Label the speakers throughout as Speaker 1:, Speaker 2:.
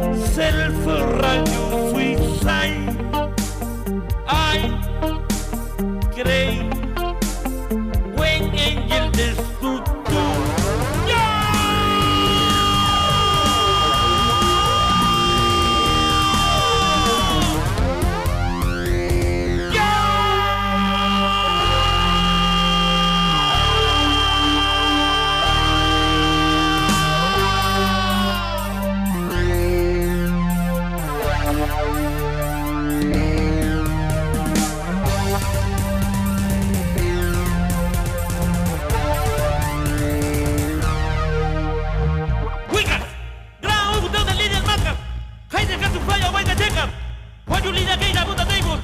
Speaker 1: myself a radio free sign. I creí when angel desnudo. Wicca! Ground over down the little marker! Hide the cat to fly away the Jacob! When you lead a gate, I put the table!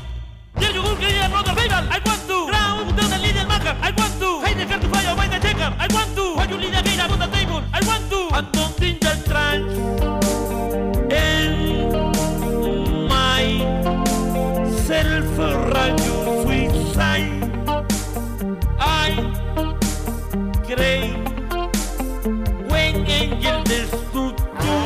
Speaker 1: Then you will get a brother rival! I want to! Ground over down the little marker! I want to! Hide the cat to fly away the Jacob! I want to! When you lead a gate, I put the table! I want to! And don't think that trance in my self radio sweet sign I create when angel desnudo.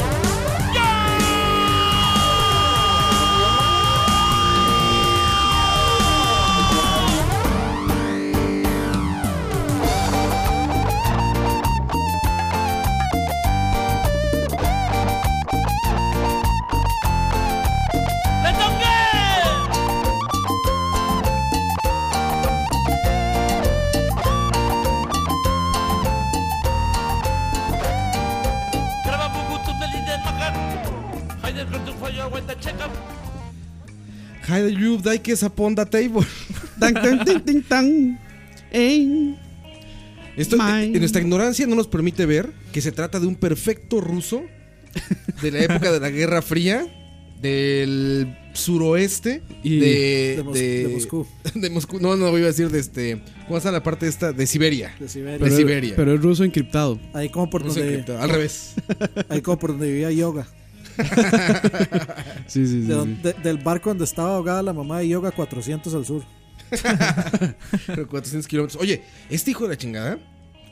Speaker 1: ¡Le toqué!
Speaker 2: Hide the Youth, Dike is upon the table. Tan, tan, tin, tin, tan. Ey. Esto, eh,
Speaker 3: My-
Speaker 2: en nuestra ignorancia no nos permite ver que se trata de un perfecto ruso de la época de la Guerra Fría, del suroeste
Speaker 3: Y-
Speaker 2: de,
Speaker 4: de Mos- de Moscú.
Speaker 2: de Moscú. No, no, iba a decir de este. ¿Cómo está la parte esta? De Siberia.
Speaker 4: de Siberia.
Speaker 2: Pero-
Speaker 3: es-
Speaker 2: Siberia.
Speaker 3: Pero es ruso encriptado.
Speaker 4: ahí como por
Speaker 2: Ruso
Speaker 4: donde
Speaker 2: encriptado, Al revés.
Speaker 4: ahí como por donde vivía yoga.
Speaker 3: Sí, sí, sí.
Speaker 4: De
Speaker 3: sí.
Speaker 4: don- de- del barco donde estaba ahogada la mamá de yoga 400 al sur.
Speaker 2: Pero 400 kilómetros. Oye, este hijo de la chingada,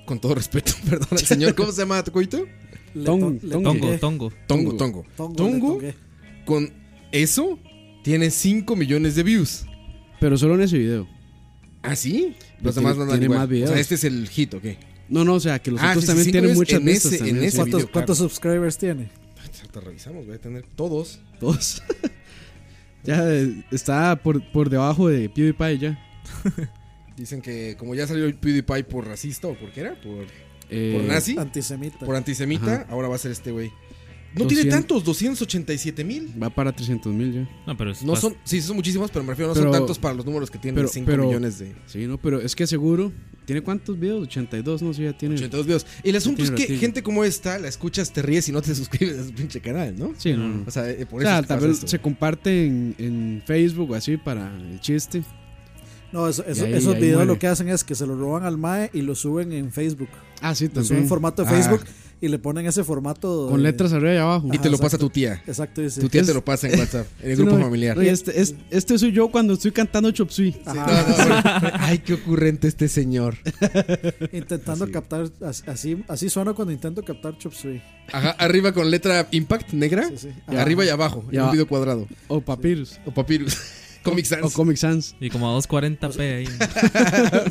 Speaker 2: con todo respeto, perdón al señor, ¿cómo se llama tu coito?
Speaker 4: Le
Speaker 3: Tongo,
Speaker 4: to- le
Speaker 3: tongo.
Speaker 4: toqué.
Speaker 5: Tongo, tongo.
Speaker 2: Tongo, Tongo.
Speaker 4: Tongo,
Speaker 2: Tongo,
Speaker 4: le toqué.
Speaker 2: con eso, tiene 5 millones de views.
Speaker 3: Pero solo en ese video.
Speaker 2: ¿Ah, sí? Los
Speaker 3: Pues Tiene-
Speaker 2: demás no dan
Speaker 3: tiene
Speaker 2: igual.
Speaker 3: más videos.
Speaker 2: O sea, este es el hit, ¿ok?
Speaker 3: No, no, o sea, que los
Speaker 2: Ah,
Speaker 3: otros
Speaker 2: sí, sí,
Speaker 3: también
Speaker 2: sí,
Speaker 3: tienen
Speaker 2: es-
Speaker 3: muchas
Speaker 2: en
Speaker 3: vistas
Speaker 2: ese-
Speaker 3: también,
Speaker 2: en ese
Speaker 3: sí.
Speaker 2: video.
Speaker 4: ¿Cuántos, cuántos subscribers tiene?
Speaker 2: Ahorita revisamos, voy a tener todos.
Speaker 3: Todos. ya eh, está por, por debajo de PewDiePie ya.
Speaker 2: Dicen que como ya salió el PewDiePie por racista o por qué era, por,
Speaker 3: Eh,
Speaker 2: por nazi,
Speaker 4: Antisemita.
Speaker 2: por antisemita,
Speaker 3: Ajá.
Speaker 2: ahora va a ser este güey. No
Speaker 3: 200.
Speaker 2: tiene tantos, 287 mil.
Speaker 3: Va para 300 mil ya.
Speaker 5: No, pero es
Speaker 2: No
Speaker 5: bast-
Speaker 2: son, sí, son muchísimos, pero me refiero, no
Speaker 3: Pero-
Speaker 2: son tantos para los números que tienen
Speaker 3: pero-
Speaker 2: 5
Speaker 3: pero-
Speaker 2: millones de...
Speaker 3: Sí, no, pero es que seguro. ¿Tiene cuántos videos? 82, no sé, ya tiene.
Speaker 2: 82 videos. El asunto es
Speaker 3: tiene
Speaker 2: que
Speaker 3: ratillo.
Speaker 2: gente como esta la escuchas, te ríes y no te suscribes a su pinche canal, ¿no?
Speaker 3: Sí, no, no.
Speaker 2: O sea, eh, por
Speaker 3: O
Speaker 2: eso.
Speaker 3: sea,
Speaker 2: es que
Speaker 3: tal
Speaker 2: pasa
Speaker 3: vez
Speaker 2: esto.
Speaker 3: se comparte en, en Facebook o así para el chiste.
Speaker 4: No, eso- eso-
Speaker 3: Y ahí-
Speaker 4: esos
Speaker 3: ahí
Speaker 4: videos
Speaker 3: muere.
Speaker 4: lo que hacen es que se lo roban al MAE y lo suben en Facebook.
Speaker 3: Ah, sí,
Speaker 4: Lo suben
Speaker 3: también.
Speaker 4: en formato de
Speaker 2: Ah.
Speaker 4: Facebook y le ponen ese formato.
Speaker 3: Con
Speaker 4: de-
Speaker 3: letras arriba y abajo.
Speaker 2: Y te lo
Speaker 4: Ajá,
Speaker 2: pasa tu tía.
Speaker 4: Exacto, dice.
Speaker 2: Tu tía
Speaker 3: Es-
Speaker 2: te lo pasa en WhatsApp, en el
Speaker 3: Sí,
Speaker 2: grupo
Speaker 3: no,
Speaker 2: familiar.
Speaker 3: no, y este, es- este soy yo cuando estoy cantando Chop Suey.
Speaker 4: Ajá,
Speaker 2: Ay, qué ocurrente este señor.
Speaker 4: Intentando captar. as- Así, así suena cuando intento captar Chop Suey.
Speaker 2: Ajá, arriba con letra Impact negra.
Speaker 4: Sí, sí.
Speaker 2: Y Arriba y abajo,
Speaker 3: Ya.
Speaker 2: en un video cuadrado.
Speaker 3: O Papyrus.
Speaker 2: O Papyrus. Comic Sans.
Speaker 3: O Comic Sans.
Speaker 5: Y como a 240p ahí.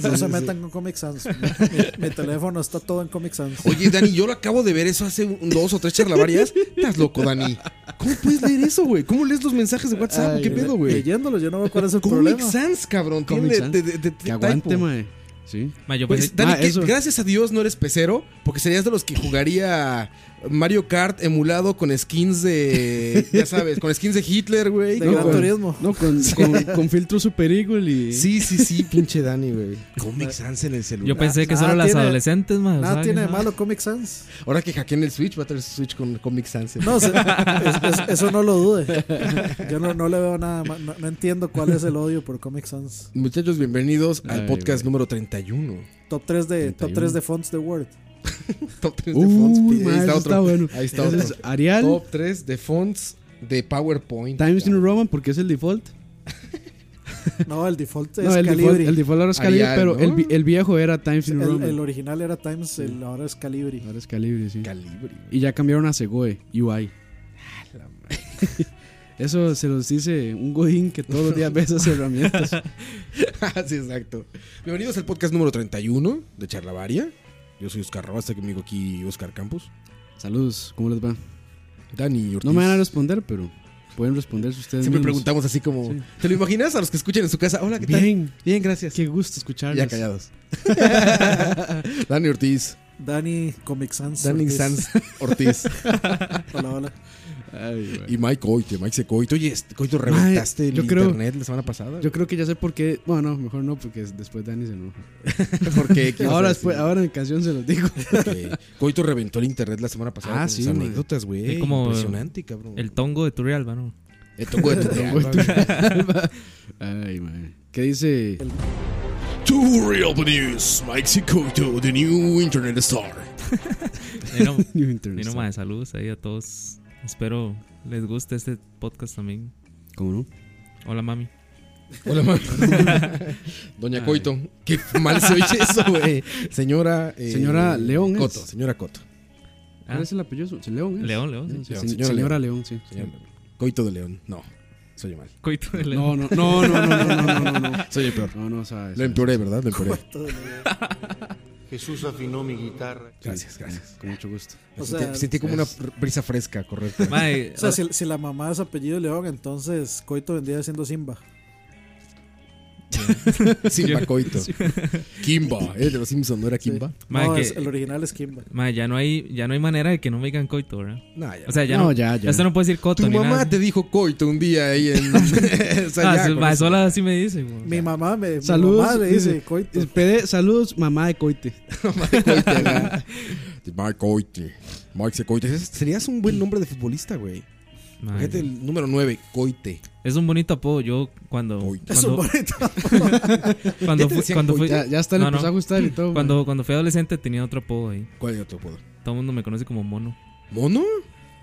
Speaker 4: No se metan con Comic Sans. Mi, mi- mi teléfono está todo en Comic Sans.
Speaker 2: Oye, Dani, yo lo acabo de ver eso hace un- dos o tres charlavarias. Estás loco, Dani. ¿Cómo puedes leer eso, güey? ¿Cómo lees los mensajes de WhatsApp?
Speaker 3: Ay,
Speaker 2: ¿Qué pedo, güey?
Speaker 4: Leyéndolo, yo no veo cuál es el
Speaker 2: Comic
Speaker 4: problema.
Speaker 2: Sans, cabrón.
Speaker 3: Comic
Speaker 2: Tiene
Speaker 3: Sans.
Speaker 2: de- de- de-
Speaker 3: Que aguante,
Speaker 2: typo.
Speaker 3: mae. Sí.
Speaker 5: Ma, yo
Speaker 2: Pues,
Speaker 5: pensé-
Speaker 2: Dani,
Speaker 3: ah,
Speaker 2: que
Speaker 3: eso.
Speaker 2: gracias a Dios no eres pecero, porque serías de los que jugaría Mario Kart emulado con skins de. Ya sabes, con skins de Hitler, güey.
Speaker 4: De
Speaker 2: No,
Speaker 4: Gran
Speaker 2: con-
Speaker 4: Turismo.
Speaker 3: No, con, con, con filtro Super Eagle y.
Speaker 2: Sí, sí, sí, pinche Dani, güey. Comic Sans en el celular.
Speaker 5: yo pensé que solo
Speaker 4: nada
Speaker 5: las
Speaker 4: tiene-
Speaker 5: adolescentes, ma,
Speaker 4: Nada
Speaker 5: ¿saben?
Speaker 4: tiene de
Speaker 5: Ah.
Speaker 4: malo Comic Sans.
Speaker 2: Ahora que hackeen el Switch, va a tener su Switch con Comic Sans. en-
Speaker 4: No, se- es- es- eso no lo dude. Yo no, no le veo nada ma- no, no entiendo cuál es el odio por Comic Sans.
Speaker 2: Muchachos, bienvenidos al
Speaker 3: Ay,
Speaker 2: podcast
Speaker 3: güey.
Speaker 2: número 31.
Speaker 4: Top 3 de, top 3 de fonts de Word.
Speaker 2: Top 3 de fonts.
Speaker 3: Uy,
Speaker 2: Ahí
Speaker 3: mae,
Speaker 2: está otro.
Speaker 3: eso está bueno.
Speaker 2: Ahí está
Speaker 3: Ese
Speaker 2: otro.
Speaker 3: es Arial,
Speaker 2: Top 3 de fonts de PowerPoint.
Speaker 3: Times New
Speaker 2: cabrón.
Speaker 3: Roman, porque es el default.
Speaker 4: No, el default es
Speaker 3: No, el default,
Speaker 4: Calibri.
Speaker 3: el default ahora es Calibri,
Speaker 2: Arial,
Speaker 3: pero
Speaker 2: ¿no?
Speaker 3: el, vi- el viejo era Times
Speaker 4: el,
Speaker 3: New Roman.
Speaker 4: el original era Times, el ahora es Calibri.
Speaker 3: Ahora es Calibri, sí.
Speaker 2: Calibri, güey.
Speaker 3: Y ya cambiaron a Segoe, UI. Eso se los dice un godín que todos los días ve esas herramientas.
Speaker 2: sí, exacto. Bienvenidos al podcast número 31 de Charlavaria. Yo soy Oscar Rabasta, conmigo aquí Oscar Campos.
Speaker 3: Saludos, ¿cómo les va?
Speaker 2: Dani Ortiz.
Speaker 3: No me van a responder, pero pueden responder si ustedes
Speaker 2: Siempre
Speaker 3: mismos.
Speaker 2: preguntamos así como, ¿te lo imaginas a los que escuchan en su casa? Hola, ¿qué tal?
Speaker 3: Bien,
Speaker 2: Bien, gracias.
Speaker 3: qué gusto escucharlos.
Speaker 2: Ya callados. Dani Ortiz,
Speaker 4: Dani Comic Sans.
Speaker 2: Dani
Speaker 4: Ortiz.
Speaker 2: Sanz Ortiz
Speaker 4: Hola, hola.
Speaker 3: Ay, güey.
Speaker 2: y Mike Coito, Mike se Coito. Oye, este Coito reventaste
Speaker 3: yo
Speaker 2: el
Speaker 3: creo-
Speaker 2: internet la semana pasada.
Speaker 3: Yo creo que ya sé por qué. Bueno, no, mejor no, porque después Dani se enoja.
Speaker 2: Porque
Speaker 3: Ahora, después, ahora en canción se los digo.
Speaker 2: Coito reventó el internet la semana pasada.
Speaker 3: Ah,
Speaker 2: con
Speaker 3: sí,
Speaker 2: sus
Speaker 3: güey.
Speaker 2: anécdotas, güey.
Speaker 5: Es como
Speaker 2: Impresionante, cabrón.
Speaker 5: El tongo de Turrial, mano.
Speaker 2: El tongo de tu
Speaker 3: Ay, madre. ¿Qué dice?
Speaker 2: Two real news. Mike Sikoto, the new internet star.
Speaker 5: Bueno,
Speaker 3: New Internet
Speaker 5: bueno,
Speaker 3: Star?
Speaker 5: madre, saludos ahí a todos. Espero les guste este podcast también.
Speaker 3: ¿Cómo no?
Speaker 5: Hola, mami.
Speaker 2: Hola, ma. Doña
Speaker 3: Ay.
Speaker 2: Coito. Qué mal se oye eso, güey. Señora. eh,
Speaker 3: Señora León es.
Speaker 2: Coto, señora Coto.
Speaker 5: Ah.
Speaker 3: ¿Cuál es el apellido? ¿Se- León. es?
Speaker 5: León, León, sí.
Speaker 3: Sí,
Speaker 2: León,
Speaker 3: se-
Speaker 2: señora
Speaker 3: Señora León, sí.
Speaker 2: Señora Coito de León. No, soy mal.
Speaker 5: Coito de León.
Speaker 3: No, no, no, no, no, no, no, no, no.
Speaker 2: Soy el peor.
Speaker 3: No, no, sabes.
Speaker 2: Lo empeoré, ¿verdad? Lo empeoré.
Speaker 4: Todo bien.
Speaker 6: Jesús afinó mi guitarra.
Speaker 2: Gracias, gracias.
Speaker 3: eh, Con mucho gusto.
Speaker 4: O
Speaker 2: sentí,
Speaker 4: sea,
Speaker 2: sentí como una
Speaker 3: es-
Speaker 2: pr- brisa fresca, correcto.
Speaker 5: Madre,
Speaker 4: O sea, si, si la mamá es apellido León, entonces Coito vendría siendo Simba.
Speaker 2: Simba Coito. Kimba. ¿eh? De los Simpsons, ¿no era Kimba?
Speaker 5: madre,
Speaker 4: no,
Speaker 5: que-
Speaker 4: es- el original es Kimba.
Speaker 5: madre, ya no hay, ya no hay manera de que no me digan coito, ¿verdad?
Speaker 2: No, ya.
Speaker 5: O sea, ya
Speaker 3: no,
Speaker 5: no,
Speaker 3: ya, ya.
Speaker 5: ya usted no puede decir coto
Speaker 2: tu
Speaker 5: ni
Speaker 2: mamá
Speaker 5: nada.
Speaker 2: te dijo coito un día ahí en. o sea,
Speaker 5: Ah,
Speaker 2: ya,
Speaker 5: sí,
Speaker 2: con
Speaker 5: madre,
Speaker 2: eso.
Speaker 5: sola así me dice. güey.
Speaker 4: Mi mamá me, mi
Speaker 3: Saludos.
Speaker 4: mamá le dice Coito.
Speaker 3: Pede- saludos, mamá de coite.
Speaker 2: Coite, ajá. Mike Coite. Mike se Coite. Ese- Serías un buen nombre de futbolista, güey.
Speaker 5: Madre,
Speaker 2: Fíjate el número 9, Coite.
Speaker 5: Es un bonito apodo. Yo cuando
Speaker 2: Coito.
Speaker 4: Es un
Speaker 5: cuando
Speaker 4: bonito.
Speaker 5: cuando
Speaker 2: te
Speaker 5: fui,
Speaker 2: decían
Speaker 5: cuando fui-
Speaker 3: Ya, ya está, le
Speaker 5: No, no.
Speaker 3: empezó a gustar y todo.
Speaker 5: cuando cuando fui adolescente tenía otro apodo ahí.
Speaker 2: ¿Cuál es tu apodo?
Speaker 5: Todo el mundo me conoce como mono.
Speaker 2: ¿Mono?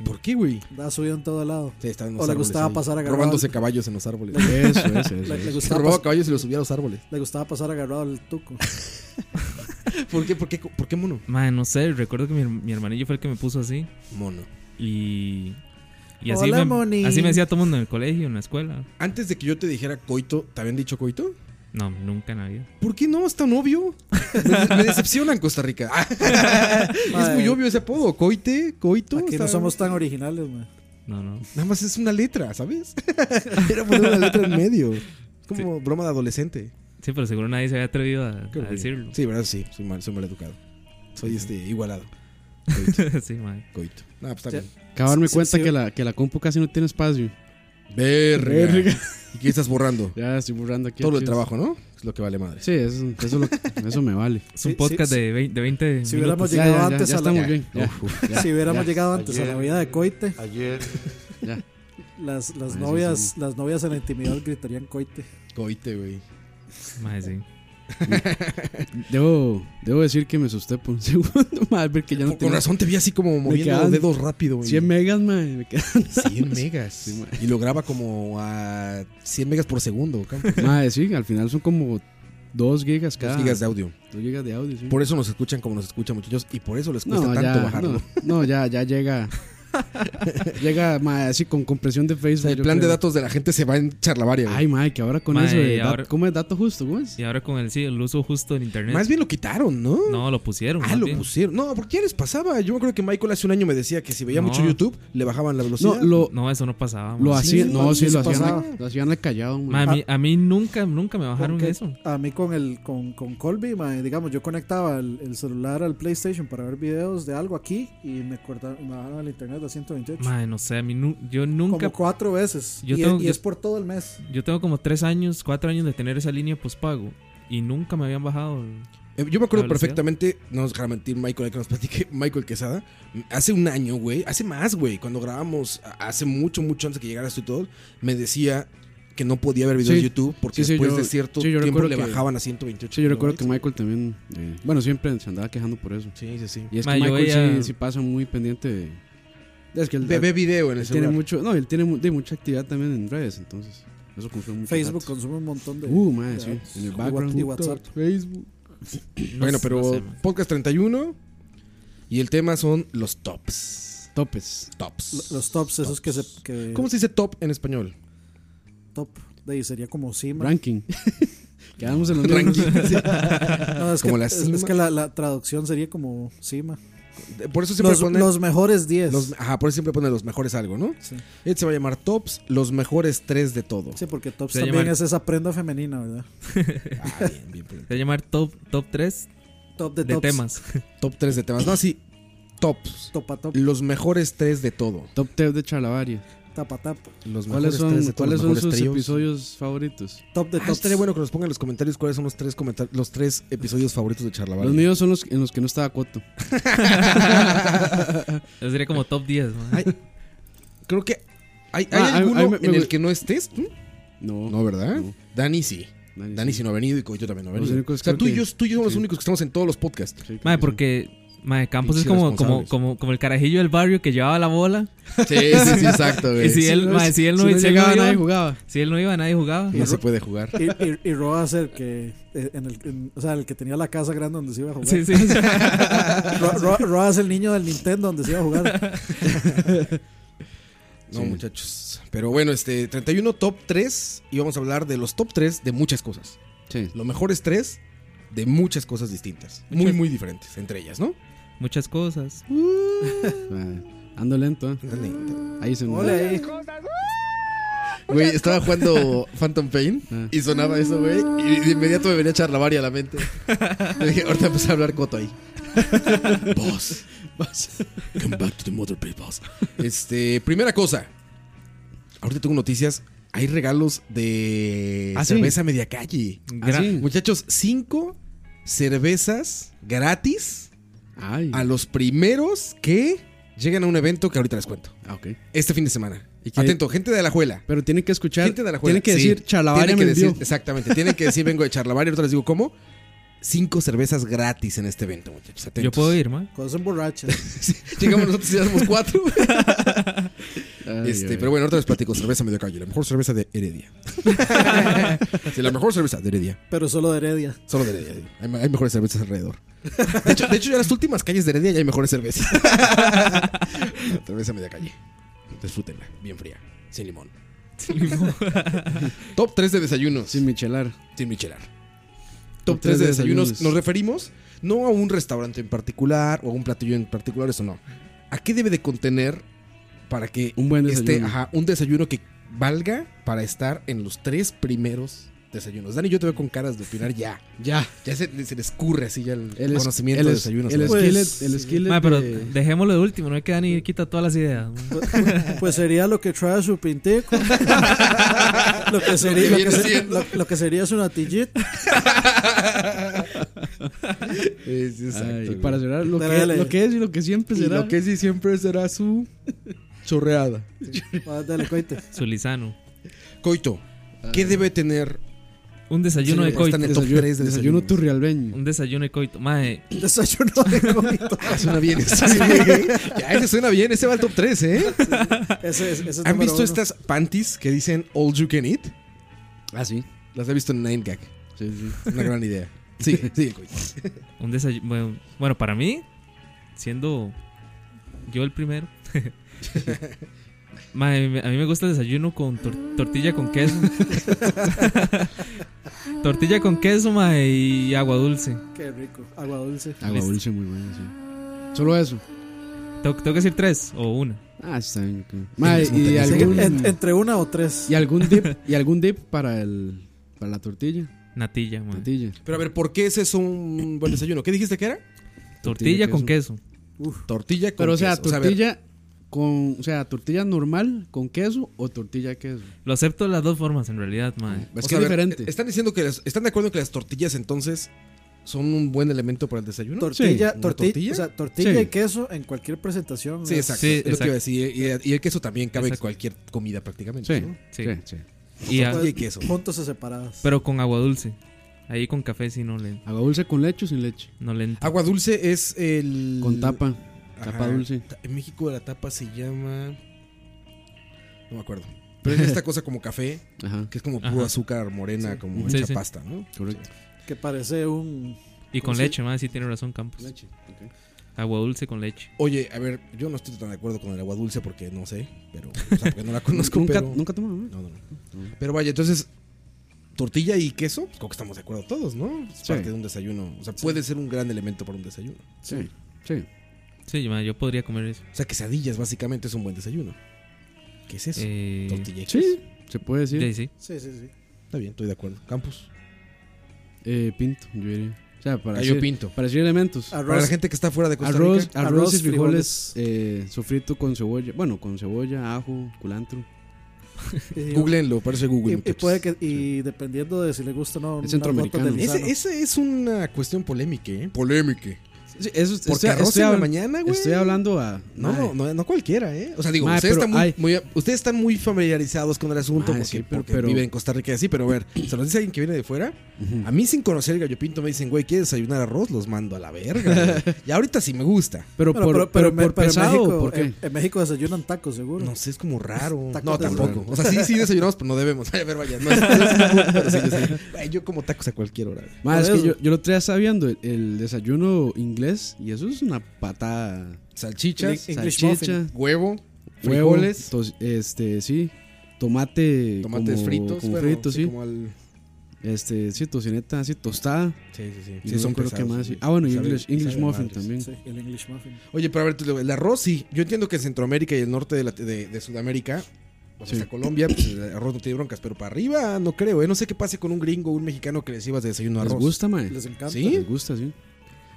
Speaker 2: ¿Por qué, güey?
Speaker 4: La subido en todo lado.
Speaker 2: Sí, estaba en
Speaker 4: O le
Speaker 2: árboles
Speaker 4: gustaba
Speaker 2: ahí,
Speaker 4: pasar agarrado.
Speaker 2: Robándose caballos en los árboles.
Speaker 3: man. Eso, eso, eso.
Speaker 4: Le, le
Speaker 3: eso.
Speaker 2: Se
Speaker 4: gustaba,
Speaker 2: robaba
Speaker 4: pas-
Speaker 2: caballos y los subía a los árboles.
Speaker 4: le gustaba pasar agarrado al tuco.
Speaker 2: ¿Por qué, por qué, por qué mono?
Speaker 5: Madre, no sé, recuerdo que mi, mi hermanillo fue el que me puso así
Speaker 2: Mono.
Speaker 5: y y así
Speaker 4: Hola,
Speaker 5: me,
Speaker 4: Moni.
Speaker 5: así me decía todo el mundo en el colegio, en la escuela.
Speaker 2: Antes de que yo te dijera coito, ¿te habían dicho coito?
Speaker 5: No, nunca nadie.
Speaker 2: ¿Por qué no? Es tan obvio. Me, me decepcionan Costa Rica. es muy
Speaker 4: Madre.
Speaker 2: obvio ese apodo. Coite, coito.
Speaker 4: Aquí no
Speaker 2: está-
Speaker 4: somos tan originales, man.
Speaker 5: No, no.
Speaker 2: Nada más es una letra, ¿sabes? Era poner una letra en medio. Es como broma de adolescente.
Speaker 5: Sí, pero seguro nadie se había atrevido a,
Speaker 2: Qué
Speaker 5: a
Speaker 2: horrible.
Speaker 5: decirlo.
Speaker 2: Sí, verdad, sí. Soy mal, soy mal educado. Soy este, igualado.
Speaker 5: sí, madre.
Speaker 2: Coito. No, pues está
Speaker 4: Sí.
Speaker 2: bien.
Speaker 3: Acabo de darme
Speaker 4: Sí,
Speaker 3: cuenta
Speaker 4: sí.
Speaker 3: que, la, que la compu casi no tiene espacio.
Speaker 2: Verga.
Speaker 3: Verga.
Speaker 2: ¿Y qué estás borrando?
Speaker 3: Ya estoy burlando aquí.
Speaker 2: Todo el
Speaker 3: chis.
Speaker 2: trabajo, ¿no? Es lo que vale madre.
Speaker 3: Sí, eso, eso, es lo que- eso me vale. Pues
Speaker 5: Es
Speaker 4: Sí,
Speaker 5: un podcast
Speaker 4: sí, sí.
Speaker 5: de, vein- de 20
Speaker 4: Si
Speaker 5: minutos.
Speaker 4: hubiéramos
Speaker 3: Ya,
Speaker 4: llegado
Speaker 3: ya, ya,
Speaker 4: antes
Speaker 3: ya
Speaker 4: a la,
Speaker 3: estamos bien. Ya, ya,
Speaker 4: Si hubiéramos
Speaker 3: ya.
Speaker 4: llegado antes a la vida de Coite,
Speaker 6: Ayer
Speaker 3: Ya.
Speaker 4: las, las
Speaker 3: sí,
Speaker 4: novias,
Speaker 3: sí.
Speaker 4: las novias en la intimidad gritarían Coite.
Speaker 2: Coite, güey.
Speaker 5: Madre, sí.
Speaker 3: Debo, debo decir que me asusté por un segundo, madre, ver que ya no
Speaker 2: Con
Speaker 3: tenía
Speaker 2: razón te vi así como moviendo los
Speaker 3: quedan
Speaker 2: dedos rápido, güey.
Speaker 3: 100 megas, madre. ah, Me quedé-
Speaker 2: 100 megas. y lo graba como a 100 megas por segundo. Campo.
Speaker 3: madre, sí, al final son como 2 gigas cada.
Speaker 2: Dos gigas de audio.
Speaker 3: dos gigas de audio, sí.
Speaker 2: Por eso nos escuchan como nos escuchan, muchachos. Y por eso les cuesta
Speaker 3: no,
Speaker 2: tanto
Speaker 3: ya,
Speaker 2: bajarlo.
Speaker 3: no, no, ya, ya llega. llega, madre, así con compresión de
Speaker 2: O
Speaker 3: Facebook.
Speaker 2: sea, el
Speaker 3: yo
Speaker 2: plan de
Speaker 3: creo.
Speaker 2: datos de la gente se va en charlavaria. güey.
Speaker 3: Ay, madre, que ahora con
Speaker 5: Madre,
Speaker 3: eso de
Speaker 5: y
Speaker 3: dat-
Speaker 5: ahora-
Speaker 3: ¿Cómo es dato justo? ¿Cómo es?
Speaker 5: Y ahora con el sí, el uso justo del internet.
Speaker 2: Más bien lo quitaron, ¿no?
Speaker 5: No, lo pusieron.
Speaker 2: Ah,
Speaker 5: más
Speaker 2: lo
Speaker 5: bien.
Speaker 2: pusieron. No, porque ya les pasaba. Yo me acuerdo que Michael hace un año me decía que si veía
Speaker 5: No.
Speaker 2: mucho YouTube, le bajaban la velocidad.
Speaker 3: No, lo,
Speaker 5: No, eso no pasaba.
Speaker 3: lo
Speaker 5: man.
Speaker 3: hacían,
Speaker 4: sí,
Speaker 3: no, sí,
Speaker 4: sí
Speaker 3: lo hacían,
Speaker 4: pasaba.
Speaker 3: al- lo hacían al callado, madre.
Speaker 5: Ma, a, mí,
Speaker 4: Ah.
Speaker 5: a mí nunca, nunca me bajaron
Speaker 4: Porque
Speaker 5: eso.
Speaker 4: A mí con el con, con Colby, mae, digamos, yo conectaba el, el celular al PlayStation para ver videos de algo aquí y me cortaron, me bajaron el internet a 128.
Speaker 5: Madre, no sé, a mí nu- yo nunca.
Speaker 4: Como cuatro veces.
Speaker 5: Yo
Speaker 4: y,
Speaker 5: tengo-
Speaker 4: y
Speaker 5: yo-
Speaker 4: es por todo el mes.
Speaker 5: Yo tengo como tres años, cuatro años de tener esa línea pospago y nunca me habían bajado.
Speaker 2: Eh, Yo me acuerdo
Speaker 5: La velocidad.
Speaker 2: perfectamente, no nos dejará mentir Michael, que nos platique Michael Quesada. Hace un año, güey, hace más, güey, cuando grabamos, a- hace mucho, mucho antes de que llegaras tú y todo, me decía que no podía ver videos
Speaker 3: Sí.
Speaker 2: de YouTube porque
Speaker 3: Sí, sí,
Speaker 2: después
Speaker 3: yo-
Speaker 2: de cierto
Speaker 3: sí, yo
Speaker 2: tiempo
Speaker 3: recuerdo
Speaker 2: le
Speaker 3: que-
Speaker 2: bajaban a 128.
Speaker 3: Sí, yo recuerdo que
Speaker 2: kilobytes.
Speaker 3: Michael también, eh, bueno, siempre se andaba quejando por eso.
Speaker 2: Sí, sí, sí.
Speaker 3: Y es
Speaker 5: Ma,
Speaker 3: que
Speaker 5: yo
Speaker 3: Michael
Speaker 5: veía-
Speaker 3: sí, sí pasa muy pendiente de... Es que él,
Speaker 2: Bebé video en el
Speaker 3: él tiene
Speaker 2: celular.
Speaker 3: mucho... No, él tiene mu- de mucha actividad también en redes, entonces eso consume mucho
Speaker 4: Facebook
Speaker 3: datos.
Speaker 4: consume un montón de.
Speaker 3: Uh, madre,
Speaker 4: de
Speaker 3: sí.
Speaker 4: datos.
Speaker 3: En el
Speaker 4: Y
Speaker 3: background.
Speaker 4: wa- y WhatsApp.
Speaker 3: Facebook.
Speaker 5: No
Speaker 2: Bueno,
Speaker 5: sé,
Speaker 2: pero
Speaker 5: no sé, man.
Speaker 2: podcast 31 y el tema son los tops.
Speaker 3: Topes.
Speaker 2: Tops.
Speaker 4: Los tops, esos que se. Que
Speaker 2: ¿Cómo se dice top en español?
Speaker 4: Top. De ahí sería como cima.
Speaker 3: Ranking. Quedamos en los
Speaker 2: Ranking.
Speaker 3: mismos.
Speaker 4: No, es
Speaker 2: Como
Speaker 4: que,
Speaker 2: la
Speaker 4: es-
Speaker 2: cima.
Speaker 4: es que la, la traducción sería como cima.
Speaker 2: Por eso siempre
Speaker 4: Los,
Speaker 2: ponen.
Speaker 4: los mejores 10.
Speaker 2: los- ajá, por eso siempre ponen los mejores algo, ¿no?
Speaker 4: Sí.
Speaker 2: Este se va a llamar Tops, los mejores tres de todo.
Speaker 4: Sí, porque tops
Speaker 5: Se
Speaker 4: también
Speaker 5: llama-
Speaker 4: es esa prenda femenina, ¿verdad?
Speaker 2: Ah, bien, bien, bien.
Speaker 5: Se va a llamar Top, top 3
Speaker 4: Top de,
Speaker 5: de
Speaker 4: tops.
Speaker 5: temas.
Speaker 2: Top tres de temas. No, así. Tops.
Speaker 4: Topa top,
Speaker 2: Los mejores tres de todo.
Speaker 3: Top 10 de Charlavaria.
Speaker 4: tapa tap.
Speaker 2: Los mejores
Speaker 3: ¿Cuáles son,
Speaker 2: tres de todo,
Speaker 3: ¿cuáles
Speaker 2: los
Speaker 3: son
Speaker 2: mejores
Speaker 3: sus
Speaker 2: tríos.
Speaker 3: episodios favoritos?
Speaker 4: Top de
Speaker 2: Ah,
Speaker 4: tops.
Speaker 2: estaría bueno que nos pongan en los comentarios cuáles son los tres comentar- los tres episodios favoritos de Charlavaria.
Speaker 3: Los míos son los en los que no estaba Coto.
Speaker 5: Sería como Top 10. ¿no?
Speaker 2: Ay, Creo que hay,
Speaker 3: Ah,
Speaker 2: ¿hay
Speaker 3: ay,
Speaker 2: alguno
Speaker 3: ay, me- me
Speaker 2: en el
Speaker 3: gu-
Speaker 2: que no estés tú.
Speaker 3: No.
Speaker 2: No, ¿verdad?
Speaker 3: No.
Speaker 2: Dani sí.
Speaker 3: Dani,
Speaker 2: Dani
Speaker 3: sí.
Speaker 2: sí no ha venido y Coito también no ha
Speaker 3: Los
Speaker 2: venido. O
Speaker 3: únicos
Speaker 2: sea,
Speaker 3: creo
Speaker 2: tú y
Speaker 3: que-
Speaker 2: yo, tú y yo somos los
Speaker 3: sí.
Speaker 2: únicos que estamos en todos los podcasts.
Speaker 3: Sí, creo
Speaker 5: Madre,
Speaker 3: que sí.
Speaker 5: porque. Madre, Campos es
Speaker 2: Pinches
Speaker 5: como, como,
Speaker 2: responsables.
Speaker 5: como, como el carajillo del barrio que llevaba la bola.
Speaker 2: Sí, sí, sí, exacto,
Speaker 5: Y si él, mae, si él no,
Speaker 3: si no
Speaker 5: si él no
Speaker 3: llegaba,
Speaker 5: iba,
Speaker 3: nadie jugaba.
Speaker 5: si él no iba, nadie jugaba.
Speaker 2: No se puede jugar.
Speaker 4: Y, y, y Roa ser que. eh, En el, en- o sea, el que tenía la casa grande donde se iba a jugar.
Speaker 5: Sí, sí.
Speaker 4: Ro- Ro- Roa es el niño del Nintendo donde se iba a jugar.
Speaker 2: No,
Speaker 3: Sí.
Speaker 2: muchachos. Pero bueno, este 31 top 3 y vamos a hablar de los top 3 de muchas cosas.
Speaker 3: Sí.
Speaker 2: Los mejores 3 de muchas cosas distintas, muy muy diferentes entre ellas, ¿no?
Speaker 5: Muchas cosas.
Speaker 3: Madre, Ando lento, ¿eh?
Speaker 2: Dale, dale.
Speaker 3: Ahí se me.
Speaker 4: Hola, ahí.
Speaker 7: Güey, estaba jugando Phantom Pain
Speaker 3: Ah.
Speaker 7: y sonaba eso, güey. Y de inmediato me venía Charlavaria a la mente. Le dije, ahorita empecé a hablar coto ahí.
Speaker 2: Boss. Come back to the mother pit, boss. Este, primera cosa. Ahorita tengo noticias. Hay regalos de
Speaker 3: Ah, sí.
Speaker 2: cerveza media calle.
Speaker 5: Gra-
Speaker 3: Ah, sí.
Speaker 2: Muchachos, cinco cervezas gratis
Speaker 3: Ay.
Speaker 2: a los primeros que lleguen a un evento que ahorita les cuento.
Speaker 3: Ah, ok.
Speaker 2: Este fin de semana.
Speaker 3: ¿Y qué-
Speaker 2: Atento, gente de Alajuela.
Speaker 3: Pero tienen que escuchar.
Speaker 2: Gente de Alajuela.
Speaker 3: Tienen que
Speaker 2: Sí.
Speaker 3: decir Charlavaria
Speaker 2: Tienen que
Speaker 3: me
Speaker 2: decir-
Speaker 3: envió.
Speaker 2: Exactamente. Tienen que decir vengo de Charlavaria. Ahorita les digo cómo. Cinco cervezas gratis en este evento, muchachos. Atentos.
Speaker 5: Yo puedo ir, man.
Speaker 4: Cuando son borrachas.
Speaker 2: Llegamos nosotros y ya somos cuatro.
Speaker 3: Ay,
Speaker 2: Este,
Speaker 3: ay.
Speaker 2: pero bueno, ahorita les platico. Cerveza medio calle. La mejor cerveza de Heredia. sí, la mejor cerveza de Heredia.
Speaker 4: Pero solo de Heredia.
Speaker 2: Solo de Heredia. digo. Hay, hay mejores cervezas alrededor. De hecho, de hecho, ya las últimas calles de Heredia ya hay mejores cervezas. La cerveza media calle. Disfrútenla. Bien fría. Sin limón. Top 3 de desayunos.
Speaker 3: Sin Michelar.
Speaker 2: Sin michelar. Top 3 de desayunos.
Speaker 3: desayunos.
Speaker 2: Nos referimos no a un restaurante en particular o a un platillo en particular, eso no. ¿A qué debe de contener para que
Speaker 3: Un buen
Speaker 2: esté
Speaker 3: desayuno.
Speaker 2: este, ajá, un desayuno que valga para estar en los tres primeros desayunos? Dani, yo te veo con caras de opinar ya.
Speaker 3: Ya.
Speaker 2: Ya se, se le escurre así ya el,
Speaker 3: El es-
Speaker 2: conocimiento
Speaker 3: el
Speaker 2: de
Speaker 3: es-
Speaker 2: desayunos.
Speaker 3: El
Speaker 4: Pues,
Speaker 3: skillet. El
Speaker 4: sí.
Speaker 3: skillet.
Speaker 5: Mae, pero
Speaker 3: de-
Speaker 5: dejémoslo de último. No hay que Dani quita todas las ideas. mae.
Speaker 4: Pues, pues sería lo que trae su pinteco. Lo que sería, lo que, se- lo- lo que sería su natillit.
Speaker 2: Es- exacto,
Speaker 3: Ay,
Speaker 2: güey.
Speaker 3: para cerrar, lo,
Speaker 4: Dale,
Speaker 3: que,
Speaker 4: dale.
Speaker 3: lo que es y lo que siempre
Speaker 2: Y
Speaker 3: será.
Speaker 2: lo que sí siempre será su chorreada.
Speaker 4: Ah, Dale, coite.
Speaker 5: Su lisano.
Speaker 2: Coito, ¿qué
Speaker 3: Ah,
Speaker 2: debe tener?
Speaker 5: Un desayuno
Speaker 2: Sí,
Speaker 5: de
Speaker 2: pues,
Speaker 5: coito.
Speaker 2: están en top
Speaker 3: desayuno,
Speaker 2: tres de
Speaker 3: desayuno
Speaker 2: desayunos.
Speaker 3: turrialbeño.
Speaker 5: Un desayuno de coito. Mae,
Speaker 4: Desayuno de coito.
Speaker 2: Suena bien. ese, güey. ya, ese suena bien. Ese va al top 3, ¿eh?
Speaker 3: Este
Speaker 4: Ese es- ese es
Speaker 2: ¿Han
Speaker 4: número
Speaker 2: visto
Speaker 4: uno.
Speaker 2: estas panties que dicen All You Can Eat?
Speaker 3: Ah, sí.
Speaker 2: Las he visto en 9gag.
Speaker 3: Sí, sí.
Speaker 2: Una gran idea. Sí, sí, güey.
Speaker 5: un desayuno. Bueno, bueno, para mí, siendo yo el primero. Mae, me- a mí me gusta el desayuno con tor- tortilla con queso. tortilla con queso, mae, y agua dulce.
Speaker 4: Qué rico. Agua dulce.
Speaker 3: Agua
Speaker 5: Listo.
Speaker 3: Ah, dulce muy buena, sí. Solo eso.
Speaker 5: Tengo, tengo que decir tres o una.
Speaker 3: Ah, está bien. ok. Madre, y,
Speaker 2: Tienes un
Speaker 3: algún,
Speaker 4: En- entre una o tres.
Speaker 3: y algún dip, y algún dip para el para la tortilla,
Speaker 5: Natilla, mae. Tortilla,
Speaker 3: tortilla.
Speaker 2: Pero a ver, ¿por qué ese es un buen desayuno? ¿Qué dijiste que era?
Speaker 3: Tortilla,
Speaker 5: con queso.
Speaker 2: Tortilla con
Speaker 3: Pero o sea,
Speaker 2: queso. a ver,
Speaker 3: tortilla con, o sea, tortilla normal con queso o tortilla de queso.
Speaker 5: Lo acepto de las dos formas, en realidad, mae.
Speaker 3: Es
Speaker 2: o sea,
Speaker 3: que es
Speaker 2: a ver, eh,
Speaker 3: diferente.
Speaker 2: Están diciendo que las- están de acuerdo que las tortillas entonces son un buen elemento para el desayuno.
Speaker 4: Tortilla,
Speaker 2: ¿Una
Speaker 4: tortilla,
Speaker 2: tortilla?
Speaker 4: o sea, tortilla
Speaker 3: Sí.
Speaker 4: y queso en cualquier presentación.
Speaker 2: sí,
Speaker 4: es-
Speaker 2: exacto.
Speaker 5: Sí,
Speaker 2: es lo que
Speaker 5: exacto.
Speaker 2: iba a decir. Y, y el queso también cabe en
Speaker 5: Exacto.
Speaker 2: cualquier comida prácticamente.
Speaker 3: Sí,
Speaker 2: ¿no?
Speaker 5: Sí.
Speaker 3: sí, sí.
Speaker 5: Y a-
Speaker 2: Tortilla y queso.
Speaker 4: Juntos o separadas.
Speaker 5: pero con agua dulce. Ahí con café sí no le,
Speaker 3: Agua dulce con leche o sin leche.
Speaker 5: no le entra.
Speaker 2: Agua dulce es el.
Speaker 3: Con tapa,
Speaker 2: Ajá.
Speaker 3: tapa dulce.
Speaker 2: Ta- En México la tapa se llama. No me acuerdo. Pero es esta cosa como café,
Speaker 3: Ajá,
Speaker 2: que es como puro
Speaker 5: Ajá.
Speaker 2: azúcar morena, como
Speaker 5: Sí,
Speaker 2: hecha
Speaker 5: sí.
Speaker 2: pasta, ¿no?
Speaker 3: correcto.
Speaker 4: que parece un.
Speaker 5: Y con
Speaker 4: Sí.
Speaker 5: leche, mae, sí tiene razón Campos.
Speaker 3: Leche,
Speaker 5: Agua dulce con leche.
Speaker 2: Oye, a ver, yo no estoy tan de acuerdo con el agua dulce porque no sé, pero. O sea, porque no la conozco,
Speaker 3: nunca,
Speaker 2: pero.
Speaker 3: nunca tomaron.
Speaker 2: No,
Speaker 3: ¿no?
Speaker 2: no, no. Pero vaya, entonces, tortilla y queso, pues creo que estamos de acuerdo todos, ¿no? Es
Speaker 3: Sí.
Speaker 2: parte de un desayuno. O sea, puede ser un gran elemento para un desayuno.
Speaker 3: Sí, sí.
Speaker 5: Sí, ma, yo podría comer eso.
Speaker 2: O sea, quesadillas básicamente es un buen desayuno. ¿Qué es eso?
Speaker 5: Eh,
Speaker 2: Tortilla y queso.
Speaker 3: Sí, se puede decir.
Speaker 5: sí, sí.
Speaker 4: Sí, sí, sí.
Speaker 2: Está bien, estoy de acuerdo. Campus.
Speaker 3: Eh, pinto, yo diría. O sea, para,
Speaker 2: Ah, yo
Speaker 3: decir-
Speaker 2: pinto.
Speaker 3: para decir elementos.
Speaker 2: Para la
Speaker 4: Arroz,
Speaker 2: gente que está fuera de Costa
Speaker 3: Arroz,
Speaker 2: Rica.
Speaker 3: arroz,
Speaker 4: Ah, Arroz,
Speaker 3: y frijoles, eh, sofrito con cebolla. Bueno, con cebolla, ajo, culantro.
Speaker 4: eh,
Speaker 2: Googleenlo, parece
Speaker 4: y,
Speaker 2: Google.
Speaker 4: y
Speaker 2: muchachos.
Speaker 4: puede que, y dependiendo de si le gusta o no, unas
Speaker 3: centroamericano.
Speaker 4: gotas de
Speaker 2: Ese-
Speaker 4: Lizano.
Speaker 2: Esa es una cuestión polémica, ¿eh? Polémica.
Speaker 3: Sí, eso,
Speaker 2: Porque
Speaker 3: estoy-
Speaker 2: arroz
Speaker 3: estoy
Speaker 2: en la
Speaker 3: hab-
Speaker 2: mañana, güey.
Speaker 3: Estoy hablando a.
Speaker 2: No,
Speaker 3: Mae.
Speaker 2: no, no, no cualquiera, ¿eh? O sea, digo,
Speaker 3: Madre,
Speaker 2: ustedes,
Speaker 3: pero
Speaker 2: están muy,
Speaker 3: hay-
Speaker 2: muy- ustedes están muy familiarizados con el asunto
Speaker 3: Madre,
Speaker 2: porque,
Speaker 3: sí, pero-
Speaker 2: porque
Speaker 3: pero-
Speaker 2: viven en Costa Rica y así, pero a ver, se los dice alguien que viene de fuera.
Speaker 3: Ujú.
Speaker 2: A mí, sin conocer el gallo pinto, me dicen, güey, ¿quieres desayunar arroz? Los mando a la verga. güey. y ahorita sí me gusta.
Speaker 3: Pero,
Speaker 4: Bueno,
Speaker 3: por, pero
Speaker 4: pero, pero me-
Speaker 3: por
Speaker 4: pero en
Speaker 3: pesado,
Speaker 4: México- eh,
Speaker 3: ¿por qué?
Speaker 4: En, en México desayunan tacos, seguro.
Speaker 2: No sé, es como
Speaker 3: Pues,
Speaker 2: raro.
Speaker 4: Tacos
Speaker 2: No,
Speaker 4: de
Speaker 2: tampoco. O sea, sí, sí desayunamos, pero no debemos. Ay, a ver, vaya. No, es- no es común, pero sí desayuno. Ay, yo como tacos a cualquier hora. güey.
Speaker 3: Mae,
Speaker 4: por
Speaker 3: es que
Speaker 4: eso.
Speaker 3: yo, yo lo traía sabiendo el, el desayuno inglés y eso es una patada.
Speaker 2: Salchichas,
Speaker 4: Eng- English
Speaker 3: salchicha,
Speaker 2: huevo,
Speaker 3: huevo,
Speaker 2: frijoles,
Speaker 3: tos- este, sí, tomate,
Speaker 2: tomates
Speaker 3: como-
Speaker 2: fritos.
Speaker 3: como
Speaker 2: bueno,
Speaker 3: frito, sí,
Speaker 2: como al-
Speaker 3: este, sí, tocineta, así tostada.
Speaker 2: Sí, sí, sí.
Speaker 3: y no creo que más, sí. Ah, bueno, y English, English muffin también.
Speaker 4: Sí, el English muffin.
Speaker 2: Oye, pero a ver, tú- el arroz sí. Yo entiendo que en Centroamérica y el norte de, la- de- de Sudamérica, o sea,
Speaker 3: Sí.
Speaker 2: hasta Colombia, pues, el arroz no tiene broncas. Pero para arriba no creo, ¿eh? No sé qué pase con un gringo o un mexicano que les ibas de desayuno
Speaker 3: ¿Les
Speaker 2: arroz.
Speaker 3: gusta, mae?
Speaker 4: Les encanta.
Speaker 2: Sí.
Speaker 3: Les gusta, sí.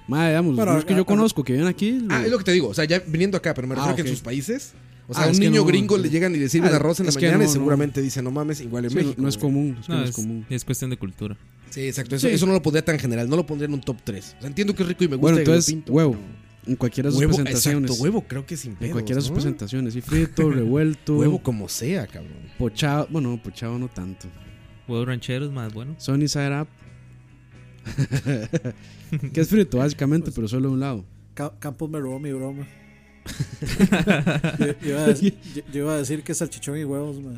Speaker 3: Mae, digamos,
Speaker 4: Bueno,
Speaker 3: los que
Speaker 4: a-
Speaker 3: yo
Speaker 4: a-
Speaker 3: conozco que vienen aquí.
Speaker 2: Ah, es lo que te digo. O sea, ya viniendo acá, pero me
Speaker 3: Ah,
Speaker 2: refiero que
Speaker 3: ok.
Speaker 2: en sus países. O sea,
Speaker 3: Ah,
Speaker 2: a un
Speaker 3: es que
Speaker 2: niño
Speaker 3: no,
Speaker 2: gringo
Speaker 3: sí.
Speaker 2: le llegan y le sirven
Speaker 3: Ah,
Speaker 2: arroz en la
Speaker 3: es que
Speaker 2: mañana y
Speaker 3: no, no.
Speaker 2: seguramente dicen, no mames, igual en
Speaker 3: Sí, no-
Speaker 2: México.
Speaker 3: no es
Speaker 2: güey".
Speaker 3: común, es que
Speaker 5: No,
Speaker 3: no es
Speaker 5: es-
Speaker 3: común.
Speaker 5: es cuestión de cultura.
Speaker 2: Sí, exacto. Eso,
Speaker 3: Sí.
Speaker 2: eso no lo pondría tan general. No lo pondría en un top 3. O sea, entiendo que es rico y me gusta.
Speaker 3: Bueno,
Speaker 2: y lo
Speaker 3: entonces,
Speaker 2: pinto,
Speaker 3: huevo.
Speaker 2: pero-
Speaker 3: En cualquiera de sus
Speaker 2: Huevo,
Speaker 3: presentaciones.
Speaker 2: Exacto, huevo, creo que sin pedos,
Speaker 3: en cualquiera de sus
Speaker 2: ¿no?
Speaker 3: presentaciones. Sí, frito, revuelto.
Speaker 2: Huevo como sea, cabrón.
Speaker 3: Pochado. Bueno, no, pochado no tanto.
Speaker 5: Huevos rancheros más bueno.
Speaker 3: Sony Side Up. que es frito,
Speaker 2: Pues
Speaker 3: básicamente, pero solo de un lado.
Speaker 4: Ca- Campos me robó mi broma. yo, yo iba a decir, yo- yo iba a decir que salchichón y huevos, man.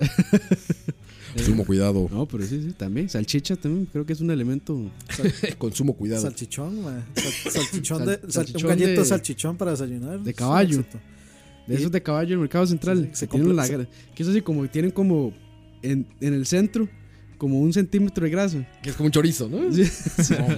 Speaker 2: Sumo cuidado.
Speaker 3: No, pero sí, sí, también. Salchicha también, creo que es un elemento.
Speaker 2: Consumo cuidado.
Speaker 4: Salchichón, man. Sal- salchichón
Speaker 3: Sal-
Speaker 4: de, sal-
Speaker 3: salchichón
Speaker 4: un gallito
Speaker 3: de-
Speaker 4: de salchichón para desayunar.
Speaker 3: de
Speaker 4: Es un
Speaker 3: caballo.
Speaker 4: éxito.
Speaker 3: De esos de caballo del mercado
Speaker 4: Sí,
Speaker 3: central.
Speaker 4: sí,
Speaker 3: que
Speaker 4: se
Speaker 3: tienen
Speaker 4: compra-
Speaker 3: la
Speaker 4: se-
Speaker 3: gra- Que es así como tienen como en, en el centro, como un centímetro de grasa.
Speaker 2: Que es como un chorizo, ¿no?
Speaker 3: Sí.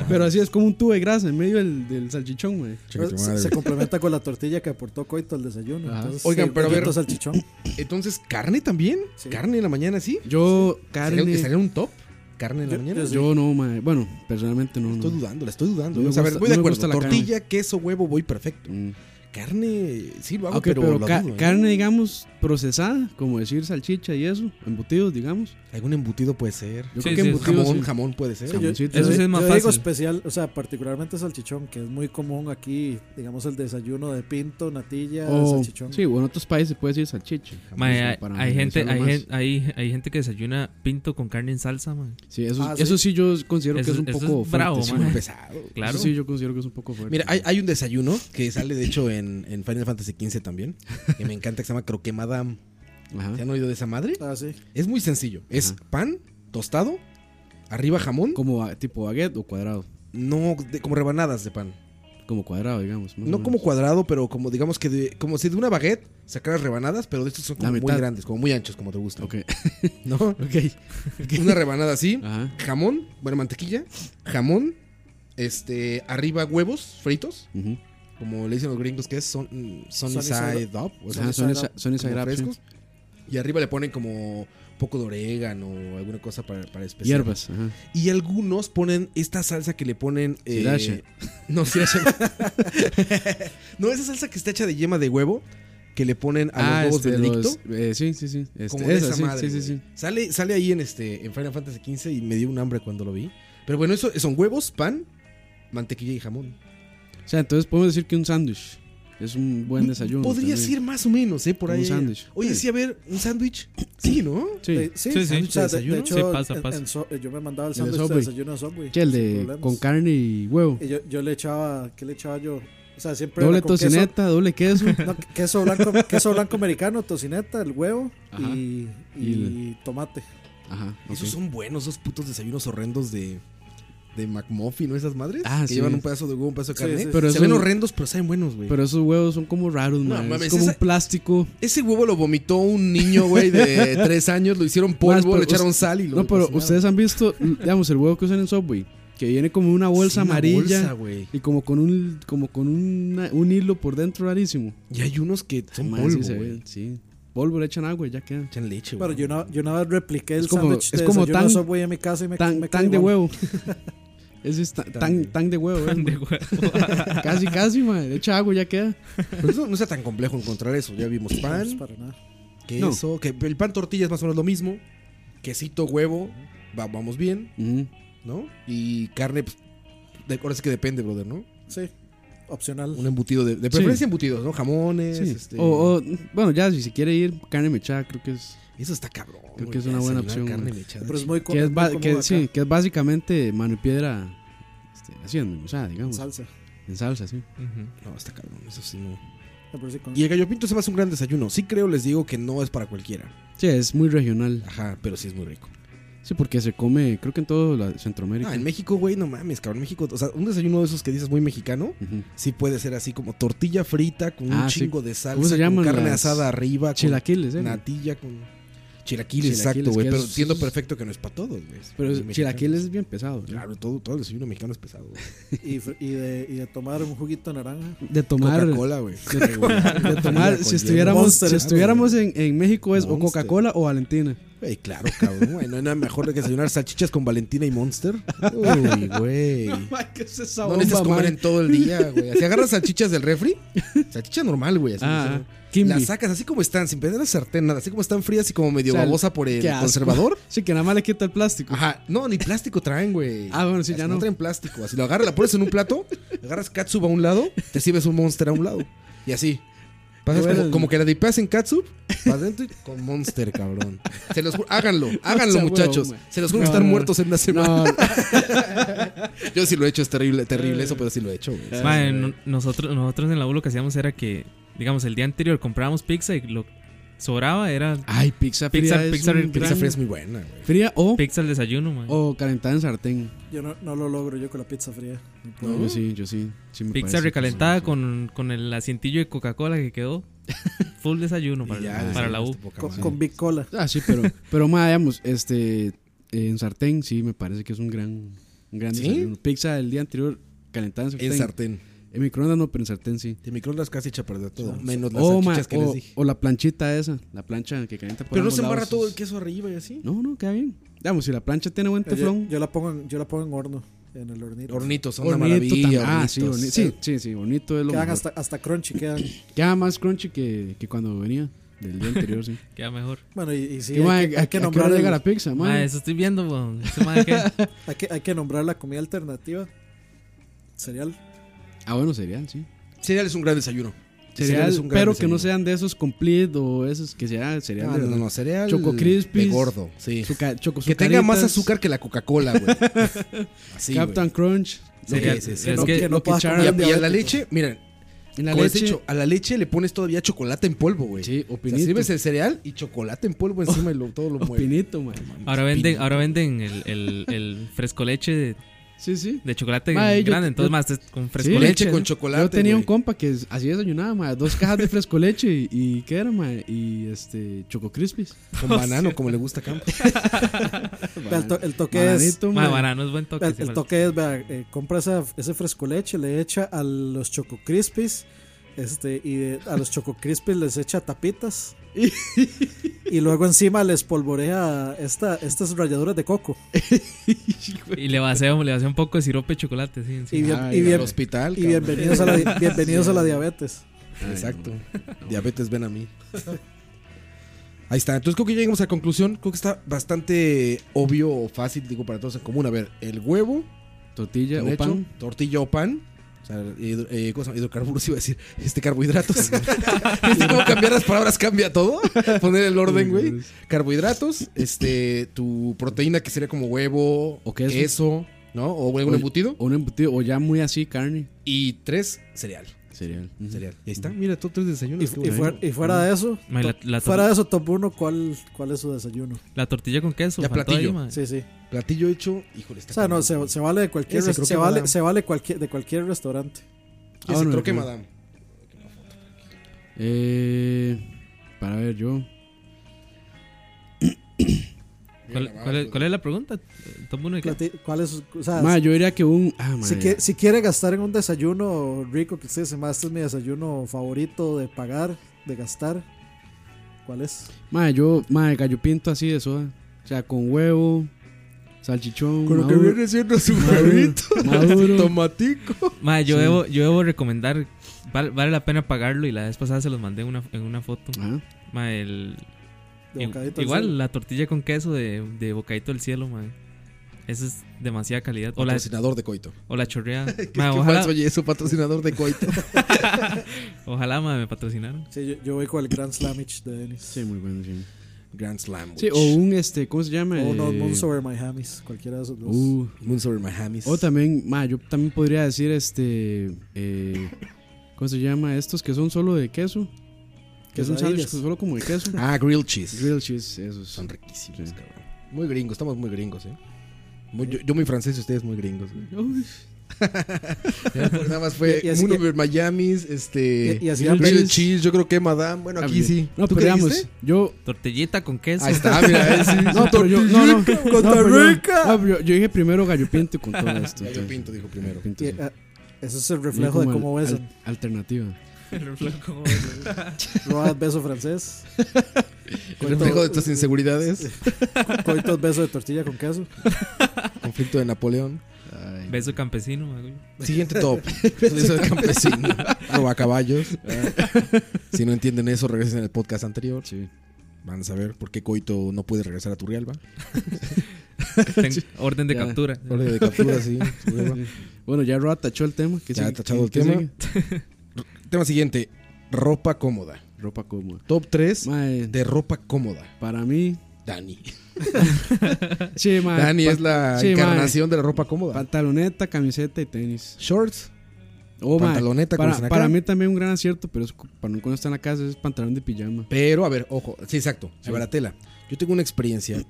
Speaker 3: Pero así es como un tubo de grasa en medio del, del salchichón, güey.
Speaker 4: Pero se- se, complementa con la tortilla que aportó Coito al desayuno.
Speaker 3: Ajá.
Speaker 4: Entonces,
Speaker 2: Oigan,
Speaker 4: el
Speaker 2: pero a ver-
Speaker 4: gallito salchichón.
Speaker 2: Entonces, ¿carne también?
Speaker 4: Sí.
Speaker 2: ¿Carne en la mañana, sí?
Speaker 3: Yo,
Speaker 2: ¿Estaría-
Speaker 3: carne.
Speaker 2: ¿Estaría en un top? ¿Carne en la
Speaker 4: Yo-
Speaker 2: mañana?
Speaker 4: yo-
Speaker 3: Yo no, mae. Bueno, personalmente no.
Speaker 2: Estoy
Speaker 3: no.
Speaker 2: dudando, la estoy dudando.
Speaker 3: No me
Speaker 2: O sea, a ver,
Speaker 3: gusta-
Speaker 2: voy
Speaker 3: no
Speaker 2: de
Speaker 3: me
Speaker 2: acuerdo.
Speaker 3: gusta la
Speaker 2: Tortilla, queso, huevo, voy perfecto.
Speaker 3: Mm.
Speaker 2: Carne, sí lo hago,
Speaker 3: Ok, Ah, pero,
Speaker 2: pero, lo
Speaker 3: ca-
Speaker 2: dudo, ¿eh?
Speaker 3: carne, digamos, procesada, como decir salchicha y eso, embutidos, digamos.
Speaker 2: Algún embutido puede ser.
Speaker 3: Yo
Speaker 5: Sí,
Speaker 3: creo que
Speaker 5: sí,
Speaker 3: embutidos.
Speaker 2: Jamón,
Speaker 3: sí.
Speaker 2: jamón puede ser.
Speaker 4: Sí, yo,
Speaker 3: Jamoncito.
Speaker 4: yo-
Speaker 5: Eso sí es más
Speaker 4: yo digo
Speaker 5: fácil.
Speaker 4: especial, o sea, particularmente salchichón, que es muy común aquí, digamos, el desayuno de pinto, natilla,
Speaker 3: O-
Speaker 4: salchichón.
Speaker 3: Oh, sí, o en otros países se puede decir salchicha.
Speaker 5: Ma,
Speaker 3: Jamón,
Speaker 5: hay,
Speaker 3: para
Speaker 5: hay gente, hay,
Speaker 3: generalizarlo
Speaker 5: gen- hay, hay gente que desayuna pinto con carne en salsa, man.
Speaker 3: Sí, eso,
Speaker 4: Ah,
Speaker 3: sí. eso sí yo considero
Speaker 5: Eso-
Speaker 3: que es un
Speaker 5: eso es
Speaker 3: poco fuerte.
Speaker 5: bravo,
Speaker 3: sí.
Speaker 2: Es muy pesado.
Speaker 5: Claro.
Speaker 3: Eso sí yo considero que es un poco fuerte.
Speaker 2: Mira, hay, hay un desayuno que sale, de hecho, en, en Final Fantasy XV también. Que me encanta, que se llama Croque Madame.
Speaker 3: Ajá.
Speaker 2: ¿Se han oído de esa madre?
Speaker 4: Ah, sí.
Speaker 2: Es muy sencillo. Es
Speaker 3: Ajá.
Speaker 2: pan tostado, arriba jamón,
Speaker 3: Como ba- tipo baguette o cuadrado.
Speaker 2: no de- como rebanadas de pan.
Speaker 3: Como cuadrado, digamos. más o
Speaker 2: No
Speaker 3: menos.
Speaker 2: como cuadrado, pero como digamos que de- como si de una baguette sacaras rebanadas, pero de estos son
Speaker 3: La
Speaker 2: como muy
Speaker 3: mitad.
Speaker 2: grandes, como muy anchos, como te gusta.
Speaker 3: Ok.
Speaker 2: ¿No?
Speaker 3: ok.
Speaker 2: Una rebanada así,
Speaker 3: Ajá.
Speaker 2: jamón, bueno, mantequilla, jamón, este, arriba huevos fritos,
Speaker 3: Ujú.
Speaker 2: como le dicen los gringos que es son, mm, sunny
Speaker 4: Sunny
Speaker 2: side
Speaker 4: side
Speaker 2: up, o sea,
Speaker 3: Ajá, son
Speaker 4: Sunny side
Speaker 3: esa- son esa
Speaker 2: como
Speaker 3: grapa, sí.
Speaker 2: frescos. Y arriba le ponen como un poco de orégano o alguna cosa para, para especiar.
Speaker 3: Hierbas. Ajá.
Speaker 2: Y algunos ponen esta salsa que le ponen. eh,
Speaker 3: Sriracha.
Speaker 2: no, sriracha no. no, esa salsa que está hecha de yema de huevo que le ponen a los huevos
Speaker 3: este,
Speaker 2: Benedicto.
Speaker 3: los- eh, sí, sí, sí. Este,
Speaker 2: como de
Speaker 3: esa,
Speaker 2: esa
Speaker 3: sí,
Speaker 2: madre.
Speaker 3: Sí, sí,
Speaker 2: güey.
Speaker 3: sí.
Speaker 2: Sale, sale ahí en este en Final Fantasy XV y me dio un hambre cuando lo vi. Pero bueno, eso son huevos, pan, mantequilla y jamón.
Speaker 3: O sea, entonces podemos decir que un sándwich es un buen desayuno.
Speaker 2: Podría
Speaker 3: también.
Speaker 2: ser más o menos, ¿eh? Por
Speaker 3: Un
Speaker 2: ahí.
Speaker 3: sándwich.
Speaker 2: Oye,
Speaker 3: Sí.
Speaker 2: sí, a ver, un sándwich. Sí, ¿no?
Speaker 3: Sí.
Speaker 4: Eh, sí,
Speaker 5: Sí, sí.
Speaker 4: o sea, de, de
Speaker 2: ¿Desayuno?
Speaker 4: hecho,
Speaker 5: Sí, pasa,
Speaker 4: en-
Speaker 5: pasa.
Speaker 4: en so- eh, yo me mandaba el
Speaker 3: El de
Speaker 4: sándwich de
Speaker 3: Subway.
Speaker 4: desayuno de Subway.
Speaker 3: Que el
Speaker 4: sin
Speaker 3: de
Speaker 4: problemas.
Speaker 3: con carne y huevo.
Speaker 4: Y yo, yo le echaba, ¿qué le echaba yo? O sea, siempre
Speaker 3: Doble
Speaker 4: era con queso-
Speaker 3: tocineta, doble queso.
Speaker 4: no, que- queso, blanco, queso blanco americano, tocineta, el huevo
Speaker 3: Ajá.
Speaker 4: y, y
Speaker 3: Y
Speaker 4: tomate.
Speaker 3: Ajá. ok.
Speaker 2: Esos son buenos, esos putos desayunos horrendos de. de McMuffin o esas madres.
Speaker 3: Ah,
Speaker 2: que
Speaker 3: sí.
Speaker 2: llevan un pedazo de huevo, un pedazo de
Speaker 4: Sí,
Speaker 2: carne.
Speaker 4: sí, sí.
Speaker 3: Pero
Speaker 2: se
Speaker 3: eso-
Speaker 2: ven horrendos, pero saben buenos, güey.
Speaker 3: Pero esos huevos son como raros, man.
Speaker 2: mames,
Speaker 3: es como
Speaker 2: esa-
Speaker 3: un plástico.
Speaker 2: Ese huevo lo vomitó un niño, güey, de tres años. Lo hicieron polvo,
Speaker 3: Más, pero
Speaker 2: le echaron
Speaker 3: us-
Speaker 2: sal y lo
Speaker 3: No, pero
Speaker 2: cocinaron.
Speaker 3: ustedes han visto, digamos, el huevo que usan en Subway. Que viene como una bolsa
Speaker 2: Sí, una
Speaker 3: amarilla.
Speaker 2: bolsa, güey.
Speaker 3: y como con un como con una- un hilo por dentro rarísimo.
Speaker 2: y hay unos que son
Speaker 3: Man, sí,
Speaker 2: polvo,
Speaker 3: se
Speaker 2: güey.
Speaker 3: ve, sí. Polvo le echan agua y ya queda.
Speaker 2: Echan leche,
Speaker 4: Pero
Speaker 2: güey.
Speaker 4: yo una, yo una vez repliqué el
Speaker 3: Es como-
Speaker 4: sándwich de
Speaker 3: es como
Speaker 4: desayuno
Speaker 3: tan-
Speaker 4: de Subway en mi casa y me,
Speaker 3: Tan,
Speaker 4: me
Speaker 3: tan
Speaker 4: quedé
Speaker 3: de
Speaker 4: igual.
Speaker 3: huevo. Ese es tan, tan, tan de huevo. eh,
Speaker 5: Pan de huevo.
Speaker 3: man. casi, casi, man. Le echa agua y ya queda.
Speaker 2: Pero eso no está tan complejo encontrar eso. Ya vimos
Speaker 4: No,
Speaker 2: pan,
Speaker 4: pues, para nada.
Speaker 2: queso, que el pan tortilla es más o menos lo mismo. Quesito, huevo, va- vamos bien,
Speaker 3: Ujú.
Speaker 2: ¿no? Y carne, pues, de, ahora sí que depende, brother, ¿no?
Speaker 4: Sí, opcional.
Speaker 2: Un embutido, de, de preferencia embutidos, ¿no? Jamones,
Speaker 3: Sí.
Speaker 2: este...
Speaker 3: O, o, bueno, ya si se quiere ir, carne mechada, creo que es.
Speaker 2: Eso está cabrón.
Speaker 3: Creo
Speaker 2: güey,
Speaker 3: que es una buena
Speaker 2: desayunar
Speaker 3: opción,
Speaker 2: Carne
Speaker 3: güey.
Speaker 2: mechada.
Speaker 4: Pero es muy co-
Speaker 3: Que
Speaker 4: es
Speaker 3: es,
Speaker 4: muy
Speaker 3: ba-
Speaker 4: cómodo
Speaker 3: que,
Speaker 4: acá,
Speaker 3: sí, que es básicamente mano y piedra este, haciendo, o sea,
Speaker 4: con
Speaker 3: digamos.
Speaker 4: salsa.
Speaker 3: En salsa, sí.
Speaker 5: Ujú.
Speaker 2: No, está cabrón, eso sí no.
Speaker 4: Me parece con-
Speaker 2: Y el gallo pinto se me hace un gran desayuno. Sí creo, les digo que no es para cualquiera.
Speaker 3: Sí, es muy regional.
Speaker 2: Ajá, pero sí es muy rico.
Speaker 3: Sí, porque se come, creo que en todo la- Centroamérica.
Speaker 2: Ah, en México, güey, no mames, cabrón. México, o sea, un desayuno de esos que dices muy mexicano,
Speaker 3: Ujú.
Speaker 2: sí puede ser así como tortilla frita con un
Speaker 3: Ah, sí.
Speaker 2: chingo de salsa,
Speaker 3: ¿Cómo se llaman
Speaker 2: con carne
Speaker 3: las
Speaker 2: asada arriba, con
Speaker 3: Chilaquiles, ¿eh?
Speaker 2: natilla, con chilaquiles,
Speaker 3: Chilaquiles,
Speaker 2: exacto, güey.
Speaker 3: que
Speaker 2: Pero
Speaker 3: es-
Speaker 2: entiendo perfecto que no es para todos, güey. es muy
Speaker 3: Pero
Speaker 2: mexicano.
Speaker 3: chilaquiles es bien pesado. ¿eh?
Speaker 2: Claro, todo, todo el desayuno mexicano es pesado. güey.
Speaker 4: y, fr- y de, y de tomar un juguito de naranja.
Speaker 3: De tomar.
Speaker 2: Coca-Cola, güey.
Speaker 3: De tomar,
Speaker 2: Con
Speaker 3: si
Speaker 2: hielo.
Speaker 3: estuviéramos,
Speaker 4: Monster,
Speaker 3: si
Speaker 4: claro,
Speaker 3: estuviéramos en, en México es o
Speaker 2: Monster.
Speaker 3: Coca-Cola o Valentina.
Speaker 2: Güey, claro, cabrón. güey, no hay nada mejor que desayunar salchichas con Valentina y Monster. Uy, güey. No necesitas comer en todo el día, güey. Si agarras salchichas del refri, salchicha normal, güey. así,
Speaker 3: Ah,
Speaker 2: o sea,
Speaker 3: Kimby.
Speaker 2: las sacas así como están, sin prender la sartén, nada. Así como están frías y como medio
Speaker 3: O sea,
Speaker 2: babosa por el
Speaker 3: qué asco.
Speaker 2: conservador.
Speaker 3: Sí, que nada más le quita el plástico.
Speaker 2: Ajá. No, ni plástico traen, güey.
Speaker 3: Ah, bueno, sí,
Speaker 2: Así
Speaker 3: ya no.
Speaker 2: traen plástico. Así lo agarras, la pones en un plato, agarras katsup a un lado, te sirves un monster a un lado. Y así. Pasas
Speaker 3: Qué bueno.
Speaker 2: como, como que la dipeas en katsup, para adentro y con monster, cabrón. Se los ju- háganlo, háganlo,
Speaker 3: sea, huevo,
Speaker 2: muchachos.
Speaker 3: güey.
Speaker 2: Se los juro que
Speaker 3: No,
Speaker 2: están
Speaker 3: no, no.
Speaker 2: muertos en una semana.
Speaker 3: No,
Speaker 2: Yo sí lo he hecho, es terrible, terrible eso, pero sí lo he hecho, güey.
Speaker 5: Mae, no- nosotros, nosotros en la U lo que hacíamos era que, digamos, el día anterior comprábamos pizza y lo sobraba era
Speaker 3: ay, pizza fría.
Speaker 5: Pizza-
Speaker 3: es
Speaker 5: pizza-
Speaker 3: un
Speaker 5: pizza
Speaker 2: Pizza
Speaker 3: gran-
Speaker 2: fría es muy buena, güey.
Speaker 3: fría o,
Speaker 5: pizza al desayuno, mae.
Speaker 3: o calentada en sartén.
Speaker 4: Yo no, no lo logro yo con la pizza fría.
Speaker 3: No, yo sí, yo sí. sí me
Speaker 5: Pizza
Speaker 3: parece que
Speaker 5: recalentada
Speaker 3: sí, sí.
Speaker 5: con, con el asientillo de Coca-Cola que quedó. Full desayuno para,
Speaker 2: Y ya,
Speaker 5: para la U.
Speaker 2: desayunaste poca
Speaker 4: Con,
Speaker 2: madre.
Speaker 4: con bicola.
Speaker 3: Ah, sí, pero, pero más, digamos, este, eh, en sartén sí me parece que es un gran, un gran
Speaker 2: ¿Sí?
Speaker 3: desayuno. Pizza el día anterior calentada en sartén.
Speaker 2: En sartén.
Speaker 3: En microondas no, pero en sartén sí.
Speaker 2: De microondas casi echa a perder todo, menos las
Speaker 3: O, ma,
Speaker 2: salchichas que
Speaker 3: o-
Speaker 2: les dije.
Speaker 3: o la planchita esa, la plancha que calienta por
Speaker 2: Oh, Pero no
Speaker 3: ambos
Speaker 2: se embarra
Speaker 3: lados,
Speaker 2: todo
Speaker 3: es-
Speaker 2: el queso arriba y así.
Speaker 3: No, no, queda bien. Digamos, si la plancha tiene buen
Speaker 4: Yo,
Speaker 3: teflón.
Speaker 4: yo la pongo en, yo la pongo en horno, en el hornito.
Speaker 2: Hornitos, son una
Speaker 3: Bonito
Speaker 2: maravilla.
Speaker 3: también. Ah, sí,
Speaker 2: hornitos.
Speaker 3: boni- sí, sí, sí, bonito es lo
Speaker 4: Quedan
Speaker 3: mejor.
Speaker 4: hasta, hasta crunchy, quedan.
Speaker 3: Queda más crunchy que, que cuando venía del día anterior, sí.
Speaker 5: Queda mejor.
Speaker 4: Bueno, y, y sí,
Speaker 3: Que, ma,
Speaker 4: hay, que- hay
Speaker 3: ¿a-
Speaker 4: que
Speaker 3: a qué
Speaker 4: nombrar
Speaker 3: hora
Speaker 4: el-
Speaker 3: llega la pizza, ma?
Speaker 5: Mae, eso estoy viendo, weón. Ese mae que-
Speaker 4: hay que- hay que nombrar la comida alternativa. Cereal.
Speaker 3: Ah, bueno, cereal, sí.
Speaker 2: Cereal es un gran desayuno.
Speaker 3: Cereal,
Speaker 2: es un gran
Speaker 3: pero que no
Speaker 2: desayuno.
Speaker 3: sean de esos complete o esos que sea cereal.
Speaker 2: Ah, No,
Speaker 3: de-
Speaker 2: no, no, no, cereal.
Speaker 3: Choco Crispies.
Speaker 2: De gordo, sí.
Speaker 3: Zuca- choco
Speaker 2: Que tenga más
Speaker 3: azucaritas,
Speaker 2: azúcar que la Coca-Cola, güey. Así, güey.
Speaker 3: Captain Crunch.
Speaker 2: Lo que-
Speaker 5: Cereal,
Speaker 2: sí, sí.
Speaker 5: es
Speaker 4: no-
Speaker 5: que-
Speaker 3: lo
Speaker 4: que no
Speaker 3: que
Speaker 4: puedas
Speaker 3: echaron-
Speaker 4: comer
Speaker 2: Y a, y a la
Speaker 4: diabético.
Speaker 2: leche, miren,
Speaker 3: En la
Speaker 2: como has
Speaker 3: leche.
Speaker 2: dicho, a la leche le pones todavía chocolate en polvo, güey.
Speaker 3: Sí,
Speaker 2: O
Speaker 3: opinito.
Speaker 2: sea, sirves el cereal y chocolate en polvo encima y lo- todo lo mueve.
Speaker 3: opinito, ma.
Speaker 5: Ahora venden, ahora venden el, el, el fresco leche de,
Speaker 3: Sí, sí.
Speaker 5: de chocolate
Speaker 3: Mae, yo-
Speaker 5: grande. Entonces,
Speaker 3: yo-
Speaker 5: más es con fresco
Speaker 3: Sí,
Speaker 5: leche.
Speaker 2: Leche
Speaker 3: ¿no?
Speaker 2: con chocolate.
Speaker 3: Yo tenía un
Speaker 2: güey.
Speaker 3: compa que es- así desayunaba, ma, dos cajas de fresco leche y, y ¿qué era, ma? Y este, choco crispies.
Speaker 2: con banano, como le gusta a Campo.
Speaker 4: Vea, El, to- el toque es.
Speaker 3: Bananito,
Speaker 5: Mae,
Speaker 3: ma.
Speaker 5: banano es buen toque.
Speaker 4: El,
Speaker 5: sí,
Speaker 4: el
Speaker 5: vale.
Speaker 4: toque es, vea, eh, compra esa- ese fresco leche, le echa a los Choco Crispies, este, y de- a los Choco Crispies les echa tapitas. y luego encima les polvorea esta, estas ralladuras de coco.
Speaker 5: Y le vacía le vacía un poco de sirope de chocolate. Sí,
Speaker 4: Y,
Speaker 5: encima.
Speaker 4: bien-
Speaker 3: Ay,
Speaker 4: y, bien-
Speaker 2: Al hospital.
Speaker 4: y
Speaker 2: cabrón.
Speaker 4: bienvenidos, a la, di- bienvenidos a la diabetes.
Speaker 3: Ay,
Speaker 2: Exacto. Diabetes, ven a mí. Ahí está. Entonces creo que ya llegamos a la conclusión. Creo que está bastante obvio o fácil, digo, para todos en común. A ver, el huevo,
Speaker 3: Tortilla
Speaker 2: bien
Speaker 3: o
Speaker 2: hecho,
Speaker 3: pan.
Speaker 2: tortilla o pan. O sea, hidro- eh, ¿cómo se llama? hidrocarburos iba a decir, este carbohidratos. ¿Viste cómo cambiar las palabras cambia todo? Poner el orden, güey. Carbohidratos, este, tu proteína que sería como huevo
Speaker 3: O queso.
Speaker 2: ¿no? O algún
Speaker 3: O-
Speaker 2: embutido.
Speaker 3: O un embutido, o ya muy así, carne.
Speaker 2: Y tres, cereal.
Speaker 3: Cereal. Ujú.
Speaker 2: Cereal. Y ahí está, mira, top 3
Speaker 4: Y,
Speaker 2: desayunos.
Speaker 4: y fuera, y fuera de eso,
Speaker 5: Ma, la, la tor-
Speaker 4: fuera de eso, top 1, ¿cuál, ¿cuál es su desayuno?
Speaker 5: la tortilla con queso.
Speaker 2: Ya
Speaker 5: faltó
Speaker 2: platillo.
Speaker 5: ahí, ma.
Speaker 4: Sí, sí.
Speaker 2: Platillo hecho, híjole, está
Speaker 4: O sea, no,
Speaker 2: cabrón.
Speaker 4: se, se vale de cualquier,
Speaker 2: Ese
Speaker 4: res-
Speaker 2: creo
Speaker 4: se
Speaker 2: que
Speaker 4: vale,
Speaker 2: Madame.
Speaker 4: se vale cualquier, de cualquier restaurante.
Speaker 2: Ese
Speaker 3: Ah, bueno,
Speaker 2: creo que
Speaker 3: bueno.
Speaker 2: madame.
Speaker 3: Eh, para ver, yo.
Speaker 5: ¿Cuál, cuál es, cuál es la pregunta? Top uno de qué?
Speaker 4: Plati- ¿Cuál es? su- O
Speaker 2: Ah,
Speaker 4: sea,
Speaker 3: Ma,
Speaker 4: si-
Speaker 3: yo diría que un. Ah, ma,
Speaker 4: si, quie- si quiere gastar en un desayuno rico, que usted dice, "Ma, este es mi desayuno favorito de pagar, de gastar, ¿cuál es?
Speaker 3: ma, yo, ma, gallo pinto así de soda. O sea, con huevo, salchichón.
Speaker 2: Con lo que
Speaker 3: maduro-
Speaker 2: viene siendo su
Speaker 3: maduro,
Speaker 2: huevito,
Speaker 3: maduro.
Speaker 2: tomatico.
Speaker 5: Ma, yo,
Speaker 3: Sí.
Speaker 5: debo, yo debo recomendar, val- vale la pena pagarlo y la vez pasada se los mandé una, en una foto.
Speaker 3: Ajá.
Speaker 5: Ma, el-
Speaker 4: De bocadito al
Speaker 5: igual,
Speaker 4: cielo.
Speaker 5: la tortilla con queso de, de Bocadito del Cielo, ma. Eso es demasiada calidad. O la,
Speaker 2: Patrocinador de coito.
Speaker 5: o la chorreada.
Speaker 2: Qué
Speaker 5: Ma,
Speaker 2: qué
Speaker 5: ojalá,
Speaker 2: falso, oye, eso, patrocinador de coito.
Speaker 5: ojalá ma, me patrocinaran.
Speaker 4: Sí, yo, yo voy con el Grand Slamich de Dennis.
Speaker 3: Sí, muy bueno, sí.
Speaker 2: Grand Slam.
Speaker 3: Sí, o un, este, ¿cómo se llama?
Speaker 4: O no,
Speaker 3: Eh,
Speaker 4: Moons Over My Hammies, cualquiera de esos dos.
Speaker 3: uh,
Speaker 2: Moons over my hammies.
Speaker 3: O también, ma, yo también podría decir, este. eh, ¿Cómo se llama? Estos que son solo de queso. Que es un sándwich
Speaker 4: Quesadillas.
Speaker 3: solo como de queso.
Speaker 2: Ah, grilled cheese.
Speaker 3: Grilled cheese, esos.
Speaker 2: Son riquísimos, cabrón. Muy gringos, estamos muy gringos, ¿eh? Muy- yo, yo muy francés y ustedes muy gringos. güey. pues,
Speaker 3: Uy,
Speaker 2: Nada más fue
Speaker 4: Y- y así-
Speaker 2: Moon over Miami's, este.
Speaker 4: Y- y así-
Speaker 2: grilled
Speaker 3: Cheese.
Speaker 2: cheese. yo creo que Madame. Bueno,
Speaker 3: ah,
Speaker 2: aquí
Speaker 3: bien.
Speaker 2: sí.
Speaker 3: No,
Speaker 2: ¿Tú
Speaker 3: pero
Speaker 2: qué
Speaker 3: digamos,
Speaker 2: dijiste?
Speaker 3: yo
Speaker 5: Tortillita con queso.
Speaker 2: Ahí está, mira, eh, sí.
Speaker 3: No, pero yo. No, no.
Speaker 4: Costa
Speaker 3: No, pero yo-
Speaker 4: Rica.
Speaker 3: no, pero yo, yo dije primero gallo pinto con todo esto.
Speaker 2: Gallo Pinto dijo primero.
Speaker 4: Y,
Speaker 3: Reflejo
Speaker 4: eh, eso es el reflejo de cómo besan.
Speaker 3: alternativa.
Speaker 4: Rodas beso francés.
Speaker 2: El reflejo de
Speaker 4: Coito,
Speaker 2: tus inseguridades.
Speaker 4: coitos beso de tortilla con queso.
Speaker 2: Conflicto de Napoleón.
Speaker 5: Beso campesino, ma, güey.
Speaker 2: Siguiente top. Beso de campesino. Roba caballos. Si no entienden eso, regresen al podcast anterior.
Speaker 3: Sí.
Speaker 2: Van a saber por qué Coito no puede regresar a Turrialba.
Speaker 5: Ten- orden de
Speaker 3: Ya.
Speaker 5: captura.
Speaker 2: Orden de captura, sí. Turrialba.
Speaker 3: Bueno, ya Roa tachó el tema. ¿Qué
Speaker 2: Ya
Speaker 3: sigue?
Speaker 2: ha tachado
Speaker 3: ¿Qué-
Speaker 2: el
Speaker 3: qué
Speaker 2: tema.
Speaker 3: sigue?
Speaker 2: Tema siguiente. Ropa cómoda.
Speaker 3: Ropa cómoda.
Speaker 2: Top 3
Speaker 3: Mae,
Speaker 2: de ropa cómoda.
Speaker 3: para mí.
Speaker 2: Dani.
Speaker 3: Sí, mae,
Speaker 2: Dani
Speaker 3: Ah, pa-
Speaker 2: es la
Speaker 3: sí, mae,
Speaker 2: encarnación de la ropa cómoda.
Speaker 3: Pantaloneta, camiseta y tenis.
Speaker 2: Shorts.
Speaker 3: Oh, mae,
Speaker 2: Pantaloneta, como
Speaker 3: para,
Speaker 2: dicen acá.
Speaker 3: para mí también un gran acierto, pero es cu- para mí cuando está en la casa es pantalón de pijama.
Speaker 2: Pero, a ver, ojo. Sí, exacto. Se va la tela. Yo tengo una experiencia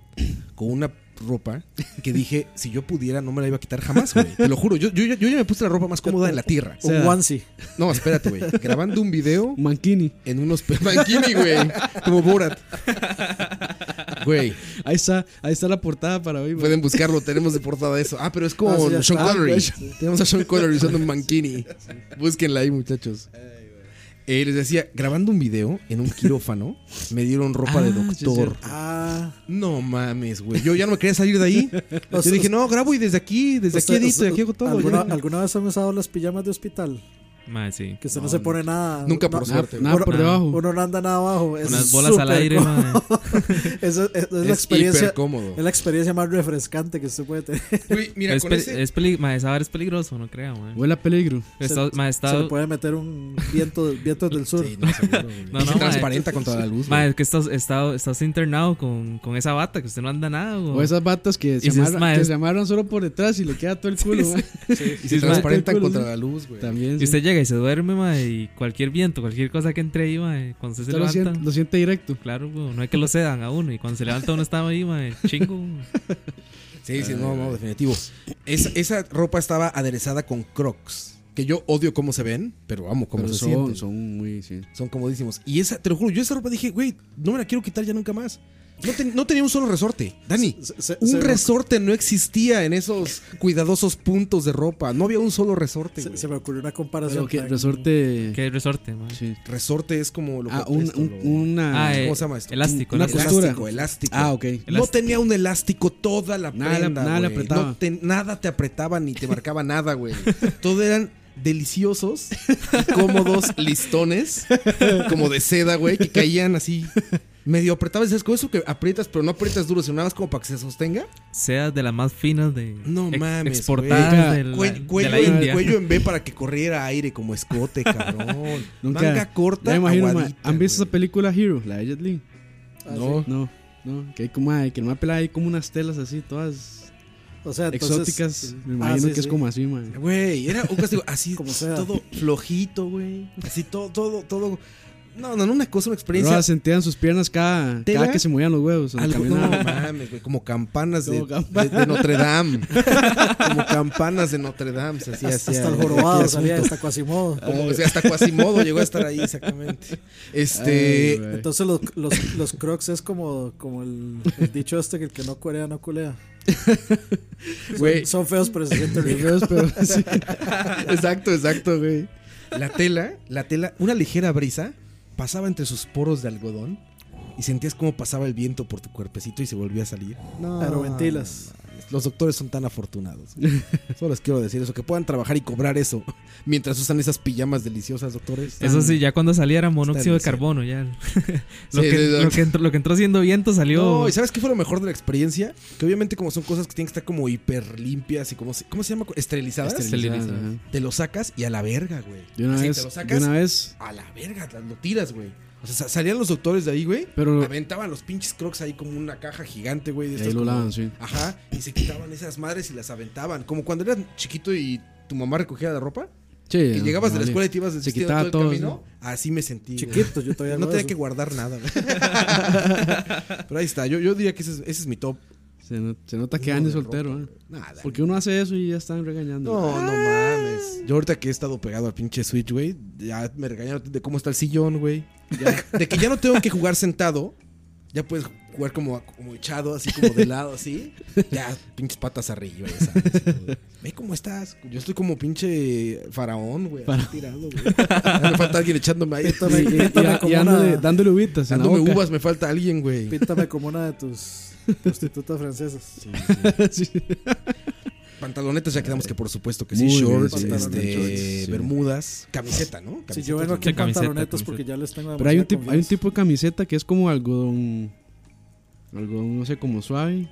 Speaker 2: con una ropa que dije, si yo pudiera, no me la iba a quitar jamás, güey. Te lo juro. Yo, yo, yo ya me puse la ropa más cómoda en la tierra.
Speaker 4: Un onesie.
Speaker 2: No, espérate, güey. Grabando un video
Speaker 3: Un Mankini.
Speaker 2: en unos... pe- Mankini, güey. Como Borat. Güey.
Speaker 3: Ahí está, ahí está la portada para hoy. mae.
Speaker 2: Pueden buscarlo, tenemos de portada eso. Ah, pero es con
Speaker 4: Ah, sí, ya
Speaker 2: Sean
Speaker 4: está,
Speaker 2: Connery.
Speaker 4: güey.
Speaker 2: Tenemos a Sean Connery usando un mankini. Búsquenla ahí, muchachos. Eh, les decía, grabando un video en un quirófano, me dieron ropa de
Speaker 3: Ah, sí, es
Speaker 2: doctor.
Speaker 4: Ah.
Speaker 2: no mames, güey. Yo ya no me quería salir de ahí. Yo
Speaker 4: sea,
Speaker 2: dije, no, grabo y desde aquí, desde aquí
Speaker 4: Usted-
Speaker 2: edito,
Speaker 4: usted-
Speaker 2: de aquí hago todo.
Speaker 4: ¿alguna,
Speaker 2: Ya.
Speaker 4: alguna vez han usado las pijamas de hospital?
Speaker 5: Ma, sí.
Speaker 4: Que usted no, se pone nada.
Speaker 2: Nunca
Speaker 4: no-
Speaker 2: por
Speaker 3: Nada,
Speaker 2: suerte. Ah,
Speaker 3: nada
Speaker 4: Uno-
Speaker 3: por
Speaker 5: nada.
Speaker 3: debajo.
Speaker 4: Uno no anda nada abajo. Es
Speaker 5: Unas bolas al
Speaker 4: súper
Speaker 5: aire,
Speaker 4: cómodo.
Speaker 5: ma.
Speaker 4: Esa- es,
Speaker 2: güey.
Speaker 4: es la
Speaker 2: Es hiper
Speaker 4: experiencia.
Speaker 2: cómodo.
Speaker 4: Es la experiencia más refrescante que usted puede tener.
Speaker 2: Güey, mira,
Speaker 5: es,
Speaker 2: con
Speaker 5: pe-
Speaker 2: ese-
Speaker 5: es peli- ma, esa vara es peligroso, no crea, ma.
Speaker 3: Huele a peligro.
Speaker 5: Está- ma, está-
Speaker 4: Se le puede meter un viento, viento del sur.
Speaker 2: Sí, no, seguro, güey.
Speaker 5: No,
Speaker 2: Y
Speaker 5: no,
Speaker 2: se
Speaker 5: ma.
Speaker 2: transparenta contra la luz.
Speaker 5: Ma,
Speaker 2: güey.
Speaker 5: es que estás, está- estás internado con, con esa bata, que usted no anda nada, güey.
Speaker 3: O esas batas que se,
Speaker 5: Y si es
Speaker 3: amarran,
Speaker 5: mae-
Speaker 3: que se amarran solo por detrás y le queda todo el culo. mae.
Speaker 2: Y se
Speaker 5: es ma-
Speaker 2: transparentan
Speaker 3: el culo,
Speaker 2: contra
Speaker 3: sí.
Speaker 2: la luz, güey.
Speaker 3: También.
Speaker 5: Y
Speaker 3: sí.
Speaker 5: usted llega y se duerme, ma, y cualquier viento, cualquier cosa que entre ahí, ma, cuando usted se
Speaker 3: Usted lo
Speaker 5: levanta.
Speaker 3: siente, lo siente directo.
Speaker 5: Claro, güey, no hay que lo cedan a uno. Y cuando se levanta uno está ahí, ma, chingo.
Speaker 2: Sí, sí, no, no, definitivo. Esa, esa ropa estaba aderezada con crocs. Que yo odio cómo se ven, pero amo cómo
Speaker 3: Pero
Speaker 2: se
Speaker 3: son,
Speaker 2: sienten. Son.
Speaker 3: son muy. Sí.
Speaker 2: comodísimos. Y esa, te lo juro, yo esa ropa dije, güey, no me la quiero quitar ya nunca más. No, ten- no tenía un solo resorte. Dani,
Speaker 4: Se- se-
Speaker 2: un
Speaker 4: se-
Speaker 2: resorte no existía en esos cuidadosos puntos de ropa. No había un solo resorte.
Speaker 4: Se,
Speaker 2: güey.
Speaker 4: se me ocurrió una comparación.
Speaker 3: Pero que
Speaker 4: tan-
Speaker 3: resorte.
Speaker 5: Qué resorte, ma.
Speaker 3: Sí.
Speaker 2: Resorte es como lo que
Speaker 3: Ah, un-
Speaker 2: esto,
Speaker 3: un-
Speaker 2: lo-
Speaker 3: una.
Speaker 5: Ah, eh,
Speaker 2: ¿Cómo se llama esto?
Speaker 5: Elástico,
Speaker 3: Una
Speaker 5: elástico.
Speaker 3: costura.
Speaker 2: Elástico, elástico.
Speaker 3: Ah, ok.
Speaker 2: No tenía un elástico toda la
Speaker 3: Nada le-
Speaker 2: prenda,
Speaker 3: nada le
Speaker 2: güey.
Speaker 3: apretaba.
Speaker 2: No te- nada te apretaba ni te marcaba nada, güey. Todo eran deliciosos, cómodos listones, como de seda, güey, que caían así. Medio apretabas, es con eso que aprietas, pero no aprietas duro, sino nada más como para que se sostenga.
Speaker 5: Seas de las más finas de
Speaker 2: No mames,
Speaker 5: exportadas
Speaker 3: güey.
Speaker 5: de la,
Speaker 2: Cuello,
Speaker 5: de
Speaker 2: cuello
Speaker 5: la
Speaker 2: en,
Speaker 5: India.
Speaker 2: cuello en B para que corriera aire como escote, cabrón.
Speaker 3: Nunca-
Speaker 2: Manga corta,
Speaker 3: Ya me imagino, mae,
Speaker 2: aguadita,
Speaker 3: ¿Han visto
Speaker 2: güey.
Speaker 3: esa película Hero? La de Jet Li.
Speaker 4: Ah,
Speaker 2: No.
Speaker 4: sí.
Speaker 3: No, no. Que hay como. mae, que el mae pelada hay como unas telas así, todas.
Speaker 4: O sea, entonces,
Speaker 3: Exóticas, me
Speaker 4: Ah,
Speaker 3: imagino
Speaker 4: sí,
Speaker 3: que es
Speaker 4: sí.
Speaker 3: como así, mae.
Speaker 2: Güey, era un castigo así,
Speaker 4: Como sea.
Speaker 2: todo flojito, güey. Así todo, todo, todo. No, no, no, una cosa, una experiencia.
Speaker 3: Roa sentían sus piernas cada,
Speaker 2: ¿Tela?
Speaker 3: cada que se movían los huevos. al
Speaker 2: Algo- no
Speaker 3: pues, caminar.
Speaker 2: mames, güey, como campanas de,
Speaker 3: Como campanas.
Speaker 2: de- de Notre Dame. como campanas de Notre Dame, se hacía
Speaker 4: Hasta,
Speaker 2: hacía
Speaker 4: hasta el
Speaker 2: aquí
Speaker 4: jorobado
Speaker 2: el
Speaker 4: salía,
Speaker 2: asunto.
Speaker 4: hasta Quasimodo.
Speaker 2: Como, o sea, hasta Quasimodo llegó a estar ahí, exactamente.
Speaker 3: Ay,
Speaker 2: Este.
Speaker 3: güey.
Speaker 4: Entonces los, los, los crocs es como, como el, el dicho este que el que no corea no culea.
Speaker 2: Güey,
Speaker 4: Son feos pero se sienten
Speaker 3: Los
Speaker 4: ricos.
Speaker 3: huevos, pero sí.
Speaker 2: exacto, exacto, güey. La tela, la tela, una ligera brisa pasaba entre sus poros de algodón y sentías cómo pasaba el viento por tu cuerpecito y se volvía a salir. No,
Speaker 4: Aeroventilas.
Speaker 2: Los doctores son tan afortunados. güey. Solo les quiero decir eso, que puedan trabajar y cobrar eso mientras usan esas pijamas deliciosas, doctores.
Speaker 5: Eso sí, ya cuando salía era monóxido de
Speaker 2: Está
Speaker 5: carbono, ya. lo,
Speaker 2: Sí,
Speaker 5: que,
Speaker 2: sí,
Speaker 5: lo, que entró, lo que entró siendo viento salió.
Speaker 2: No, ¿y sabes qué fue lo mejor de la experiencia? Que obviamente como son cosas que tienen que estar como hiper limpias y como se, ¿cómo se llama? Esterilizadas.
Speaker 3: Esterilizadas, ajá.
Speaker 2: Te lo sacas y a la verga, güey.
Speaker 3: De una
Speaker 2: Así,
Speaker 3: vez,
Speaker 2: Ah, te lo
Speaker 3: de
Speaker 2: sacas
Speaker 3: una vez.
Speaker 2: a la verga, te- lo tiras, güey. O sea, sa- salían los doctores de ahí, güey.
Speaker 3: Pero-
Speaker 2: aventaban los pinches crocs ahí como una caja gigante, güey. de
Speaker 3: Y
Speaker 2: estas
Speaker 3: ahí lo
Speaker 2: como-
Speaker 3: lavan, sí.
Speaker 2: Ajá. Y se quitaban esas madres y las aventaban. Como cuando eras chiquito y tu mamá recogía la ropa.
Speaker 3: Sí,
Speaker 2: Que
Speaker 3: no,
Speaker 2: llegabas de la
Speaker 3: vale.
Speaker 2: escuela y te ibas
Speaker 3: Se
Speaker 2: desvistiendo
Speaker 3: quitaba
Speaker 2: todo el
Speaker 3: todo,
Speaker 2: camino. Así me sentí. güey.
Speaker 4: Chiquito, yo todavía
Speaker 2: No
Speaker 4: hago
Speaker 2: tenía
Speaker 4: eso.
Speaker 2: que guardar nada. güey. Pero ahí está. Yo, yo diría que ese es, ese es mi top.
Speaker 3: Se, no- se nota que
Speaker 2: Uno
Speaker 3: Andy
Speaker 2: de
Speaker 3: es soltero, ¿eh?
Speaker 2: Nada.
Speaker 3: Porque uno hace eso y ya están regañando.
Speaker 2: No, no mames. Yo ahorita que he estado pegado al pinche Switch, güey, ya me regañaron de cómo está el sillón, güey. Ya- De que ya no tengo que jugar sentado. Ya puedes jugar como, como echado, así como de lado, así. Ya, pinches patas arriba, ya sabes, güey. Ve cómo estás. Yo estoy como pinche faraón, güey. así Tirado, güey. Ya me falta alguien echándome ahí.
Speaker 4: Píntame,
Speaker 3: Y, y-
Speaker 4: píntame
Speaker 3: y-
Speaker 4: como
Speaker 3: y
Speaker 4: una,
Speaker 3: dándole, dándole uvitas en la
Speaker 2: Dándome
Speaker 3: boca.
Speaker 2: uvas, me falta alguien, güey.
Speaker 4: píntame como una de tus prostitutas francesas.
Speaker 3: Sí.
Speaker 2: Pantalonetas ya quedamos que por supuesto que sí.
Speaker 3: Muy bien,
Speaker 2: Shorts,
Speaker 4: sí,
Speaker 2: este,
Speaker 3: pantalones, sí.
Speaker 2: bermudas, camiseta, ¿no?
Speaker 4: Si
Speaker 2: Camiseta,
Speaker 4: yo vengo aquí
Speaker 5: Sí,
Speaker 4: en
Speaker 5: camiseta,
Speaker 4: pantalonetas
Speaker 5: camiseta.
Speaker 4: porque ya les tengo
Speaker 3: Pero hay un,
Speaker 4: demasiada
Speaker 3: tipo, hay un
Speaker 4: confianza.
Speaker 3: tipo de camiseta que es como algodón. Algodón, no sé, como suave.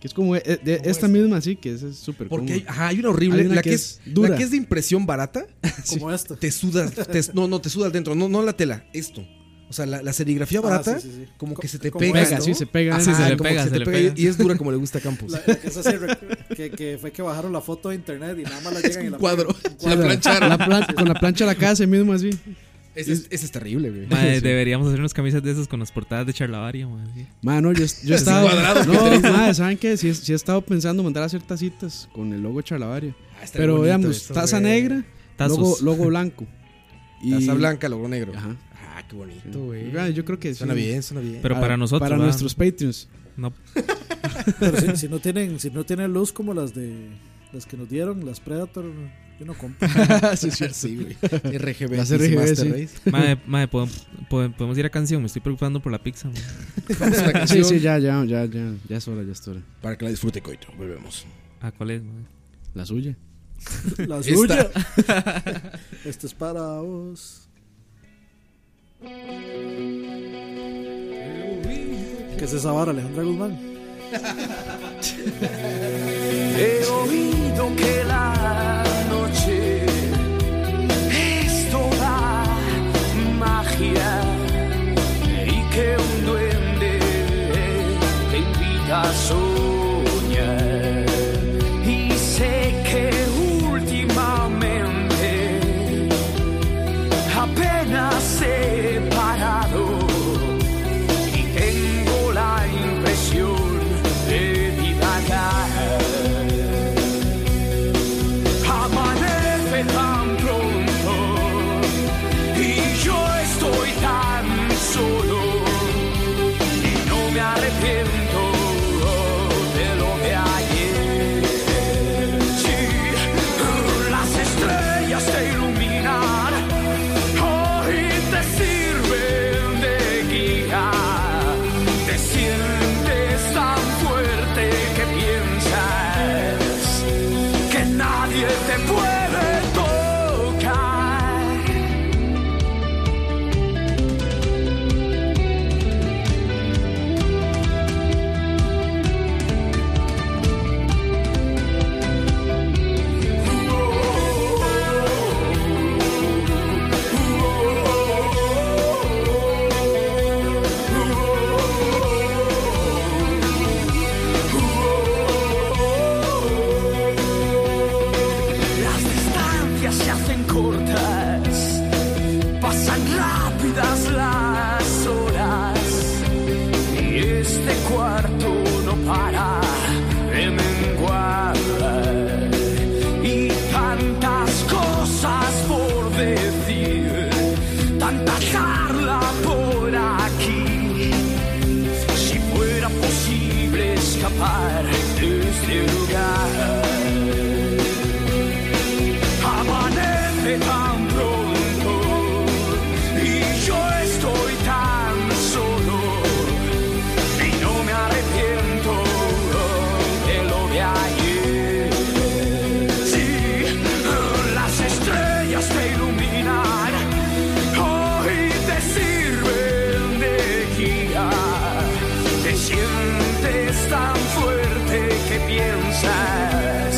Speaker 3: Que es como eh, de- de- esta misma, así, que es es súper
Speaker 2: Porque
Speaker 3: cómoda.
Speaker 2: hay, ajá, hay una horrible,
Speaker 3: Hay una
Speaker 2: la
Speaker 3: que
Speaker 2: que, es,
Speaker 3: es dura.
Speaker 2: la que es de impresión barata,
Speaker 4: como esta.
Speaker 2: te sudas, te- no, no, te sudas dentro, no, no la tela, esto. O sea, la, la serigrafía
Speaker 4: Ah,
Speaker 2: barata,
Speaker 4: sí, sí, sí.
Speaker 2: como
Speaker 4: Co-
Speaker 2: que se te
Speaker 4: como
Speaker 2: pega,
Speaker 3: Pega,
Speaker 2: ¿no?
Speaker 3: sí, se pega.
Speaker 5: Ah, sí, se
Speaker 3: Ah,
Speaker 5: le
Speaker 2: como
Speaker 5: pega,
Speaker 2: que
Speaker 5: se le pega.
Speaker 2: Y, y es ddura como le gusta a Campos.
Speaker 4: La- la que, es así, rec- que, que fue que bajaron la foto de internet y nada más la llegan y la
Speaker 2: cuadro.
Speaker 4: pegan. Un
Speaker 3: como-
Speaker 4: cuadro.
Speaker 3: la plan- con la plancha la casa mismo, así.
Speaker 2: Ese es, ese es terrible, güey.
Speaker 5: Madre, Deberíamos hacernos camisas de esas con las portadas de Charlavaria, madre. sí.
Speaker 3: Mano, yo, yo he estado. no, madre, ¿saben qué? Sí, he- sí he estado pensando mandar a hacer tacitas con el logo Charlavaria.
Speaker 2: Ah, está
Speaker 3: Pero
Speaker 2: bonito
Speaker 3: veamos,
Speaker 2: eso,
Speaker 3: taza
Speaker 2: güey.
Speaker 3: negra,
Speaker 5: Tazos.
Speaker 3: logo, logo blanco. Y,
Speaker 2: Taza blanca, logo negro.
Speaker 3: Ajá.
Speaker 2: Ah, qué bonito, güey.
Speaker 3: Bueno, Yo creo que
Speaker 2: Suena
Speaker 3: sí.
Speaker 2: bien, suena bien.
Speaker 5: Pero para nosotros.
Speaker 3: Para
Speaker 5: ¿verdad?
Speaker 3: nuestros Patreons.
Speaker 5: No,
Speaker 4: Pero si, si no tienen, si no tienen luz como las de las que nos dieron, las Predator, yo no compro.
Speaker 2: sí, sí, sí, güey. RGB,
Speaker 3: Las
Speaker 2: sí,
Speaker 3: RGB,
Speaker 2: Master
Speaker 3: sí.
Speaker 2: Race.
Speaker 5: madre, madre, ¿podemos, podemos- podemos ir a canción. Me estoy preocupando por la pizza, madre.
Speaker 2: Vamos a la
Speaker 3: Sí,
Speaker 2: canción
Speaker 3: sí, ya, ya, ya, ya. Ya es hora, ya es hora.
Speaker 2: para que la disfrute, Coito. Volvemos.
Speaker 5: Ah, ¿cuál es, madre?
Speaker 3: La suya.
Speaker 4: La
Speaker 2: Esta.
Speaker 4: suya. Esto es para vos. ¿Qué es esa vara, Alejandra Guzmán?
Speaker 1: He oído que la noche es toda magia y que un duende te invita a soñar. Y sé que últimamente apenas he parado y tengo la impresión de divagar. Amanece tan pronto y yo estoy tan solo y no me arrepiento. este escapar de este lugar. Amanece tan pronto y yo estoy tan solo y no me arrepiento de lo de ayer. Sí, las estrellas te iluminan, hoy te sirven de guía. Te sientes tan fuerte que piensas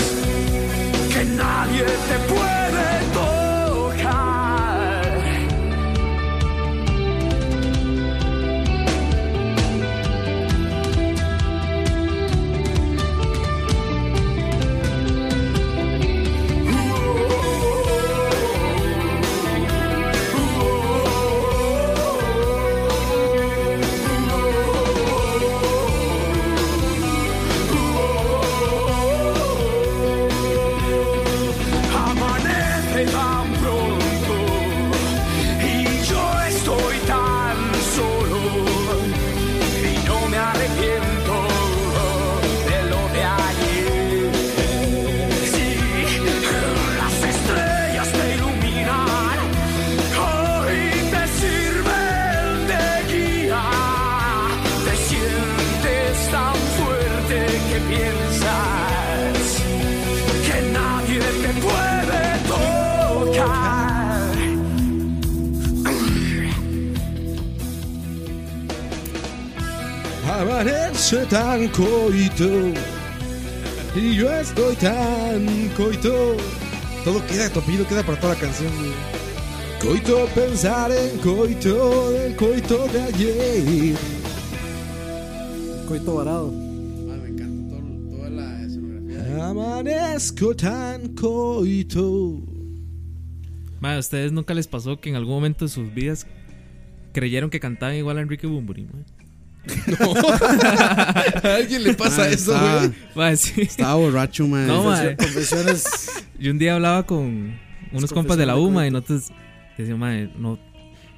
Speaker 1: que nadie te puede tocar. Amanece tan pronto y yo estoy tan solo y no me arrepiento de lo de ayer. Sí, las estrellas te iluminan, hoy te sirven de guía. Te sientes tan fuerte que piensas que nadie te puede tocar.
Speaker 2: Amanece tan coito y yo estoy tan coito. Todo queda topido, queda para toda la canción. güey. Coito pensar en coito, del coito de ayer.
Speaker 4: Coito varado.
Speaker 7: me encanta todo- toda la escenografía.
Speaker 2: Amanezco tan coito.
Speaker 5: Madre, ¿a ustedes nunca les pasó que en algún momento de sus vidas creyeron que cantaban igual a Enrique Bumburi, madre?
Speaker 7: ¿A alguien le pasa
Speaker 3: Ah,
Speaker 7: eso,
Speaker 3: está-
Speaker 7: güey?
Speaker 5: Madre, sí.
Speaker 3: Estaba borracho, man.
Speaker 5: No, madre.
Speaker 4: Confesiones.
Speaker 5: Yo un día hablaba con unos compas de la UMA y nosotros decíamos, madre, no,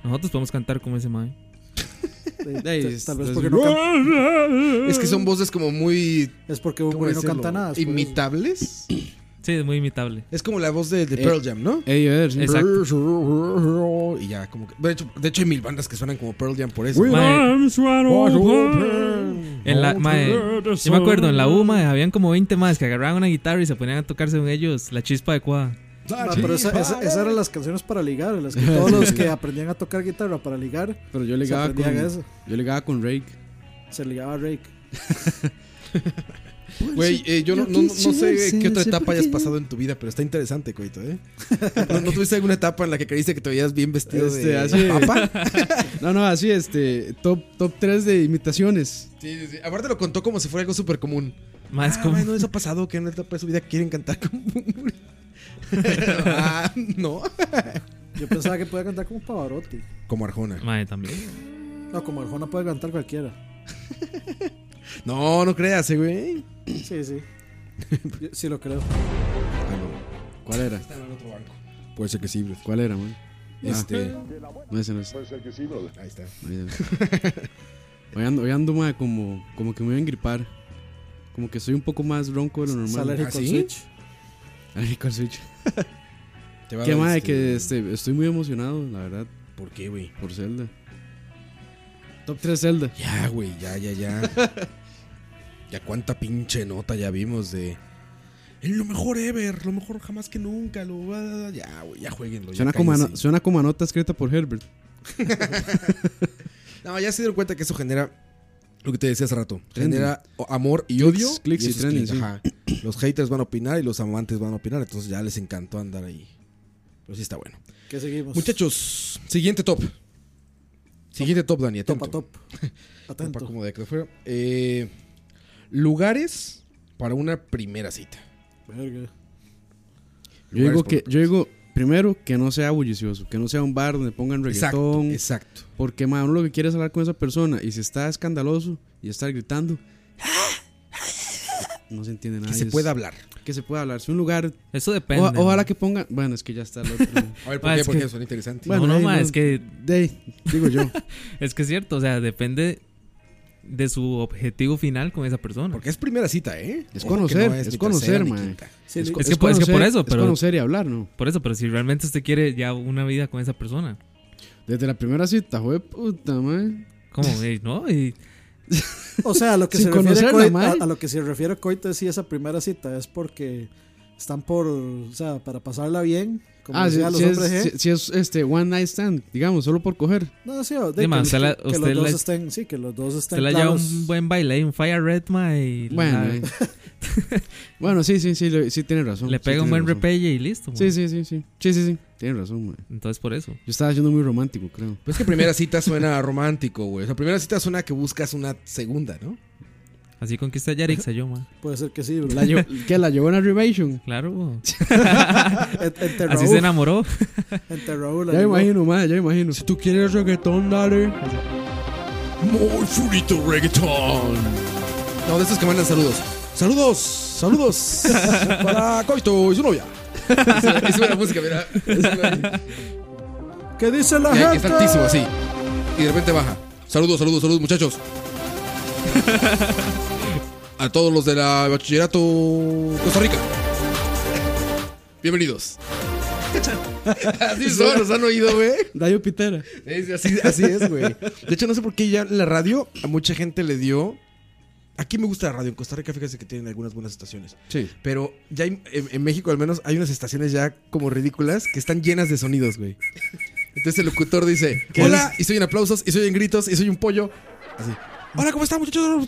Speaker 5: nosotros podemos cantar como ese madre.
Speaker 4: eh,
Speaker 3: De ahí,
Speaker 4: tal-
Speaker 3: es-
Speaker 4: tal vez
Speaker 3: es-
Speaker 4: porque no can-
Speaker 7: Es que son voces como muy
Speaker 4: es porque un
Speaker 7: ¿cómo
Speaker 4: güey no
Speaker 7: decirlo?
Speaker 4: canta nada. es por eso.
Speaker 7: imitables.
Speaker 5: Sí, es muy imitable.
Speaker 2: Es como la voz de, de
Speaker 7: Eh,
Speaker 2: Pearl Jam, ¿no?
Speaker 3: Ey, a ver, sí.
Speaker 5: Exacto.
Speaker 2: Y ya, como que. De hecho, de hecho, hay mil bandas que suenan como Pearl Jam por eso.
Speaker 5: Madre,
Speaker 2: En
Speaker 5: en la, madre, yo me acuerdo, en la UMA habían como 20 más que agarraban una guitarra y se ponían a tocar según ellos la chispa adecuada.
Speaker 4: Ah, pero esa, esa- esas eran las canciones para ligar, las que todos los que aprendían a tocar guitarra para ligar,
Speaker 3: Pero yo
Speaker 4: se
Speaker 3: ligaba con.
Speaker 4: aprendían eso.
Speaker 3: Yo ligaba con Rake.
Speaker 4: Se ligaba a Rake.
Speaker 2: Güey, eh, yo no, no- no sé qué otra etapa hayas pasado en tu vida, pero está interesante, coito, ¿eh? ¿No, no tuviste alguna etapa en la que creíste que te veías bien vestido
Speaker 3: Este,
Speaker 2: de
Speaker 3: así-
Speaker 2: papa?
Speaker 3: No, no, así, este. Top, top 3 de imitaciones.
Speaker 2: Sí, sí, sí. Aparte lo contó como si fuera algo súper común.
Speaker 5: Madre, es
Speaker 2: Ah,
Speaker 5: como-
Speaker 2: güey, no, eso ha pasado, que en una etapa de su vida quieren cantar como... ah, no.
Speaker 4: Yo pensaba que podía cantar como Pavarotti.
Speaker 2: Como Arjona.
Speaker 5: madre, también.
Speaker 4: No, como Arjona puede cantar cualquiera.
Speaker 2: No, no creas, eh, güey.
Speaker 4: Sí, sí. Yo- sí lo creo.
Speaker 2: Ah, no.
Speaker 3: ¿Cuál era?
Speaker 2: Puede ser que sí, bro.
Speaker 3: ¿Cuál era, man?
Speaker 2: Este...
Speaker 3: No, ese no es.
Speaker 2: Pues. Ahí está.
Speaker 3: Ahí está. Hoy ando, hoy ando, madre, como, como que me voy a engripar. Como que soy un poco más ronco de lo
Speaker 4: Sale
Speaker 3: normal.
Speaker 4: Rico
Speaker 2: ¿Ah, sí?
Speaker 4: Switch.
Speaker 3: Alarico al switch.
Speaker 2: Te va a
Speaker 3: Qué
Speaker 2: dar
Speaker 3: madre,
Speaker 2: este-
Speaker 3: que este, estoy muy emocionado, la verdad,
Speaker 2: ¿Por qué, güey?
Speaker 3: por Zelda. Top 3 Zelda.
Speaker 2: Ya, güey, ya, ya, ya. ya cuánta pinche nota ya vimos de. "Es Lo mejor ever, lo mejor jamás que nunca, lo va- da- da". Ya, güey, ya jueguenlo.
Speaker 3: Suena como, a no-
Speaker 2: no...
Speaker 3: suena como a nota escrita por Herbert.
Speaker 2: no, ya se dieron cuenta que eso genera lo que te decía hace rato.
Speaker 3: Trending.
Speaker 2: Genera o- amor y
Speaker 3: Clics,
Speaker 2: odio.
Speaker 3: clics y
Speaker 2: eso es
Speaker 3: trending,
Speaker 2: click,
Speaker 3: sí.
Speaker 2: ajá. Los haters van a opinar y los amantes van a opinar. Entonces ya les encantó andar ahí. Pero sí está bueno.
Speaker 4: ¿Qué
Speaker 3: Pues,
Speaker 4: seguimos?
Speaker 2: Muchachos, siguiente top. Siguiente top, Dani.
Speaker 4: top
Speaker 2: atento.
Speaker 4: a top.
Speaker 2: Compa,
Speaker 4: Atento.
Speaker 2: como de que fuera. Eh, lugares para una primera cita.
Speaker 4: Verga.
Speaker 3: Yo
Speaker 2: Lugares
Speaker 3: digo,
Speaker 2: por
Speaker 3: que,
Speaker 2: una
Speaker 3: yo digo, primero, que no sea bullicioso, que no sea un bar donde pongan
Speaker 2: Exacto,
Speaker 3: reggaetón.
Speaker 2: exacto.
Speaker 3: Porque, madre, uno lo que quiere es hablar con esa persona. Y si está escandaloso y estar gritando, no se entiende nada.
Speaker 2: Que se
Speaker 3: es-
Speaker 2: pueda hablar.
Speaker 3: Que se pueda hablar. Si un lugar.
Speaker 5: Eso depende.
Speaker 3: o- ojalá
Speaker 5: madre.
Speaker 3: que pongan. Bueno, es que ya está el otro.
Speaker 2: A ver,
Speaker 5: ¿por Ah, qué? es Porque que-
Speaker 2: suena interesante.
Speaker 3: bueno,
Speaker 5: no, no,
Speaker 3: ahí
Speaker 5: madre,
Speaker 3: no-
Speaker 5: es que
Speaker 3: De ahí, digo yo.
Speaker 5: Es que es cierto, o sea, depende de su objetivo final con esa persona.
Speaker 2: Porque es primera cita, ¿eh?
Speaker 3: Es
Speaker 2: Ojo que
Speaker 3: conocer,
Speaker 2: no
Speaker 3: es
Speaker 2: ni
Speaker 3: conocer,
Speaker 2: tercera ni
Speaker 3: mae.
Speaker 2: quinta.
Speaker 4: Sí,
Speaker 5: Es
Speaker 4: le-
Speaker 5: co- que por- es que por eso,
Speaker 3: es
Speaker 5: pero-
Speaker 3: conocer y hablar, ¿no?
Speaker 5: Por eso, pero si realmente usted quiere ya una vida con esa persona,
Speaker 3: Desde la primera cita, fue puta, mae.
Speaker 5: ¿cómo? Eh, ¿No? Y
Speaker 4: o sea, a lo que
Speaker 3: Sin
Speaker 4: se refiere
Speaker 3: conocerla,
Speaker 4: Coito, a,
Speaker 3: mae.
Speaker 4: a lo que se refiere Coito es si esa primera cita es porque están por, o sea, para pasarla bien, como
Speaker 3: Ah, si,
Speaker 4: decía los
Speaker 3: si es,
Speaker 4: hombres ¿eh? G.
Speaker 3: si- si es este one night stand, digamos, solo por coger.
Speaker 4: No, sí, o- de
Speaker 5: Sí, ma,
Speaker 4: que,
Speaker 5: usted la-
Speaker 4: que los
Speaker 5: usted
Speaker 4: dos
Speaker 5: la-
Speaker 4: estén, sí, que los dos
Speaker 5: usted
Speaker 4: estén
Speaker 5: le haya
Speaker 4: claros.
Speaker 5: un buen baile, ahí, un Fire Red, ma, y la-
Speaker 3: Bueno, eh. bueno, sí, sí, sí, le- sí tiene razón.
Speaker 5: le
Speaker 3: sí
Speaker 5: pega un
Speaker 3: tiene
Speaker 5: buen
Speaker 3: razón.
Speaker 5: repelle y listo. ma.
Speaker 3: Sí, sí, sí, sí. Sí, sí, sí. Tiene razón, mae.
Speaker 5: Entonces, por eso.
Speaker 3: Yo estaba siendo muy romántico, creo.
Speaker 2: Pero Pues es que primera cita suena romántico, güey. O sea, primera cita suena que buscas una segunda, ¿no?
Speaker 5: Así conquista a Yarix a yo, ma.
Speaker 4: Puede ser que sí, bro.
Speaker 3: La llevó- ¿Qué? ¿La llevó en Arrivation?
Speaker 5: Claro, bo.
Speaker 4: En- entre
Speaker 5: así se
Speaker 4: Raúl,
Speaker 5: enamoró.
Speaker 4: entre
Speaker 3: Ya
Speaker 4: Raúl,
Speaker 3: me
Speaker 4: ahí, ¿no?
Speaker 3: imagino, mae, ya me imagino. Si tú quieres reggaetón, dale.
Speaker 2: Muy frito reggaetón. No, de esos que mandan saludos. Saludos, saludos para Coito y su novia. Y sube la música, mira.
Speaker 4: ¿Qué dice la
Speaker 2: Y ahí
Speaker 4: gente?
Speaker 2: está altísimo así. Y de repente baja. Saludos, saludos, saludos, muchachos. A todos los de la bachillerato Costa Rica. Bienvenidos. Así son, nos han oído, güey.
Speaker 3: Dayo Pitera.
Speaker 2: Es- así, así es, güey. De hecho, no sé por qué ya la radio a mucha gente le dio. Aquí me gusta la radio. En Costa Rica, fíjense que tienen algunas buenas estaciones.
Speaker 3: Sí.
Speaker 2: Pero ya hay- en, en México, al menos, hay unas estaciones ya como ridículas que están llenas de sonidos, güey. Entonces el locutor dice: Hola, y soy en aplausos, y soy en gritos, y soy un pollo. Así. Hola, ¿cómo están, muchachos?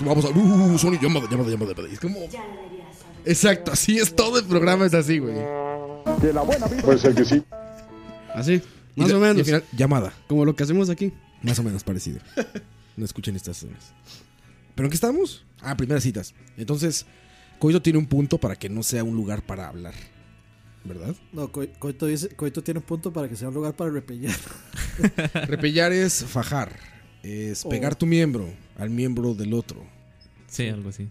Speaker 2: Vamos a. Uh, Sony, llamada, llamada, llamada, llamada. Y Es como. Exacto, así es. Todo el programa es así, güey.
Speaker 3: Así.
Speaker 2: Y
Speaker 3: Más
Speaker 2: la- y
Speaker 3: o
Speaker 2: al
Speaker 3: menos.
Speaker 2: final, llamada.
Speaker 3: Como lo que hacemos aquí.
Speaker 2: Más o menos parecido. No escuchen estas escenas. ¿Pero en qué estamos? Ah, primeras citas. Entonces, Coito tiene un punto para que no sea un lugar para hablar. ¿Verdad?
Speaker 4: No, Co- Coito, dice, Coito tiene un punto para que sea un lugar para repellar.
Speaker 2: Repellar es fajar. Es
Speaker 4: Oh.
Speaker 2: pegar tu miembro al miembro del otro,
Speaker 5: Sí, algo así.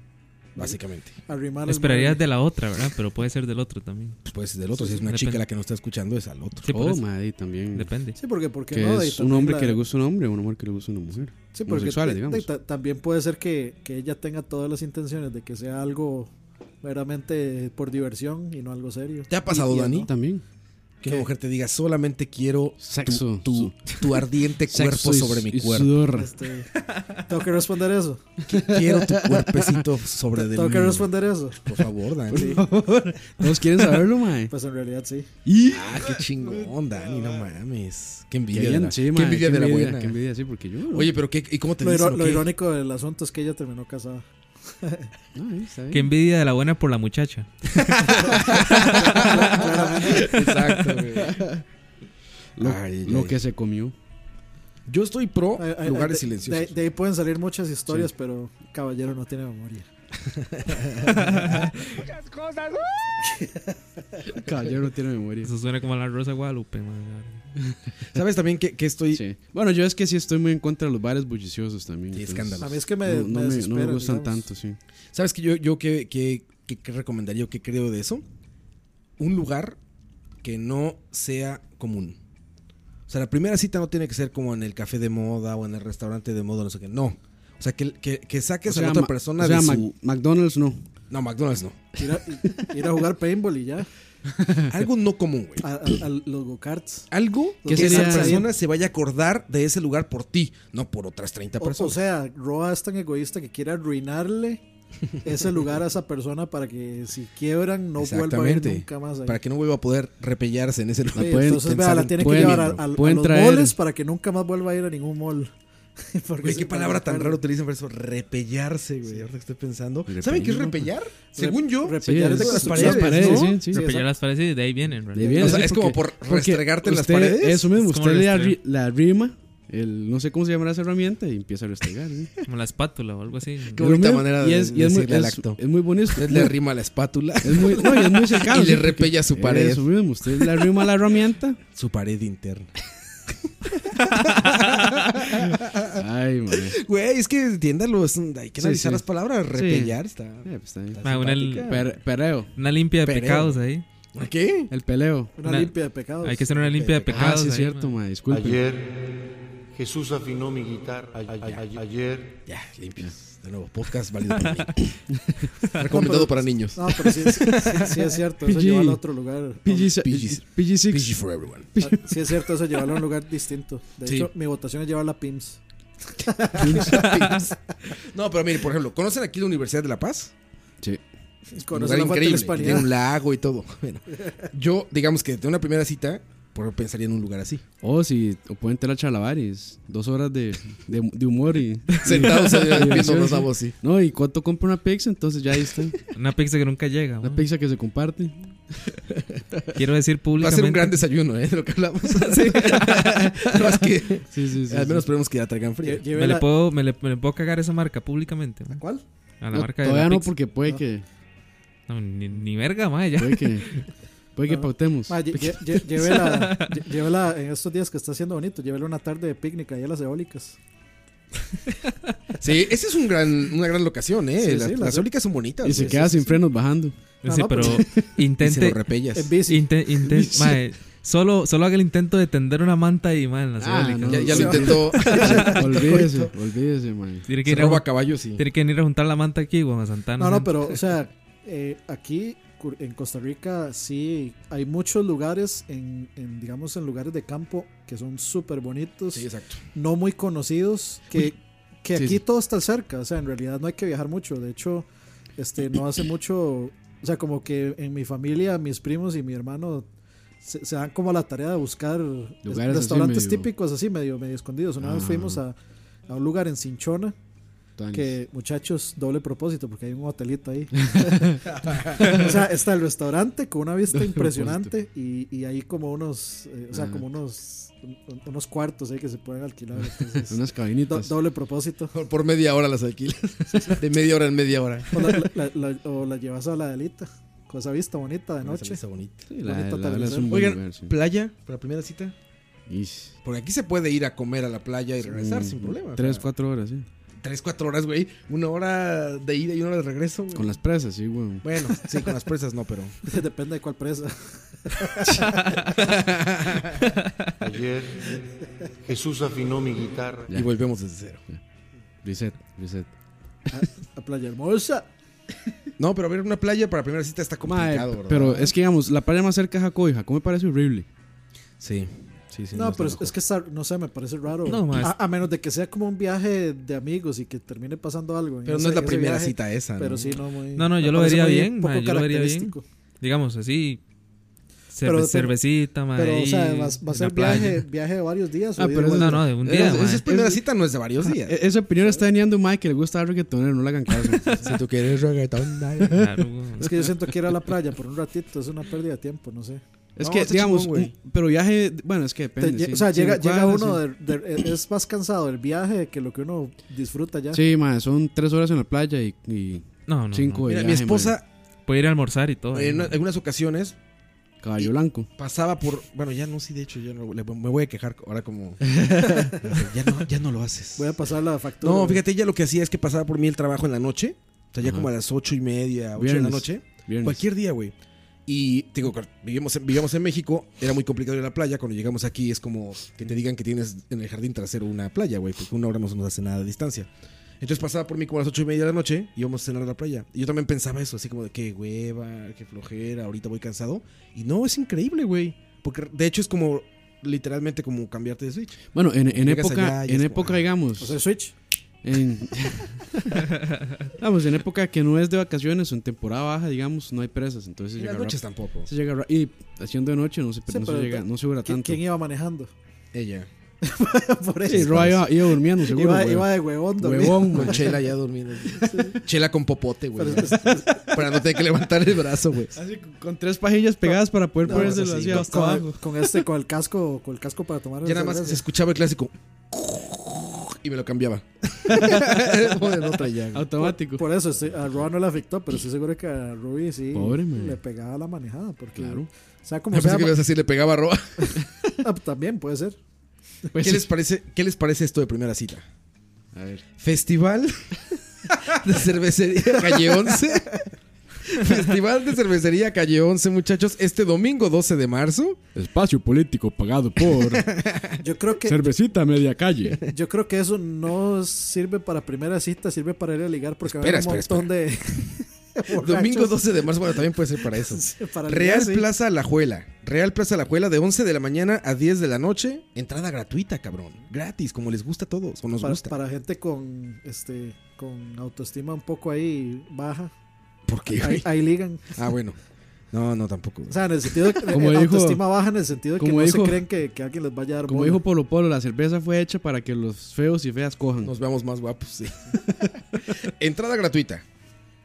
Speaker 2: básicamente.
Speaker 4: Arrimar el
Speaker 5: Esperarías
Speaker 4: mueble.
Speaker 5: de la otra, ¿verdad? Pero puede ser del otro también.
Speaker 2: Pues puede ser del otro. Si es una
Speaker 5: depende.
Speaker 2: chica la que nos está escuchando, es al otro.
Speaker 5: Sí, por
Speaker 3: Oh,
Speaker 5: eso.
Speaker 3: mae, también.
Speaker 5: Depende.
Speaker 4: Sí, porque, porque
Speaker 3: Que
Speaker 4: no, y
Speaker 3: es un
Speaker 4: también
Speaker 3: hombre
Speaker 4: la-
Speaker 3: que le gusta un hombre, una mujer que le gusta una mujer.
Speaker 4: Sí, porque
Speaker 3: homosexuales,
Speaker 4: ta-
Speaker 3: digamos.
Speaker 4: ta- también puede ser que, que ella tenga todas las intenciones de que sea algo meramente por diversión y no algo serio.
Speaker 2: ¿Te ha pasado,
Speaker 4: Y- y
Speaker 2: Dani?
Speaker 4: no.
Speaker 3: También.
Speaker 2: Que una mujer te diga, solamente quiero tu-
Speaker 3: Sexo.
Speaker 2: Tu, tu ardiente
Speaker 3: Sexo
Speaker 2: cuerpo
Speaker 3: y-
Speaker 2: sobre mi
Speaker 3: y
Speaker 2: cuerpo.
Speaker 3: sudor.
Speaker 4: Este, tengo que responder eso.
Speaker 2: Quiero tu cuerpecito sobre del
Speaker 4: Tengo que Pues
Speaker 2: mío.
Speaker 4: responder eso.
Speaker 2: Por favor, Dani.
Speaker 3: Todos quieren saberlo, mae.
Speaker 4: Pues en realidad sí.
Speaker 3: Y.
Speaker 2: Ah, qué chingón, Dani, no mames. Qué
Speaker 3: Qué
Speaker 2: envidia. de
Speaker 3: bien,
Speaker 2: la-
Speaker 3: sí,
Speaker 2: qué
Speaker 3: mae,
Speaker 2: envidia
Speaker 3: qué
Speaker 2: de la
Speaker 3: envidia,
Speaker 2: buena.
Speaker 3: Qué envidia, sí, porque yo.
Speaker 2: Oye, pero qué, ¿y cómo te
Speaker 4: Lo,
Speaker 2: dicen?
Speaker 4: iro-
Speaker 2: o
Speaker 4: lo
Speaker 2: qué?
Speaker 4: irónico del asunto es que ella terminó casada.
Speaker 3: Ah, ahí está bien.
Speaker 5: Qué envidia de la buena por la muchacha.
Speaker 2: Exacto, güey.
Speaker 3: Lo,
Speaker 2: Ay,
Speaker 3: lo
Speaker 2: ay.
Speaker 3: que se comió.
Speaker 2: Yo estoy pro
Speaker 4: Ay, ay,
Speaker 2: Oh, lugares
Speaker 4: ay, de-
Speaker 2: silenciosos.
Speaker 4: De, de ahí pueden salir muchas historias, pero caballero no tiene memoria.
Speaker 3: Caballero no tiene memoria.
Speaker 5: Eso suena como la Rosa de Guadalupe, man.
Speaker 2: ¿Sabes también que, que estoy?
Speaker 3: Sí. Bueno, yo es que sí estoy muy en contra de los bares bulliciosos también.
Speaker 2: Sí,
Speaker 3: entonces,
Speaker 2: escándalo.
Speaker 4: A mí es que
Speaker 3: No,
Speaker 4: me,
Speaker 3: no me- no me,
Speaker 4: desesperan,
Speaker 3: gustan
Speaker 4: digamos.
Speaker 3: tanto, sí.
Speaker 2: ¿Sabes que yo, yo que, que- que- que recomendaría o que creo de eso? Un lugar que no sea común. O sea, la primera cita no tiene que ser como en el café de moda o en el restaurante de moda, no sé qué. No. O sea, que, que, que saques a la otra
Speaker 3: ma-
Speaker 2: persona
Speaker 3: o sea,
Speaker 2: de
Speaker 3: Mac-
Speaker 2: su... Pues
Speaker 3: McDonald's no.
Speaker 2: No, McDonald's no.
Speaker 4: Ir a, ir a jugar paintball y ya.
Speaker 2: Algo no común, güey.
Speaker 4: A, a- a los go-karts.
Speaker 2: Algo
Speaker 3: ¿Qué
Speaker 2: que esa
Speaker 3: sería?
Speaker 2: persona se vaya a acordar de ese lugar por ti, no por otras 30
Speaker 4: O, o
Speaker 2: personas.
Speaker 4: sea, Roa es tan egoísta que quiere arruinarle ese lugar a esa persona para que si quiebran no vuelva a ir
Speaker 2: Exactamente.
Speaker 4: nunca más ahí.
Speaker 2: para que no vuelva a poder repellarse en ese
Speaker 4: Sí,
Speaker 2: lugar.
Speaker 3: pueden
Speaker 4: entonces vea,
Speaker 2: pensar
Speaker 4: la
Speaker 2: en
Speaker 4: tiene que
Speaker 3: pueden-
Speaker 4: llevar a, a- a
Speaker 3: pueden
Speaker 4: los
Speaker 3: traer-
Speaker 4: moles para que nunca más vuelva a ir a ningún mall. Porque
Speaker 2: Güey,
Speaker 4: se-
Speaker 2: qué palabra tan
Speaker 4: para-
Speaker 2: rara utilizan para eso. Repellarse, güey. Ahora que estoy pensando.
Speaker 3: Repellir,
Speaker 2: ¿Saben qué es
Speaker 3: ¿no?
Speaker 2: repellar? Según yo.
Speaker 4: repellar
Speaker 3: Sí,
Speaker 4: es de
Speaker 3: es-
Speaker 2: las
Speaker 4: construcciones,
Speaker 2: paredes,
Speaker 4: ¿no?
Speaker 3: sí, sí.
Speaker 4: Sí,
Speaker 5: Repellar
Speaker 4: exacto.
Speaker 5: las paredes y de ahí vienen, ¿verdad?
Speaker 3: De bien,
Speaker 2: O sea,
Speaker 3: sí,
Speaker 2: es como por restregarte en las paredes.
Speaker 3: Eso mismo,
Speaker 5: Es como
Speaker 3: usted le arri-
Speaker 5: restregar.
Speaker 3: la rima, el, no sé cómo se llamará esa herramienta, y empieza a restregar. ¿sí?
Speaker 5: Como la espátula o algo así.
Speaker 2: Qué
Speaker 3: Lo
Speaker 2: bonita
Speaker 3: mismo,
Speaker 2: manera
Speaker 3: y
Speaker 2: de
Speaker 3: es, y es muy,
Speaker 2: decirle al
Speaker 3: es-
Speaker 2: acto.
Speaker 3: es muy bonito.
Speaker 2: Usted le arrima la espátula.
Speaker 3: es muy, no, y es muy cercano.
Speaker 2: Y le
Speaker 3: sí, porque-
Speaker 2: repella su pared.
Speaker 3: Eso mismo, usted le arrima la herramienta.
Speaker 2: Su pared interna.
Speaker 3: Ay, madre. Eh,
Speaker 2: Güey, es que entiéndalo. es un- hay que
Speaker 3: Sí,
Speaker 2: analizar
Speaker 3: sí.
Speaker 2: las palabras. Repellar está.
Speaker 3: pues está bien.
Speaker 5: Ma, una,
Speaker 3: Per- pereo,
Speaker 5: una limpia de
Speaker 2: Pereo.
Speaker 5: pecados ahí.
Speaker 2: ¿Qué?
Speaker 3: el peleo.
Speaker 4: Una
Speaker 5: Una-
Speaker 4: limpia de pecados.
Speaker 5: Hay que hacer una limpia de
Speaker 3: Ah,
Speaker 5: pecados.
Speaker 3: sí, es
Speaker 5: ahí,
Speaker 3: cierto,
Speaker 5: ma.
Speaker 3: ma, disculpe.
Speaker 8: Ayer Jesús afinó mi guitarra a- a- a- ayer.
Speaker 2: Ya, limpios. De nuevo, podcast válido para mí. Recomendado para niños.
Speaker 4: No, pero sí, es- sí- sí es cierto, eso
Speaker 3: PG.
Speaker 4: lleva al otro lugar. ah,
Speaker 3: PG,
Speaker 2: PG. PG
Speaker 3: 6
Speaker 2: for everyone.
Speaker 4: Sí es cierto, eso llevarlo a un lugar distinto. De
Speaker 2: Sí.
Speaker 4: hecho, mi votación es llevarla a PIMS.
Speaker 2: No, pero mire, por ejemplo, ¿conocen aquí la Universidad de La Paz?
Speaker 3: Sí.
Speaker 2: Un
Speaker 4: Conoce
Speaker 2: lugar
Speaker 4: la falta de
Speaker 2: increíble. que Tiene
Speaker 4: la hispanidad.
Speaker 2: un lago y todo. Bueno, yo, digamos que de una primera cita, por ejemplo, pensaría en un lugar así.
Speaker 3: O si o Oh, pueden tener a Chalabaris, dos horas de, de, de humor y.
Speaker 2: Sentados ahí, viendo
Speaker 3: sí,
Speaker 2: los
Speaker 3: sí.
Speaker 2: amos, sí.
Speaker 3: No, y cuánto compra una pizza, entonces ya ahí está.
Speaker 5: Una pizza que nunca llega.
Speaker 3: Una
Speaker 5: ma.
Speaker 3: pizza que se comparte.
Speaker 5: Quiero decir
Speaker 2: Va a ser un
Speaker 5: públicamente.
Speaker 2: gran desayuno, ¿eh? De lo que hablamos. Sí. Más que,
Speaker 3: Sí, sí, sí.
Speaker 2: al menos esperemos que ya traigan frío.
Speaker 4: Lle-
Speaker 5: Me le,
Speaker 4: llévela-
Speaker 5: puedo, me, le, me le puedo cagar esa marca públicamente. ma.
Speaker 4: ¿Cuál?
Speaker 5: A la
Speaker 3: No,
Speaker 5: marca de
Speaker 3: todavía
Speaker 5: la
Speaker 3: no,
Speaker 5: pizza.
Speaker 3: porque puede que.
Speaker 5: No, ni, ni verga, ma, ya.
Speaker 3: Puede que. Puede que
Speaker 4: No.
Speaker 3: pautemos.
Speaker 4: Ma, Ah, lle- lle- lle- llévela, lle- llévela en estos días que está haciendo bonito, llévela una tarde de picnic ahí a las eólicas.
Speaker 2: Sí, esa es un gran, una gran locación, ¿eh?
Speaker 4: Sí,
Speaker 2: las
Speaker 4: sí,
Speaker 2: las
Speaker 4: las-
Speaker 2: eólicas son bonitas.
Speaker 3: Y se
Speaker 2: Sí,
Speaker 3: queda
Speaker 2: sí,
Speaker 3: sin
Speaker 2: sí.
Speaker 3: frenos bajando.
Speaker 4: No,
Speaker 5: Sí,
Speaker 4: no,
Speaker 5: pero
Speaker 2: Y se lo
Speaker 5: intente.
Speaker 2: repellas.
Speaker 4: En bici.
Speaker 5: inte- inte-
Speaker 3: bici.
Speaker 5: mae, solo, solo haga el intento de tender una manta y man, la
Speaker 3: Ah, no.
Speaker 2: Ya, ya lo
Speaker 3: Sí.
Speaker 2: intentó.
Speaker 3: Olvídese, olvídese, man.
Speaker 5: tiene, que
Speaker 2: Se
Speaker 5: ir a,
Speaker 2: roba caballos y...
Speaker 5: tiene que venir a juntar la manta aquí, Guama Santana.
Speaker 4: No, no,
Speaker 5: gente.
Speaker 4: pero, o sea, eh, aquí cur- en Costa Rica sí hay muchos lugares, en, en, digamos, en lugares de campo que son súper bonitos,
Speaker 2: Sí, exacto.
Speaker 4: no muy conocidos, que, que
Speaker 2: Sí,
Speaker 4: aquí
Speaker 2: sí.
Speaker 4: todo está cerca, o sea, en realidad no hay que viajar mucho, de hecho, este, no hace mucho, o sea, como que en mi familia, mis primos y mi hermano... Se, se dan como a la tarea de buscar es-
Speaker 3: Lugares así
Speaker 4: restaurantes
Speaker 3: medio-
Speaker 4: típicos así medio medio escondidos. Una vez
Speaker 3: Ah.
Speaker 4: fuimos a, a un lugar en Cinchona
Speaker 3: Tuanis.
Speaker 4: que muchachos, doble propósito, porque hay un hotelito ahí. o sea, está el restaurante con una vista impresionante y, y hay como unos, eh, o sea,
Speaker 3: Ajá.
Speaker 4: como unos, un- unos cuartos ahí que se pueden alquilar. Entonces,
Speaker 3: Unas
Speaker 4: do-
Speaker 3: cabinitas.
Speaker 4: doble propósito.
Speaker 2: Por, por media hora las alquilas. De media hora en media hora.
Speaker 4: O la, la- la- o la llevas a la delita, con esa vista bonita de noche.
Speaker 2: Está bonita.
Speaker 3: Sí, la,
Speaker 4: bonito
Speaker 3: la- la- la- es
Speaker 4: atardecer.
Speaker 3: un buen
Speaker 2: Oigan,
Speaker 3: lugar, sí.
Speaker 2: playa para primera cita.
Speaker 3: Ish.
Speaker 2: Porque aquí se puede ir a comer a la playa y regresar
Speaker 3: Mm,
Speaker 2: sin problema.
Speaker 3: Tres,
Speaker 2: O sea,
Speaker 3: cuatro horas, sí.
Speaker 2: tres, cuatro horas, güey. Una hora de ida y una hora de regreso. güey.
Speaker 3: Con las presas, sí, güey.
Speaker 2: Bueno, sí, con las presas no, pero.
Speaker 4: Depende de cuál presa.
Speaker 8: Ayer Jesús afinó mi guitarra.
Speaker 3: Ya.
Speaker 2: Y volvemos desde cero.
Speaker 3: Reset, reset.
Speaker 4: A Playa Hermosa.
Speaker 2: No, pero a ver, una playa para primera cita está
Speaker 3: Mae,
Speaker 2: complicado, ¿verdad?
Speaker 3: pero es que, digamos, la playa más cerca es Jacoy. Jacoy me parece horrible.
Speaker 2: Sí, sí, sí.
Speaker 4: No,
Speaker 2: está
Speaker 4: pero es,
Speaker 2: mejor.
Speaker 4: es que está, no sé, me parece raro.
Speaker 5: No, más.
Speaker 4: a, a menos de que sea como un viaje de amigos y que termine pasando algo. en
Speaker 2: Pero no
Speaker 4: ese-
Speaker 2: es la
Speaker 4: ese
Speaker 2: primera
Speaker 4: viaje.
Speaker 2: cita esa. ¿no?
Speaker 4: Pero sí, no muy.
Speaker 5: No, no, yo
Speaker 4: me
Speaker 5: lo
Speaker 4: parece
Speaker 5: vería
Speaker 4: muy
Speaker 5: bien,
Speaker 4: poco
Speaker 5: ma, yo lo vería bien.
Speaker 4: característico.
Speaker 5: Digamos así. cerve-
Speaker 4: Pero depende-
Speaker 5: cervecita, ma,
Speaker 4: Pero, o sea,
Speaker 5: ahí
Speaker 4: va, va a
Speaker 5: en
Speaker 4: ser
Speaker 5: la playa.
Speaker 4: viaje, viaje de varios días. o
Speaker 3: Ah,
Speaker 4: de
Speaker 3: pero
Speaker 4: ida y
Speaker 3: eso
Speaker 4: vuelta.
Speaker 5: No, no, de un
Speaker 2: Es-
Speaker 5: día, ma.
Speaker 2: esa es primera cita no es de varios días.
Speaker 3: E- Esa opinión está veniendo un Mike que le gusta el reggaetonero, no le hagan caso.
Speaker 2: Si tú quieres reggaetón, dale.
Speaker 5: Claro, güey.
Speaker 4: Es que yo siento que ir a la playa por un ratito es una pérdida de tiempo, no sé.
Speaker 3: Es
Speaker 2: No,
Speaker 3: que,
Speaker 2: está
Speaker 3: digamos,
Speaker 2: chingón, güey.
Speaker 3: un- pero viaje, bueno, es que
Speaker 4: Te-
Speaker 3: depende.
Speaker 4: lle-
Speaker 3: sí.
Speaker 4: o sea,
Speaker 3: Sí,
Speaker 4: llega,
Speaker 3: cuadras,
Speaker 4: llega uno,
Speaker 3: sí.
Speaker 4: de- de- e, es más cansado del viaje que lo que uno disfruta ya.
Speaker 3: Sí, mae, son tres horas en la playa y, y
Speaker 5: No, no.
Speaker 3: cinco eh, de
Speaker 2: Mira, mi
Speaker 3: viaje,
Speaker 2: esposa
Speaker 5: no. Puede ir a almorzar y todo. ahí,
Speaker 2: en
Speaker 5: ma.
Speaker 2: una- algunas ocasiones
Speaker 3: mae. Caballo blanco.
Speaker 2: pasaba por. Bueno, ya no, sí, de hecho, ya no, le- me voy a quejar ahora como. ya, no, ya no lo haces.
Speaker 4: Voy a pasar la factura.
Speaker 2: No, fíjate, ella lo que hacía es que pasaba por mí el trabajo en la noche. O sea, ya
Speaker 3: Ajá.
Speaker 2: como a las ocho y media, ocho de la
Speaker 3: Viernes.
Speaker 2: noche.
Speaker 3: Viernes.
Speaker 2: Cualquier día, güey. Y te digo, vivimos en, vivíamos en México, era muy complicado ir a la playa. Cuando llegamos aquí es como que te digan que tienes en el jardín trasero una playa, güey, porque una hora no se nos hace nada de distancia. Entonces pasaba por mí como a las ocho y media de la noche y íbamos a cenar a la playa. Y yo también pensaba eso, así como de qué hueva, qué flojera, ahorita voy cansado. Y no, es increíble, güey. Porque de hecho es como literalmente como cambiarte de switch.
Speaker 3: Bueno, en, en
Speaker 2: Llegas
Speaker 3: época,
Speaker 2: allá y
Speaker 3: en
Speaker 2: es
Speaker 3: época,
Speaker 2: como, ah.
Speaker 3: digamos.
Speaker 4: O sea, Switch.
Speaker 3: En... Vamos, en época que no es de vacaciones o en temporada baja, digamos, no hay presas, entonces se
Speaker 2: En
Speaker 3: llega
Speaker 2: las noches
Speaker 3: rápido.
Speaker 2: tampoco.
Speaker 3: Se llega ra- y haciendo de noche no se,
Speaker 4: Sí,
Speaker 3: no se,
Speaker 4: pero
Speaker 3: llega,
Speaker 4: ta-
Speaker 3: no se dura
Speaker 4: ¿Qui-
Speaker 3: tanto.
Speaker 4: ¿Quién iba manejando?
Speaker 2: Ella.
Speaker 4: por
Speaker 3: Sí,
Speaker 4: eso.
Speaker 3: Roa iba, iba durmiendo, seguro.
Speaker 4: iba,
Speaker 3: güey.
Speaker 4: iba de huevón, dormido.
Speaker 3: Huevón, güey.
Speaker 2: Con Chela ya durmiendo. Chela con popote, güey.
Speaker 4: Pero es- es- Ah,
Speaker 2: Para no tener que levantar el brazo, güey.
Speaker 3: Así con- con tres pajillas pegadas para poder
Speaker 4: No,
Speaker 3: ponerse
Speaker 2: eso sí,
Speaker 3: así
Speaker 2: no,
Speaker 3: hasta
Speaker 4: con,
Speaker 3: abajo.
Speaker 4: el- con este, con el casco, con el casco para tomar
Speaker 2: Ya nada más se
Speaker 4: cerveza.
Speaker 2: escuchaba el clásico. Y me lo cambiaba. Joder, otra ya. güey.
Speaker 3: Automático.
Speaker 4: Por eso, estoy- a Roa no le afectó, pero estoy seguro que a Ruby sí
Speaker 3: Pobre, man.
Speaker 4: le pegaba la manejada. Porque,
Speaker 3: Claro.
Speaker 4: O sea, como
Speaker 2: Yo pensé
Speaker 4: sea,
Speaker 2: que me ibas a decir, le pegaba a Roa.
Speaker 4: ah, también puede ser.
Speaker 3: Pues
Speaker 2: ¿Qué
Speaker 3: sí.
Speaker 2: les parece, qué les parece esto de primera cita?
Speaker 3: A ver.
Speaker 2: Festival de cervecería Calle 11. Festival de Cervecería Calle 11, muchachos, este domingo 12 de marzo.
Speaker 9: Espacio político pagado por
Speaker 4: Yo creo que
Speaker 9: Cervecita Media Calle.
Speaker 4: yo creo que eso no sirve para primera cita, sirve para ir a ligar porque va a
Speaker 2: Espera,
Speaker 4: haber un
Speaker 2: espera,
Speaker 4: montón de borrachos
Speaker 2: Domingo 12 de marzo, bueno, también puede ser para eso.
Speaker 4: para ligar,
Speaker 2: Real
Speaker 4: sí.
Speaker 2: Plaza Alajuela. Real Plaza Alajuela de 11 de la mañana a 10 de la noche. Entrada gratuita, cabrón. Gratis, como les gusta a todos, o nos
Speaker 4: para,
Speaker 2: gusta.
Speaker 4: para gente con este con autoestima un poco ahí baja.
Speaker 2: ¿Por qué, güey?
Speaker 4: Ahí, ahí ligan.
Speaker 2: Ah, bueno. No, no, tampoco. güey.
Speaker 4: O sea, en el sentido de que
Speaker 3: Como
Speaker 4: eh,
Speaker 3: dijo-
Speaker 4: autoestima baja en el sentido de que
Speaker 3: como
Speaker 4: no
Speaker 3: dijo-
Speaker 4: se creen que, que alguien les vaya a dar
Speaker 3: Como
Speaker 4: bola.
Speaker 3: dijo Polo Polo, la cerveza fue hecha para que los feos y feas cojan.
Speaker 2: Nos veamos más guapos, sí. Entrada gratuita.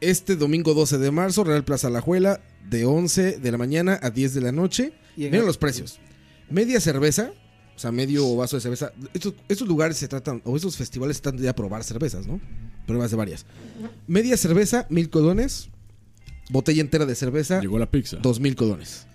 Speaker 2: Este domingo 12 de marzo, Real Plaza Alajuela, de 11 de la mañana a 10 de la noche.
Speaker 4: Y en
Speaker 2: Miren
Speaker 4: el-
Speaker 2: los precios. Media cerveza, o sea, medio vaso de cerveza. Estos, estos lugares se tratan, o estos festivales se tratan de probar cervezas, ¿no? Pruebas de varias. Media cerveza, mil codones. Botella entera de cerveza,
Speaker 9: Llegó la pizza.
Speaker 2: dos mil codones.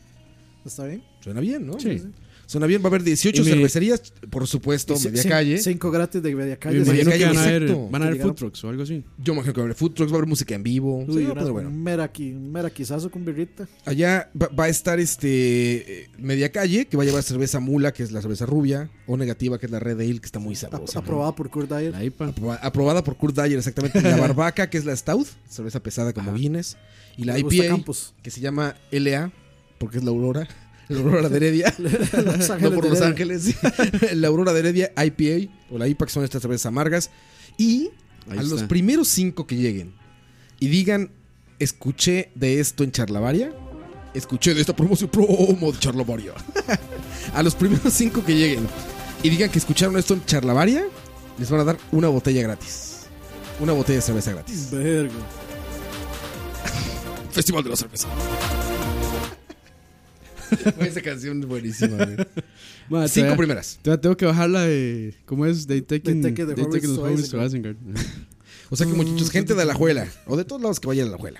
Speaker 4: ¿Está bien?
Speaker 2: Suena bien, ¿no?
Speaker 9: Sí.
Speaker 2: Suena bien. Va a haber 18
Speaker 3: Y me-
Speaker 2: cervecerías, por supuesto,
Speaker 4: Y ci-
Speaker 2: media
Speaker 4: cin-
Speaker 2: calle.
Speaker 4: Cinco gratis de media
Speaker 3: Me
Speaker 4: calle. sí.
Speaker 3: imagino
Speaker 2: calle,
Speaker 3: que van a haber,
Speaker 2: exacto.
Speaker 3: van a haber
Speaker 4: Llegaron-
Speaker 3: food trucks o algo así.
Speaker 2: Yo imagino que va a haber food trucks, va a haber música en vivo.
Speaker 4: Uy,
Speaker 2: Sí, va a
Speaker 4: una-
Speaker 2: poner bueno.
Speaker 4: un, meraqui- un meraquizazo con birrita.
Speaker 2: Allá va, va a estar este eh, Media Calle, que va a llevar cerveza mula, que es la cerveza rubia, o negativa, que es la Red Ale, que está muy
Speaker 4: Ap-
Speaker 2: sabrosa.
Speaker 4: aprobada por Kurt Dyer.
Speaker 3: La IPA.
Speaker 2: Aproba- aprobada por Kurt Dyer, exactamente. La Barbaca, que es la Stout, cerveza pesada como Guinness. Y la
Speaker 4: Me gusta
Speaker 2: IPA,
Speaker 4: Campos.
Speaker 2: que se llama LA, porque es la Aurora. La Aurora de Heredia.
Speaker 4: Los
Speaker 2: no
Speaker 4: Ángeles
Speaker 2: por
Speaker 4: de
Speaker 2: Los
Speaker 4: Heredia.
Speaker 2: Ángeles. sí. la Aurora de Heredia IPA, o la IPA, que son estas cervezas amargas. Y
Speaker 3: Ahí
Speaker 2: a los
Speaker 3: está.
Speaker 2: primeros cinco que lleguen y digan, escuché de esto en Charlavaria, escuché de esta promoción promo de Charlavaria. a los primeros cinco que lleguen y digan que escucharon esto en Charlavaria, les van a dar una botella gratis. Una botella de cerveza gratis.
Speaker 4: Vergo.
Speaker 2: Festival de la cerveza. Güey, Esa canción es buenísima, güey.
Speaker 3: Ma,
Speaker 2: Cinco
Speaker 3: todavía-
Speaker 2: primeras.
Speaker 3: todavía tengo que bajarla de. ¿Cómo es? They Taking,
Speaker 4: They Taking the
Speaker 3: They Taking
Speaker 4: Homies
Speaker 3: the
Speaker 4: to
Speaker 3: Homies to Isengard.
Speaker 2: O sea que muchachos, gente de Alajuela, o de todos lados que vayan a Alajuela.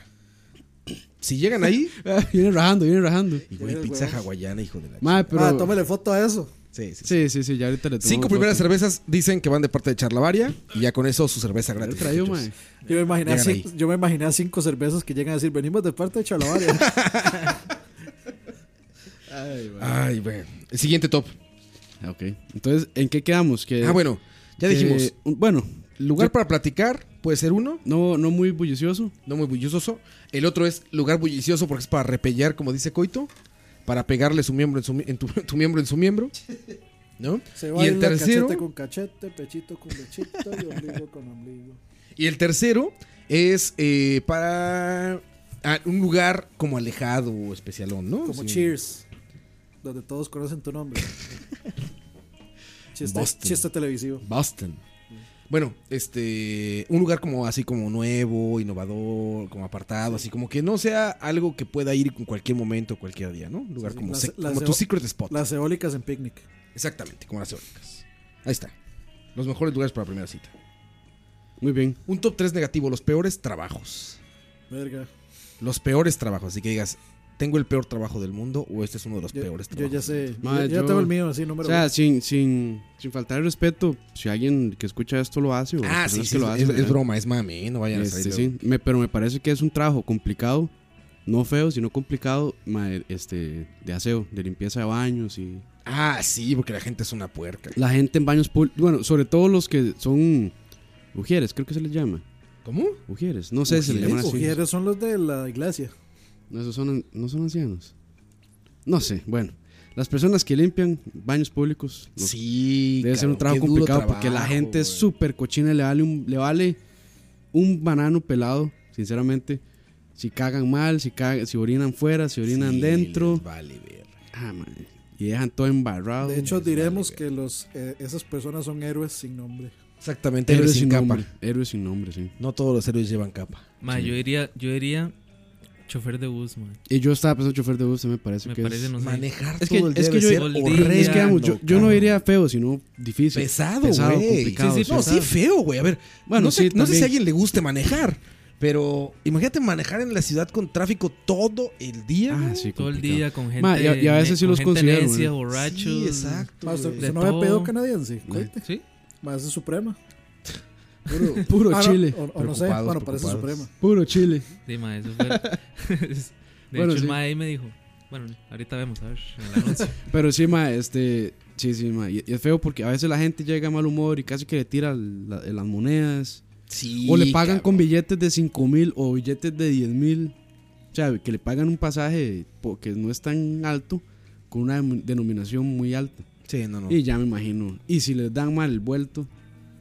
Speaker 2: Si llegan ahí,
Speaker 3: Ah, viene rajando, viene rajando.
Speaker 2: y güey, pizza hawaiana, hijo de la
Speaker 3: Ma, pero.
Speaker 4: Ah, tómele foto a eso.
Speaker 2: ch- Sí, sí, sí.
Speaker 3: sí, sí, sí, ya ahorita le tomo.
Speaker 2: Cinco primeras cervezas dicen que van de parte de Charlavaria y ya con eso su cerveza gratis.
Speaker 3: Traído, ma.
Speaker 2: muchachos.
Speaker 4: Yo me imaginé,
Speaker 2: Llegan
Speaker 4: cin- yo me imaginé a cinco cervezas que llegan a decir, venimos de parte de Chalabaria.
Speaker 2: Ay, güey. El siguiente top.
Speaker 3: Ah, Ok. Entonces, ¿en qué quedamos? Que,
Speaker 2: Ah, bueno, ya
Speaker 3: que-
Speaker 2: dijimos.
Speaker 3: Eh, un- bueno,
Speaker 2: Lugar para platicar puede ser uno,
Speaker 3: no, no muy bullicioso.
Speaker 2: no muy bullicioso. El otro es lugar bullicioso porque es para repellar, como dice Coito, para pegarle su miembro en, su, mi- en tu, tu miembro en su miembro. ¿No?
Speaker 4: Se
Speaker 2: y
Speaker 4: baila
Speaker 2: el tercero.
Speaker 4: cachete con cachete, pechito con pechito y ombligo con ombligo.
Speaker 2: Y el tercero es eh, para ah, un lugar como alejado o especialón, ¿no?
Speaker 4: Como
Speaker 2: Sí.
Speaker 4: Cheers, donde todos conocen tu nombre. Chiste,
Speaker 2: Boston.
Speaker 4: chiste televisivo.
Speaker 2: Boston.
Speaker 4: Mm.
Speaker 2: Bueno, este, un lugar como así como nuevo, innovador, como apartado, así como que no sea algo que pueda ir en cualquier momento, cualquier día, ¿no? Un lugar
Speaker 4: Sí,
Speaker 2: como,
Speaker 4: las-
Speaker 2: sec-
Speaker 4: las
Speaker 2: como
Speaker 4: de-
Speaker 2: tu secret spot.
Speaker 4: Las eólicas en picnic.
Speaker 2: Exactamente, como las eólicas. Ahí está. Los mejores lugares para primera cita.
Speaker 3: Muy bien.
Speaker 2: Un top 3 negativo, los peores trabajos.
Speaker 4: Verga.
Speaker 2: Los peores trabajos, así que digas, tengo el peor trabajo del mundo o este es uno de los
Speaker 4: Yo,
Speaker 2: peores
Speaker 4: yo
Speaker 2: trabajos.
Speaker 4: ya sé.
Speaker 3: Ma,
Speaker 4: yo, yo
Speaker 3: yo-
Speaker 4: tengo el mío, así,
Speaker 3: O
Speaker 4: número
Speaker 3: sea,
Speaker 4: uno.
Speaker 3: sin, sin, sin faltar el respeto, si alguien que escucha esto lo hace o las
Speaker 2: Ah, sí, sí,
Speaker 3: personas pues, que lo
Speaker 2: es,
Speaker 3: hacen,
Speaker 2: es
Speaker 3: ¿verdad?
Speaker 2: broma, es mami, no vayan a
Speaker 3: Este,
Speaker 2: salir.
Speaker 3: sí, me- pero me parece que es un trabajo complicado, no feo, sino complicado ma, este, de aseo, de limpieza de baños y...
Speaker 2: Ah, sí, porque la gente es una puerca.
Speaker 3: La gente en baños públicos, bueno, sobre todo los que son mujeres, creo que se les llama.
Speaker 2: ¿Cómo?
Speaker 3: Mujeres, no sé si se les
Speaker 2: Ujieres,
Speaker 3: llaman así.
Speaker 4: Ujieres son los de la iglesia.
Speaker 3: No, esos son, no son ancianos. No sé, bueno. Las personas que limpian baños públicos los-
Speaker 2: Sí,
Speaker 3: debe ser un
Speaker 2: cabrón,
Speaker 3: trabajo
Speaker 2: qué duro
Speaker 3: complicado porque la
Speaker 2: trabajo,
Speaker 3: gente es
Speaker 2: güey.
Speaker 3: súper cochina, le vale, un, le vale un banano pelado, sinceramente. Si cagan mal, si, cagan- si orinan fuera, si orinan
Speaker 2: Sí,
Speaker 3: dentro.
Speaker 2: les Vale, verga.
Speaker 3: Ah, madre, Y dejan todo embarrado.
Speaker 4: De hecho, diremos que los eh, esas personas son héroes sin nombre.
Speaker 2: Exactamente,
Speaker 3: héroes
Speaker 2: héroes sin
Speaker 3: sin
Speaker 2: capa.
Speaker 3: nombre. Héroes sin nombre, sí.
Speaker 2: No todos los héroes llevan capa.
Speaker 5: Ma, yo diría, yo diría chofer de bus, ma.
Speaker 3: Y yo estaba pensando chofer de bus, me parece
Speaker 5: Me
Speaker 3: que
Speaker 5: parece,
Speaker 3: es...
Speaker 5: no sé.
Speaker 2: Manejar
Speaker 3: Es que-
Speaker 2: todo el día
Speaker 3: es que
Speaker 2: debe
Speaker 3: yo-
Speaker 2: ser
Speaker 5: todo el día,
Speaker 2: horrible,
Speaker 3: Es que digamos, yo, yo no
Speaker 2: cabrón.
Speaker 3: diría feo, sino difícil.
Speaker 2: pesado,
Speaker 3: pesado,
Speaker 2: güey.
Speaker 3: complicado,
Speaker 2: Sí, sí, no,
Speaker 3: pesado.
Speaker 2: sí, feo, güey. A ver,
Speaker 3: Bueno,
Speaker 2: no, sé,
Speaker 3: sí,
Speaker 2: no sé si
Speaker 3: también.
Speaker 2: a alguien le guste manejar, pero imagínate manejar en la ciudad con tráfico todo el día.
Speaker 3: Ah,
Speaker 2: güey.
Speaker 3: sí,
Speaker 5: Todo el
Speaker 3: complicado.
Speaker 5: día con gente.
Speaker 3: Ma, y a- y a veces sí
Speaker 5: con
Speaker 3: los
Speaker 5: gente
Speaker 3: considero,
Speaker 5: necia,
Speaker 3: ¿no?
Speaker 5: borrachos.
Speaker 2: Sí, exacto.
Speaker 4: Más,
Speaker 2: güey.
Speaker 5: de
Speaker 4: ¿Se no había
Speaker 5: todo.
Speaker 4: pedo canadiense? Coite.
Speaker 5: Sí.
Speaker 4: Más de Suprema.
Speaker 2: Puro,
Speaker 3: Puro
Speaker 4: Ah, no,
Speaker 3: chile.
Speaker 4: o- o no sé,
Speaker 2: Preocupados,
Speaker 4: bueno, parece
Speaker 2: preocupados.
Speaker 4: Supremo.
Speaker 3: Puro chile.
Speaker 5: Sí, ma, eso fue. Es- de
Speaker 3: Bueno,
Speaker 5: hecho, el
Speaker 3: sí.
Speaker 5: mae ahí me dijo. Bueno, ahorita vemos, a ver, en el anuncio.
Speaker 3: Pero sí, ma, este. Sí, sí, ma. Y, y es feo porque a veces la gente llega a mal humor y casi que le tira la- eh, las monedas.
Speaker 2: Sí,
Speaker 3: o le pagan
Speaker 2: cabrón.
Speaker 3: con billetes de 5 mil o billetes de 10 mil. O sea, que le pagan un pasaje po- que no es tan alto con una denomi- denominación muy alta.
Speaker 2: Sí, no, no.
Speaker 3: Y ya me imagino. Y si les dan mal el vuelto,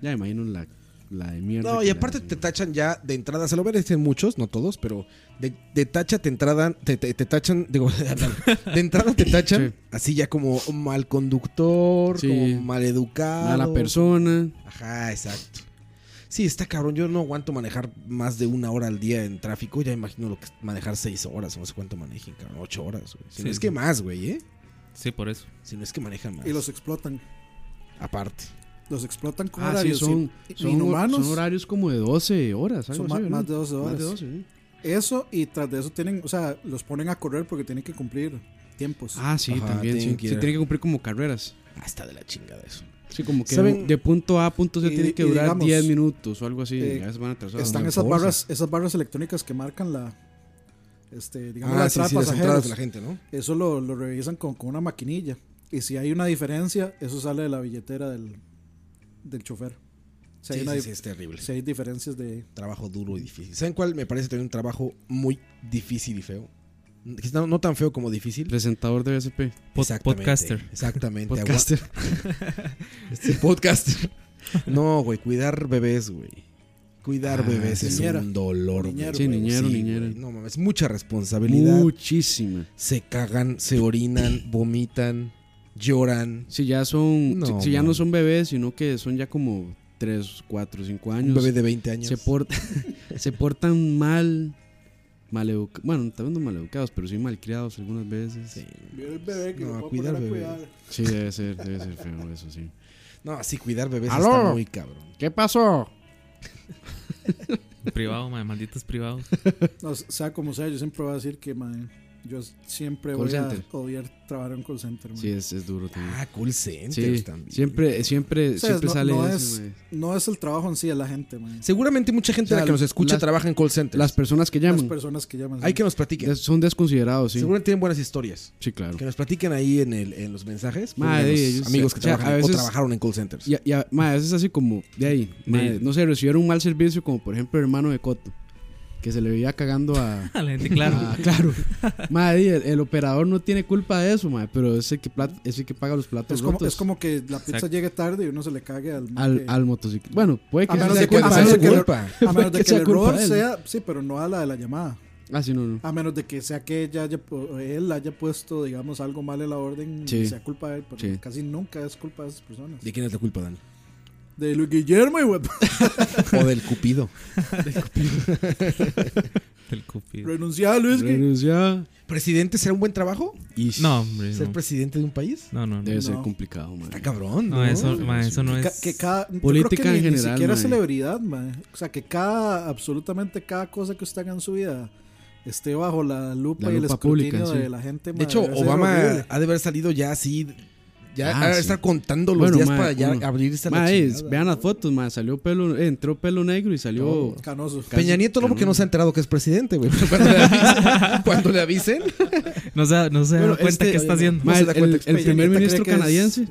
Speaker 3: ya me imagino la, la de mierda.
Speaker 2: No,
Speaker 3: que
Speaker 2: y
Speaker 3: le
Speaker 2: aparte
Speaker 3: hacen,
Speaker 2: te
Speaker 3: ma.
Speaker 2: tachan ya de entrada, se lo merecen muchos, no todos, pero de, de tacha te entradan, te, te- te tachan, digo, de entrada te tachan
Speaker 3: Sí.
Speaker 2: así ya como mal conductor,
Speaker 3: Sí.
Speaker 2: como mal educado.
Speaker 3: Mala persona.
Speaker 2: Ajá, exacto. Sí, está cabrón, yo no aguanto manejar más de una hora al día en tráfico, ya imagino lo que es manejar seis horas, no sé cuánto manejen, cabrón, ocho horas, güey. Si no
Speaker 5: Sí,
Speaker 2: es
Speaker 5: sí.
Speaker 2: que más, güey, ¿eh?
Speaker 5: Sí, por eso.
Speaker 2: Si no es que manejan más.
Speaker 4: Y los explotan.
Speaker 2: Aparte.
Speaker 4: Los explotan con
Speaker 3: Ah, sí,
Speaker 4: horarios
Speaker 3: son,
Speaker 4: in-
Speaker 3: son, hor-
Speaker 4: inhumanos.
Speaker 3: son horarios como de 12 horas. algo
Speaker 4: Son
Speaker 3: así,
Speaker 4: ma-
Speaker 3: ¿verdad?
Speaker 4: más de 12
Speaker 3: Más
Speaker 4: horas.
Speaker 3: de ¿eh? 12, sí.
Speaker 4: Eso y tras de eso tienen, o sea, los ponen a correr porque tienen que cumplir tiempos.
Speaker 3: Ah, sí,
Speaker 2: Ajá,
Speaker 3: también. Sí,
Speaker 2: tienen
Speaker 3: sí,
Speaker 2: que ir.
Speaker 3: tiene que cumplir como carreras.
Speaker 2: Hasta de la chingada eso.
Speaker 3: Sí, como que
Speaker 2: ¿Saben?
Speaker 3: de punto A a punto C
Speaker 4: Y-
Speaker 3: tiene que
Speaker 4: y
Speaker 3: durar
Speaker 4: digamos,
Speaker 3: 10 minutos o algo así.
Speaker 4: eh,
Speaker 3: ya se van atrasados.
Speaker 4: Están
Speaker 2: una
Speaker 4: esas
Speaker 2: fuerza.
Speaker 4: barras, esas barras electrónicas que marcan la este, digamos la
Speaker 2: Ah, sí,
Speaker 4: entrada
Speaker 2: sí,
Speaker 4: de
Speaker 2: las entradas
Speaker 4: pasajeros.
Speaker 2: de la gente, ¿no?
Speaker 4: Eso lo, lo revisan con, con una maquinilla. Y si hay una diferencia, eso sale de la billetera del, del chofer. Si hay,
Speaker 2: Sí,
Speaker 4: una
Speaker 2: sí,
Speaker 4: di-
Speaker 2: sí, es terrible.
Speaker 4: si hay diferencias de...
Speaker 2: trabajo duro y difícil. ¿Saben cuál me parece también un trabajo muy difícil y feo? Quizá No, no tan feo como difícil.
Speaker 3: Presentador de BSP.
Speaker 5: Pod-
Speaker 2: Exactamente,
Speaker 5: podcaster.
Speaker 2: Exactamente.
Speaker 3: Podcaster.
Speaker 2: Este, podcaster. No, güey, cuidar bebés, güey. Cuidar
Speaker 3: Ah,
Speaker 2: bebés es
Speaker 4: niñera.
Speaker 2: un dolor, güey.
Speaker 4: Niñero,
Speaker 3: Sí,
Speaker 2: güey.
Speaker 3: niñero,
Speaker 2: Sí,
Speaker 3: niñero.
Speaker 2: güey. No mames, mucha responsabilidad.
Speaker 3: Muchísima.
Speaker 2: Se cagan, se orinan, vomitan, lloran.
Speaker 3: Si ya son.
Speaker 2: No,
Speaker 3: si, si ya no
Speaker 2: man.
Speaker 3: son bebés, sino que son ya como 3, 4, 5 años.
Speaker 2: Un bebé de 20 años.
Speaker 3: se, porta- se portan mal. Maleducados. Bueno, tal vez no maleducados, pero sí malcriados algunas veces. Sí,
Speaker 4: el bebé
Speaker 2: que No, lo puedo cuidar poner a bebés. cuidar.
Speaker 3: debe ser, debe ser feo eso, sí.
Speaker 2: No, sí, cuidar bebés
Speaker 9: ¡Aló!
Speaker 2: está muy cabrón.
Speaker 9: ¿Qué pasó?
Speaker 5: Privado, ma, malditos privados.
Speaker 4: No, sea como sea, yo siempre voy a decir que, mae, yo siempre
Speaker 3: Call
Speaker 4: voy
Speaker 3: center.
Speaker 4: a odiar trabajar en un call center. mae.
Speaker 3: Sí, es, es duro también.
Speaker 2: Ah, cool centers
Speaker 3: Sí,
Speaker 2: también.
Speaker 3: siempre, siempre,
Speaker 4: O sea,
Speaker 3: siempre
Speaker 4: no,
Speaker 3: sale
Speaker 4: no
Speaker 3: eso,
Speaker 4: es,
Speaker 3: mae.
Speaker 4: no es el trabajo en sí, es la gente, mae.
Speaker 2: Seguramente mucha gente
Speaker 3: O sea,
Speaker 2: de la que nos escucha
Speaker 3: las-
Speaker 2: trabaja en call centers.
Speaker 3: Las personas que
Speaker 4: Las
Speaker 3: llaman
Speaker 4: personas que llaman.
Speaker 2: Hay
Speaker 4: sí.
Speaker 2: que nos platiquen.
Speaker 3: des- son desconsiderados, sí.
Speaker 2: Seguramente tienen buenas historias.
Speaker 3: Sí, claro.
Speaker 2: Que nos platiquen ahí en, el, en los mensajes.
Speaker 3: Madre,
Speaker 2: Pónganos
Speaker 3: yo sé.
Speaker 2: amigos que
Speaker 3: O sea,
Speaker 2: trabajan
Speaker 3: a
Speaker 2: en-
Speaker 3: veces-
Speaker 2: o trabajaron en call centers.
Speaker 3: Y, a- y a- mae, a veces así como de ahí, mae,
Speaker 5: Sí.
Speaker 3: no sé, recibieron un mal servicio como por ejemplo el hermano de Coto, que se le veía cagando a...
Speaker 5: A la gente, claro.
Speaker 3: a- claro. Mae, y el, el operador no tiene culpa de eso, mae, pero es el que, plat- es el que paga los platos
Speaker 4: es, como,
Speaker 3: rotos
Speaker 4: es como que la pizza
Speaker 5: Exacto.
Speaker 4: llegue tarde y uno se le cague al. mae
Speaker 3: al,
Speaker 4: que-
Speaker 3: al motociclista. Bueno, puede que
Speaker 4: A
Speaker 3: sea
Speaker 4: menos
Speaker 3: sea
Speaker 4: de que-
Speaker 3: culpa
Speaker 4: a menos
Speaker 3: de
Speaker 4: de que
Speaker 3: él,
Speaker 4: el-
Speaker 3: culpa.
Speaker 4: A menos de
Speaker 3: que
Speaker 4: que el
Speaker 3: sea culpa
Speaker 4: error
Speaker 3: de él.
Speaker 4: sea, sí, pero no a la de la llamada.
Speaker 3: Ah, sí, no, no.
Speaker 4: A menos de que sea que ella haya, pu- él haya puesto, digamos, algo mal en la orden
Speaker 3: Sí.
Speaker 4: y sea culpa de él, pero
Speaker 3: Sí.
Speaker 4: casi nunca es culpa de esas personas.
Speaker 2: ¿De quién es la culpa, Dani?
Speaker 4: De Luis Guillermo y web.
Speaker 2: o del cupido.
Speaker 5: El cupido.
Speaker 4: Renunciar a Luis Guillermo.
Speaker 3: Renuncia.
Speaker 2: ¿Presidente será un buen trabajo?
Speaker 5: No, hombre.
Speaker 2: ¿Ser
Speaker 5: No,
Speaker 2: presidente de un país?
Speaker 5: no, no. no.
Speaker 3: Debe ser
Speaker 4: No.
Speaker 3: complicado, mae.
Speaker 2: Está cabrón, ¿no?
Speaker 5: No, eso, ma, eso no
Speaker 4: Ca-
Speaker 5: es.
Speaker 4: que cada yo creo
Speaker 3: Política
Speaker 4: que
Speaker 3: en
Speaker 4: ni, ni
Speaker 3: general,
Speaker 4: siquiera
Speaker 3: mae.
Speaker 4: celebridad mae. o sea que cada absolutamente cada cosa que usted haga en su vida esté bajo la lupa
Speaker 3: La
Speaker 4: y el
Speaker 3: lupa
Speaker 4: escrutinio
Speaker 3: pública,
Speaker 4: de
Speaker 3: sí.
Speaker 4: la gente
Speaker 2: De
Speaker 4: mae,
Speaker 2: hecho,
Speaker 4: debe ser
Speaker 2: Obama
Speaker 4: horrible.
Speaker 2: ha de haber salido ya así. Ya
Speaker 3: Ah,
Speaker 2: ha de
Speaker 3: sí.
Speaker 2: estar contando los
Speaker 3: Bueno,
Speaker 2: días
Speaker 3: ma,
Speaker 2: para ya
Speaker 3: uno-
Speaker 2: abrirse a la
Speaker 3: Mae, es-
Speaker 2: chingada.
Speaker 3: vean las fotos, mae, salió pelo, eh, entró pelo negro y salió...
Speaker 4: canoso
Speaker 2: Peña Nieto no porque no se ha enterado que es presidente, güey. Cuando le avisen, cuando le avisen
Speaker 5: No se, no se da
Speaker 3: Bueno,
Speaker 5: cuenta
Speaker 3: este-
Speaker 5: qué está haciendo.
Speaker 3: Mae,
Speaker 2: se da cuenta
Speaker 3: el,
Speaker 2: que es
Speaker 3: el
Speaker 2: Peña
Speaker 3: primer
Speaker 4: Nieto, cree
Speaker 3: ministro
Speaker 4: que es-
Speaker 3: canadiense.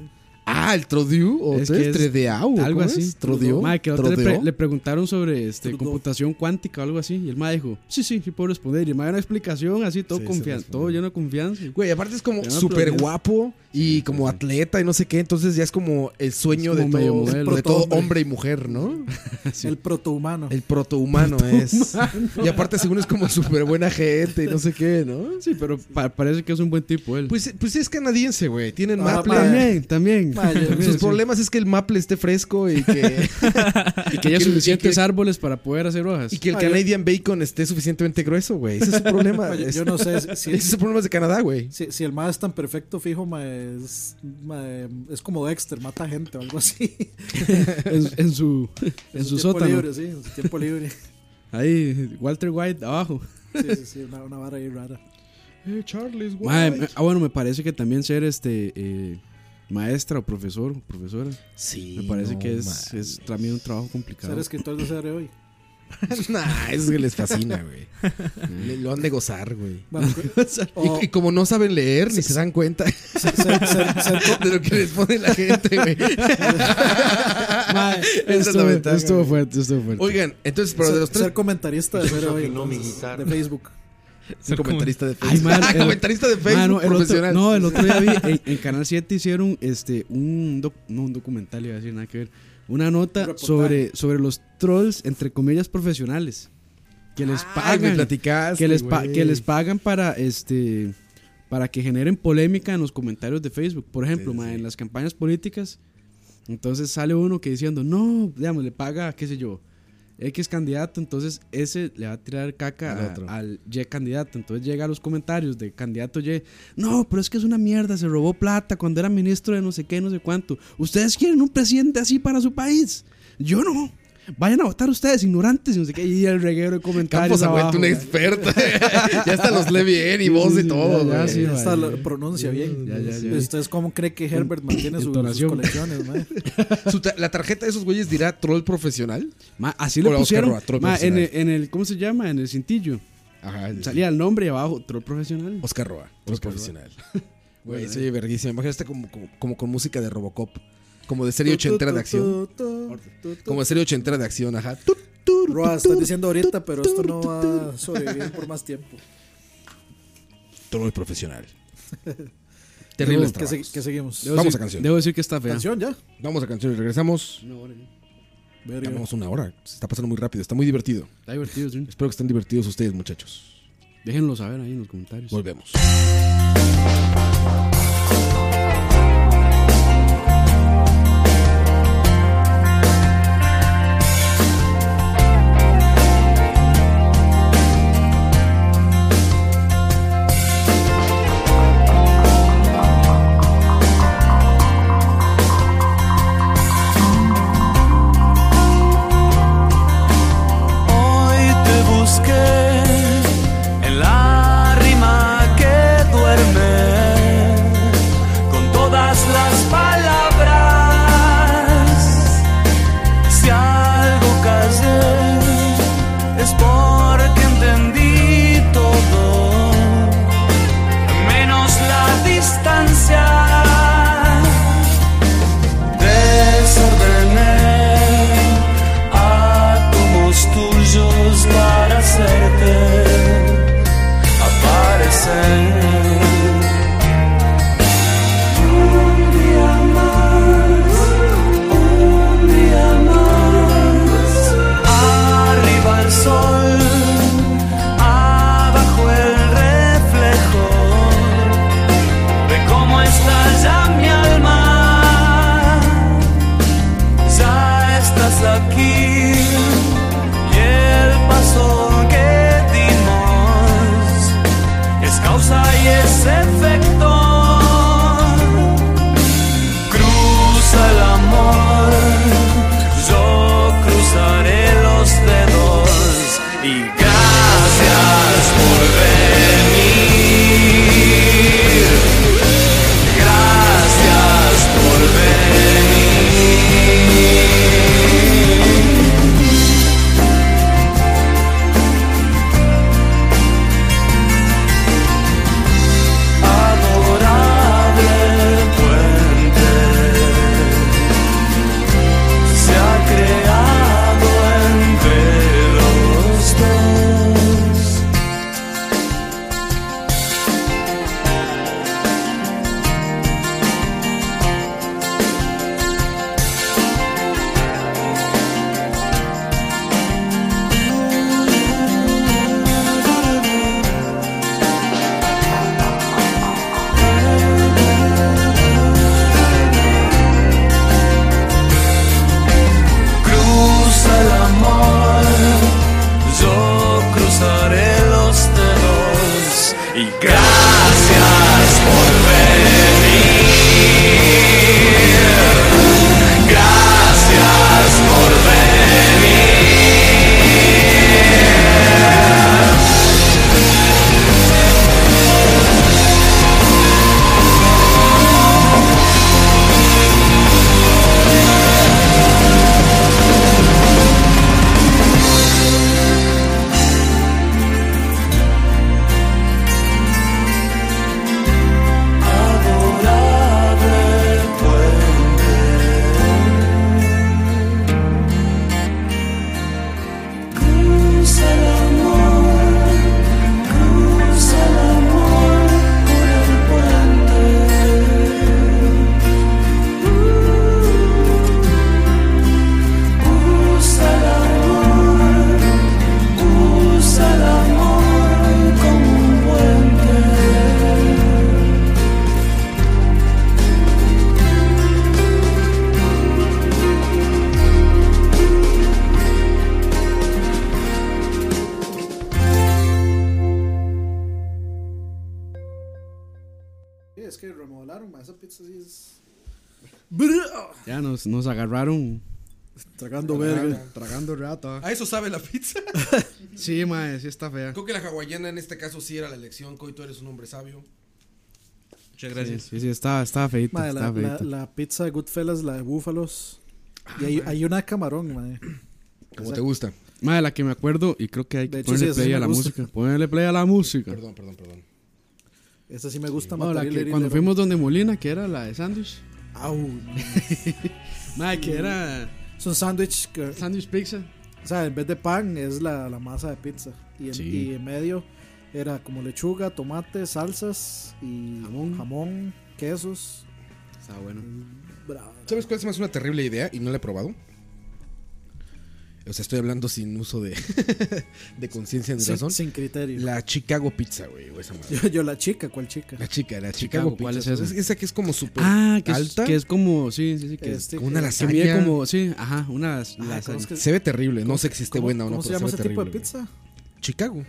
Speaker 2: Ah, el Trodiu o
Speaker 3: Es que es-
Speaker 2: Tredeau.
Speaker 3: algo
Speaker 2: ¿cómo es?
Speaker 3: así.
Speaker 2: Trodiu.
Speaker 3: Mae, que otra le, pre-
Speaker 2: Trodeó.
Speaker 3: le preguntaron sobre este,
Speaker 4: Trudeau.
Speaker 3: computación cuántica o algo así. Y el mae dijo, sí, sí, sí puedo responder. Y el mae dio una explicación así, todo,
Speaker 2: Sí, sí
Speaker 3: confian-
Speaker 2: respondió.
Speaker 3: todo lleno de confianza.
Speaker 2: Güey, aparte es como
Speaker 3: Te van a
Speaker 2: súper
Speaker 3: aplaudir.
Speaker 2: guapo y
Speaker 3: sí,
Speaker 2: como
Speaker 3: sí.
Speaker 2: atleta y no sé qué, entonces ya es como el sueño
Speaker 3: Es como
Speaker 2: de,
Speaker 3: medio
Speaker 2: todo,
Speaker 3: modelo.
Speaker 2: de todo
Speaker 4: Protohombre.
Speaker 2: hombre y mujer, ¿no?
Speaker 4: el protohumano
Speaker 2: El protohumano es. Y aparte según es como súper buena gente y no sé qué, ¿no?
Speaker 3: Sí, pero pa- parece que es un buen tipo él.
Speaker 2: Pues, pues es canadiense, güey. Tienen
Speaker 4: Ah,
Speaker 2: maple.
Speaker 4: también.
Speaker 3: también.
Speaker 4: Mae, yo-
Speaker 3: También,
Speaker 2: Sus
Speaker 3: sí.
Speaker 2: problemas es que el maple esté fresco y que,
Speaker 3: Y que haya
Speaker 2: y que-
Speaker 3: suficientes
Speaker 2: y que-
Speaker 3: árboles para poder hacer hojas.
Speaker 2: y que el
Speaker 4: Ah, yo-
Speaker 2: Canadian bacon esté suficientemente grueso, güey. Ese es su problema.
Speaker 4: Mae, yo,
Speaker 2: Es-
Speaker 4: yo
Speaker 2: Ese
Speaker 4: no sé si,
Speaker 2: es su problema de Canadá, güey.
Speaker 4: si- si el mae es tan perfecto fijo mae, es, mae, es como Dexter mata gente o algo así
Speaker 3: en, en su, en su
Speaker 4: tiempo
Speaker 3: sótano.
Speaker 4: libre sí en su tiempo libre
Speaker 3: Ahí, Walter White abajo.
Speaker 4: sí sí, sí una, una vara ahí rara
Speaker 2: Charles,
Speaker 3: Mae, me- ah, bueno, me parece que también ser este eh, maestra o profesor o profesora.
Speaker 2: Sí.
Speaker 3: Me parece
Speaker 2: no
Speaker 3: que es,
Speaker 2: mames.
Speaker 3: es también un trabajo complicado.
Speaker 4: Ser escritor no se abre hoy.
Speaker 2: nah, eso es que les fascina, güey. Le- lo han de gozar, güey.
Speaker 4: Bueno, o
Speaker 2: Y, y como no saben leer, ni se dan cuenta
Speaker 4: ser- ser- ser- ser co-
Speaker 2: de lo que les pone la gente, güey.
Speaker 4: Mae,
Speaker 2: Esa es la ventaja,
Speaker 3: estuvo
Speaker 2: güey.
Speaker 3: fuerte, estuvo fuerte.
Speaker 2: Oigan, entonces, pero de los
Speaker 4: ser-
Speaker 2: tres,
Speaker 4: ser comentarista de
Speaker 8: Yo
Speaker 4: Cero
Speaker 8: soy
Speaker 4: hoy,
Speaker 8: no mi
Speaker 4: entonces,
Speaker 8: guitarra.
Speaker 4: de Facebook.
Speaker 2: un comentarista de
Speaker 3: Ay,
Speaker 2: Facebook.
Speaker 3: man, el-
Speaker 2: Ah, comentarista de Facebook
Speaker 3: Mano, el
Speaker 2: profesional. Ah,
Speaker 3: otro, Ah, no, el otro día vi en, en Canal 7 hicieron este un doc- no un documental iba a decir nada que ver, una nota
Speaker 4: reportaje.
Speaker 3: sobre sobre los trolls entre comillas profesionales que les
Speaker 2: Ah,
Speaker 3: pagan
Speaker 2: platicaste,
Speaker 3: que les pa-
Speaker 2: güey.
Speaker 3: que les pagan para este para que generen polémica en los comentarios de Facebook, por ejemplo, ma, en las campañas políticas. Entonces sale uno que diciendo, "No, digamos, le paga, qué sé yo, X candidato, entonces ese le va a tirar caca
Speaker 2: Al
Speaker 3: a-
Speaker 2: otro.
Speaker 3: al Y candidato. Entonces llega a los comentarios de candidato Y, no, pero es que es una mierda, se robó plata cuando era ministro de no sé qué, no sé cuánto. ¿Ustedes quieren un presidente así para su país? Yo no. Vayan a votar ustedes, ignorantes, y no sé qué. Y el reguero de comentarios
Speaker 2: Campos ha vuelto
Speaker 3: abajo.
Speaker 2: un experto. ya hasta los lee bien y
Speaker 3: Sí,
Speaker 2: voz
Speaker 3: sí,
Speaker 2: y
Speaker 3: sí,
Speaker 2: todo,
Speaker 3: ya, ya,
Speaker 2: güey.
Speaker 3: sí,
Speaker 4: Ya hasta
Speaker 3: vale.
Speaker 4: lo pronuncia bien.
Speaker 3: Ya, ya, ya.
Speaker 4: ¿Ustedes cómo cree que Herbert mantiene su- sus
Speaker 3: Entonación.
Speaker 4: colecciones, mae?
Speaker 2: Su ta- la tarjeta de esos güeyes dirá troll profesional.
Speaker 3: Ma, así le
Speaker 2: Hola, Oscar
Speaker 3: pusieron
Speaker 2: Roa, troll
Speaker 3: ma, en, el,
Speaker 2: profesional.
Speaker 3: en el- ¿cómo se llama? En el cintillo.
Speaker 2: Ajá, el-
Speaker 3: Salía el nombre y abajo, troll profesional.
Speaker 2: Oscar Roa, eh. troll profesional. Güey, se oye verguísima. Imagínate este como, como, como con música de Robocop. Como de serie ochentera de acción. Como de serie ochentera de acción, ajá. Tu, tu, tu,
Speaker 4: Roa,
Speaker 2: tu,
Speaker 4: estás diciendo ahorita,
Speaker 2: tu,
Speaker 4: pero
Speaker 2: tu,
Speaker 4: esto no
Speaker 2: tu,
Speaker 4: va a sobrevivir por más tiempo.
Speaker 2: Troll profesional.
Speaker 3: Terrible.
Speaker 4: ¿Qué, se- qué seguimos?
Speaker 3: Debo
Speaker 2: Vamos
Speaker 3: decir-
Speaker 2: a canción.
Speaker 3: Debo decir que está fea.
Speaker 4: ¿Canción ya?
Speaker 2: Vamos a canciones, regresamos.
Speaker 4: Verga.
Speaker 2: Vamos una hora. Se está pasando muy rápido, está muy divertido.
Speaker 3: Está divertido, sí.
Speaker 2: Espero que estén divertidos ustedes, muchachos.
Speaker 3: Déjenlo saber ahí en los comentarios.
Speaker 2: Volvemos.
Speaker 1: Hoy te busqué en la rima que duerme con todas las palabras. Si algo callé es porque entendí todo, menos la distancia. Desordené átomos tuyos para hacerte aparecer. Un día más, un día más. Arriba el sol, abajo el reflejo de cómo está ya mi alma. Ya estás aquí y el paso que dimos es causa y es efecto. Cruza el amor, yo cruzaré los dedos y gracias por venir. Gracias por venir. Adorable puente se ha creado entre los dos. cruza el amor, yo cruzaré los dedos y gracias por venir. Gracias por venir.
Speaker 4: es que remodelaron, ma, esa pizza sí es.
Speaker 3: Ya nos, nos agarraron
Speaker 4: Tragando verga.
Speaker 3: tragando rata.
Speaker 2: ¿A eso sabe la pizza?
Speaker 3: Sí, mae, sí está fea.
Speaker 2: Creo que la hawaiana en este caso sí era la elección. Coy, tú eres un hombre sabio.
Speaker 3: Sí,
Speaker 5: Muchas gracias.
Speaker 3: sí, sí, está, está feita,
Speaker 4: Ma, la,
Speaker 3: está
Speaker 4: la,
Speaker 3: feita.
Speaker 4: la pizza de Goodfellas, la de Búfalos. Y hay, hay una de camarón, ma.
Speaker 2: Como te gusta.
Speaker 3: Mae, la que me acuerdo y creo que hay
Speaker 4: De
Speaker 3: que
Speaker 4: hecho,
Speaker 3: ponerle
Speaker 4: sí, esa sí
Speaker 3: play a
Speaker 4: me
Speaker 3: la
Speaker 4: gusta.
Speaker 3: música. Ponerle play a la música.
Speaker 2: Perdón, perdón, perdón.
Speaker 4: Esa sí me gusta
Speaker 3: No, la
Speaker 4: matar y
Speaker 3: que
Speaker 4: leer y
Speaker 3: cuando
Speaker 4: leer.
Speaker 3: fuimos donde Molina, que era la de sándwich.
Speaker 4: Au,
Speaker 3: Mae,
Speaker 4: Mm.
Speaker 3: que era
Speaker 4: Es un sándwich que.
Speaker 3: sándwich pizza.
Speaker 4: O sea, en vez de pan es la, la masa de pizza. Y en,
Speaker 3: Sí.
Speaker 4: y en medio era como lechuga, tomate, salsas y
Speaker 3: Jamón.
Speaker 4: jamón, quesos.
Speaker 3: Está bueno.
Speaker 4: Mm. Bravo.
Speaker 2: ¿Sabes cuál es más una terrible idea y no la he probado? O sea, estoy hablando sin uso de, de conciencia ni
Speaker 4: Sin,
Speaker 2: razón.
Speaker 4: sin criterio.
Speaker 2: La Chicago Pizza, güey. o esa madre.
Speaker 4: Yo, yo la chica, ¿cuál chica?
Speaker 2: La chica, la Chicago,
Speaker 3: Chicago,
Speaker 2: Pizza.
Speaker 3: ¿cuál es esa?
Speaker 2: esa que es como súper
Speaker 3: Ah, que es,
Speaker 2: alta.
Speaker 3: que es como, sí, sí, sí, que,
Speaker 4: Este,
Speaker 2: como una
Speaker 4: eh,
Speaker 3: que
Speaker 2: lasaña.
Speaker 3: mide como, sí, ajá, una las-
Speaker 4: ah,
Speaker 3: lasaña.
Speaker 4: conozco-
Speaker 2: Se ve terrible. No sé si esté
Speaker 4: ¿cómo-
Speaker 2: buena o no,
Speaker 4: ¿Cómo se
Speaker 2: pero
Speaker 4: llama
Speaker 2: se
Speaker 4: ese
Speaker 2: ve
Speaker 4: tipo de
Speaker 2: terrible,
Speaker 4: pizza?
Speaker 2: güey. Chicago.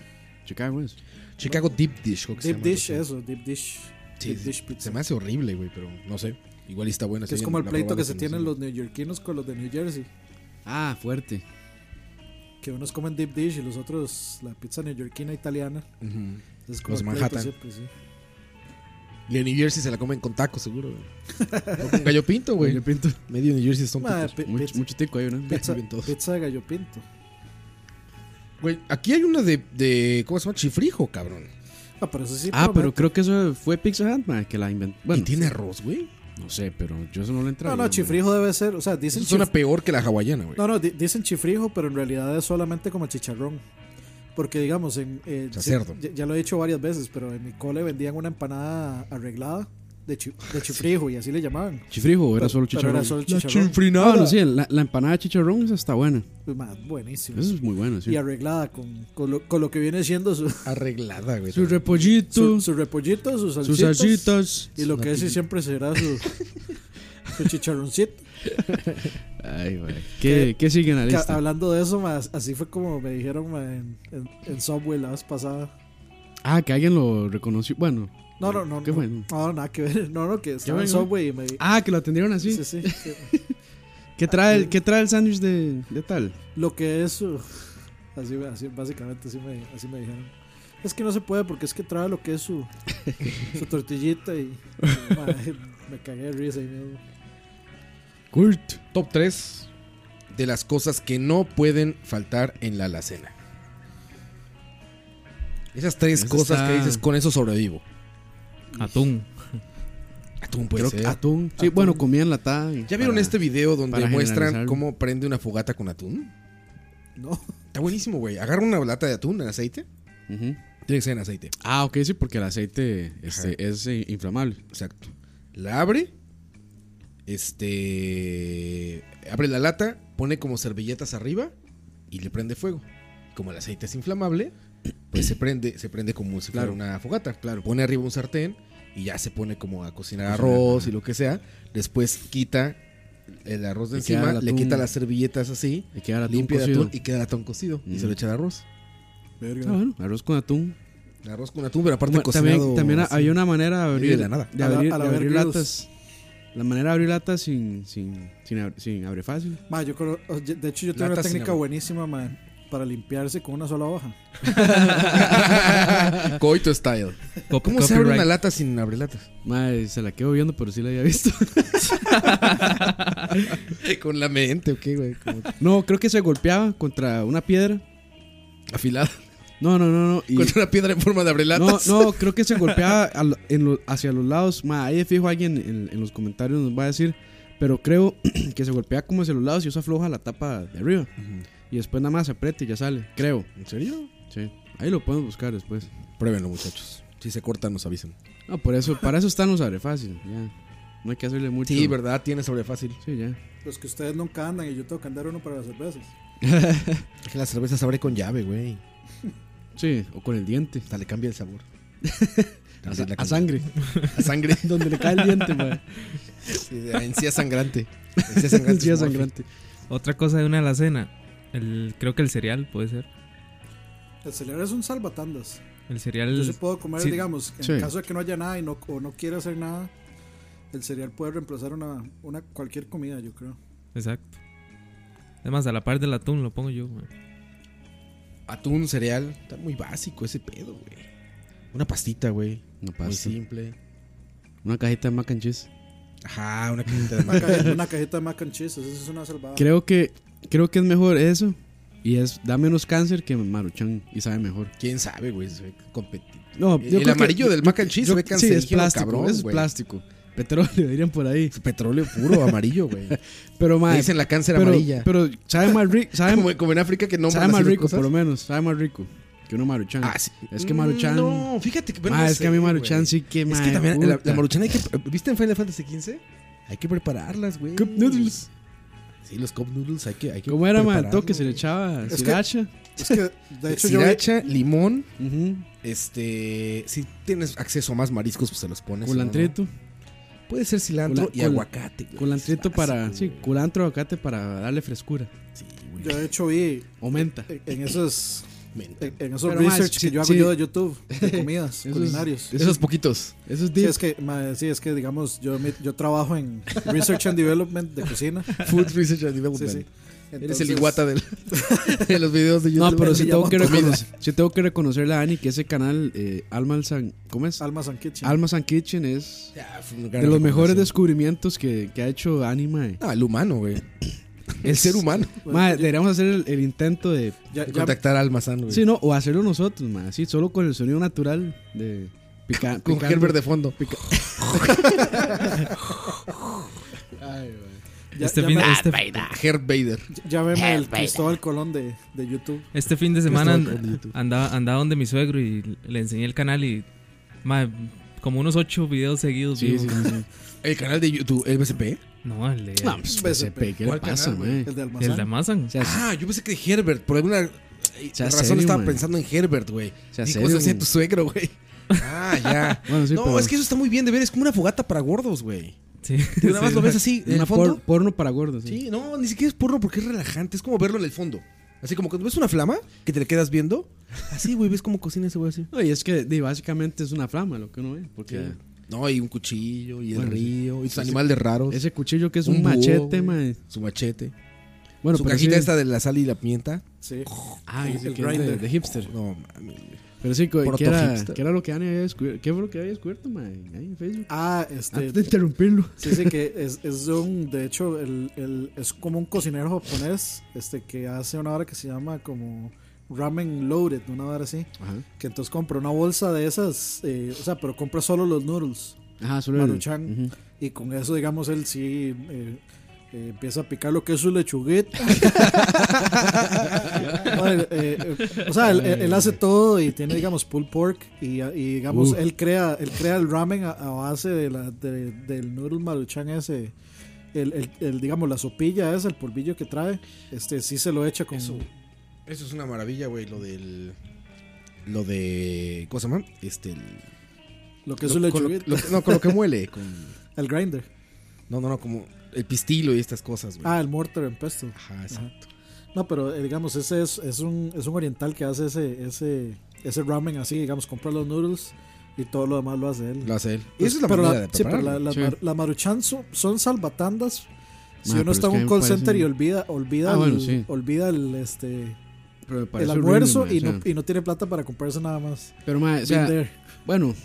Speaker 3: Chicago es.
Speaker 2: Chicago Deep Dish. creo que se
Speaker 4: Deep
Speaker 2: llama algo
Speaker 4: dish,
Speaker 2: así.
Speaker 4: eso, deep dish.
Speaker 2: Sí,
Speaker 4: deep
Speaker 2: sí.
Speaker 4: dish pizza.
Speaker 2: Se me hace horrible, güey, pero no sé. Igual y está buena.
Speaker 4: Que es
Speaker 2: sí,
Speaker 4: como el
Speaker 2: la
Speaker 4: pleito
Speaker 2: probada,
Speaker 4: que se
Speaker 2: pero no
Speaker 4: tienen
Speaker 2: sé.
Speaker 4: los neoyorquinos con los de New Jersey.
Speaker 3: Ah, fuerte.
Speaker 4: Que unos comen deep dish y los otros la pizza neoyorquina italiana.
Speaker 2: Ujú.
Speaker 4: Es como
Speaker 2: Los
Speaker 4: el pleito
Speaker 2: Manhattan.
Speaker 4: siempre, sí.
Speaker 2: Y en New Jersey se la comen con tacos, seguro. güey. O con gallo pinto, güey.
Speaker 3: Gallo pinto.
Speaker 2: Medio New Jersey son
Speaker 4: Ma,
Speaker 2: tacos.
Speaker 4: pi-
Speaker 3: Mucho,
Speaker 4: pizza-
Speaker 3: mucho tico ahí, ¿no?
Speaker 4: pizza-
Speaker 2: bien todos.
Speaker 4: Pizza de gallo pinto.
Speaker 2: Güey, aquí hay una de, de. ¿Cómo se llama? Chifrijo, cabrón.
Speaker 4: Ah, pero eso sí.
Speaker 3: Ah, pero
Speaker 4: promete.
Speaker 3: creo que eso fue Pizza Hut, mae, que la inventó.
Speaker 2: y
Speaker 3: Bueno,
Speaker 2: tiene arroz, güey.
Speaker 3: no sé, pero yo eso no lo entraba.
Speaker 4: No, no, chifrijo debe ser. O sea, dicen
Speaker 2: Eso
Speaker 4: chifrijo.
Speaker 2: suena peor que la hawaiana, güey.
Speaker 4: No, no, di- dicen chifrijo, pero en realidad es solamente como chicharrón. Porque digamos, en, eh,
Speaker 2: O sea, cerdo.
Speaker 4: Ya, ya lo he dicho varias veces, pero en mi cole vendían una empanada arreglada de, chi- de chifrijo y así le llamaban.
Speaker 3: ¿Chifrijo o era
Speaker 4: Pero-
Speaker 3: solo
Speaker 4: pero
Speaker 3: chicharrón?
Speaker 4: era solo
Speaker 3: La
Speaker 4: chicharrón.
Speaker 3: chifrina-
Speaker 4: Ahora-
Speaker 3: no, sí, la, la empanada de chicharrón esa está buena.
Speaker 4: Pues, ma, buenísimo.
Speaker 3: Eso es muy bueno, sí.
Speaker 4: Y arreglada con, con, lo, con lo que viene siendo su,
Speaker 2: Arreglada, güey.
Speaker 3: Su
Speaker 4: su,
Speaker 3: repollito,
Speaker 4: su repollito, sus
Speaker 3: sus
Speaker 4: salsitas.
Speaker 3: salsitas.
Speaker 4: Y lo que ese siempre será su, su chicharroncito.
Speaker 3: Ay, güey. ¿Qué, ¿Qué sigue en la
Speaker 4: Que
Speaker 3: lista?
Speaker 4: hablando de eso, ma, así fue como me dijeron ma, en, en, en Subway la vez pasada.
Speaker 3: Ah, que alguien lo reconoció. Bueno.
Speaker 4: No, no, no.
Speaker 3: Qué
Speaker 4: no,
Speaker 3: bueno.
Speaker 4: No, nada que ver. No, no, que estaba en
Speaker 3: bueno.
Speaker 4: Subway y me
Speaker 3: Ah, que lo atendieron así.
Speaker 4: Sí, Ah, sí, sí.
Speaker 3: ¿Qué trae, el- qué trae el sándwich de, de tal?
Speaker 4: Lo que es. uh, así, me- así- básicamente, así me, así me dijeron. Es que no se puede porque es que trae lo que es su, su tortillita y. y, madre, me cagué de risa ahí mismo.
Speaker 3: Kurt.
Speaker 2: Top 3 de las cosas que no pueden faltar en la alacena. Esas tres
Speaker 3: Eso
Speaker 2: cosas
Speaker 3: está-
Speaker 2: que dices, con eso sobrevivo.
Speaker 5: Atún.
Speaker 2: Atún
Speaker 4: pues
Speaker 2: puede
Speaker 3: Creo
Speaker 2: ser.
Speaker 4: eh,
Speaker 3: que atún. Sí, bueno, comía enlatada.
Speaker 2: ¿Ya vieron
Speaker 3: para-
Speaker 2: este video donde
Speaker 3: para
Speaker 2: muestran
Speaker 3: generalizar.
Speaker 2: cómo prende una fogata con atún?
Speaker 4: No.
Speaker 2: Está buenísimo, güey. Agarra una lata de atún en aceite.
Speaker 3: Ujú.
Speaker 2: Tiene que ser en aceite.
Speaker 3: Ah, ok, sí, porque el aceite este, es eh, inflamable.
Speaker 2: Exacto. La abre. Este. Abre la lata. Pone como servilletas arriba. Y le prende fuego. Como el aceite es inflamable. Pues se prende, se prende como si fuera
Speaker 3: Claro.
Speaker 2: una fogata. Claro. Pone arriba un sartén. Y ya se pone como a cocinar
Speaker 3: Cocinar,
Speaker 2: arroz
Speaker 3: ajá.
Speaker 2: y lo que sea. Después quita el arroz de
Speaker 3: Y queda
Speaker 2: encima.
Speaker 3: el
Speaker 2: Le
Speaker 3: atún.
Speaker 2: quita las servilletas así.
Speaker 3: Y queda el atún
Speaker 2: limpia el
Speaker 3: cocido.
Speaker 2: atún y queda el atún cocido. Y
Speaker 3: Mm.
Speaker 2: se lo echa al arroz.
Speaker 3: Ah, bueno, arroz con atún.
Speaker 2: El arroz con atún, pero aparte
Speaker 3: Bueno,
Speaker 2: cocinado.
Speaker 3: también también
Speaker 2: así.
Speaker 3: hay una manera de abrir,
Speaker 2: de la nada.
Speaker 3: de
Speaker 4: A la-
Speaker 3: abrir,
Speaker 4: a la
Speaker 3: de abrir
Speaker 4: Bear Grylls.
Speaker 3: latas. La manera de abrir latas sin, sin, sin, ab- sin abre fácil.
Speaker 4: Ma, yo creo- o- de hecho, yo tengo una
Speaker 2: Lata sin
Speaker 4: técnica
Speaker 2: agua.
Speaker 4: buenísima ma, para limpiarse con una sola hoja.
Speaker 2: Coito style.
Speaker 5: Cop-
Speaker 2: ¿Cómo se abre
Speaker 5: copyright.
Speaker 2: una lata sin abrelatas?
Speaker 3: Madre, se la quedo viendo, pero sí la había visto.
Speaker 2: Con la mente, ok, güey. Como
Speaker 3: No, creo que se golpeaba contra una piedra.
Speaker 2: afilada.
Speaker 3: No, no, no, no. y-
Speaker 2: Con una piedra en forma de
Speaker 3: no,
Speaker 2: abrelatas.
Speaker 3: no, creo que se golpeaba al- en lo- hacia los lados. Ma, ahí de fijo alguien en, en los comentarios nos va a decir. Pero creo que se golpea como hacia los lados y eso afloja la tapa de arriba. Y después nada más se aprieta y ya sale. Creo.
Speaker 2: ¿En serio?
Speaker 3: Sí. Ahí lo podemos buscar después.
Speaker 2: Pruébenlo, muchachos. Si se cortan, nos avisen.
Speaker 3: No, por eso, para eso están los abrefácil. Ya. No hay que hacerle mucho.
Speaker 2: Sí, ¿verdad? Tiene sobre fácil.
Speaker 3: Sí, ya.
Speaker 4: Los que ustedes nunca andan y yo tengo que andar uno para las cervezas.
Speaker 2: Que la cerveza se abre con llave, güey.
Speaker 3: Sí, o con el diente.
Speaker 2: Hasta le cambia el sabor.
Speaker 3: A,
Speaker 2: También
Speaker 3: sa-
Speaker 2: la
Speaker 3: a
Speaker 2: cambia.
Speaker 3: sangre.
Speaker 2: A sangre.
Speaker 3: Donde le cae el diente, ma.
Speaker 2: Sí, de- a encía sangrante. Encía sangrante.
Speaker 3: Sí, a
Speaker 2: es morfi.
Speaker 3: sangrante.
Speaker 5: Otra cosa de una alacena. El, creo que el cereal puede ser.
Speaker 4: El cereal es un salvatandas.
Speaker 5: El cereal.
Speaker 4: Yo sí puedo comer,
Speaker 5: sí,
Speaker 4: digamos, en
Speaker 3: sí.
Speaker 4: caso de que no haya nada y no, o no quiera hacer nada, el cereal puede reemplazar una, una cualquier comida, yo creo.
Speaker 5: Exacto. Además, a la par del atún lo pongo yo, güey.
Speaker 2: Atún, cereal. Está muy básico ese pedo, güey. Una pastita, güey.
Speaker 3: No
Speaker 2: Muy
Speaker 3: pasa.
Speaker 2: simple.
Speaker 3: Una cajita de mac and cheese.
Speaker 2: Ajá, una cajita de
Speaker 4: Una,
Speaker 2: mac.
Speaker 4: caje- una cajeta de mac and cheese, eso es una salvada.
Speaker 3: Creo que creo que es mejor eso y es da menos cáncer que Maruchan y sabe mejor.
Speaker 2: ¿Quién sabe, güey? Se ve competi-
Speaker 3: No,
Speaker 2: El-
Speaker 3: yo creo
Speaker 2: el
Speaker 3: que-
Speaker 2: amarillo del mac and cheese
Speaker 3: yo-
Speaker 2: se ve
Speaker 3: Sí,
Speaker 2: cancerígeno,
Speaker 3: es plástico,
Speaker 2: cabrón,
Speaker 3: es
Speaker 2: güey.
Speaker 3: plástico. Petróleo dirían por ahí.
Speaker 2: Petróleo puro, amarillo, güey. Le
Speaker 3: Pero mae,
Speaker 2: dicen la cáncer
Speaker 3: pero,
Speaker 2: amarilla.
Speaker 3: pero sabe más rico, sabe,
Speaker 2: como, como en África que no
Speaker 3: sabe más rico por lo menos, sabe más rico que uno Maruchan.
Speaker 2: Ah, sí.
Speaker 3: Es que Maruchan
Speaker 2: No, fíjate que. bueno,
Speaker 3: Ah,
Speaker 2: no
Speaker 3: es
Speaker 2: sé,
Speaker 3: que a mí
Speaker 2: güey.
Speaker 3: Maruchan sí que
Speaker 2: Es que también la, la Maruchan hay que. ¿Viste en Final Fantasy XV? Hay que prepararlas, güey.
Speaker 3: Cup noodles.
Speaker 2: Sí, los cup noodles hay que. Hay que
Speaker 3: ¿Cómo era, mae? El
Speaker 2: prepararlos,
Speaker 3: toque se le
Speaker 2: güey.
Speaker 3: echaba
Speaker 4: Es que-
Speaker 3: sriracha.
Speaker 4: Es que, de hecho, yo vi-
Speaker 2: Sriracha, limón.
Speaker 3: Ujú.
Speaker 2: Este. Si tienes acceso a más mariscos, pues se los pones.
Speaker 3: Culantrito,
Speaker 2: ¿no? Puede ser cilantro
Speaker 3: Cula-
Speaker 2: y
Speaker 3: cul-
Speaker 2: aguacate, güey. Ah,
Speaker 3: culantrito
Speaker 2: Es
Speaker 3: para,
Speaker 2: básico,
Speaker 3: sí,
Speaker 2: güey.
Speaker 3: culantro aguacate para darle frescura,
Speaker 2: Sí, güey.
Speaker 4: yo de hecho vi
Speaker 3: aumenta.
Speaker 2: Eh,
Speaker 4: en, en esos,
Speaker 2: Menta.
Speaker 3: eh,
Speaker 4: en, en esos
Speaker 3: Pero, ma,
Speaker 4: research
Speaker 3: sí,
Speaker 4: que yo hago
Speaker 3: sí.
Speaker 4: yo de YouTube, de comidas,
Speaker 3: Esos-
Speaker 4: culinarios.
Speaker 3: Esos
Speaker 2: poquitos.
Speaker 3: Esos
Speaker 4: Sí,
Speaker 3: dips
Speaker 4: es que, ma, sí, es que digamos, yo, me- yo trabajo en Research and Development de cocina.
Speaker 2: Food Research and Development.
Speaker 4: Sí, sí.
Speaker 2: Eres
Speaker 4: Entonces,
Speaker 2: el iguata del- de los videos de YouTube.
Speaker 3: No, pero sí
Speaker 4: me
Speaker 3: tengo, que
Speaker 4: llamo
Speaker 3: reconocer, sí tengo que reconocerle a Dani que ese canal, eh, Alma San, ¿cómo es?
Speaker 4: Almas and Kitchen.
Speaker 3: Alma San Kitchen es
Speaker 2: Ya, fue una gran
Speaker 3: de los
Speaker 2: recomendación.
Speaker 3: mejores descubrimientos que, que ha hecho Anima. eh.
Speaker 2: Ah, pues, el humano, güey. El
Speaker 3: Es-
Speaker 2: ser humano.
Speaker 3: Madre, deberíamos hacer el, el intento de...
Speaker 4: pues. Ya-
Speaker 2: De
Speaker 4: ya-
Speaker 2: contactar a Almazán, güey.
Speaker 3: Sí, no, o hacerlo nosotros, madre, sí, solo con el sonido natural de pica-
Speaker 2: Con
Speaker 3: picando.
Speaker 2: Herbert de fondo.
Speaker 4: ya-
Speaker 5: este,
Speaker 4: ya
Speaker 5: fin,
Speaker 4: me-
Speaker 5: este,
Speaker 2: Ah, Herb Bader.
Speaker 4: Llámeme el Cristóbal Colón de, de YouTube.
Speaker 5: este fin de semana
Speaker 2: Estaba con YouTube.
Speaker 5: andaba, andaba donde mi suegro y le enseñé el canal y. ma, como unos ocho videos seguidos.
Speaker 3: Sí,
Speaker 5: vivo.
Speaker 3: sí, sí, sí.
Speaker 2: El canal de YouTube, el BCP.
Speaker 5: No, el de.
Speaker 3: No, pues,
Speaker 4: BCP.
Speaker 3: ¿Qué le
Speaker 2: ¿Cuál
Speaker 3: pasa,
Speaker 2: canal,
Speaker 3: mae?
Speaker 4: El de
Speaker 5: el de
Speaker 4: Almazán.
Speaker 5: Amazon.
Speaker 3: O sea,
Speaker 2: Ah, yo pensé que de Herbert. Por alguna eh,
Speaker 3: sea,
Speaker 2: razón
Speaker 3: serio,
Speaker 2: estaba
Speaker 3: man.
Speaker 2: pensando en Herbert, güey.
Speaker 3: sea,
Speaker 2: Y
Speaker 3: serio,
Speaker 2: cómo se hacía
Speaker 3: güey.
Speaker 2: tu suegro, güey. Ah, ya.
Speaker 3: Bueno, sí,
Speaker 2: no,
Speaker 3: pero-
Speaker 2: es que eso está muy bien de ver. Es como una fogata para gordos, güey.
Speaker 5: Sí.
Speaker 2: Tú Nada más
Speaker 5: sí,
Speaker 2: lo ves así pues. en
Speaker 3: una
Speaker 2: el fondo.
Speaker 3: por- porno para gordos. sí.
Speaker 2: Sí, no, ni siquiera es porno porque es relajante. Es como verlo en el fondo. Así como cuando ves una flama que te le quedas viendo. Así, güey, ves cómo cocina ese güey así.
Speaker 3: No, y es que di, básicamente es una flama lo que uno ve, porque
Speaker 2: No, y un cuchillo, y el
Speaker 3: Bueno, sí.
Speaker 2: río, y sus animales raros.
Speaker 3: ese cuchillo que es
Speaker 2: Un
Speaker 3: un,
Speaker 2: búho, güey.
Speaker 3: machete, mae.
Speaker 2: Su machete.
Speaker 3: Bueno,
Speaker 2: su
Speaker 3: pero
Speaker 2: cajita
Speaker 3: sí-
Speaker 2: esta de la sal y la pimienta.
Speaker 4: Sí.
Speaker 3: Ah,
Speaker 4: El-
Speaker 3: ese
Speaker 4: el
Speaker 3: que es de-
Speaker 4: grinder.
Speaker 3: de hipster.
Speaker 2: No, mami. güey.
Speaker 3: Pero sí, co-
Speaker 2: Proto
Speaker 3: ¿qué era,
Speaker 2: hipster.
Speaker 3: qué era lo que Dani había descubierto? ¿Qué fue lo que había descubierto, mae? Ahí en Facebook.
Speaker 4: Ah,
Speaker 3: Antes de
Speaker 4: este.
Speaker 3: interrumpirlo.
Speaker 4: Sí, sí, que es, es de un. De hecho, el, el- es como un cocinero japonés este que hace una hora que se llama como ramen loaded, una hora así.
Speaker 3: Ajá.
Speaker 4: Que entonces compra una bolsa de esas. eh, o sea, pero compra solo los noodles.
Speaker 3: Ajá,
Speaker 2: Mm,
Speaker 3: solo el-
Speaker 4: Maruchan.
Speaker 3: Ujú.
Speaker 4: Y con eso, digamos, él sí eh, eh, empieza a picar lo que es su lechugueta. Madre, eh, eh, o sea, él, él- él hace todo y tiene, digamos, pulled pork. Y, y, digamos, él crea él crea el ramen a, a base de la, de- del noodle maruchan ese. El, el- el, digamos, la sopilla esa, el polvillo que trae. Este sí se lo echa con.
Speaker 2: Eso. Eso es una maravilla, güey, lo del. Lo de. ¿Cómo se llama? Este. el-
Speaker 4: Lo que es su
Speaker 2: lo- con lo-
Speaker 4: lechugueta.
Speaker 2: lo- no, con lo que muele. con-
Speaker 4: El grinder.
Speaker 2: no, no, no, como el pistilo y estas cosas, güey.
Speaker 4: Ah, el mortar and pesto.
Speaker 2: Ajá, exacto.
Speaker 4: No, pero eh, digamos, ese es, es, un, es un oriental que hace ese, ese, ese ramen así, digamos, compra los noodles y todo lo demás lo hace él.
Speaker 2: Lo hace él. Y
Speaker 4: Pues,
Speaker 2: esa es la
Speaker 4: pero
Speaker 2: manera de
Speaker 4: Sí, pero la-
Speaker 2: prepararlo.
Speaker 4: las
Speaker 3: Sí.
Speaker 4: mar- las maruchan son, son salvatandas. Si
Speaker 3: Ma,
Speaker 4: uno
Speaker 3: pero
Speaker 4: está
Speaker 3: es
Speaker 4: en
Speaker 3: que
Speaker 4: un
Speaker 3: me
Speaker 4: call
Speaker 3: parece
Speaker 4: center y
Speaker 3: un-
Speaker 4: olvida, olvida,
Speaker 3: Ah, bueno,
Speaker 4: el,
Speaker 3: sí.
Speaker 4: olvida el, este,
Speaker 3: Pero me parece
Speaker 4: el
Speaker 3: horrible,
Speaker 4: almuerzo
Speaker 3: mae,
Speaker 4: y,
Speaker 3: o
Speaker 4: no,
Speaker 3: sea.
Speaker 4: y no tiene plata para comprarse nada más.
Speaker 3: Pero, mae, o sea,
Speaker 4: Been there.
Speaker 3: bueno,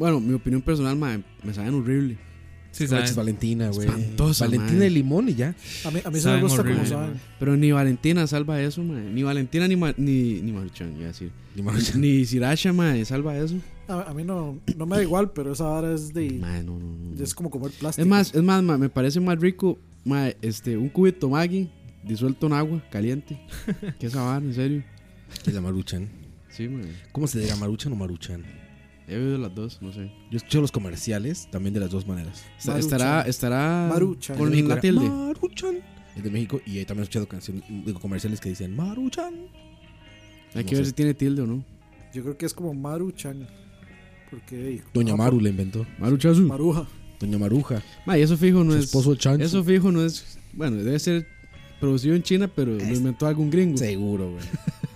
Speaker 3: bueno, mi opinión personal, mae, me saben horrible.
Speaker 5: Sí,
Speaker 2: Leches
Speaker 5: sabe.
Speaker 2: Valentina, güey.
Speaker 3: Espantosa,
Speaker 2: Valentina
Speaker 3: madre.
Speaker 2: y limón y ya.
Speaker 4: A mí, a mí se me
Speaker 5: Saben
Speaker 4: gusta
Speaker 5: horrible,
Speaker 4: como saben.
Speaker 3: Pero ni Valentina salva eso, mae. Ni Valentina ni, ma- ni, ni Maruchan, iba a decir. Ni Siracha, mae, salva eso.
Speaker 4: A, a mí no, no me da igual, pero esa vara es de...
Speaker 3: Mae, no, no, no. no.
Speaker 4: Es como comer plástico.
Speaker 3: Es más, es más, ma, me parece más rico, ma, este, un cubito Maggi disuelto en agua caliente. Qué sabor, en serio.
Speaker 2: Y la maruchan.
Speaker 3: Sí, ma.
Speaker 2: ¿Cómo se dirá? ¿Maruchan o maruchan?
Speaker 3: He bebido las dos, no sé.
Speaker 2: Yo escucho los comerciales también de las dos maneras.
Speaker 3: Está-
Speaker 4: Maruchan.
Speaker 3: Estará, estará
Speaker 4: Maruchan.
Speaker 3: con
Speaker 2: De México
Speaker 3: la
Speaker 2: era
Speaker 3: tilde.
Speaker 2: Maruchan. Es de México y ahí también he escuchado canciones, digo, comerciales que dicen Maruchan.
Speaker 3: Hay
Speaker 2: No
Speaker 3: que ver
Speaker 2: sé.
Speaker 3: si tiene tilde o no.
Speaker 4: Yo creo que es como maruchan. Porque... ey,
Speaker 2: Doña
Speaker 4: ah,
Speaker 2: Maru la inventó.
Speaker 3: Maruchazu.
Speaker 4: Maruja.
Speaker 2: Doña Maruja.
Speaker 3: Ma, y eso fijo no
Speaker 2: su
Speaker 3: es.
Speaker 2: esposo el chancho.
Speaker 3: Pues, Eso fijo no es. Bueno, debe ser producido en China, pero lo inventó algún gringo.
Speaker 2: Seguro, güey.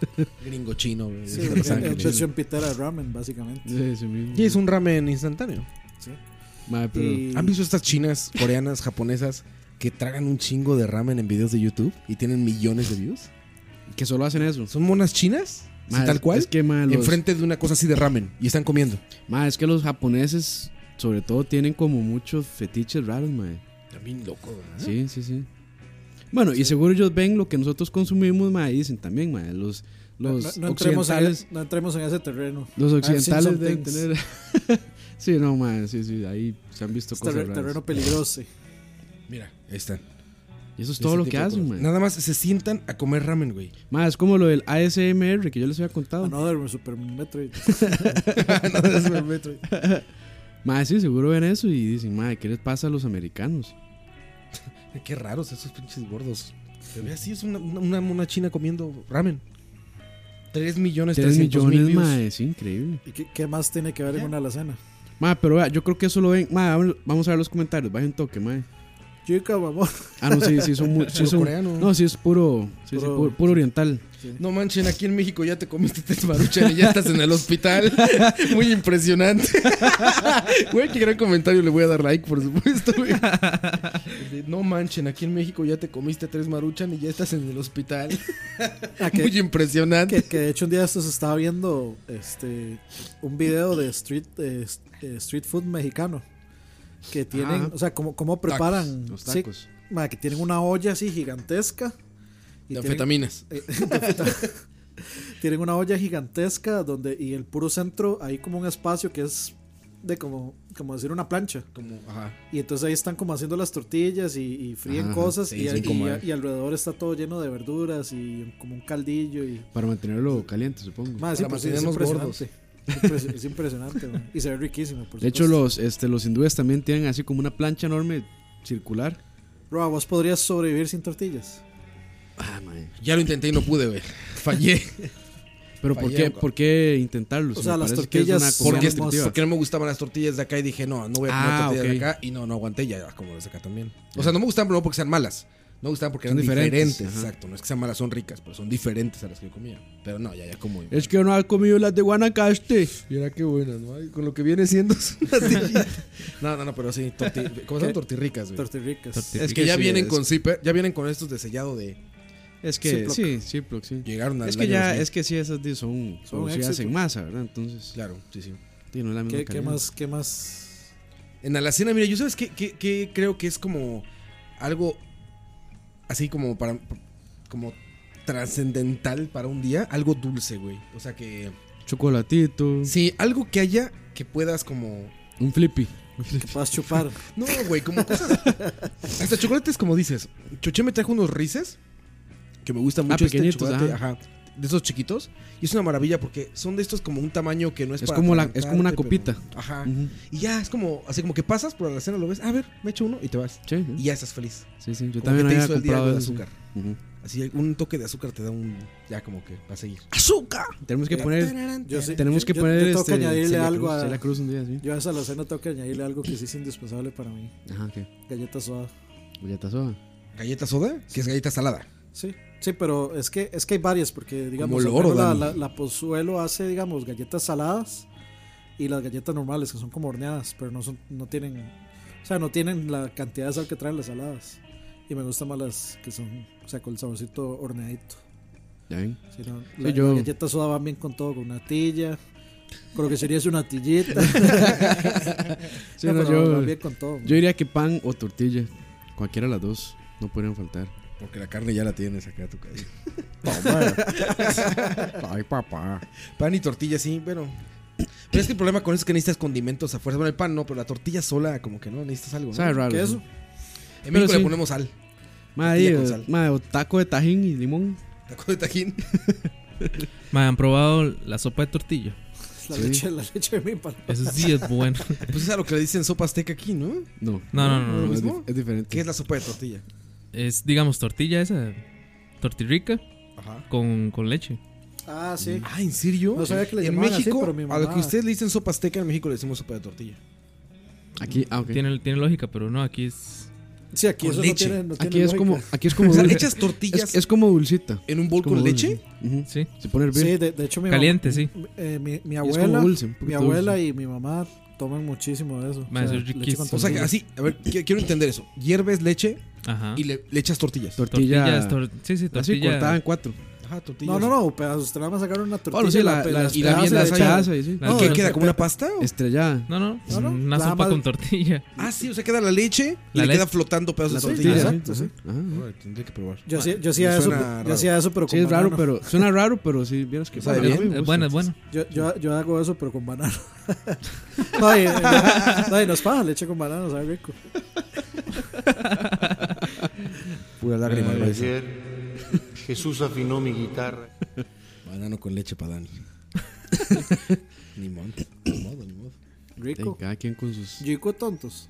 Speaker 2: Gringo chino, güey.
Speaker 4: Sí,
Speaker 2: de
Speaker 4: es
Speaker 2: sangre.
Speaker 4: versión pitera de ramen, básicamente.
Speaker 3: Sí, sí, mismo.
Speaker 2: Y es un ramen instantáneo.
Speaker 3: Madre, pero-
Speaker 4: Y-
Speaker 2: ¿Han visto estas chinas, coreanas, japonesas que tragan un chingo de ramen en videos de YouTube y tienen millones de views?
Speaker 3: Que solo hacen eso.
Speaker 2: ¿Son monas chinas? Sí,
Speaker 3: Madre,
Speaker 2: tal cual.
Speaker 3: Es que, madre, los-
Speaker 2: Enfrente de una cosa así de ramen y están comiendo.
Speaker 3: madre, es que los japoneses, sobre todo, tienen como muchos fetiches raros, madre.
Speaker 4: Ah.
Speaker 2: También loco, ¿verdad?
Speaker 3: Sí, sí, sí. Bueno, y seguro ellos ven lo que nosotros consumimos, mae, dicen también, mae. Los,
Speaker 4: No,
Speaker 3: los
Speaker 4: no- no entremos en, e,
Speaker 3: occidentales,
Speaker 4: no entremos en ese terreno.
Speaker 2: Ah,
Speaker 3: los
Speaker 4: I've seen some
Speaker 3: occidentales deben
Speaker 4: things.
Speaker 3: tener... sí, no, mae, sí, sí, ahí se han visto
Speaker 2: Este
Speaker 4: Es
Speaker 3: cosas
Speaker 4: terre-
Speaker 3: raras.
Speaker 4: terreno peligroso.
Speaker 2: Mira, ahí están.
Speaker 3: Y eso es todo
Speaker 2: Ese
Speaker 3: lo
Speaker 2: tipo
Speaker 3: que
Speaker 2: de
Speaker 3: hacen,
Speaker 2: cosas.
Speaker 3: mae.
Speaker 2: Nada más se sientan a comer ramen, güey.
Speaker 3: Mae, es como lo del ASMR que yo les había contado.
Speaker 2: Ah,
Speaker 4: Another Ah, Super Metroid.
Speaker 2: Nada más me meto.
Speaker 3: Mae, sí, seguro ven eso y dicen, mae, ¿qué les pasa a los americanos?
Speaker 2: Qué raros esos pinches gordos. Se ve así, es una, una, una mona china comiendo ramen. 3 millones,
Speaker 3: 3
Speaker 2: mil
Speaker 3: millones,
Speaker 2: views.
Speaker 3: mae, es increíble.
Speaker 4: ¿Y qué, qué más tiene que ver en una alacena?
Speaker 3: Mae, pero vea, yo creo que eso lo ven... Mae, vamos- vamos a ver los comentarios, bajen toque, mae.
Speaker 4: Chica, vamos.
Speaker 3: Ah, no, sí, sí, son muy... sí,
Speaker 2: Puro
Speaker 3: son-
Speaker 2: coreano.
Speaker 3: No, sí, es puro... sí, sí,
Speaker 4: Puro-
Speaker 3: puro- puro oriental.
Speaker 2: No manchen, aquí en México ya te comiste tres maruchan y ya estás en el hospital. Muy impresionante. Güey, qué gran comentario. Le voy a dar like, por supuesto, güey. De, No manchen, aquí en México ya te comiste tres maruchan y ya estás en el hospital.
Speaker 4: Ah, que-
Speaker 2: Muy impresionante.
Speaker 4: Que, que de hecho un día esto se estaba viendo este un video de street eh, s- eh, street food mexicano que tienen,
Speaker 3: Ah.
Speaker 4: o sea, cómo, cómo preparan
Speaker 3: Los
Speaker 4: sí,
Speaker 3: tacos.
Speaker 4: ma, que tienen una olla así gigantesca y
Speaker 2: De
Speaker 4: tienen,
Speaker 2: anfetaminas.
Speaker 4: tienen una olla gigantesca donde y el puro centro hay como un espacio que es de como como decir una plancha
Speaker 2: Como, ajá.
Speaker 4: y entonces ahí están como haciendo las tortillas y, y fríen
Speaker 3: Ajá,
Speaker 4: cosas
Speaker 2: sí,
Speaker 4: y,
Speaker 2: sí,
Speaker 4: y-
Speaker 2: como
Speaker 4: y-
Speaker 2: es.
Speaker 4: y alrededor está todo lleno de verduras y como un caldillo y
Speaker 3: Para mantenerlo caliente, supongo.
Speaker 4: Madre, sí,
Speaker 2: Para
Speaker 4: pues sí, es
Speaker 2: mantenernos gordos.
Speaker 4: impresionante. Impres- es impresionante, man. Y se ve riquísimo, por
Speaker 2: pues
Speaker 3: de hecho,
Speaker 4: supuesto.
Speaker 3: los, este, los hindúes también tienen así como una plancha enorme circular.
Speaker 4: Roa, vos podrías sobrevivir sin tortillas.
Speaker 2: Ya lo intenté y no pude, güey. Fallé.
Speaker 3: Pero ¿por qué,
Speaker 2: Fallaron,
Speaker 3: ¿por qué intentarlo?
Speaker 4: O sea,
Speaker 3: me
Speaker 4: las
Speaker 3: parece que es
Speaker 4: tortillas
Speaker 3: una
Speaker 4: son
Speaker 3: comida
Speaker 2: Pues Porque,
Speaker 4: Son
Speaker 3: nutritiva.
Speaker 2: porque no me gustaban las tortillas de acá y dije, no, no voy a comer
Speaker 3: Ah,
Speaker 2: tortillas
Speaker 3: ok.
Speaker 2: de acá. Y no, no aguanté, ya como las de acá también. O sea, no me gustaban, pero no porque sean malas. No me gustaban porque
Speaker 3: Son
Speaker 2: eran
Speaker 3: diferentes,
Speaker 2: diferentes.
Speaker 3: ajá.
Speaker 2: exacto. No es que sean malas, son ricas, pero son diferentes a las que yo comía. Pero no, ya, ya como.
Speaker 3: Es que no has comido las de Guanacaste.
Speaker 2: Y era qué buenas, ¿no? Ay, Con lo que viene siendo. son las de- no, no, no, pero sí, torti- ¿cómo son
Speaker 4: ¿Qué?
Speaker 2: tortirricas, güey?
Speaker 4: Tortirricas.
Speaker 2: Es que ya vienen con zipper, ya vienen con estos de sellado de.
Speaker 3: Es que
Speaker 4: Ziploc.
Speaker 3: sí, sí, Ziploc, sí.
Speaker 2: Llegaron al
Speaker 3: Es que
Speaker 2: año
Speaker 3: ya,
Speaker 2: 2000.
Speaker 3: es que sí, esas di- son
Speaker 4: Son
Speaker 3: producidas
Speaker 4: éxito.
Speaker 3: en masa, ¿verdad? Entonces,
Speaker 2: Claro, sí, sí.
Speaker 3: di, no es la misma
Speaker 4: ¿Qué, qué
Speaker 3: calidad.
Speaker 4: más? ¿Qué más?
Speaker 2: En Alacena, mira, yo sabes que, que- que creo que es como algo así como para como trascendental para un día, algo dulce, güey. O sea que
Speaker 3: Chocolatito,
Speaker 2: sí, algo que haya que puedas como
Speaker 3: un flippy.
Speaker 4: ¿Qué puedas chupar?
Speaker 2: no, güey, como cosas hasta chocolates como dices. Choché me trajo unos rices que me gusta mucho este
Speaker 3: Ah, pequeñitos,
Speaker 2: chocolate,
Speaker 3: ajá.
Speaker 2: ajá. de esos chiquitos y es una maravilla porque son de estos como un tamaño que no es
Speaker 3: Es
Speaker 2: para
Speaker 3: como la- es como una
Speaker 2: atragantarte,
Speaker 3: copita.
Speaker 2: pero- ajá.
Speaker 3: Ujú.
Speaker 2: Y ya es como así como que pasas por Alacena, lo ves, a ver, me echo uno y te vas.
Speaker 3: Sí,
Speaker 2: Y ya estás feliz.
Speaker 3: sí, sí, Yo
Speaker 2: Como que
Speaker 3: también
Speaker 2: te
Speaker 3: había
Speaker 2: hizo el día algo
Speaker 3: comprado
Speaker 2: de
Speaker 3: eso.
Speaker 2: azúcar.
Speaker 3: Ujú.
Speaker 2: Así un toque de azúcar te da un ya como que va a seguir.
Speaker 3: Tenemos que poner,
Speaker 4: Yo sí-
Speaker 3: tenemos que
Speaker 4: yo- yo
Speaker 3: poner
Speaker 4: tengo
Speaker 3: este,
Speaker 4: que añadirle
Speaker 3: Celia
Speaker 4: algo
Speaker 3: Cruz,
Speaker 4: a-
Speaker 3: Celia Cruz un día, sí.
Speaker 4: Yo a esa alacena tengo que añadirle algo que sí es indispensable para mí.
Speaker 3: Ajá, ¿qué?
Speaker 4: Galleta soda.
Speaker 3: Galleta soda.
Speaker 2: ¿Galleta soda? Que es galleta salada.
Speaker 4: Sí, sí, pero es que, es que hay varias, porque digamos,
Speaker 2: el
Speaker 4: al
Speaker 2: oro,
Speaker 4: menos la,
Speaker 2: Dani.
Speaker 4: la, la Pozuelo hace, digamos, galletas saladas y las galletas normales, que son como horneadas, pero no son, no tienen, o sea, no tienen la cantidad de sal que traen las saladas. Y me gustan más las que son, o sea, con el saborcito horneadito.
Speaker 3: Ya ven.
Speaker 4: Sí, no, la-
Speaker 3: yo-
Speaker 4: Las galletas soda van bien con todo, con natilla. Con lo que sería es una tillita.
Speaker 3: Sí,
Speaker 4: No,
Speaker 3: no,
Speaker 4: pero
Speaker 3: yo-
Speaker 4: van bien con todo.
Speaker 3: Yo diría que pan o tortilla. Cualquiera de las dos. No podrían faltar.
Speaker 2: Porque la carne ya la tienes acá tu calle.
Speaker 3: Ay, papá.
Speaker 2: Pan y tortilla, sí, bueno. Pero es que el problema con eso es que necesitas condimentos a fuerza. Bueno, el pan no, pero la tortilla sola, como que no, necesitas algo. ¿no?
Speaker 3: Sabe raro.
Speaker 4: ¿Qué
Speaker 3: sí.
Speaker 4: eso?
Speaker 2: En México
Speaker 3: Pero sí.
Speaker 2: le ponemos sal.
Speaker 3: Madre,
Speaker 2: Tortilla con
Speaker 3: eh,
Speaker 2: sal.
Speaker 3: madre, o taco de tajín y limón.
Speaker 2: Taco de tajín.
Speaker 5: Me han probado la sopa de tortilla.
Speaker 4: La,
Speaker 3: Sí.
Speaker 4: leche, la leche de mi pan.
Speaker 5: Eso sí es bueno.
Speaker 2: Pues es a lo que le dicen sopa azteca aquí, ¿no?
Speaker 3: No.
Speaker 5: No, no, no, no,
Speaker 2: ¿Lo
Speaker 5: no.
Speaker 3: es,
Speaker 2: mismo?
Speaker 3: dif- es diferente.
Speaker 2: ¿Qué es la sopa de tortilla?
Speaker 5: Es, digamos, tortilla esa. Tortirrica
Speaker 2: Ajá.
Speaker 5: con, con leche.
Speaker 4: Ah,
Speaker 3: Mm.
Speaker 4: sí.
Speaker 2: Ah, ¿en serio?
Speaker 4: No sabía que le
Speaker 2: en
Speaker 4: llamaban así,
Speaker 2: México,
Speaker 4: pero mi
Speaker 2: a lo
Speaker 4: mamá-
Speaker 2: que ustedes le dicen sopa azteca, en México le decimos sopa de tortilla.
Speaker 3: Aquí, ah, ok.
Speaker 5: Tiene, tiene lógica, pero no, aquí es.
Speaker 4: Sí, aquí
Speaker 2: Con
Speaker 4: eso
Speaker 2: leche.
Speaker 4: no tiene, no
Speaker 3: Aquí
Speaker 4: tiene
Speaker 3: es como,
Speaker 4: lógica.
Speaker 3: aquí es como
Speaker 2: O sea,
Speaker 3: dulce.
Speaker 2: echas tortillas
Speaker 3: Pues es, es como dulcita.
Speaker 2: en un bol
Speaker 3: como
Speaker 2: con
Speaker 3: dulce.
Speaker 2: leche.
Speaker 3: Ujú.
Speaker 5: Sí.
Speaker 3: Se pone a hervir.
Speaker 4: Sí, de, de hecho mi, mam-
Speaker 5: Caliente, sí.
Speaker 4: eh, mi, mi
Speaker 3: como
Speaker 4: abuela,
Speaker 3: dulce, un
Speaker 4: mi
Speaker 3: poquito
Speaker 4: abuela y mi mamá toman muchísimo de eso.
Speaker 5: Ma, eso es
Speaker 4: leche con
Speaker 5: riquísimo.
Speaker 2: O sea, que
Speaker 4: tortilla.
Speaker 2: así, a ver, qui- quiero entender eso. Hierves leche
Speaker 5: Ajá.
Speaker 2: y le, le echas tortillas.
Speaker 3: Tortilla.
Speaker 5: Tortillas, tor- sí, sí,
Speaker 3: así
Speaker 5: tortilla.
Speaker 3: cortada en cuatro.
Speaker 2: Ajá, tortillas.
Speaker 4: No, no, no, pedazos. Usted nada más sacaron una tortilla
Speaker 3: Bueno, sí,
Speaker 4: y
Speaker 3: la,
Speaker 4: pe-
Speaker 3: la,
Speaker 4: las
Speaker 2: y la
Speaker 4: pedazos
Speaker 2: bien
Speaker 3: bien
Speaker 4: le
Speaker 3: la
Speaker 2: las
Speaker 4: echaron.
Speaker 3: estrellada, sí.
Speaker 5: No,
Speaker 2: ¿Y qué
Speaker 5: no,
Speaker 2: queda?
Speaker 4: no,
Speaker 2: ¿Como una pasta? o?
Speaker 3: Estrellada.
Speaker 5: No, no,
Speaker 4: No, no,
Speaker 5: una
Speaker 4: nada
Speaker 5: sopa
Speaker 4: más-
Speaker 5: con tortilla.
Speaker 2: Ah, sí, o sea, queda la leche y
Speaker 5: La
Speaker 2: le
Speaker 5: leche.
Speaker 2: queda flotando pedazos de
Speaker 4: La
Speaker 2: tortillas.
Speaker 4: tortilla.
Speaker 2: ¿eh?
Speaker 4: exacto, sí.
Speaker 3: Ajá, ajá.
Speaker 2: Alright, Tendré que probar.
Speaker 4: Yo hacía, yo hacía
Speaker 2: Me
Speaker 4: eso,
Speaker 2: suena raro.
Speaker 4: yo hacía eso, pero
Speaker 3: Sí,
Speaker 4: con
Speaker 3: es raro,
Speaker 4: banano.
Speaker 3: pero suena raro, pero sí, vieras que
Speaker 2: ¿Sabe
Speaker 3: bueno,
Speaker 2: bien?
Speaker 3: a mí me
Speaker 5: Es
Speaker 3: gusta.
Speaker 5: bueno, es bueno.
Speaker 4: Yo, yo, yo hago eso, pero con banano. no, y, no, y no es paja, leche con banano, sabe rico.
Speaker 2: Pura lágrima, güey.
Speaker 8: Ayer Jesús afinó mi guitarra.
Speaker 2: Banano con leche para Dani. ni modo, ni modo, ni modo.
Speaker 3: Sí,
Speaker 4: Rico.
Speaker 3: cada quien con sus.
Speaker 4: Rico tontos.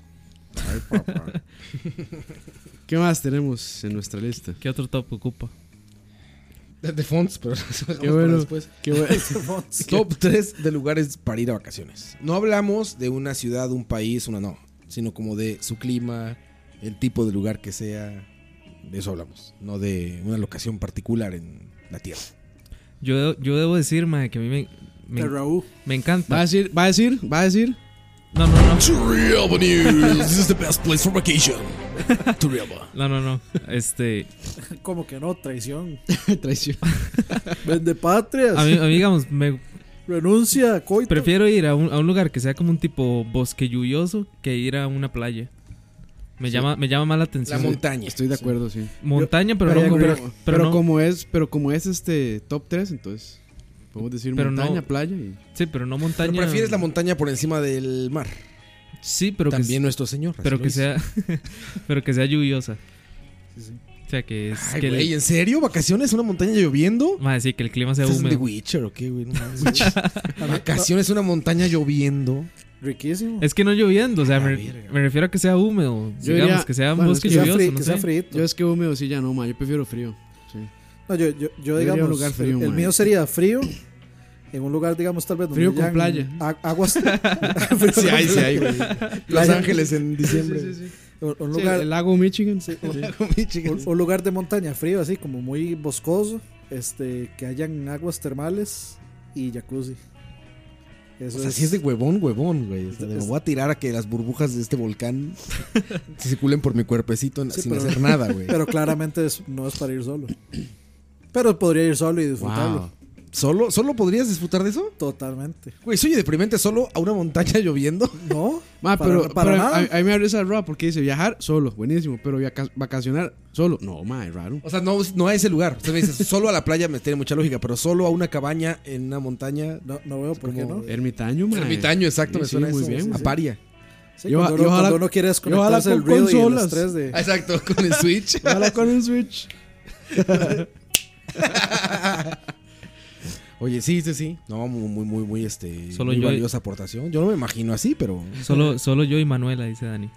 Speaker 3: ¿Qué más tenemos en nuestra lista?
Speaker 5: ¿Qué otro top ocupa?
Speaker 2: De fonts, pero eso lo dejamos para
Speaker 3: bueno.
Speaker 2: después.
Speaker 3: Qué bueno.
Speaker 2: Top 3 de lugares para ir a vacaciones. No hablamos de una ciudad, un país, una no, sino como de su clima, el tipo de lugar que sea. De eso hablamos, no de una locación particular en la tierra.
Speaker 5: Yo, yo debo decir, mae, que a mí me, me,
Speaker 4: De Raúl.
Speaker 3: Va
Speaker 5: me
Speaker 3: a
Speaker 5: encanta.
Speaker 3: decir, va a decir, va a decir.
Speaker 5: No, no, no.
Speaker 2: Turrialba News, this is the best place for vacation. Turrialba.
Speaker 5: No, no, no. Este,
Speaker 4: Como que no, traición.
Speaker 3: Traición.
Speaker 4: Vende patrias.
Speaker 5: a mí, a mí, digamos, me
Speaker 4: Renuncia, coito.
Speaker 5: prefiero ir a un, a un lugar que sea como un tipo bosque lluvioso que ir a una playa. Me llama me llama más la
Speaker 2: La
Speaker 5: atención.
Speaker 2: montaña.
Speaker 3: Estoy de acuerdo, sí.
Speaker 5: Montaña, pero,
Speaker 3: Pero,
Speaker 5: no,
Speaker 3: como-
Speaker 5: pero,
Speaker 3: pero,
Speaker 5: pero no-
Speaker 3: como es, pero como es este top 3, entonces podemos decir
Speaker 5: Pero
Speaker 3: montaña,
Speaker 5: no-
Speaker 3: playa y
Speaker 5: Sí, pero no
Speaker 2: Pero
Speaker 5: montaña.
Speaker 2: prefieres la montaña por encima del mar.
Speaker 5: Sí, pero que,
Speaker 2: También nuestro señor. así
Speaker 5: pero
Speaker 2: lo
Speaker 5: que
Speaker 2: hizo.
Speaker 5: sea pero que sea lluviosa. O sea, que es
Speaker 2: Ay,
Speaker 5: que el-
Speaker 2: güey, ¿en serio? ¿Vacaciones? ¿Una montaña lloviendo?
Speaker 5: mae, sí, que el clima sea
Speaker 2: ¿Estás en The
Speaker 5: húmedo.
Speaker 2: Witcher o qué, güey? No mames. ¿Vacaciones? ¿Una montaña lloviendo?
Speaker 4: Riquísimo.
Speaker 5: Es que no lloviendo, o sea, me,
Speaker 2: verga.
Speaker 5: me refiero a que sea húmedo,
Speaker 3: Yo
Speaker 5: digamos,
Speaker 3: diría-
Speaker 5: que sea un
Speaker 3: bueno, es
Speaker 5: bosque
Speaker 4: que sea,
Speaker 5: lluvioso,
Speaker 4: fri-
Speaker 5: no
Speaker 4: que
Speaker 5: sé.
Speaker 4: sea frito.
Speaker 3: Yo es que húmedo sí ya no, ma, yo prefiero frío. sí.
Speaker 4: No, yo, yo, yo,
Speaker 3: iría a un
Speaker 4: digamos,
Speaker 3: lugar frío,
Speaker 4: el, el
Speaker 3: man.
Speaker 4: mío sería frío. En un lugar, digamos, tal vez donde
Speaker 3: Frío con
Speaker 4: hayan
Speaker 3: playa.
Speaker 4: a- Aguas. Frío
Speaker 2: Sí
Speaker 4: con
Speaker 2: hay, sí
Speaker 4: playa.
Speaker 2: hay, güey. Los
Speaker 4: Playa.
Speaker 2: Ángeles en diciembre.
Speaker 4: Un, un
Speaker 3: Sí,
Speaker 4: lugar,
Speaker 3: el lago Michigan.
Speaker 4: sí,
Speaker 3: Sí.
Speaker 4: un, un- un lugar de montaña frío, así como muy boscoso. Este, que hayan aguas termales y jacuzzi. Eso
Speaker 2: O sea,
Speaker 4: es-
Speaker 2: sí es de huevón, huevón, güey. O sea, de, me voy a tirar a que las burbujas de este volcán se circulen por mi cuerpecito en-
Speaker 4: Sí,
Speaker 2: sin
Speaker 4: pero-
Speaker 2: hacer nada, güey.
Speaker 4: Pero claramente es- no es para ir solo. Pero podría ir solo y disfrutarlo.
Speaker 2: Wow. ¿Solo, ¿Solo podrías disfrutar de eso?
Speaker 4: Totalmente.
Speaker 2: Güey, soy deprimente solo a una montaña lloviendo.
Speaker 4: No,
Speaker 3: Ma,
Speaker 4: para-
Speaker 3: pero,
Speaker 4: para
Speaker 3: pero
Speaker 4: nada.
Speaker 3: a, a mí me abre esa ropa porque dice viajar solo, buenísimo, pero viaca- vacacionar solo, no, ma, es raro.
Speaker 2: O sea, no, no a ese lugar. Usted me dice, solo a la playa me tiene mucha lógica, pero solo a una cabaña en una montaña.
Speaker 4: no, no veo por qué
Speaker 2: como-
Speaker 4: no.
Speaker 3: Ermitaño, ma.
Speaker 2: Ermitaño, exacto,
Speaker 3: Sí,
Speaker 2: me
Speaker 3: sí,
Speaker 2: suena
Speaker 3: muy
Speaker 2: eso.
Speaker 3: bien,
Speaker 2: a
Speaker 3: sí.
Speaker 2: paria.
Speaker 4: Sí,
Speaker 3: Yo-
Speaker 4: cuando, uno,
Speaker 3: yo ojalá-
Speaker 4: cuando uno quiere desconectarse
Speaker 3: yo
Speaker 4: del
Speaker 3: ojalá con
Speaker 4: ruido y el
Speaker 3: consolas.
Speaker 4: estrés de...
Speaker 2: Exacto, con el Switch.
Speaker 3: Ojalá con un Switch.
Speaker 2: Oye, sí, sí, sí. No, muy, muy, muy, muy, este.
Speaker 5: Solo
Speaker 2: muy
Speaker 5: yo-
Speaker 2: valiosa aportación. Yo no me imagino así, pero.
Speaker 5: Solo solo yo y Manuela dice Dani.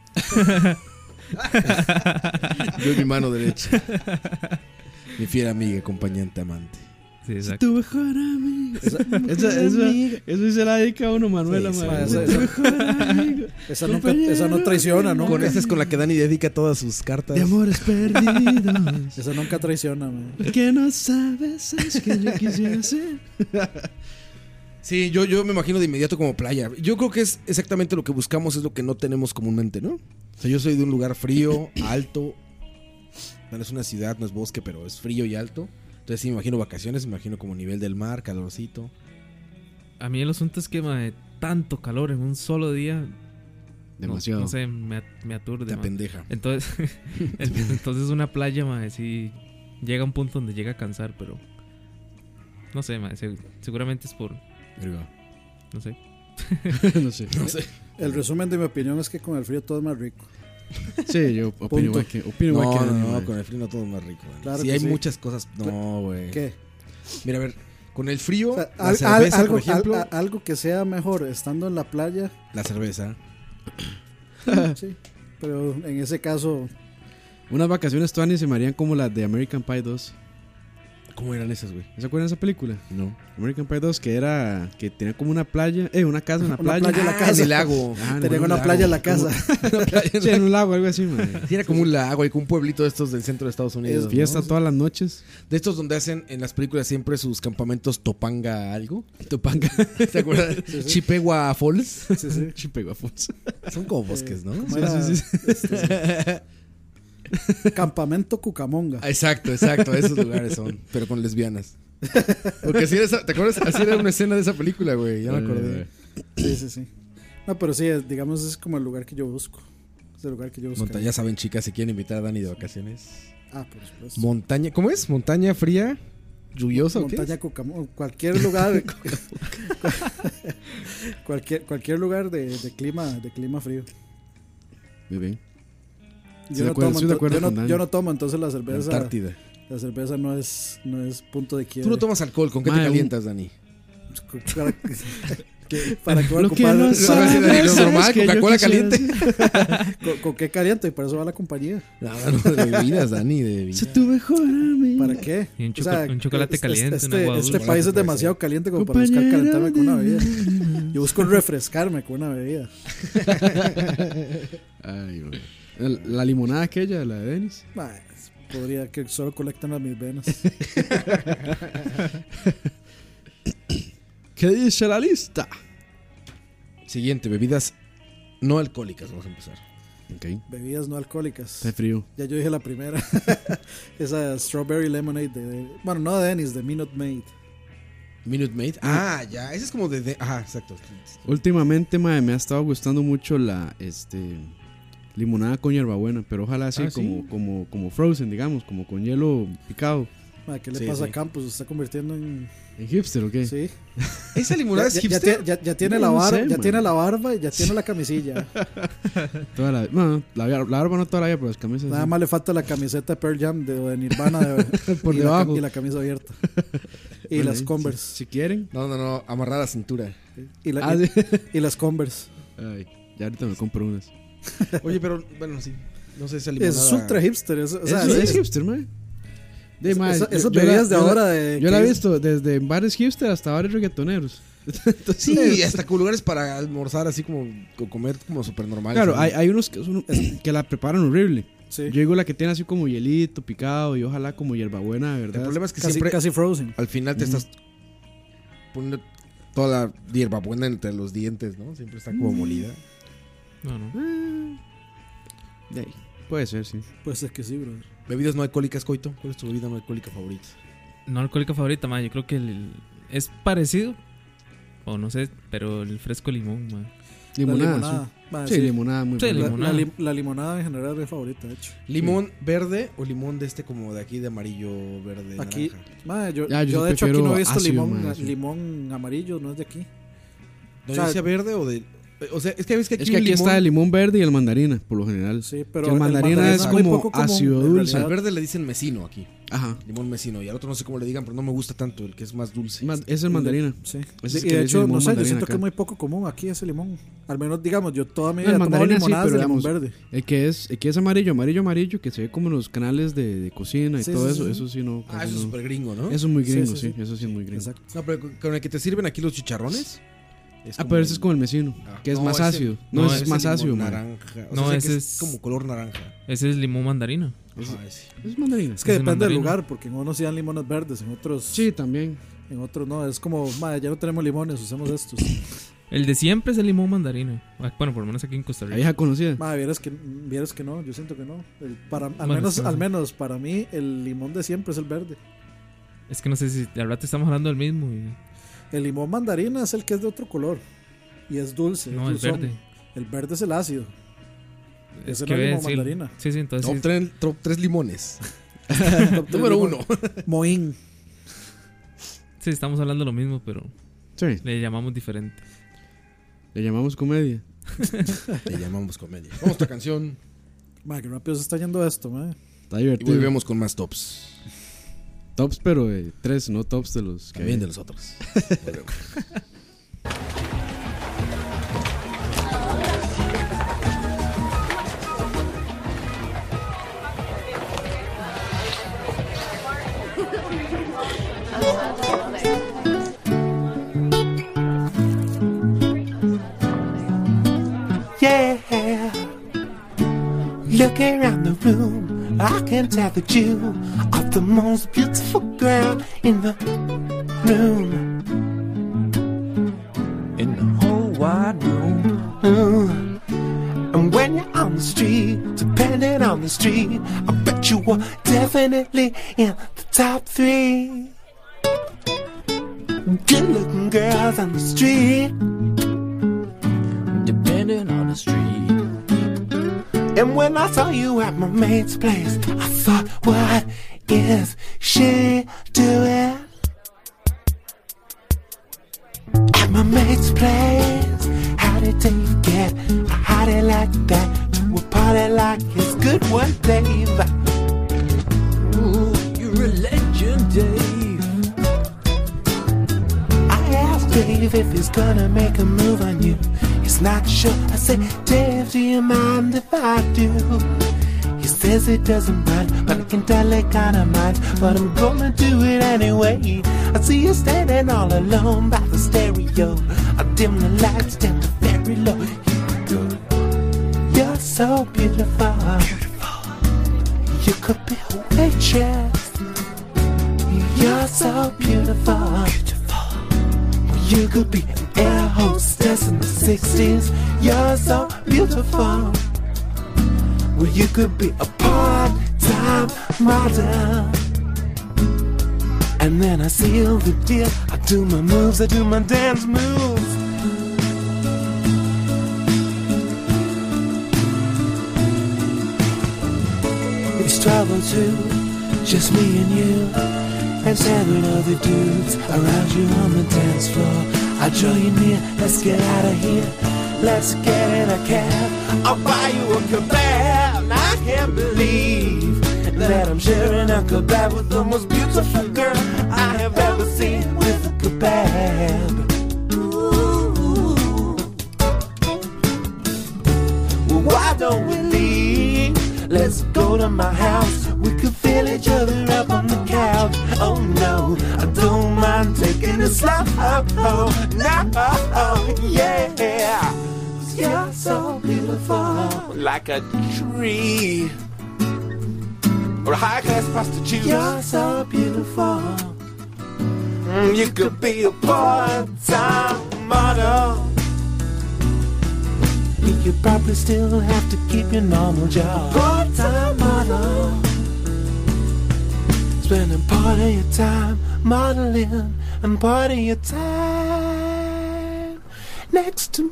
Speaker 2: Yo en mi mano derecha. Mi fiel amiga, acompañante, amante.
Speaker 5: Sí, exacto.
Speaker 3: Tu mejor amigo. Esa- esa- eso dice la dedica a uno, Manuela,
Speaker 2: Sí, sí,
Speaker 3: ma.
Speaker 4: ma, esa-
Speaker 3: Tu
Speaker 4: esa-
Speaker 3: mejor amigo.
Speaker 4: Esa, nunca, esa no traiciona, ¿no?
Speaker 2: Con esa es con la que Dani dedica todas sus cartas.
Speaker 3: De amores perdidos.
Speaker 4: Esa nunca traiciona, man.
Speaker 3: que no sabes es que yo quisiera ser.
Speaker 2: Sí, yo, yo me imagino de inmediato como playa. Yo creo que es exactamente lo que buscamos, es lo que no tenemos comúnmente, ¿no? O sea, yo soy de un lugar frío, alto. No es una ciudad, no es bosque, pero es frío y alto. Entonces sí, me imagino vacaciones, me imagino como nivel del mar, calorcito.
Speaker 5: A mí el asunto es que mae, tanto calor en un solo día, no-
Speaker 3: Demasiado.
Speaker 5: no, sé, me, at- me aturde.
Speaker 2: Te
Speaker 5: mae.
Speaker 2: pendeja.
Speaker 5: Entonces, entonces una playa, mae, sí llega a un punto donde llega a cansar, pero no sé, mae, se- seguramente es por, no sé.
Speaker 3: no sé.
Speaker 2: No sé.
Speaker 4: El resumen de mi opinión es que con el frío todo es más rico.
Speaker 3: Sí, yo opino igual que. Opino
Speaker 2: No,
Speaker 3: igual que
Speaker 2: no,
Speaker 3: Dani,
Speaker 2: no,
Speaker 3: ma.
Speaker 2: con el frío no todo es más rico. Dani.
Speaker 4: Claro
Speaker 2: sí,
Speaker 4: que
Speaker 2: hay
Speaker 4: sí.
Speaker 2: muchas cosas. No, güey.
Speaker 4: ¿Qué?
Speaker 2: Mira, a ver, con el frío,
Speaker 4: O sea,
Speaker 2: la
Speaker 4: al- al-
Speaker 2: cerveza,
Speaker 4: algo,
Speaker 2: por ejemplo.
Speaker 4: al- a- algo que sea mejor estando en la playa,
Speaker 2: la cerveza.
Speaker 4: sí. Pero en ese caso,
Speaker 3: Unas vacaciones tuanis se me harían como las de American Pie 2.
Speaker 2: ¿Cómo eran esas, güey?
Speaker 3: ¿Se acuerdan de esa película?
Speaker 2: No.
Speaker 3: American Pie 2, que era. que tenía como una playa. Eh, una casa, una playa.
Speaker 4: playa en la
Speaker 3: Ah,
Speaker 4: casa.
Speaker 2: del lago.
Speaker 3: Ah, no,
Speaker 4: Tenía
Speaker 3: un
Speaker 4: una
Speaker 3: lago.
Speaker 4: playa en la casa.
Speaker 3: Sí, en un lago, algo así, man.
Speaker 2: Sí, era como un lago y como un pueblito de estos del centro de Estados Unidos. ¿no?
Speaker 3: Fiesta todas las noches.
Speaker 2: De estos donde hacen en las películas siempre sus campamentos Topanga algo.
Speaker 3: Topanga.
Speaker 2: ¿Te acuerdas? Chippewa Falls.
Speaker 4: Sí, sí.
Speaker 3: Chipeguafos.
Speaker 2: Son como bosques, ¿no?
Speaker 4: ¿Cómo era? Este, sí. Campamento Cucamonga.
Speaker 2: Ah, Exacto, exacto. Esos lugares son. Pero con lesbianas. Porque así era, esa- ¿te acuerdas? Así era una escena de esa película, güey. Ya me
Speaker 3: Eh,
Speaker 2: acordé.
Speaker 4: Sí, sí, sí. No, pero sí, es- digamos, es como el lugar que yo busco. Es el lugar que yo busco.
Speaker 2: Monta- ya saben, chicas, si quieren invitar a Dani de vacaciones.
Speaker 4: Ah, por supuesto.
Speaker 2: Montaña, ¿cómo es? ¿Montaña fría? ¿Lluviosa o qué?
Speaker 4: Montaña Cucamonga. Cualquier lugar. cualquier, cualquier lugar de, de clima, de clima frío.
Speaker 3: Muy bien. Estoy de
Speaker 4: Yo no,
Speaker 3: acuerdo,
Speaker 4: tomo,
Speaker 3: estoy de
Speaker 4: ento-
Speaker 3: acuerdo
Speaker 4: yo,
Speaker 3: con
Speaker 4: no,
Speaker 3: Dani.
Speaker 4: yo no tomo, entonces la cerveza.
Speaker 2: Antártida.
Speaker 4: La cerveza no es, no es punto de quiebra.
Speaker 2: Tú no tomas alcohol, ¿con qué te
Speaker 3: Mae, un-
Speaker 2: calientas, Dani?
Speaker 4: Para, para que voy a
Speaker 3: Lo que
Speaker 4: ocupar-
Speaker 3: no
Speaker 2: A ver, si Dani, ¿lo
Speaker 3: ¿sabes
Speaker 2: normal,
Speaker 3: que yo
Speaker 2: Coca-Cola
Speaker 3: quisiera
Speaker 2: caliente.
Speaker 4: con, con qué caliente y para eso va la compañía.
Speaker 2: No, no, de bebidas, Dani, de bebidas.
Speaker 3: Soy tu mejor amigo.
Speaker 4: ¿Para qué?
Speaker 5: Y un choco- un chocolate
Speaker 4: este-
Speaker 5: caliente,
Speaker 4: Este,
Speaker 5: un agua
Speaker 4: este
Speaker 5: dulce.
Speaker 4: país es demasiado caliente como para buscar
Speaker 3: Compañero
Speaker 4: calentarme con una
Speaker 3: de
Speaker 4: bebida. Yo busco refrescarme con una bebida.
Speaker 3: Ay, güey. La, la limonada aquella, la de Denis.
Speaker 4: Bah, Podría que solo colectan a mis venas.
Speaker 3: ¿Qué dice la lista?
Speaker 2: Siguiente, bebidas no alcohólicas, vamos a empezar.
Speaker 3: Ok.
Speaker 4: Bebidas no alcohólicas.
Speaker 3: Está frío.
Speaker 4: Ya yo dije la primera. Esa strawberry lemonade de. Bueno, no de Dennis, de Minute Maid.
Speaker 2: Minute Maid. Ah, ya, ese es como de... de- ajá, exacto.
Speaker 3: Últimamente, mae, me ha estado gustando mucho la este limonada con hierbabuena, pero ojalá así
Speaker 5: Ah, ¿sí?
Speaker 3: como como como frozen, digamos, como con hielo picado.
Speaker 4: Bah, ¿Qué le
Speaker 2: Sí,
Speaker 4: pasa
Speaker 2: sí.
Speaker 4: a Campos? ¿Se está convirtiendo en.?
Speaker 3: ¿En hipster o qué?
Speaker 4: Sí.
Speaker 2: ¿Esa
Speaker 4: Ya,
Speaker 2: limonada es
Speaker 4: ya- ya
Speaker 2: hipster?
Speaker 4: tie- ya- ya tiene
Speaker 3: No
Speaker 4: la
Speaker 3: lo
Speaker 4: barba,
Speaker 3: sé,
Speaker 4: ya
Speaker 3: man.
Speaker 4: tiene la barba y ya tiene la camisilla.
Speaker 3: Toda la, no, la, la barba no toda la vida, pero las camisas.
Speaker 4: Nada
Speaker 3: sí.
Speaker 4: más le falta la camiseta de Pearl Jam de, de Nirvana de-
Speaker 3: Por
Speaker 4: y, la,
Speaker 3: debajo.
Speaker 4: cam- y la camisa abierta. Y
Speaker 3: Bueno,
Speaker 4: las
Speaker 3: sí,
Speaker 4: Converse.
Speaker 3: Si, si quieren.
Speaker 2: No, no, no, amarrada a la cintura.
Speaker 4: Y, la-
Speaker 3: Ah,
Speaker 4: y-
Speaker 3: sí.
Speaker 4: y las Converse.
Speaker 3: Ay, ya ahorita me compro unas.
Speaker 2: Oye, pero, bueno, sí. No sé, esa limonada...
Speaker 4: Es ultra hipster. es- o sea,
Speaker 3: Eso
Speaker 4: es-
Speaker 3: es hipster, mae. De, mae,
Speaker 4: esa-
Speaker 3: yo-
Speaker 4: esas
Speaker 3: yo la-
Speaker 4: bebidas de
Speaker 3: yo la-
Speaker 4: ahora de-
Speaker 3: Yo la he
Speaker 4: que-
Speaker 3: visto desde bares hipster hasta bares reggaetoneros.
Speaker 2: Sí, hasta con lugares para almorzar así como... co- comer como súper normal.
Speaker 3: Claro, hay, hay unos que, son- que la preparan horrible.
Speaker 4: sí,
Speaker 3: Yo digo la que tiene así como hielito picado y ojalá como hierbabuena, de
Speaker 2: El
Speaker 3: ¿verdad?
Speaker 2: problema es que
Speaker 4: casi,
Speaker 2: siempre...
Speaker 4: casi Frozen.
Speaker 2: Al final te estás poniendo toda la hierbabuena entre los dientes, ¿no? Siempre está como molida.
Speaker 5: No, no.
Speaker 3: De ahí. Puede ser, sí.
Speaker 4: Puede ser Pues que sí, brother.
Speaker 2: Bebidas no alcohólicas, Coito. ¿Cuál es tu bebida no alcohólica favorita?
Speaker 5: No alcohólica favorita, ma. Yo creo que el- es parecido. O no sé, pero el fresco limón, ma.
Speaker 3: Limonada.
Speaker 4: la limonada. Ma,
Speaker 3: sí.
Speaker 4: sí.
Speaker 3: Sí, limonada muy
Speaker 5: Sí,
Speaker 3: buena.
Speaker 4: La-
Speaker 5: limonada.
Speaker 4: La, lim- la limonada en general es mi favorita, de hecho.
Speaker 2: ¿Limón verde o limón de este como de aquí de amarillo, verde,
Speaker 4: Aquí,
Speaker 2: naranja?
Speaker 4: ma, yo,
Speaker 3: Ya, yo
Speaker 4: yo
Speaker 3: sí
Speaker 4: de hecho aquí no
Speaker 3: prefiero
Speaker 4: he visto
Speaker 3: ácido,
Speaker 4: limón,
Speaker 3: ma, ácido.
Speaker 4: limón amarillo, no es de aquí.
Speaker 2: ¿No
Speaker 4: o sea,
Speaker 2: decía verde o de...? O sea, es que ves que aquí,
Speaker 3: Es que aquí
Speaker 2: el limón-
Speaker 3: está el limón verde y el mandarina, por lo general.
Speaker 4: Sí, pero
Speaker 3: Que el mandarina es
Speaker 4: muy
Speaker 3: como
Speaker 4: poco común,
Speaker 3: ácido
Speaker 4: en
Speaker 3: dulce.
Speaker 2: Al
Speaker 4: realidad.
Speaker 2: verde le dicen mesino aquí.
Speaker 3: Ajá.
Speaker 2: Limón mesino. Y al otro no sé cómo le digan, pero no me gusta tanto el que es más dulce.
Speaker 3: Ma- Es el mandarina.
Speaker 4: Sí.
Speaker 3: Ese es
Speaker 4: y
Speaker 3: que
Speaker 4: de
Speaker 3: le
Speaker 4: hecho,
Speaker 3: dicen
Speaker 4: no
Speaker 3: limón
Speaker 4: sé, yo
Speaker 3: mandarina
Speaker 4: siento que
Speaker 3: acá.
Speaker 4: es muy poco común aquí ese limón. Al menos, digamos, yo toda mi
Speaker 3: No,
Speaker 4: vida
Speaker 3: el
Speaker 4: he tomado
Speaker 3: mandarina sí,
Speaker 4: limonadas
Speaker 3: pero
Speaker 4: de limón
Speaker 3: digamos,
Speaker 4: verde.
Speaker 3: El que es, el que es amarillo, amarillo, amarillo, que se ve como en los canales de, de cocina y
Speaker 4: Sí,
Speaker 3: todo
Speaker 4: sí,
Speaker 3: eso.
Speaker 4: sí.
Speaker 3: Eso sí no.
Speaker 2: Ah,
Speaker 3: casi
Speaker 2: eso es
Speaker 3: no.
Speaker 2: súper gringo, ¿no?
Speaker 3: Eso es muy
Speaker 4: Sí,
Speaker 3: gringo,
Speaker 4: sí,
Speaker 3: sí,
Speaker 4: sí.
Speaker 3: Eso sí es muy gringo.
Speaker 4: Exacto.
Speaker 2: No, pero con- con el que te sirven aquí los chicharrones. es
Speaker 3: Ah,
Speaker 2: como
Speaker 3: pero ese
Speaker 2: el-
Speaker 3: es como el mesino,
Speaker 2: Ah,
Speaker 3: que es
Speaker 2: no,
Speaker 3: más
Speaker 2: ese-
Speaker 3: ácido. No,
Speaker 5: no,
Speaker 3: es
Speaker 5: ese
Speaker 3: más
Speaker 2: limón
Speaker 3: ácido, man.
Speaker 2: naranja.
Speaker 5: No,
Speaker 2: no,
Speaker 5: ese
Speaker 2: ese es
Speaker 5: es-
Speaker 2: como color naranja.
Speaker 5: Ese es limón mandarina.
Speaker 2: Ajá, ese.
Speaker 3: Es mandarina.
Speaker 4: Es que
Speaker 5: Es
Speaker 4: depende del
Speaker 5: mandarina.
Speaker 4: lugar, porque en unos sí dan limones verdes, en otros,
Speaker 3: Sí, también.
Speaker 4: en otros no. Es como, madre, ya no tenemos limones, usemos estos.
Speaker 5: El de siempre es el limón mandarina. Ah, Bueno, por lo menos aquí en Costa
Speaker 3: La
Speaker 5: Rica.
Speaker 3: vieja conocida.
Speaker 4: madre, vieras que, vieras que no, yo siento que no. El- para, al,
Speaker 5: Bueno,
Speaker 4: menos,
Speaker 5: sí,
Speaker 4: al
Speaker 5: sí.
Speaker 4: menos para mí, el limón de siempre es el verde.
Speaker 5: Es que no sé si al rato estamos hablando del mismo. y-
Speaker 4: El limón mandarina es el que es de otro color y es dulce.
Speaker 5: No, el
Speaker 4: es dulzón.
Speaker 5: verde.
Speaker 4: El verde es el ácido.
Speaker 5: Es
Speaker 4: Ese no
Speaker 5: que
Speaker 4: es
Speaker 5: ve,
Speaker 4: limón
Speaker 5: sí,
Speaker 4: mandarina.
Speaker 5: Sí, sí, entonces.
Speaker 2: Top,
Speaker 5: sí,
Speaker 2: tres, top tres limones.
Speaker 4: Top tres
Speaker 2: Número
Speaker 4: limón.
Speaker 2: uno.
Speaker 4: Moín.
Speaker 5: sí, estamos hablando lo mismo, pero
Speaker 3: Sí.
Speaker 5: le llamamos diferente.
Speaker 3: Le llamamos comedia.
Speaker 2: Te llamamos comedia. Vamos a otra canción
Speaker 4: Madre, qué rápido se está yendo esto, madre.
Speaker 3: Está
Speaker 2: y
Speaker 3: divertido.
Speaker 2: volvemos con más tops.
Speaker 3: Tops, pero de tres, no tops de los que
Speaker 2: También de los otros. Volvemos.
Speaker 10: can't laugh at you. Are the most beautiful girl in the room. In the whole wide room. Ooh. Mm. And when you're on the street, depending on the street, I bet you were definitely in the top three. Good looking girls on the street. Depending on the street. And when I saw you at my mate's place, I thought, what is she doing? At my mate's place, how did they get a hottie like that to a party like this? Good one, Dave. Ooh, you're a legend, Dave. I asked Dave if he's gonna make a move on you. He's not sure. I said, Dave, do you mind if I do? He says he doesn't mind, but I can tell he kinda minds. But I'm gonna do it anyway. I see you standing all alone by the stereo. I dim the lights down to very low. Here you go. You're so beautiful. Beautiful. You could be a waitress. You're so beautiful. Beautiful. You could be an air hostess in the 60s. You're so beautiful. Well, you could be a part time model. And then I seal the deal. I do my moves, I do my dance moves. It's 1202, just me and you. And seven other dudes around you on the dance floor. I draw you near, let's get out of here. Let's get in a cab. I'll buy you a kebab. I can't believe that I'm sharing a kebab with the most beautiful girl I have ever seen with a kebab. Ooh. Well, why don't we leave? Let's go to my house. We could feel each other up on the couch. Oh no, I don't mind taking a slow. Oh no, yeah. You're so beautiful, like a tree or a high class prostitute. You're so beautiful. Mm, you could be a part-time model. You probably still have to keep your normal job. Part-time model. Spending part of your time modeling and part of your time next to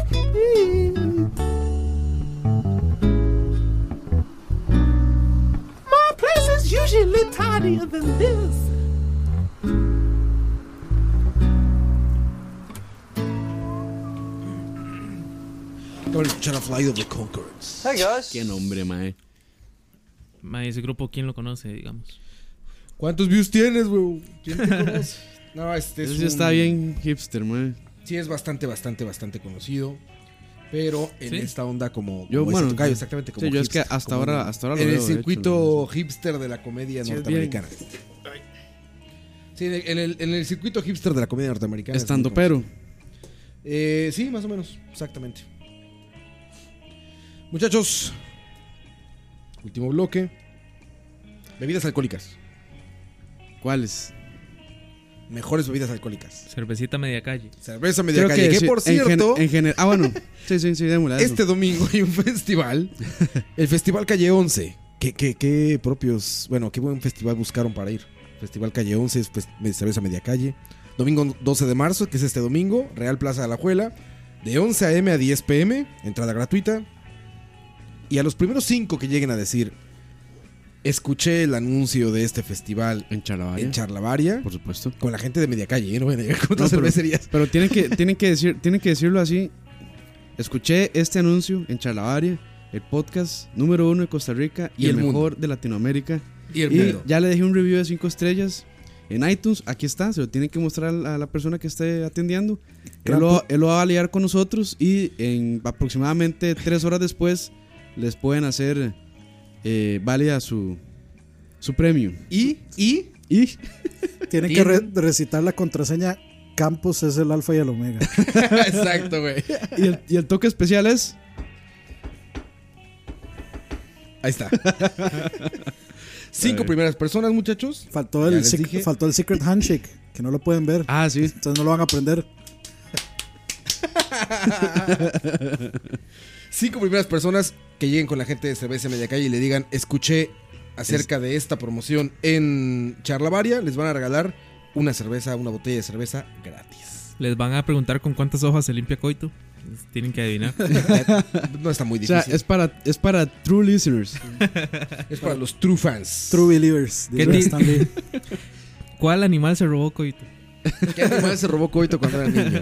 Speaker 10: me. My place is usually tidier than this.
Speaker 2: Acaban de escuchar a Fly of the Concords.
Speaker 3: Qué nombre, mae.
Speaker 5: Ma, ese grupo, ¿quién lo conoce, digamos?
Speaker 2: ¿Cuántos views tienes, güey? ¿Quién te conoce? No, este es
Speaker 3: Ese sí está
Speaker 2: un-
Speaker 3: bien hipster, mae.
Speaker 2: Sí, es bastante, bastante, bastante conocido. Pero en
Speaker 5: Sí.
Speaker 2: esta onda como,
Speaker 3: Yo,
Speaker 2: como ese
Speaker 3: bueno,
Speaker 2: tocayo, exactamente como
Speaker 3: sí, yo es que
Speaker 2: hipster,
Speaker 3: hasta
Speaker 2: como
Speaker 3: ahora- hasta ahora lo
Speaker 2: En el
Speaker 3: veo, de hecho,
Speaker 2: circuito hipster de la comedia
Speaker 3: Sí, es
Speaker 2: norteamericana. Sí, en el, en el- en el circuito hipster de la comedia norteamericana. es muy
Speaker 3: Estando
Speaker 2: conocido.
Speaker 3: pero.
Speaker 2: Eh, sí, más o menos, exactamente. Muchachos, último bloque. Bebidas alcohólicas.
Speaker 3: ¿Cuáles?
Speaker 2: Mejores bebidas alcohólicas.
Speaker 5: Cervecita media calle.
Speaker 2: Cerveza media calle. Que,
Speaker 3: sí,
Speaker 2: por
Speaker 3: en gen-
Speaker 2: cierto,
Speaker 3: En general. Ah, bueno. Sí, sí, sí, démosle a eso.
Speaker 2: este domingo hay un festival. El Festival Calle 11. ¿Qué, qué, qué propios. Bueno, qué buen festival buscaron para ir. Festival Calle 11 es pues, me- cerveza media calle. Domingo 12 de marzo, que es este domingo. Real Plaza de la Juela. De 11 a.m. a 10 p.m. Entrada gratuita. Y a los primeros cinco que lleguen a decir. Escuché el anuncio de este festival
Speaker 3: En Charlavaria.
Speaker 2: en Charlavaria.
Speaker 3: por supuesto.
Speaker 2: Con la gente de media calle, ¿eh? No van a llegar con otras
Speaker 3: No, pero-
Speaker 2: cervecerías.
Speaker 3: Pero tienen que, tienen que decir, tienen que decirlo así. Escuché este anuncio en Charlavaria, el podcast número uno de Costa Rica y,
Speaker 2: Y
Speaker 3: el,
Speaker 2: el mundo.
Speaker 3: mejor de Latinoamérica.
Speaker 2: Y el
Speaker 3: Y
Speaker 2: mundo.
Speaker 3: ya le dejé un review de cinco estrellas en iTunes. Aquí está, se lo tienen que mostrar a la- a la persona que esté atendiendo. Él lo, él lo va a validar con nosotros y en aproximadamente tres horas después les pueden hacer eh, válida su, su premio.
Speaker 2: Y, y
Speaker 3: Y
Speaker 4: Tienen que re- recitar la contraseña Campos es el alfa y el omega.
Speaker 2: Exacto, güey.
Speaker 3: ¿Y el, y el toque especial es.
Speaker 2: Ahí está. Cinco primeras personas, muchachos.
Speaker 4: Faltó
Speaker 2: Ya
Speaker 4: el,
Speaker 2: les
Speaker 4: sec-
Speaker 2: dije.
Speaker 4: faltó el Secret Handshake, que no lo pueden ver.
Speaker 3: Ah, sí.
Speaker 4: Entonces no lo van a aprender.
Speaker 2: Cinco primeras personas que lleguen con la gente de Cerveza Media Calle y le digan, escuché acerca de esta promoción en Charlavaria, les van a regalar una cerveza, una botella de cerveza gratis.
Speaker 5: Les van a preguntar con cuántas hojas se limpia coito. Tienen que adivinar.
Speaker 2: No está muy
Speaker 3: O sea,
Speaker 2: difícil.
Speaker 3: es para, es para true listeners.
Speaker 2: es, para los true fans.
Speaker 4: True Believers.
Speaker 5: ¿Qué
Speaker 4: diría
Speaker 5: ti-
Speaker 4: Stan Lee.
Speaker 5: ¿Cuál animal se robó coito?
Speaker 2: ¿Qué animal se robó Coito cuando era niño?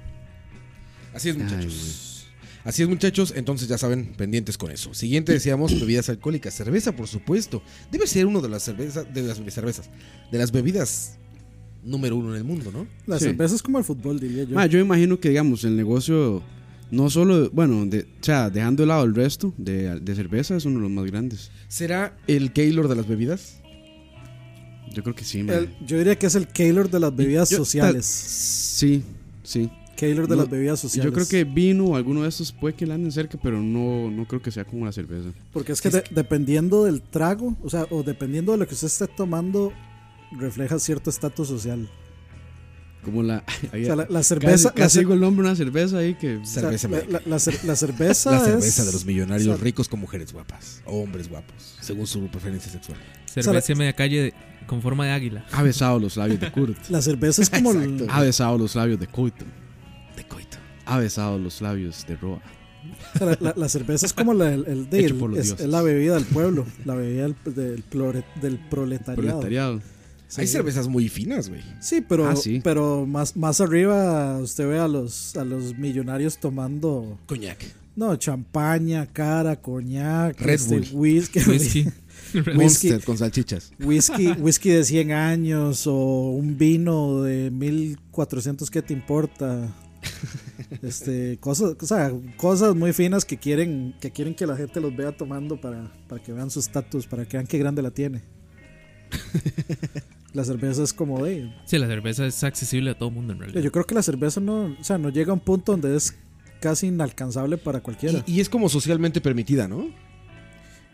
Speaker 2: Así es, muchachos. Así es, muchachos. Entonces ya saben, pendientes con eso. Siguiente decíamos bebidas alcohólicas, cerveza, por supuesto. Debe ser uno de las cervezas, de las cervezas, de las bebidas número uno en el mundo, ¿no?
Speaker 4: La
Speaker 3: Sí.
Speaker 4: cerveza es como el fútbol, diría yo.
Speaker 3: Ma, yo imagino que, digamos, el negocio, no solo, bueno, de, o sea, dejando de lado el resto de, de cerveza, es uno de los más grandes.
Speaker 2: ¿Será el Keylor de las bebidas?
Speaker 3: Yo creo que sí, ma.
Speaker 4: El- yo diría que es el Keylor de las bebidas
Speaker 3: Yo-
Speaker 4: sociales.
Speaker 3: Sí, sí.
Speaker 4: Keylor de
Speaker 3: no,
Speaker 4: las bebidas sociales.
Speaker 3: Yo creo que vino o alguno de estos puede que le anden cerca, pero no, no creo que sea como la cerveza.
Speaker 4: Porque es que de- dependiendo del trago, o sea, o dependiendo de lo que usted esté tomando, refleja cierto estatus social.
Speaker 3: Como la.
Speaker 4: O
Speaker 3: había-
Speaker 4: sea, la, la
Speaker 3: casi-
Speaker 4: cerveza.
Speaker 3: Casi,
Speaker 4: La, cer-
Speaker 3: digo el nombre de una cerveza ahí que.
Speaker 4: o sea,
Speaker 2: Cerveza
Speaker 4: la-
Speaker 2: América.
Speaker 4: la- la cer- la cerveza.
Speaker 2: La cerveza
Speaker 4: es-
Speaker 2: de los millonarios
Speaker 4: o sea,
Speaker 2: ricos con mujeres guapas o hombres guapos, según su preferencia sexual.
Speaker 5: Cerveza media calle de- con forma de águila.
Speaker 3: Ha besado los labios de Kurt.
Speaker 4: La cerveza es como. el-
Speaker 3: Ha besado los labios de Coito. De Coito. Ha besado los labios de Roa.
Speaker 4: o sea, la, la- la cerveza es como la, el, el- de-
Speaker 3: Hecho por los
Speaker 4: es,
Speaker 3: dioses.
Speaker 4: es la bebida del pueblo, la bebida del, del plore- del proletariado.
Speaker 3: Proletariado.
Speaker 4: Sí.
Speaker 2: Hay cervezas muy finas, güey.
Speaker 4: Sí, pero,
Speaker 3: Ah, sí.
Speaker 4: pero más, más arriba usted ve a los, a los millonarios tomando
Speaker 2: Coñac.
Speaker 4: no champaña, cara, coñac,
Speaker 2: Red
Speaker 4: este,
Speaker 2: Bull.
Speaker 4: whisky,
Speaker 5: Whisky.
Speaker 4: whisky,
Speaker 2: Monster con salchichas.
Speaker 4: whisky, whisky de 100 años o un vino de 1400, ¿qué te importa? Este, cosas, o sea, cosas muy finas que quieren que quieren que la gente los vea tomando para, para que vean su estatus, para que vean qué grande la tiene. La cerveza es como de
Speaker 5: Sí, la cerveza es accesible a todo mundo en realidad.
Speaker 4: Yo creo que la cerveza no, o sea, no llega a un punto donde es casi inalcanzable para cualquiera.
Speaker 2: Y, y es como socialmente permitida, ¿no?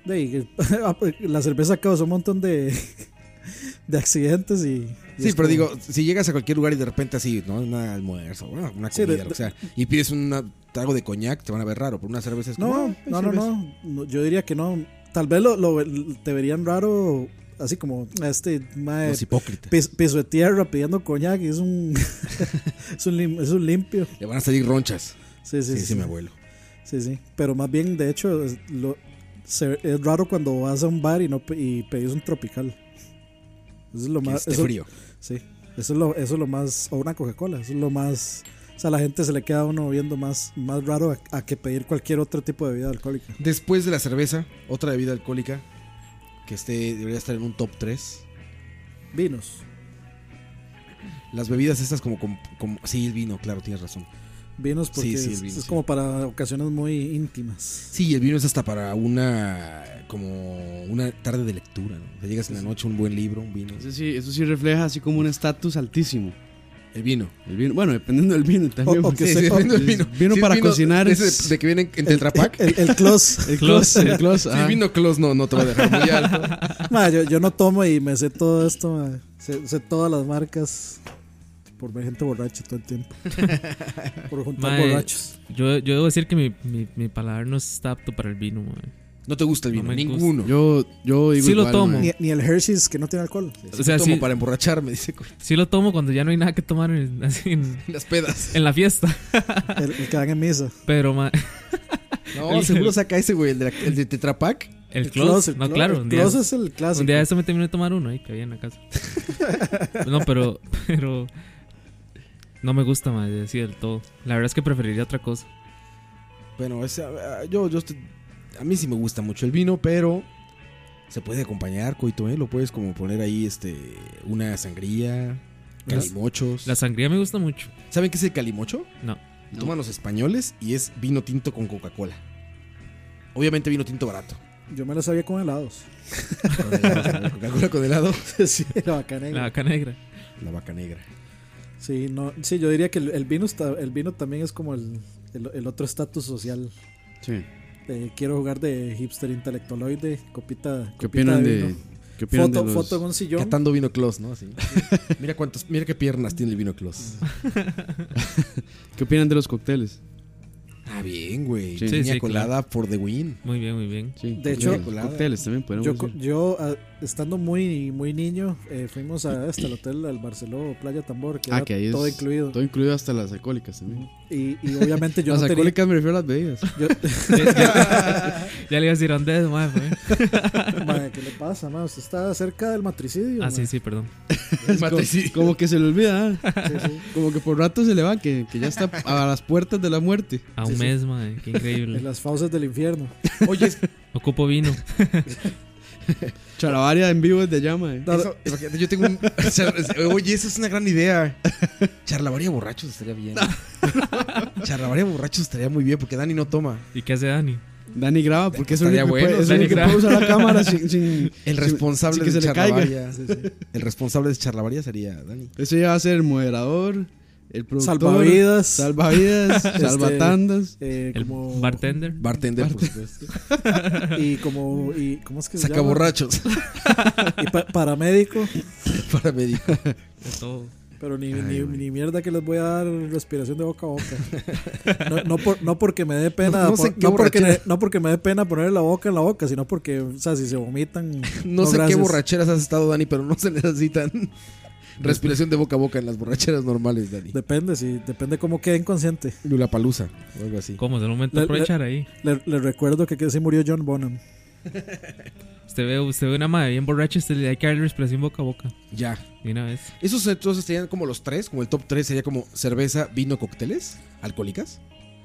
Speaker 4: De ahí, ah, pues, la cerveza causó un montón de, de accidentes y... y
Speaker 2: Sí,
Speaker 4: es
Speaker 2: pero
Speaker 4: como-
Speaker 2: digo, si llegas a cualquier lugar y de repente así, ¿no? Una almuerzo, bueno, una
Speaker 4: Sí,
Speaker 2: comida,
Speaker 4: de-
Speaker 2: lo que sea, y pides un trago de coñac, te van a ver raro, pero una cerveza es como,
Speaker 4: No,
Speaker 2: ah, hay
Speaker 4: no, no,
Speaker 2: cerveza.
Speaker 4: no, no, Yo diría que no. Tal vez lo, lo- te verían raro, así como este mae,
Speaker 2: Los hipócritas.
Speaker 4: pis- piso de tierra pidiendo coñac y es un, es un, lim- es un limpio.
Speaker 2: Le van a salir ronchas.
Speaker 4: Sí, sí,
Speaker 2: Sí, sí,
Speaker 4: sí.
Speaker 2: mi abuelo.
Speaker 4: Sí, sí. Pero más bien, de hecho, es, lo- se- es raro cuando vas a un bar y no pe- y pedís un tropical. Eso es lo
Speaker 2: Que
Speaker 4: más.
Speaker 2: esté
Speaker 4: eso-
Speaker 2: frío.
Speaker 4: Sí. Eso es lo, eso es lo más. O una Coca-Cola. Eso es lo más. O sea, la gente se le queda a uno viendo más, más raro a, a que pedir cualquier otro tipo de bebida alcohólica.
Speaker 2: Después de la cerveza, otra bebida alcohólica que esté, debería estar en un top 3.
Speaker 4: Vinos.
Speaker 2: Las bebidas estas como, con- como- sí, el vino, claro, tienes razón.
Speaker 4: Vinos porque
Speaker 2: Sí, sí, el
Speaker 4: es,
Speaker 2: vino,
Speaker 4: es
Speaker 2: sí.
Speaker 4: como para ocasiones muy íntimas.
Speaker 2: Sí, el vino es hasta para una como una tarde de lectura, ¿no? O sea, llegas en la noche un buen libro, un vino.
Speaker 3: Eso sí, eso sí refleja así como un estatus altísimo.
Speaker 2: El vino.
Speaker 3: El vino, bueno, dependiendo del vino también.
Speaker 4: O- o
Speaker 3: porque
Speaker 4: que
Speaker 3: sí,
Speaker 4: usted-
Speaker 3: sí,
Speaker 4: o-
Speaker 3: dependiendo del vino. Vino
Speaker 2: Sí,
Speaker 3: para cocinar
Speaker 2: ese
Speaker 3: es
Speaker 2: de, de que vienen en Tetrapack.
Speaker 4: El, el close.
Speaker 3: el close, el close.
Speaker 2: Sí,
Speaker 3: ah.
Speaker 2: vino close no, no te va a dejar muy alto.
Speaker 4: Ma, yo, yo no tomo y me sé todo esto. ma. Sé, sé todas las marcas. Por ver gente borracha todo el tiempo. Por juntar
Speaker 5: Mae,
Speaker 4: borrachos.
Speaker 5: Yo, yo debo decir que mi, mi, mi paladar no está apto para el vino. mae.
Speaker 2: No te gusta el
Speaker 5: No
Speaker 2: vino,
Speaker 5: me
Speaker 2: ninguno. Yo
Speaker 3: Yo, yo digo
Speaker 5: Sí lo
Speaker 3: igual,
Speaker 5: tomo.
Speaker 3: man.
Speaker 4: Ni, ni el Hershey's que no tiene alcohol.
Speaker 5: O sea,
Speaker 2: tomo
Speaker 5: sí,
Speaker 2: para emborracharme, dice con
Speaker 5: sí lo tomo cuando ya no hay nada que tomar en, así en-
Speaker 2: las pedas.
Speaker 5: en la fiesta.
Speaker 4: El, el que dan en misa.
Speaker 5: Pero mae,
Speaker 2: No, seguro saca ese, güey, el de, la- el de Tetrapack.
Speaker 5: el close,
Speaker 4: el
Speaker 5: no,
Speaker 4: close,
Speaker 5: claro.
Speaker 4: El
Speaker 5: un día-
Speaker 4: close es el clásico.
Speaker 5: Un día de eso me terminé de tomar uno ahí que había en la casa. no, pero, pero no me gusta más así del todo. La verdad es que preferiría otra cosa.
Speaker 2: Bueno, ese, ah, yo, yo estoy- a mí sí me gusta mucho el vino, pero se puede acompañar, coito, ¿eh? Lo puedes como poner ahí, este, una sangría,
Speaker 5: Las-
Speaker 2: calimochos.
Speaker 5: La sangría me gusta mucho.
Speaker 2: ¿Saben qué es el calimocho?
Speaker 5: No.
Speaker 2: Lo Toman los españoles y es vino tinto con Coca-Cola. Obviamente vino tinto barato.
Speaker 4: Yo me lo sabía con helados.
Speaker 2: Con helado, Coca-Cola con helado.
Speaker 4: sí, era bacana.
Speaker 5: La vaca negra.
Speaker 2: La vaca negra.
Speaker 4: Sí, no, sí, yo diría que el, el vino está, el vino también es como el, el- el otro estatus social.
Speaker 3: Sí.
Speaker 4: Eh, quiero jugar de hipster intelectualoide, copita.
Speaker 3: ¿Qué
Speaker 4: copita
Speaker 3: opinan de-
Speaker 4: vino.
Speaker 3: qué opinan
Speaker 4: foto,
Speaker 3: de los-
Speaker 4: foto en un sillón.
Speaker 2: Catando vino close, ¿no? Así. Mira cuántas, mira qué piernas tiene el vino close.
Speaker 3: ¿Qué opinan de los cócteles?
Speaker 2: Ah, bien, güey.
Speaker 3: Sí.
Speaker 2: Piña
Speaker 3: Sí, sí,
Speaker 2: colada por The Win.
Speaker 5: Muy bien, muy bien.
Speaker 3: Sí,
Speaker 4: De hecho,
Speaker 3: cócteles también podemos
Speaker 4: Yo, co-
Speaker 3: decir.
Speaker 4: yo, ah, estando muy, muy niño, eh, fuimos a- hasta el hotel, al Barceló Playa Tambor, que,
Speaker 3: Ah,
Speaker 4: era
Speaker 3: que ahí es
Speaker 4: todo incluido.
Speaker 3: Todo incluido hasta las alcohólicas también.
Speaker 4: Y, y obviamente yo
Speaker 3: las
Speaker 4: no tenía.
Speaker 3: alcohólicas me refiero a las bebidas.
Speaker 4: yo-
Speaker 5: ya le iba a decir, ¿dónde es, mae, mae?
Speaker 4: Mae, ¿qué le pasa, mae? Usted está cerca del matricidio.
Speaker 5: Ah,
Speaker 4: mae.
Speaker 5: sí, sí, perdón.
Speaker 2: Oh,
Speaker 3: Es como, como que se le olvida. ¿ah?
Speaker 4: Sí, sí.
Speaker 3: Como que por rato se le va, que, que ya está a las puertas de la muerte.
Speaker 5: A un
Speaker 4: Sí, sí.
Speaker 5: mes, mae. Qué
Speaker 4: En
Speaker 5: increíble.
Speaker 4: las fauces del infierno.
Speaker 2: Oye, es-
Speaker 5: Ocupo vino.
Speaker 3: Charavaria en vivo desde allá, mae.
Speaker 2: eso- imagínate, yo tengo un. Oye, esa es una gran idea. Charlavaria borrachos estaría bien. Charlavaria borrachos estaría muy bien porque Dani no toma.
Speaker 5: ¿Y qué hace Dani?
Speaker 3: Dani graba porque es el
Speaker 2: Estaría
Speaker 3: único que
Speaker 2: bueno,
Speaker 3: puede, es el
Speaker 5: Dani
Speaker 3: único que
Speaker 5: graba.
Speaker 3: puede usar la cámara sin, sin-
Speaker 2: El
Speaker 3: sin-
Speaker 2: responsable
Speaker 3: sin que
Speaker 2: de
Speaker 3: se le caiga.
Speaker 2: Charlavaria. El responsable de Charlavaria sería Dani.
Speaker 3: Ese ya va a ser el moderador, el productor,
Speaker 4: Salvavidas.
Speaker 3: salvavidas,
Speaker 5: Este,
Speaker 3: salvatandas.
Speaker 4: Eh,
Speaker 5: El
Speaker 4: como,
Speaker 5: bartender.
Speaker 2: Bartender, por supuesto.
Speaker 4: y como. Y, ¿Cómo es que se
Speaker 2: Saca
Speaker 4: llama?
Speaker 2: borrachos.
Speaker 4: Y pa- paramédico.
Speaker 2: Para medir.
Speaker 5: de todo.
Speaker 4: Pero ni, ni, ni mierda que les voy a dar respiración de boca a boca. No, no por- no porque me dé pena.
Speaker 2: No-
Speaker 4: No,
Speaker 2: no sé
Speaker 4: por-
Speaker 2: qué
Speaker 4: no porque,
Speaker 2: borrachera.
Speaker 4: no porque me dé pena ponerle la boca en la boca, sino porque, o sea, si se vomitan.
Speaker 2: No, sé
Speaker 4: gracias.
Speaker 2: qué borracheras has estado, Dani, pero no se necesitan respiración de boca a boca en las borracheras normales, Dani.
Speaker 4: Depende, sí, depende cómo quede inconsciente.
Speaker 2: Lula Palusa o algo así.
Speaker 5: ¿Cómo? De momento
Speaker 4: Le-
Speaker 5: aprovechar ahí.
Speaker 4: Le, le recuerdo que, que se murió John Bonham.
Speaker 5: Usted ve, usted ve una madre bien borracha, usted le hay que darle respiración boca a boca.
Speaker 2: Ya.
Speaker 5: De una vez.
Speaker 2: Esos entonces serían como los tres, como el top tres sería como cerveza, vino, cócteles, alcohólicas,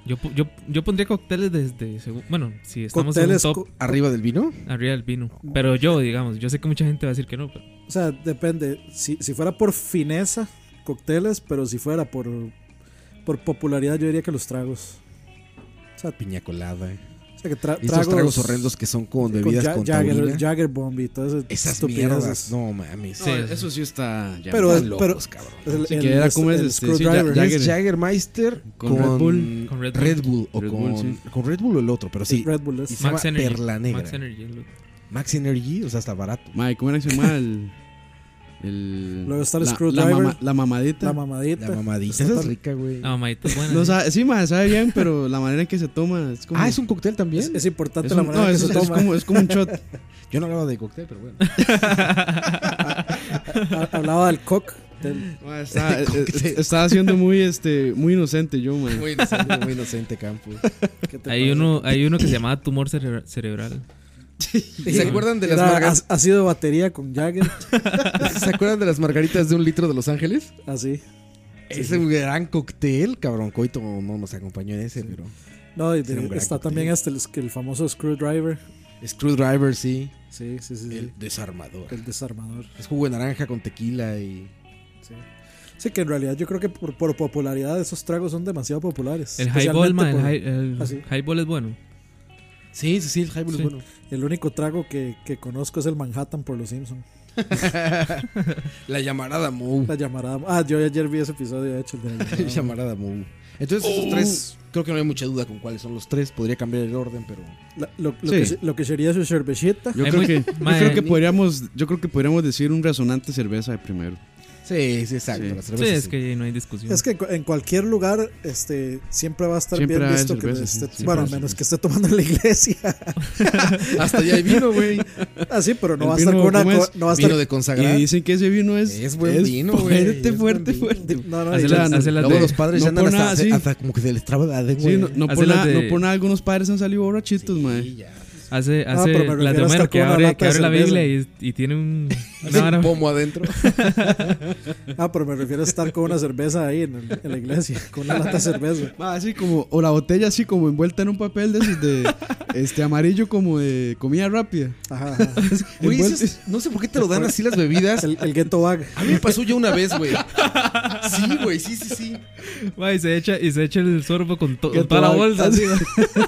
Speaker 5: Yo, pu- yo, yo pondría cócteles desde. segu- Bueno, si estamos
Speaker 4: Cócteles.
Speaker 5: en un
Speaker 4: co-
Speaker 5: top,
Speaker 2: arriba del vino.
Speaker 5: arriba del vino. Pero yo, digamos, yo sé que mucha gente va a decir que no, pero.
Speaker 4: O sea, depende. Si, si fuera por fineza, cócteles, pero si fuera por, por popularidad, yo diría que los tragos.
Speaker 2: Piña colada.
Speaker 4: O sea, que tra-
Speaker 2: Y esos tragos horrendos que son con bebidas
Speaker 4: Ja-
Speaker 2: con,
Speaker 4: Jagger,
Speaker 2: taurina.
Speaker 4: Jagger Bomb y todas esas,
Speaker 2: Esas
Speaker 4: estupideces.
Speaker 2: mierdas. No mames.
Speaker 5: Sí,
Speaker 3: eso sí está ya
Speaker 4: Pero-
Speaker 2: Están locos,
Speaker 4: pero-
Speaker 2: cabrón.
Speaker 4: El,
Speaker 3: Sí, que era como
Speaker 4: el
Speaker 3: es, este, sí,
Speaker 4: screwdriver.
Speaker 3: ya- ya-
Speaker 2: Es Jaggermeister
Speaker 3: Con
Speaker 2: con,
Speaker 3: Red
Speaker 5: Bull. Con
Speaker 2: con
Speaker 5: Red
Speaker 2: Red
Speaker 5: Bull.
Speaker 2: Bull, o
Speaker 3: Red
Speaker 2: con,
Speaker 3: Bull, sí.
Speaker 2: con Red Bull o el otro, pero sí.
Speaker 4: el Red Bull
Speaker 2: Y
Speaker 4: es-
Speaker 2: se llama
Speaker 5: Max Energy.
Speaker 2: Perla Negra.
Speaker 5: Max Energy. es lo-
Speaker 2: Max Energy, o sea, está barato.
Speaker 3: Mae, ¿cómo era que se llama el, el-
Speaker 4: Luego está el
Speaker 3: la, la,
Speaker 4: screwdriver.
Speaker 3: mama- la mamadita?
Speaker 4: la mamadita.
Speaker 2: La mamadita.
Speaker 4: Está
Speaker 2: Esa es
Speaker 4: tan-
Speaker 2: rica, güey.
Speaker 5: La mamadita es buena.
Speaker 3: No
Speaker 5: sí.
Speaker 3: sabe- sí, mae, sabe bien, pero la manera en que se toma es como
Speaker 2: Ah, es un cóctel
Speaker 4: es,
Speaker 2: también.
Speaker 4: es importante
Speaker 3: es
Speaker 4: la
Speaker 3: un-
Speaker 4: manera
Speaker 3: no,
Speaker 4: en que
Speaker 3: es-
Speaker 4: se
Speaker 3: es
Speaker 4: toma.
Speaker 3: como es como un shot.
Speaker 2: Yo no hablaba de cóctel, pero bueno.
Speaker 4: Ha- Hablaba del cock. del-
Speaker 3: Mae, está- eh, eh, estaba siendo muy este muy inocente yo, mae.
Speaker 2: Muy inocente, muy inocente, Campos.
Speaker 4: ¿qué te
Speaker 5: Hay
Speaker 4: pasa?
Speaker 5: uno, hay uno que se llamaba tumor cere- cerebral.
Speaker 2: ¿Se acuerdan de las
Speaker 4: Era
Speaker 2: margaritas?
Speaker 4: ac- ácido de batería con Jagger.
Speaker 2: ¿Se acuerdan de las margaritas de un litro de Los Ángeles?
Speaker 4: Así.
Speaker 2: es un gran cóctel, cabrón. Coito no nos acompañó en ese, pero.
Speaker 4: No, y de-
Speaker 2: Era un gran
Speaker 4: está
Speaker 2: cóctel.
Speaker 4: también hasta el, el famoso screwdriver.
Speaker 2: Screwdriver, sí.
Speaker 4: Sí, sí, sí. sí.
Speaker 2: El
Speaker 4: El,
Speaker 2: desarmador.
Speaker 4: desarmador.
Speaker 2: Es jugo de naranja con tequila y.
Speaker 4: Sí. Sí, que en realidad yo creo que por, por popularidad esos tragos son demasiado populares.
Speaker 5: El highball,
Speaker 4: Especialmente
Speaker 5: man. El,
Speaker 4: por-
Speaker 5: high- el
Speaker 4: Ah, sí.
Speaker 5: highball es bueno.
Speaker 2: Sí, sí, sí, el highball
Speaker 5: Sí.
Speaker 2: es bueno.
Speaker 4: El único trago que, que conozco es el Manhattan por los Simpsons.
Speaker 2: La llamarada Mou.
Speaker 4: La llamarada. Ah, yo ayer vi ese episodio, de hecho, el de la
Speaker 2: La
Speaker 4: llamarada.
Speaker 2: llamarada Mou. Entonces, esos tres. Creo que no hay mucha duda con cuáles son los tres. Podría cambiar el orden, pero.
Speaker 4: La- lo, lo
Speaker 3: Sí.
Speaker 4: que, se- lo que sería su cervecita.
Speaker 3: Yo
Speaker 5: Hay
Speaker 3: creo,
Speaker 5: muy-
Speaker 3: que, yo
Speaker 5: mae,
Speaker 3: creo que
Speaker 5: ni-
Speaker 3: podríamos yo creo que podríamos decir un resonante cerveza de primero.
Speaker 2: Sí, sí, exacto.
Speaker 3: Sí.
Speaker 2: la cerveza
Speaker 5: Sí, es
Speaker 2: sí.
Speaker 5: que ahí no hay discusión.
Speaker 4: Es que en cu- en cualquier lugar este, siempre va a estar
Speaker 3: Siempre
Speaker 4: bien
Speaker 3: hay
Speaker 4: visto que
Speaker 3: cerveza, sí,
Speaker 4: esté,
Speaker 3: siempre
Speaker 4: bueno, a
Speaker 3: hay
Speaker 4: menos
Speaker 3: cerveza.
Speaker 4: que esté tomando en la iglesia.
Speaker 2: Hasta allá hay vino, güey.
Speaker 4: Así, pero no
Speaker 3: El
Speaker 4: va a estar
Speaker 3: vino,
Speaker 4: con una
Speaker 3: ¿cómo
Speaker 4: co-
Speaker 3: es?
Speaker 4: no va a estar
Speaker 2: Vino de consagrar.
Speaker 3: Y dicen que ese vino es
Speaker 2: Es buen vino, güey,
Speaker 3: fuerte,
Speaker 2: es buen
Speaker 3: fuerte,
Speaker 2: vino.
Speaker 3: fuerte.
Speaker 4: No, no,
Speaker 5: Hace
Speaker 4: y-
Speaker 5: las-
Speaker 3: no,
Speaker 5: hace las
Speaker 2: Luego
Speaker 5: de-
Speaker 2: los padres
Speaker 3: no
Speaker 2: ya andan
Speaker 3: por
Speaker 2: hasta,
Speaker 3: nada, sí.
Speaker 2: hasta como que se les traba la lengua.
Speaker 3: Sí, no, no
Speaker 5: Hace
Speaker 3: por
Speaker 5: las
Speaker 3: nada,
Speaker 5: de-
Speaker 3: no por nada algunos padres han salido borrachitos, mae.
Speaker 5: Hace,
Speaker 4: Ah,
Speaker 5: hace
Speaker 4: pero me
Speaker 5: las de
Speaker 4: refiero hasta
Speaker 5: Homero que
Speaker 4: con una
Speaker 5: abre,
Speaker 4: lata
Speaker 5: que
Speaker 4: de
Speaker 5: abre la
Speaker 4: cerveza.
Speaker 5: Biblia y, y tiene un, una
Speaker 2: Hace
Speaker 5: vara-
Speaker 2: un pomo adentro.
Speaker 4: ah, pero me refiero a estar con una cerveza ahí en, el- en la iglesia, con una lata de cerveza.
Speaker 3: Ah, así como, o la botella así como envuelta en un papel de esos de este amarillo como de comida rápida.
Speaker 4: Ajá, ajá.
Speaker 2: Güey,
Speaker 3: Envuelto-
Speaker 2: eso es- no sé por qué te lo dan así las bebidas.
Speaker 4: El, el ghetto bag.
Speaker 2: A mí me pasó yo una vez, güey. Sí, güey, sí, sí, sí.
Speaker 5: Ma, y, se echa, y se echa el sorbo con, to-
Speaker 3: Que
Speaker 5: con toda la
Speaker 3: toda-
Speaker 5: bolsa. así.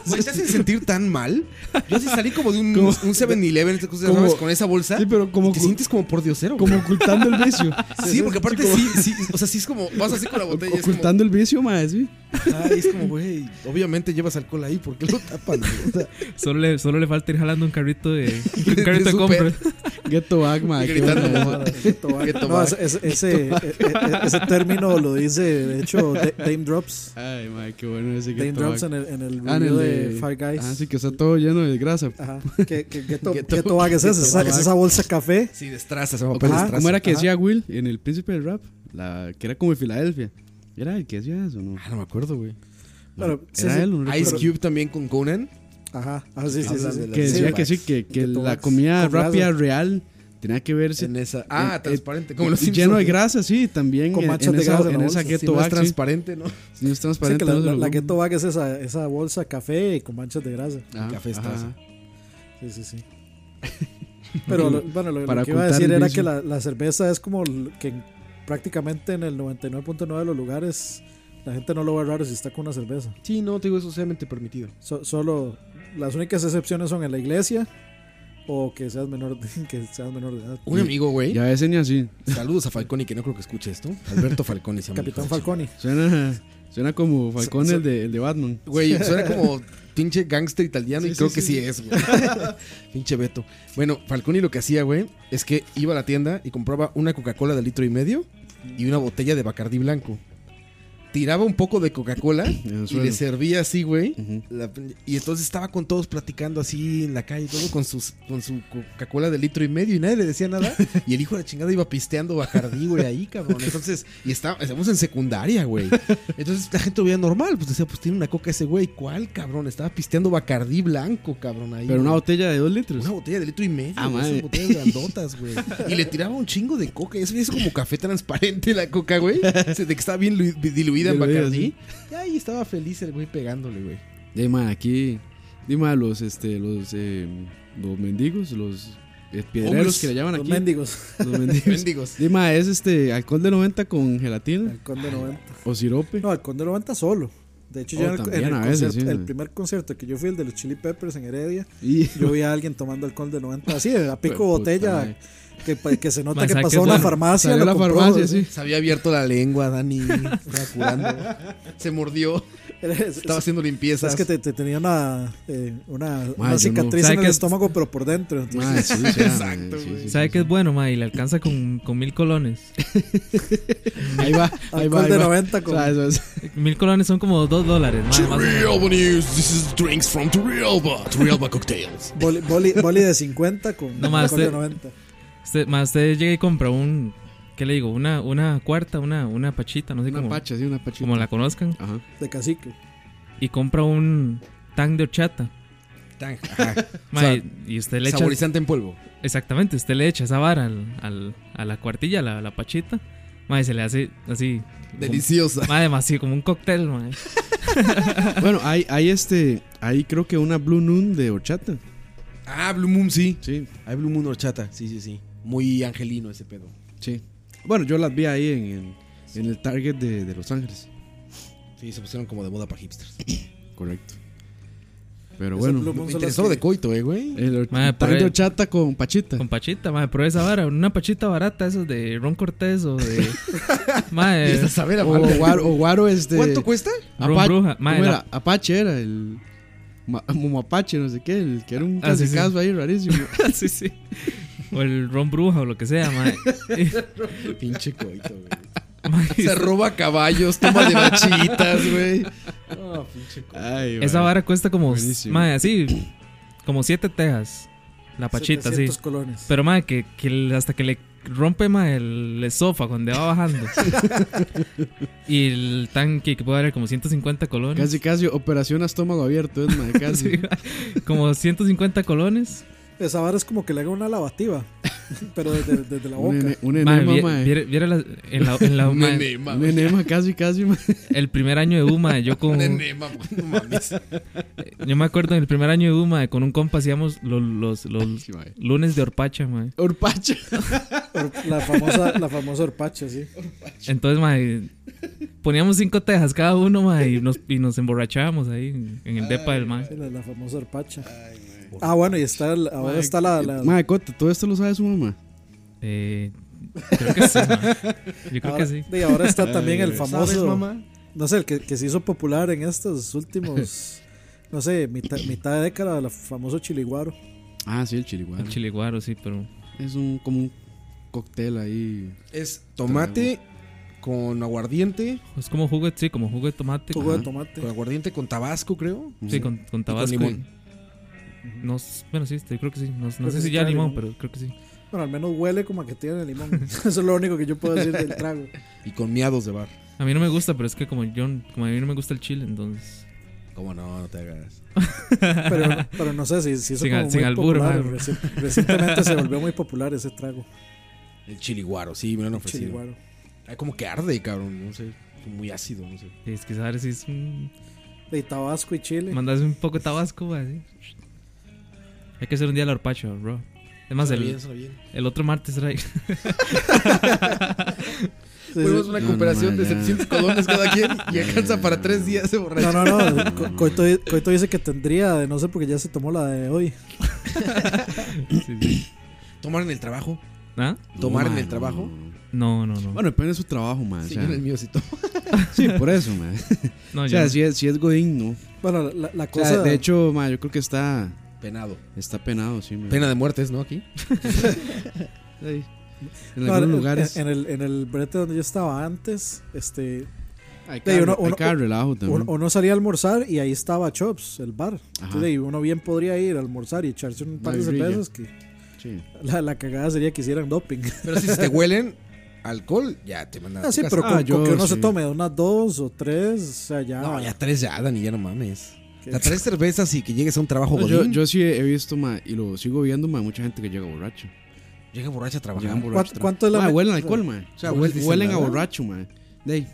Speaker 2: Güey, te hacen sentir tan mal. Yo así salí como de un,
Speaker 3: Como-
Speaker 2: un 7-Eleven, estas cosas
Speaker 3: como-
Speaker 2: raras, con esa bolsa.
Speaker 3: Sí, pero como
Speaker 2: Te
Speaker 3: ocu-
Speaker 2: sientes como por diosero.
Speaker 3: como ocultando el vicio.
Speaker 2: Sí, porque aparte sí, sí, o sea, sí es como, vas así con la botella y es como,
Speaker 3: Ocultando el vicio, mae, sí.
Speaker 2: ay, es como, güey, obviamente llevas alcohol ahí, ¿por qué lo tapan? güey? O sea,
Speaker 5: Solo le, solo le falta ir jalando un carrito de, un carrito
Speaker 2: De
Speaker 5: de
Speaker 2: súper.
Speaker 5: compras.
Speaker 3: Ghetto Bag, mae. qué
Speaker 2: Gritando.
Speaker 3: buena
Speaker 4: No,
Speaker 3: mamada.
Speaker 4: ese, ese- ese- e- e- ese término lo dice, de hecho, Da- Dame Drops.
Speaker 3: Ay, mae, qué bueno ese
Speaker 4: Dame
Speaker 3: Ghetto
Speaker 4: Drops
Speaker 3: Bag.
Speaker 4: en el, en el
Speaker 3: Ah, en
Speaker 4: review
Speaker 3: el
Speaker 4: de Far Guys.
Speaker 3: Ah, sí, que está todo lleno de grasa.
Speaker 4: Ajá. Que, que Ghetto,
Speaker 2: Ghetto-
Speaker 4: Ghetto Bag es esa,
Speaker 2: Ghetto
Speaker 4: esa-
Speaker 2: Bag.
Speaker 4: es esa bolsa café.
Speaker 2: Sí, destrazas, se llama
Speaker 3: ¿Cómo,
Speaker 2: papel
Speaker 4: Ajá.
Speaker 2: destraza.
Speaker 3: cómo era que
Speaker 4: Ajá.
Speaker 3: decía Will en El Príncipe del Rap? La, que era como de Filadelfia. ¿Era el que decía eso no?
Speaker 2: Ah, no me acuerdo, güey.
Speaker 4: Pero, sí,
Speaker 3: ¿Era
Speaker 4: sí.
Speaker 3: él o no
Speaker 2: Ice
Speaker 3: recuerdo?
Speaker 2: Cube también con Conan.
Speaker 4: Ajá. Ah, sí, sí, sí,
Speaker 2: Hablan
Speaker 4: sí.
Speaker 2: de la-
Speaker 3: Que decía
Speaker 4: Sí,
Speaker 3: que sí, que, que
Speaker 4: Que
Speaker 3: la
Speaker 4: tomas
Speaker 3: comida
Speaker 4: con grasa.
Speaker 3: rápida real tenía que verse
Speaker 2: En esa, ah,
Speaker 3: en-
Speaker 2: transparente, como los
Speaker 3: lleno de
Speaker 2: Simpsons.
Speaker 3: grasa, sí, también.
Speaker 4: Con
Speaker 3: en-
Speaker 4: manchas
Speaker 3: en
Speaker 4: de
Speaker 3: esa,
Speaker 4: grasa en
Speaker 3: en
Speaker 4: la
Speaker 3: esa
Speaker 4: bolsa,
Speaker 2: Sí,
Speaker 3: Ghetto
Speaker 2: no es
Speaker 3: Bag, sí.
Speaker 2: transparente, ¿no?
Speaker 3: Sí, no es
Speaker 4: sí,
Speaker 3: transparente.
Speaker 4: que la,
Speaker 3: no se
Speaker 4: la-
Speaker 3: lo
Speaker 4: la
Speaker 3: como.
Speaker 4: Ghetto Bag es esa, esa bolsa café con manchas de grasa.
Speaker 3: Ah,
Speaker 2: Café es
Speaker 3: ajá.
Speaker 2: traza.
Speaker 4: Sí, sí, sí. Pero lo- bueno, lo, lo
Speaker 3: Para
Speaker 4: que iba a
Speaker 3: ocultar
Speaker 4: decir
Speaker 3: el
Speaker 4: era
Speaker 3: vicio.
Speaker 4: que la, la cerveza es como l- que en- prácticamente en el 99.9 de los lugares la gente no lo ve raro si está con una cerveza.
Speaker 2: Sí, no, te digo, es socialmente permitido.
Speaker 4: So- solo las únicas excepciones son en la iglesia o que seas menor de, que seas menor de edad.
Speaker 2: Un amigo, güey.
Speaker 3: Y a veces ni así.
Speaker 2: Saludos a Falconi, que no creo que escuche esto. Alberto Falconi se llama. el
Speaker 4: Capitán
Speaker 2: hijo de su-
Speaker 4: Falconi.
Speaker 3: Suena, suena como Falcón, el de, el de Batman.
Speaker 2: Güey, suena como pinche gangster italiano y
Speaker 3: Sí,
Speaker 2: creo
Speaker 3: sí,
Speaker 2: que
Speaker 3: sí.
Speaker 2: sí es, güey. pinche Beto. Bueno, Falconi lo que hacía, güey, es que iba a la tienda y compraba una Coca-Cola de litro y medio y una botella de Bacardí blanco. Tiraba un poco de Coca-Cola
Speaker 3: el
Speaker 2: y
Speaker 3: suelo.
Speaker 2: le servía así, güey.
Speaker 3: Ujú.
Speaker 2: la- y entonces estaba con todos platicando así en la calle, todo con, sus, con su Coca-Cola de litro y medio y nadie le decía nada. Y el hijo de la chingada iba pisteando Bacardí, güey, ahí, cabrón. Entonces, y está, estamos en secundaria, güey. Entonces la gente lo veía normal, pues decía, pues tiene una coca ese güey. ¿Cuál, cabrón? Estaba pisteando Bacardí blanco, cabrón, ahí.
Speaker 3: Pero una
Speaker 2: güey.
Speaker 3: botella de dos litros.
Speaker 2: Una botella de litro y medio,
Speaker 3: Pues, Ah,
Speaker 2: güey,
Speaker 3: madre.
Speaker 2: esas botellas grandotas, güey. Y le tiraba un chingo de coca. Eso es como café transparente la coca, güey. O sea, De que estaba bien lu- diluida en
Speaker 3: Diluida,
Speaker 2: Bacardí. Y ahí estaba feliz el güey pegándole, güey.
Speaker 3: Dime aquí. Dime los, este, los, eh, los mendigos, los eh, piedreros
Speaker 2: Hombres,
Speaker 3: que le llaman
Speaker 4: Los
Speaker 3: aquí.
Speaker 4: mendigos.
Speaker 3: Los mendigos.
Speaker 2: Mendigos.
Speaker 3: Dima, ¿es este alcohol de 90 con gelatina
Speaker 4: Halcón de 90.
Speaker 3: o sirope?
Speaker 4: No, Halcón de 90 solo. De hecho,
Speaker 3: Oh,
Speaker 4: yo en el-
Speaker 3: también
Speaker 4: en
Speaker 3: a
Speaker 4: el,
Speaker 3: veces,
Speaker 4: concierto-
Speaker 3: sí,
Speaker 4: el
Speaker 3: sí.
Speaker 4: primer concierto que yo fui, el de los Chili Peppers en Heredia,
Speaker 3: Y
Speaker 4: yo vi a alguien tomando alcohol de 90, así, a
Speaker 3: Pues,
Speaker 4: pico
Speaker 3: Puta
Speaker 4: botella,
Speaker 3: madre.
Speaker 4: que, pa- que se nota que
Speaker 5: Masaque,
Speaker 4: pasó a una
Speaker 5: bueno,
Speaker 4: farmacia.
Speaker 3: salió a
Speaker 4: lo
Speaker 3: la
Speaker 4: compró,
Speaker 3: farmacia,
Speaker 4: ¿sí?
Speaker 3: sí.
Speaker 2: Se había abierto la lengua, Dani. Estaba curando. Se mordió. Estaba haciendo limpieza.
Speaker 4: Sabes que te, te tenía una, eh, una, una
Speaker 3: yo no.
Speaker 4: cicatriz
Speaker 5: ¿Sabe
Speaker 4: en el
Speaker 5: que-
Speaker 4: estómago, pero por dentro. entonces-
Speaker 3: Madre, sí, o sea,
Speaker 2: Exacto,
Speaker 3: sí,
Speaker 2: güey.
Speaker 3: sí, sí,
Speaker 5: ¿Sabe
Speaker 3: sí.
Speaker 5: qué es bueno, ma? Y le alcanza con, con mil colones.
Speaker 3: Ahí va, ahí va.
Speaker 4: alcohol
Speaker 3: ahí
Speaker 4: de
Speaker 3: va.
Speaker 4: 90
Speaker 3: O
Speaker 4: con.
Speaker 3: sea, eso es-
Speaker 5: Mil colones son como dos dólares, ma, más o menos.
Speaker 7: Turrialba News, this is drinks from Turrialba. Turrialba Cocktails.
Speaker 4: Boli, boli, boli de 50 con
Speaker 5: No más, eh.
Speaker 4: alcohol de
Speaker 5: usted-
Speaker 4: 90.
Speaker 5: Usted, ma, usted llega y compra un. ¿Qué le digo? Una, una cuarta, una, una pachita, no sé
Speaker 3: Una
Speaker 5: cómo,
Speaker 3: pacha, sí, una pacha.
Speaker 5: cómo la conozcan.
Speaker 3: Ajá.
Speaker 4: De cacique.
Speaker 5: Y compra un tang de horchata.
Speaker 2: Tan- ajá.
Speaker 5: ma,
Speaker 2: O sea,
Speaker 5: y- y usted le echa.
Speaker 2: Saborizante en polvo.
Speaker 5: Exactamente, usted le echa esa vara al, al- a la cuartilla, a la, a la pachita. Ma, y se le hace así.
Speaker 2: Deliciosa.
Speaker 5: Ma, demasiado, como un cóctel, ma.
Speaker 3: Bueno, hay, hay este, hay creo que una Blue Noon de horchata.
Speaker 2: Ah, Blue Moon, sí.
Speaker 3: Sí,
Speaker 2: Hay Blue Moon horchata. Sí, sí, sí. Muy angelino ese pedo.
Speaker 3: sí. Bueno, yo las vi ahí en, en, en el Target de, de Los Ángeles.
Speaker 2: Sí, se pusieron como de moda para hipsters.
Speaker 3: Correcto. Pero
Speaker 4: Ese
Speaker 3: bueno,
Speaker 4: Blue Moon
Speaker 2: Me
Speaker 4: son los
Speaker 2: interesó lo
Speaker 4: que-
Speaker 2: de coito, eh, güey.
Speaker 3: el hor-
Speaker 5: Madre,
Speaker 3: tang
Speaker 5: por
Speaker 3: de
Speaker 5: ahí.
Speaker 3: horchata con pachita.
Speaker 5: Con pachita, madre, pero esa vara, una pachita barata, esos de Ron Cortés o de. madre,
Speaker 2: Empiezas a saber a
Speaker 3: O
Speaker 2: mal.
Speaker 3: guaro, o guaro este.
Speaker 2: ¿Cuánto cuesta?
Speaker 5: Ron
Speaker 3: Apa-
Speaker 5: Bruja,
Speaker 3: ¿cómo
Speaker 5: madre, la-
Speaker 3: era? Apache era el. ma- Como Apache, no sé qué, el que era un
Speaker 5: Ah, sí, sí.
Speaker 3: caso ahí rarísimo.
Speaker 5: sí, sí. O el Ron Bruja o lo que sea, madre.
Speaker 2: Pinche coito, güey.
Speaker 5: Madre,
Speaker 2: Se roba caballos, toma de bachitas, güey. No, Ah, pinche coito.
Speaker 3: Ay,
Speaker 5: esa
Speaker 3: madre.
Speaker 5: vara cuesta como.
Speaker 3: Buenísimo.
Speaker 5: Madre, así. Como siete tejas. La pachita, sí.
Speaker 4: 700 colones.
Speaker 5: Pero, madre, que, que el- hasta que le rompe, madre, el esofa cuando va bajando. y el tanque que puede dar como 150 colones.
Speaker 3: Casi, casi, operación a estómago abierto, es más, casi.
Speaker 5: Sí, madre, como 150 colones.
Speaker 4: Esa vara es como que le haga una lavativa, pero desde, desde la
Speaker 3: un,
Speaker 4: boca.
Speaker 3: ene- un
Speaker 5: Madre,
Speaker 3: enema,
Speaker 5: vie-
Speaker 3: madre.
Speaker 5: viera- viera la- en la, en la-
Speaker 2: Un
Speaker 5: madre,
Speaker 2: enema,
Speaker 3: Un
Speaker 2: güey.
Speaker 3: enema, casi, casi, madre.
Speaker 5: el primer año de UMA, yo con,
Speaker 2: Un enema, güey. No mames.
Speaker 5: yo me acuerdo en el primer año de UMA, con un compa hacíamos los, los, los lunes de Orpacha, mae.
Speaker 3: Orpacha.
Speaker 4: La famosa, la famosa horpacha, sí.
Speaker 5: Entonces, mae, poníamos cinco tejas cada uno, mae, y nos, y nos emborrachábamos ahí en, en el depa del mae.
Speaker 4: Sí, La, la famosa horpacha. Ah, bueno, y está el- ahora está la. la-
Speaker 3: Mae, Cote, todo esto lo sabe su mamá.
Speaker 5: Eh, creo que sí, ma. Yo creo
Speaker 4: ahora-
Speaker 5: que sí.
Speaker 4: Y ahora está también el
Speaker 5: ¿Sabes,
Speaker 4: famoso.
Speaker 5: mamá?
Speaker 4: No sé, el que, que se hizo popular en estos últimos. no sé, mitad, mitad de década, el famoso chiliguaro.
Speaker 3: Ah, sí, el chiliguaro.
Speaker 5: El chiliguaro, sí, pero.
Speaker 3: Es un como un cóctel ahí.
Speaker 2: Es tomate con aguardiente.
Speaker 5: Es como jugo, de- sí, como jugo de tomate.
Speaker 4: Jugo de
Speaker 5: Ajá.
Speaker 4: tomate.
Speaker 2: Con aguardiente, con tabasco, creo.
Speaker 5: Sí, con, con
Speaker 2: Y
Speaker 5: tabasco. y-
Speaker 2: limón.
Speaker 5: No, s- bueno, sí, este, creo que sí. No, no
Speaker 4: Creo
Speaker 5: sé
Speaker 4: que
Speaker 5: si
Speaker 4: sí
Speaker 5: ya
Speaker 4: trae
Speaker 5: limón,
Speaker 4: limón.
Speaker 5: pero creo que sí.
Speaker 4: Bueno, al menos huele como a que tiene limón. Eso es lo único que yo puedo decir del trago.
Speaker 2: Y con miados de bar.
Speaker 5: A mí no me gusta, pero es que como yo, como a mí no me gusta el chile, entonces.
Speaker 2: ¿Cómo no? No te hagas.
Speaker 4: Pero, pero no sé si, si eso
Speaker 5: Sin
Speaker 4: como
Speaker 5: al-
Speaker 4: muy
Speaker 5: sin albur,
Speaker 4: popular.
Speaker 5: madre.
Speaker 4: Reci- Recientemente se volvió muy popular ese trago.
Speaker 5: Pues
Speaker 2: El chiliguaro, sí, me lo han ofrecido.
Speaker 4: Chiliguaro.
Speaker 2: Ay, como que arde, cabrón. No sé. Muy ácido, no sé.
Speaker 5: Sí, Es que sabes si es un.
Speaker 4: De Tabasco y Chile.
Speaker 5: Mandas un poco de tabasco, ma, sí. Hay que hacer un día el horpacho, bro. Es más,
Speaker 2: Suena
Speaker 5: el,
Speaker 2: bien, suena bien.
Speaker 5: el otro martes, right?
Speaker 2: Ponemos Pues una
Speaker 3: No, no,
Speaker 2: cooperación de
Speaker 3: ma, ya.
Speaker 2: 700 colones cada quien y alcanza para tres días de borracho.
Speaker 4: No, no, no. Co- Coito, di- Coito dice que tendría, de no sé, porque ya se tomó la de hoy.
Speaker 5: Sí, sí.
Speaker 2: Tomar en el trabajo.
Speaker 5: ¿Ah?
Speaker 2: Tomar
Speaker 3: No,
Speaker 2: en
Speaker 3: mae,
Speaker 2: el
Speaker 3: no,
Speaker 2: trabajo.
Speaker 3: no, no.
Speaker 5: No, no, no.
Speaker 3: Bueno, depende de su trabajo, mae. o
Speaker 2: Sí,
Speaker 3: sea,
Speaker 2: yo en el mío sí tomo.
Speaker 3: sí, por eso, mae.
Speaker 5: no,
Speaker 3: O
Speaker 5: yo
Speaker 3: sea,
Speaker 5: no.
Speaker 3: si es, si es Godín, no.
Speaker 4: Bueno, la, la
Speaker 3: O sea,
Speaker 4: cosa.
Speaker 3: de hecho, mae, yo creo que está,
Speaker 2: Penado.
Speaker 3: está penado, sí, mae.
Speaker 2: Pena de muertes, ¿no? Aquí.
Speaker 3: Sí. En
Speaker 4: no,
Speaker 3: algunos lugares.
Speaker 4: En, el, en el brete donde yo estaba antes, este,
Speaker 3: hay
Speaker 4: Sí,
Speaker 3: cada,
Speaker 4: uno-
Speaker 3: hay
Speaker 4: uno-
Speaker 3: cada relajo también.
Speaker 4: uno, uno salía a almorzar y ahí estaba Chops, el bar. Entonces, y uno bien podría ir a almorzar y echarse un par de
Speaker 3: birrilla.
Speaker 4: cervezas que
Speaker 3: Sí.
Speaker 4: la, la cagada sería que hicieran doping.
Speaker 2: Pero si te huelen alcohol, ya te mandan. a
Speaker 4: Ah,
Speaker 2: tu
Speaker 4: sí,
Speaker 2: casa.
Speaker 4: pero
Speaker 3: Ah,
Speaker 4: con, con
Speaker 3: yo
Speaker 4: que uno
Speaker 3: sí.
Speaker 4: se tome unas dos o tres, o sea, ya.
Speaker 2: Ah, No, ya tres ya, Dani, ya no mames.
Speaker 4: ¿Qué?
Speaker 2: O sea, tres cervezas y que llegues a un trabajo
Speaker 3: No, yo,
Speaker 2: godín.
Speaker 3: yo sí he visto, mae, y lo sigo viendo, mae, mucha gente que llega borracho.
Speaker 2: Llega borracha a trabajar.
Speaker 3: Llegan
Speaker 4: ¿Cuán-
Speaker 3: borrachos.
Speaker 4: cuánto es la
Speaker 3: Mae,
Speaker 4: me-
Speaker 3: huelen a alcohol, mae. O sea,
Speaker 2: huel-
Speaker 3: huelen,
Speaker 2: dicen,
Speaker 3: huelen a
Speaker 2: ¿verdad?
Speaker 3: borracho, mae. De ahí.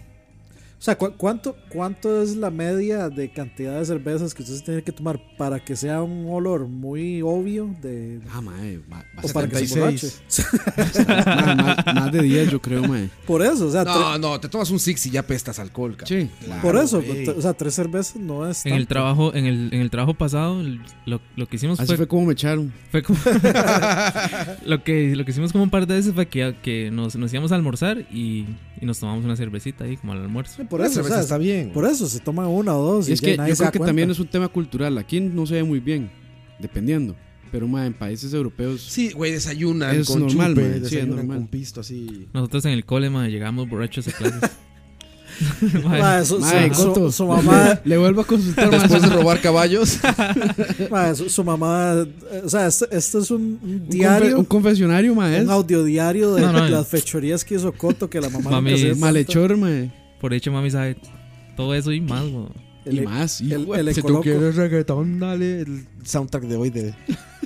Speaker 4: O sea, ¿cu- cuánto, ¿cuánto es la media de cantidad de cervezas que usted se tiene que tomar para que sea un olor muy obvio de...
Speaker 3: Ah, mae, va- va a
Speaker 4: O
Speaker 3: ser
Speaker 4: para que se
Speaker 2: 76.
Speaker 4: emborrache?
Speaker 3: Mae, más, más de 10, yo creo, mae.
Speaker 4: Por eso, o sea,
Speaker 2: No, no, te tomas un six y ya pestas alcohol, cabrón.
Speaker 3: Sí.
Speaker 4: tre-
Speaker 2: Claro,
Speaker 4: por eso,
Speaker 2: güey.
Speaker 4: o sea, tres cervezas no es...
Speaker 5: En el
Speaker 4: tanto.
Speaker 5: trabajo, en el, en el trabajo pasado, el- lo, lo que hicimos
Speaker 3: Así
Speaker 5: fue,
Speaker 3: fue como me echaron.
Speaker 5: fue como lo que lo que hicimos como un par de veces fue que, que nos, nos íbamos a almorzar y, y nos tomamos una cervecita ahí como al almuerzo.
Speaker 4: Sí, Por
Speaker 2: Una
Speaker 4: eso, o
Speaker 2: cerveza
Speaker 4: sea,
Speaker 2: está bien.
Speaker 4: por eso se toma una o dos.
Speaker 3: Y
Speaker 4: y
Speaker 3: es
Speaker 4: pues, ya
Speaker 3: que
Speaker 4: nadie
Speaker 3: yo
Speaker 4: se da
Speaker 3: creo que
Speaker 4: cuenta.
Speaker 3: también es un tema cultural. Aquí no se ve muy bien, dependiendo. Pero mae, en países europeos.
Speaker 2: Sí, güey, desayunan
Speaker 3: Es
Speaker 2: con
Speaker 3: normal,
Speaker 2: chupe,
Speaker 3: man, sí, es
Speaker 2: desayunan
Speaker 3: normal.
Speaker 2: con pisto, así.
Speaker 5: Nosotros en el cole, ma, llegamos borrachos a clases. Ma,
Speaker 4: Ma, su, su-
Speaker 3: Mae,
Speaker 4: su-
Speaker 3: Coto,
Speaker 4: su mamá,
Speaker 3: Le vuelvo a consultar, mae.
Speaker 2: Después de robar caballos,
Speaker 4: ma, su, su mamá, eh, o sea, este, este es un, un
Speaker 3: Un confe-
Speaker 4: diario,
Speaker 3: Un
Speaker 4: un,
Speaker 3: confesionario, mae. es.
Speaker 4: audiodiario de
Speaker 5: No, no,
Speaker 4: las
Speaker 5: no.
Speaker 4: fechorías que hizo Coto, que la mamá
Speaker 5: Mami,
Speaker 4: nunca se dio
Speaker 5: es
Speaker 4: cuenta.
Speaker 3: Malhechor, mae.
Speaker 5: Por hecho, mami sabe todo eso y más, ma.
Speaker 3: Y
Speaker 4: El- e-
Speaker 3: más,
Speaker 4: el-
Speaker 3: hijo.
Speaker 4: el
Speaker 2: si tú
Speaker 4: ecoloco.
Speaker 2: quieres reggaetón, dale el soundtrack de hoy de...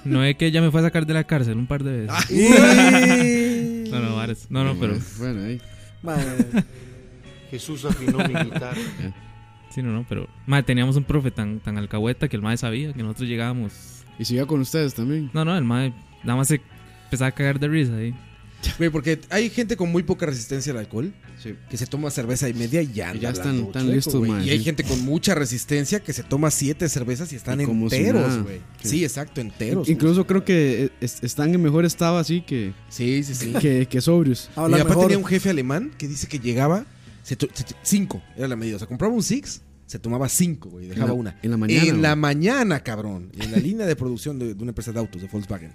Speaker 5: No es que ella me fue a sacar de la cárcel un par de veces.
Speaker 3: Ah,
Speaker 5: No, no, varas. no, no, pero
Speaker 3: Bueno, ahí.
Speaker 4: Mae,
Speaker 8: Jesús afinó mi guitarra.
Speaker 5: sí, no, no, pero ma, teníamos un profe tan tan alcahueta que el mae sabía que nosotros llegábamos.
Speaker 3: Y siga con ustedes también.
Speaker 5: No, no, el mae nada más se empezaba a cagar de risa ahí.
Speaker 2: Güey, porque hay gente con muy poca resistencia al alcohol
Speaker 3: Sí.
Speaker 2: que se toma cerveza y media y ya
Speaker 3: Y
Speaker 2: anda
Speaker 3: ya están-
Speaker 2: hablando
Speaker 3: están
Speaker 2: chueco,
Speaker 3: listos,
Speaker 2: güey.
Speaker 3: man,
Speaker 2: Y hay
Speaker 3: sí.
Speaker 2: gente con mucha resistencia que se toma siete cervezas y están
Speaker 3: Y como si
Speaker 2: enteros,
Speaker 3: nada.
Speaker 2: güey.
Speaker 3: Sí.
Speaker 2: Sí. exacto, enteros.
Speaker 3: Incluso creo que es- están en mejor estado así que,
Speaker 2: güey. Sí, sí, sí.
Speaker 3: que, que sobrios.
Speaker 4: habla
Speaker 2: Mi papá
Speaker 4: mejor.
Speaker 2: tenía un jefe alemán que dice que llegaba, se to- se- cinco era la medida. O sea, compraba un six, se tomaba cinco, güey, dejaba
Speaker 3: la-
Speaker 2: una.
Speaker 3: en la mañana,
Speaker 2: En la
Speaker 3: güey.
Speaker 2: mañana, cabrón. En la línea de producción de, de una empresa de autos, de Volkswagen.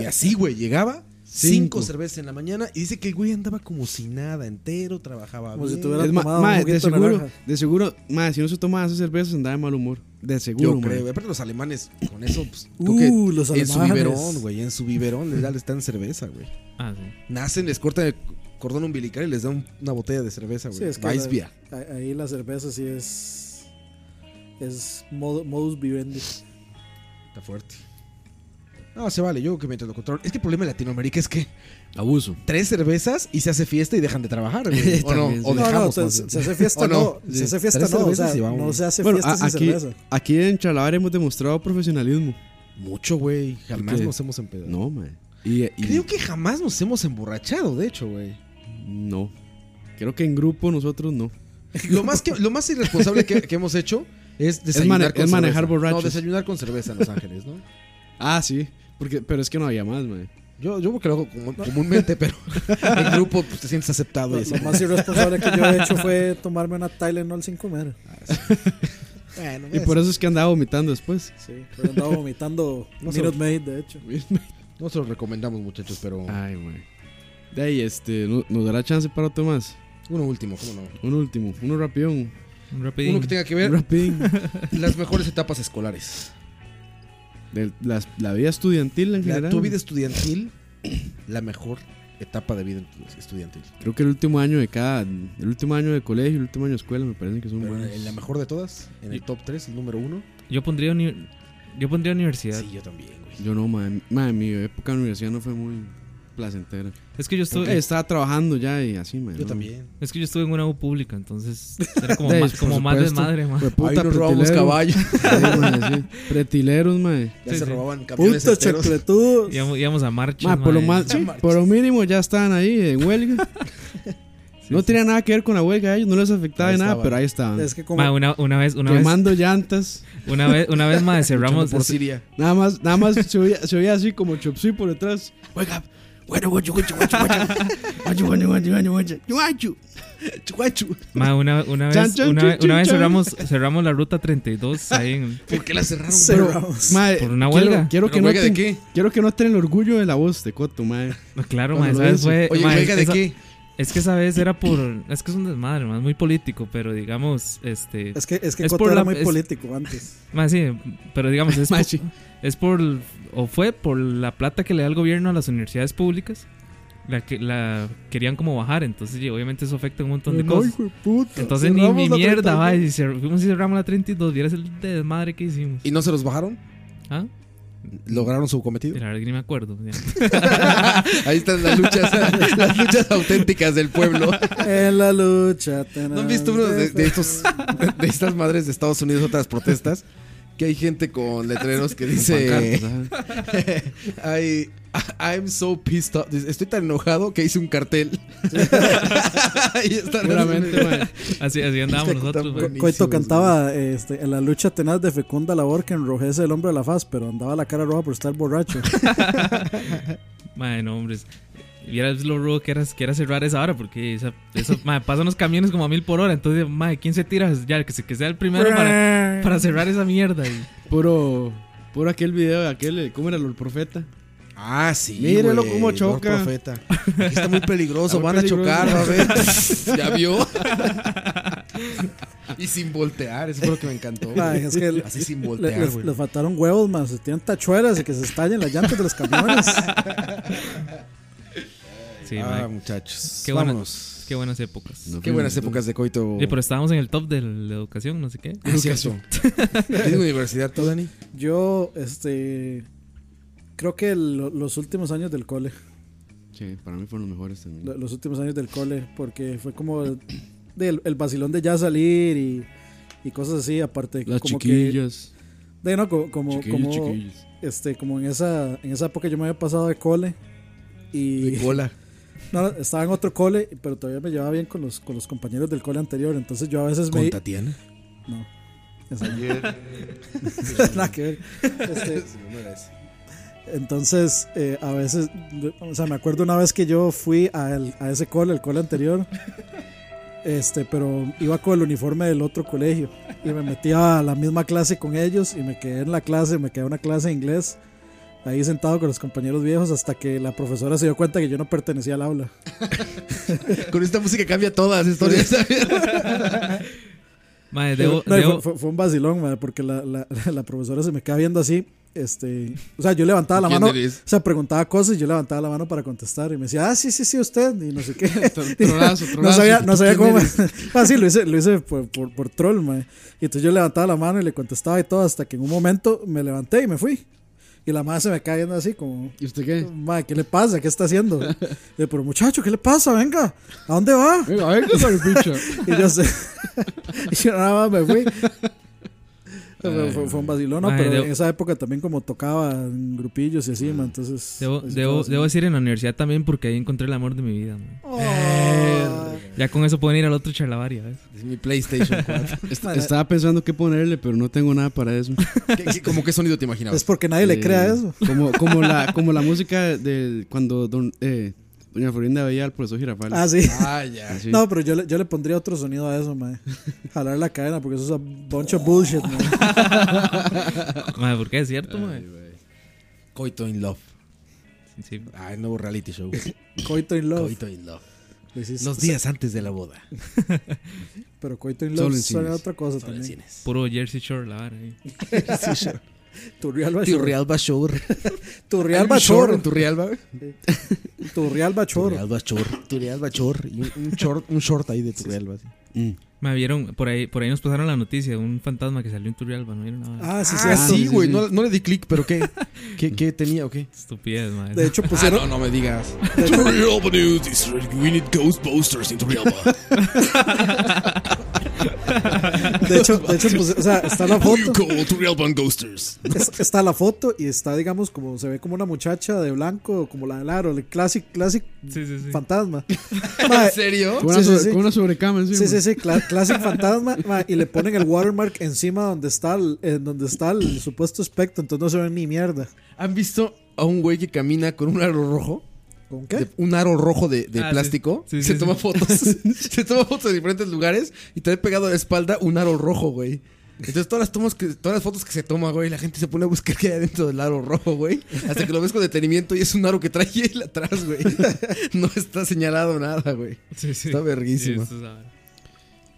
Speaker 2: Y así, güey, llegaba. Cinco.
Speaker 3: Cinco.
Speaker 2: cervezas en la mañana y dice que el güey andaba como si nada, entero, trabajaba
Speaker 4: Como si
Speaker 2: bien.
Speaker 4: tuviera- Hubiera
Speaker 3: Es ma-
Speaker 4: tomado un
Speaker 3: mae, de
Speaker 4: juguito de
Speaker 3: seguro,
Speaker 4: naranja.
Speaker 3: de seguro, mae, si no se tomaba esas cervezas andaba de mal humor. De seguro,
Speaker 2: Yo
Speaker 3: mae.
Speaker 2: creo, güey. Aparte los alemanes con eso, pues, creo
Speaker 4: Uh,
Speaker 2: que
Speaker 4: los
Speaker 2: en su
Speaker 4: alemanes.
Speaker 2: biberón, güey, en su biberón les, da, les dan cerveza, güey.
Speaker 5: Ah, sí.
Speaker 2: Nacen, les cortan el cordón umbilical y les dan un- una botella de cerveza, güey.
Speaker 4: Sí, es que
Speaker 2: Weissbier.
Speaker 4: la- a- ahí la cerveza sí es. Es mod- modus vivendi.
Speaker 2: Está fuerte. No, se vale, yo creo que mientras lo controlo. Es que el problema de Latinoamérica es que
Speaker 3: Abuso.
Speaker 2: tres cervezas y se hace fiesta y dejan de trabajar, güey. O no,
Speaker 3: También,
Speaker 2: o
Speaker 3: sí.
Speaker 4: No, no,
Speaker 2: dejamos.
Speaker 4: se,
Speaker 2: más bien.
Speaker 4: se hace fiesta,
Speaker 2: O
Speaker 4: no.
Speaker 2: Sí.
Speaker 4: Se hace fiesta,
Speaker 2: Tres
Speaker 4: no. O
Speaker 2: cervezas
Speaker 4: sea,
Speaker 2: y vamos.
Speaker 4: no se hace
Speaker 3: Bueno,
Speaker 4: fiesta
Speaker 3: a-
Speaker 4: sin
Speaker 3: aquí,
Speaker 4: cerveza.
Speaker 3: aquí en Chalabar hemos demostrado profesionalismo.
Speaker 2: Mucho, güey. Jamás
Speaker 3: Porque-
Speaker 2: nos hemos empedado.
Speaker 3: No, mae. Y, y-
Speaker 2: Creo que jamás nos hemos emborrachado, de hecho, güey.
Speaker 3: No. Creo que en grupo nosotros no.
Speaker 2: Lo más, que, lo más irresponsable que, que hemos hecho es desayunar
Speaker 3: mane-
Speaker 2: con
Speaker 3: es manejar
Speaker 2: cerveza.
Speaker 3: borrachos.
Speaker 2: No, desayunar con cerveza en Los Ángeles, ¿no?
Speaker 3: Ah, sí. Porque, pero es que no había más, mae.
Speaker 2: Yo, yo porque lo hago como- comúnmente, pero en grupo pues, te sientes aceptado. y
Speaker 4: Lo,
Speaker 2: así.
Speaker 4: lo más irresponsable que yo he hecho fue tomarme una Tylenol sin comer.
Speaker 2: Bueno,
Speaker 3: Y por eso es que andaba vomitando después.
Speaker 4: Sí, pero andaba vomitando
Speaker 2: No sé.
Speaker 4: Minute Maid, de hecho.
Speaker 2: No se los recomendamos, muchachos, pero
Speaker 3: Ay, mae. De ahí, este, ¿no- ¿nos dará chance para otro más?
Speaker 2: uno último, ¿cómo no?
Speaker 3: Un último, uno rapidón.
Speaker 5: Un rapidín.
Speaker 2: Uno que tenga que
Speaker 3: Un
Speaker 2: ver
Speaker 3: rapidín.
Speaker 2: las mejores etapas escolares.
Speaker 3: De las- la, vida estudiantil en
Speaker 2: La,
Speaker 3: general.
Speaker 2: tu vida estudiantil, la mejor etapa de vida estudiantil.
Speaker 3: Creo que el último año de cada. El último año de colegio, el último año de escuela me parece que son
Speaker 2: Pero
Speaker 3: buenos.
Speaker 2: en Eh, la mejor de todas, en el top 3, el número 1.
Speaker 5: Yo pondría uni- yo pondría universidad.
Speaker 2: Sí, yo también, güey.
Speaker 3: Yo no, madre, madre, mi época de universidad no fue muy placentera.
Speaker 5: Es que yo
Speaker 3: Porque
Speaker 5: estuve
Speaker 3: Estaba trabajando ya y así, madre.
Speaker 2: Yo
Speaker 3: no.
Speaker 2: también.
Speaker 5: es que yo estuve en una U pública, entonces era como,
Speaker 3: De-
Speaker 5: más,
Speaker 3: por
Speaker 5: como más
Speaker 3: supuesto.
Speaker 5: desmadre, man.
Speaker 3: Fue puta,
Speaker 7: nos robamos
Speaker 3: pretileros.
Speaker 7: caballos.
Speaker 3: Sí, madre, sí. Pretileros, madre.
Speaker 2: Ya
Speaker 5: Sí,
Speaker 2: se
Speaker 5: sí.
Speaker 2: robaban camiones
Speaker 4: Punto
Speaker 2: enteros.
Speaker 4: chocletudo.
Speaker 5: Íbamos, íbamos a marcha.
Speaker 3: Ma, por, lo más- sí, por lo mínimo ya estaban ahí en huelga. no tenía nada que ver con la huelga a ellos, no les afectaba
Speaker 2: Ahí
Speaker 3: de nada,
Speaker 2: estaban.
Speaker 3: pero ahí estaban.
Speaker 4: Es que como
Speaker 5: una, una vez, una vez,
Speaker 3: quemando llantas.
Speaker 5: una vez, una vez, mae, cerramos,
Speaker 2: por Siria.
Speaker 3: Nada más, nada más se oía, se oía así como Chopsui por detrás. Huelga. Bueno, guacho, guacho, guacho, guacho. Guacho, guacho, guacho, guacho, guacho. Guacho. Guacho.
Speaker 5: mae, una, una vez,
Speaker 3: Chan, chan,
Speaker 5: una,
Speaker 3: chin,
Speaker 5: vez- una
Speaker 3: chin,
Speaker 5: vez
Speaker 3: chan.
Speaker 5: cerramos, cerramos la ruta 32 ahí en,
Speaker 2: ¿Por qué la cerraron?
Speaker 4: cerramos.
Speaker 3: Mae,
Speaker 5: Por una
Speaker 3: quiero-
Speaker 5: huelga.
Speaker 3: Quiero,
Speaker 2: ¿Pero huelga
Speaker 3: que
Speaker 2: de
Speaker 3: noten,
Speaker 2: qué?
Speaker 3: quiero que noten el orgullo de la voz de Coto, mae.
Speaker 5: No, claro,
Speaker 3: Cuando
Speaker 5: mae,
Speaker 3: lo
Speaker 5: esa vez
Speaker 3: hice.
Speaker 5: fue.
Speaker 2: Oye,
Speaker 5: mae,
Speaker 2: ¿huelga de
Speaker 5: esa-
Speaker 2: qué?
Speaker 5: Es que esa vez era por. Es que es un desmadre, mae, muy político, pero digamos, este.
Speaker 4: Es que, es que
Speaker 5: Es
Speaker 4: Coto
Speaker 5: por
Speaker 4: era
Speaker 5: la-
Speaker 4: muy
Speaker 5: es-
Speaker 4: político antes.
Speaker 5: mae, sí, pero digamos, es,
Speaker 3: Mae,
Speaker 5: por,
Speaker 3: sí.
Speaker 5: es por. O fue por la plata que le da el gobierno a las universidades públicas. La que la querían como bajar, entonces y obviamente eso afecta un montón de cosas. Entonces ni, ni mierda, va. Y cer- fuimos y cerramos la 32, vieras el desmadre que hicimos.
Speaker 2: ¿Y no se los bajaron?
Speaker 5: ¿Ah?
Speaker 2: ¿Lograron su cometido?
Speaker 5: La verdad que ni me acuerdo. ya.
Speaker 2: Ahí están las luchas, las luchas auténticas del pueblo.
Speaker 4: en la lucha.
Speaker 2: ¿No han visto uno de, de estos, de estas madres de Estados Unidos, otras protestas? Que hay gente con letreros que dice...
Speaker 3: Pancartas, ajá.
Speaker 2: I, I'm so pissed off. Dice, Estoy tan enojado que hice un cartel. y están
Speaker 3: Seguramente, mae.
Speaker 5: Así, así andábamos
Speaker 2: que
Speaker 5: nosotros,
Speaker 2: tampoco-
Speaker 5: mae.
Speaker 4: Coito
Speaker 2: buenísimos,
Speaker 4: cantaba este, en la lucha tenaz de fecunda labor que enrojece el hombre a la faz, pero andaba la cara roja por estar borracho.
Speaker 5: Madre, no, hombres. Vieras lo rudo que era, que era cerrar esa hora, porque esa, eso, madre, pasan los camiones como a mil por hora. Entonces, madre, ¿quién se tira? Ya, que, se, que sea el primero para, para cerrar esa mierda. Y,
Speaker 3: Puro, puro aquel video de aquel, eh, ¿cómo era el profeta?
Speaker 2: Ah, sí.
Speaker 3: Mírelo
Speaker 2: güey,
Speaker 3: cómo
Speaker 2: Lord
Speaker 3: choca.
Speaker 2: Profeta. Aquí Está muy peligroso,
Speaker 3: Está muy
Speaker 2: van
Speaker 3: peligroso.
Speaker 2: a chocar, va a ver. ¿Ya vio? y sin voltear, eso fue lo que me encantó. güey.
Speaker 4: Ay, es que el-
Speaker 2: Así sin
Speaker 4: Le-
Speaker 2: voltear,
Speaker 4: les,
Speaker 2: güey.
Speaker 4: les faltaron huevos, man. Se tienen tachuelas y que se estallen las llantas de los camiones.
Speaker 5: sí,
Speaker 2: Ah,
Speaker 5: mae,
Speaker 2: muchachos.
Speaker 5: Qué buena-
Speaker 2: Vámonos.
Speaker 5: qué buenas épocas.
Speaker 2: Qué buenas épocas de coito.
Speaker 5: Sí, pero estábamos en el top de la educación, no sé qué.
Speaker 2: Ah, cierto. ¿Tienes universidad tú, Dani?
Speaker 4: Yo, este. Creo que lo- los últimos años del cole.
Speaker 3: Sí, para mí fueron los mejores también.
Speaker 4: lo- Los últimos años del cole, porque fue como del, el vacilón de ya salir y, y cosas así. Aparte,
Speaker 3: Las
Speaker 4: como
Speaker 3: chiquillas.
Speaker 4: que. De, no, co- como,
Speaker 3: chiquillos,
Speaker 4: como,
Speaker 3: chiquillos.
Speaker 4: este, como en esa, en esa época yo me había pasado de cole. Y
Speaker 2: Hola.
Speaker 4: no, no, estaba en otro cole, pero todavía me llevaba bien con los, con los compañeros del cole anterior. Entonces yo a veces me.
Speaker 2: ¿Con Tatiana?
Speaker 4: Esa-
Speaker 8: Ayer
Speaker 4: Nada que ver. Este, entonces, eh, a veces, o sea, me acuerdo una vez que yo fui a, el- a ese cole, el cole anterior, este, pero iba con el uniforme del otro colegio y me metí a la misma clase con ellos y me quedé en la clase, me quedé en una clase de inglés. Ahí sentado con los compañeros viejos hasta que la profesora se dio cuenta que yo no pertenecía al aula.
Speaker 2: Con esta música cambia todas las historias.
Speaker 5: Mae, debo,
Speaker 4: No,
Speaker 5: debo-
Speaker 4: fue, fue- fue un vacilón, madre, porque la, la- la profesora se me queda viendo así. Este, o sea, yo levantaba la
Speaker 2: ¿Quién
Speaker 4: mano,
Speaker 2: eres?
Speaker 4: o sea, preguntaba cosas y yo levantaba la mano para contestar. Y me decía, ah, sí, sí, sí, usted. Y no sé qué.
Speaker 3: Trolazo,
Speaker 4: no
Speaker 3: trolazo.
Speaker 4: sabía, no sabía cómo. ah, sí, lo hice, lo hice por, por, por troll, madre. Y entonces yo levantaba la mano y le contestaba y todo, hasta que en un momento me levanté y me fui. Y la madre se me cae viendo así, como,
Speaker 3: ¿Y usted qué?
Speaker 4: madre, ¿qué le pasa? ¿Qué está haciendo? Y yo, pero muchacho, ¿qué le pasa? Venga, ¿a dónde va?
Speaker 3: Venga, venga con el bicho.
Speaker 4: Y yo, se- y yo nada más me fui. sea, fue- fue, fue un vacilón, ¿no?
Speaker 5: Mae,
Speaker 4: pero
Speaker 5: debo-
Speaker 4: en esa época también como tocaba en grupillos y así, ma, entonces...
Speaker 5: Debo,
Speaker 4: así
Speaker 5: debo,
Speaker 4: todo así. Oh.
Speaker 5: debo decir en la universidad también porque ahí encontré el amor de mi vida. man. Ya con eso pueden ir al otro charlavaria. ¿ves?
Speaker 2: Es mi PlayStation 4.
Speaker 3: Est- Estaba pensando qué ponerle, pero no tengo nada para eso.
Speaker 2: ¿Qué- qué- ¿Cómo qué sonido te imaginabas?
Speaker 4: Es porque nadie le
Speaker 3: Eh,
Speaker 4: crea eso.
Speaker 3: Como, como, la, como la música de cuando don, eh, Doña Florinda veía al profesor Girafal.
Speaker 4: Ah, sí.
Speaker 2: Ah, ya.
Speaker 3: Así.
Speaker 4: No, pero yo le, yo le pondría otro sonido a eso, mae. Jalar la cadena, porque eso es un bunch of bullshit, mae.
Speaker 5: Madre, porque es cierto, madre.
Speaker 2: Coito in Love.
Speaker 5: Sí.
Speaker 2: Ah, el nuevo reality show.
Speaker 4: Coito in love.
Speaker 2: Coito in Love.
Speaker 4: Lo hiciste.
Speaker 2: Los días antes de la boda.
Speaker 4: Pero coito in
Speaker 3: Solo
Speaker 4: love
Speaker 3: en
Speaker 4: suena a
Speaker 3: cines.
Speaker 4: otra cosa
Speaker 2: Solo en
Speaker 4: también.
Speaker 2: cines.
Speaker 5: Puro Jersey Shore, la vara. ahí.
Speaker 4: Turrialba Shore.
Speaker 2: Turrialba Shore.
Speaker 4: Turrialba Shore.
Speaker 2: Turrialba.
Speaker 4: Turrialba Shore.
Speaker 2: Turrialba Shore. Turrialba Shore. Y un, un short, un short ahí de Turrialba. así.
Speaker 5: Me vieron, por ahí, por ahí nos pasaron la noticia de un fantasma que salió en Turrialba, ¿no vieron? Una
Speaker 4: Ah, sí, sí.
Speaker 2: Ah,
Speaker 4: eso.
Speaker 2: sí, güey. No, no le di clic, pero ¿qué? ¿Qué, qué tenía o qué?
Speaker 5: estupidez, madre.
Speaker 4: De
Speaker 2: Ah,
Speaker 4: hecho, pusieron,
Speaker 2: no me digas.
Speaker 9: Turrialba News is we need Ghostbusters in Turrialba.
Speaker 4: de hecho, de hecho puse- o sea, está la foto.
Speaker 9: call Turrialba Ghosters?
Speaker 4: Es- está la foto y está, digamos, como se ve como una muchacha de blanco, como la de Laro, el clásico classic
Speaker 5: Sí, sí, sí.
Speaker 4: fantasma. Mae,
Speaker 2: serio?
Speaker 3: Con una,
Speaker 4: Sí, sí,
Speaker 3: sobre-
Speaker 4: sí.
Speaker 3: con una sobrecama encima.
Speaker 4: Sí, sí, sí, cla- Classic Fantasma. ma, y le ponen el watermark encima donde está el, en donde está el supuesto espectro, entonces no se ve ni mierda.
Speaker 2: ¿Han visto a un güey que camina con un aro rojo?
Speaker 4: ¿Con qué?
Speaker 2: de- un aro rojo de, de
Speaker 5: Ah, sí.
Speaker 2: plástico.
Speaker 5: Sí,
Speaker 2: se
Speaker 5: sí,
Speaker 2: toma
Speaker 5: sí.
Speaker 2: fotos. se toma fotos de diferentes lugares y trae pegado a la espalda un aro rojo, güey. Entonces todas las tomas que, todas las fotos que se toma, güey, la gente se pone a buscar qué hay dentro del aro rojo, güey. Hasta que lo ves con detenimiento y es un aro que trae él atrás, güey. No está señalado nada, güey.
Speaker 5: Sí, sí.
Speaker 2: Está verguísima.
Speaker 5: Sí, esto es la vara.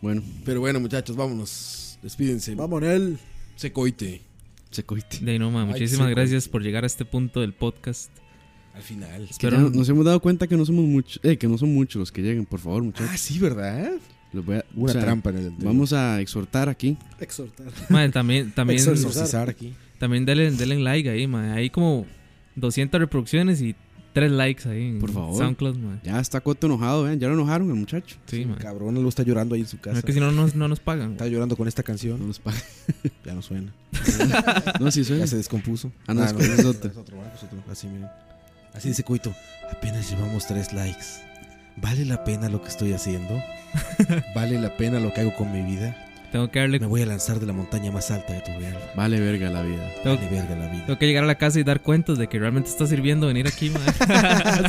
Speaker 3: Bueno,
Speaker 2: Pero bueno, muchachos, vámonos. Despídense.
Speaker 4: Vamos, Nel.
Speaker 2: Se coite
Speaker 3: se cogiste.
Speaker 5: De ahí no, madre,
Speaker 2: Ay,
Speaker 5: Muchísimas
Speaker 2: sí,
Speaker 5: gracias por llegar a este punto del podcast.
Speaker 2: al final.
Speaker 3: Que
Speaker 5: Pero-
Speaker 3: ya nos hemos dado cuenta que no somos muchos, eh, que no son muchos los que lleguen, por favor, muchachos.
Speaker 2: Ah, sí, ¿verdad?
Speaker 3: Los voy a- o
Speaker 2: Una
Speaker 3: sea,
Speaker 2: trampa en el
Speaker 3: Vamos a exhortar aquí.
Speaker 4: Exhortar.
Speaker 5: Madre, también, también,
Speaker 4: Exorcismo.
Speaker 2: a aquí.
Speaker 5: también denle, denle like ahí, madre. Hay como 200 reproducciones y 3 likes ahí en
Speaker 3: Por favor.
Speaker 5: SoundCloud, madre.
Speaker 3: Ya está Coto enojado, vean, ya lo enojaron el muchacho.
Speaker 5: Sí, madre.
Speaker 2: Cabrón, lo está llorando ahí en su
Speaker 5: No
Speaker 2: casa.
Speaker 5: es que si no, no, no nos pagan.
Speaker 2: Está llorando con esta canción.
Speaker 3: No nos pagan.
Speaker 2: Ya no suena.
Speaker 3: No, sí suena.
Speaker 2: Ya se descompuso.
Speaker 3: Ah, no, es con
Speaker 2: Eh. es
Speaker 3: nosotros.
Speaker 2: otro, ah, es otro. Así, miren. Así dice Coito. Apenas llevamos tres likes. ¿Vale la pena lo que estoy haciendo? ¿Vale la pena lo que hago con mi vida?
Speaker 5: Tengo que darle,
Speaker 2: Me voy a lanzar de la montaña más alta de tu vida.
Speaker 3: Vale verga la vida.
Speaker 5: tengo,
Speaker 2: Vale verga la vida.
Speaker 5: tengo que llegar a la casa y dar cuentas de que realmente está sirviendo venir aquí, madre.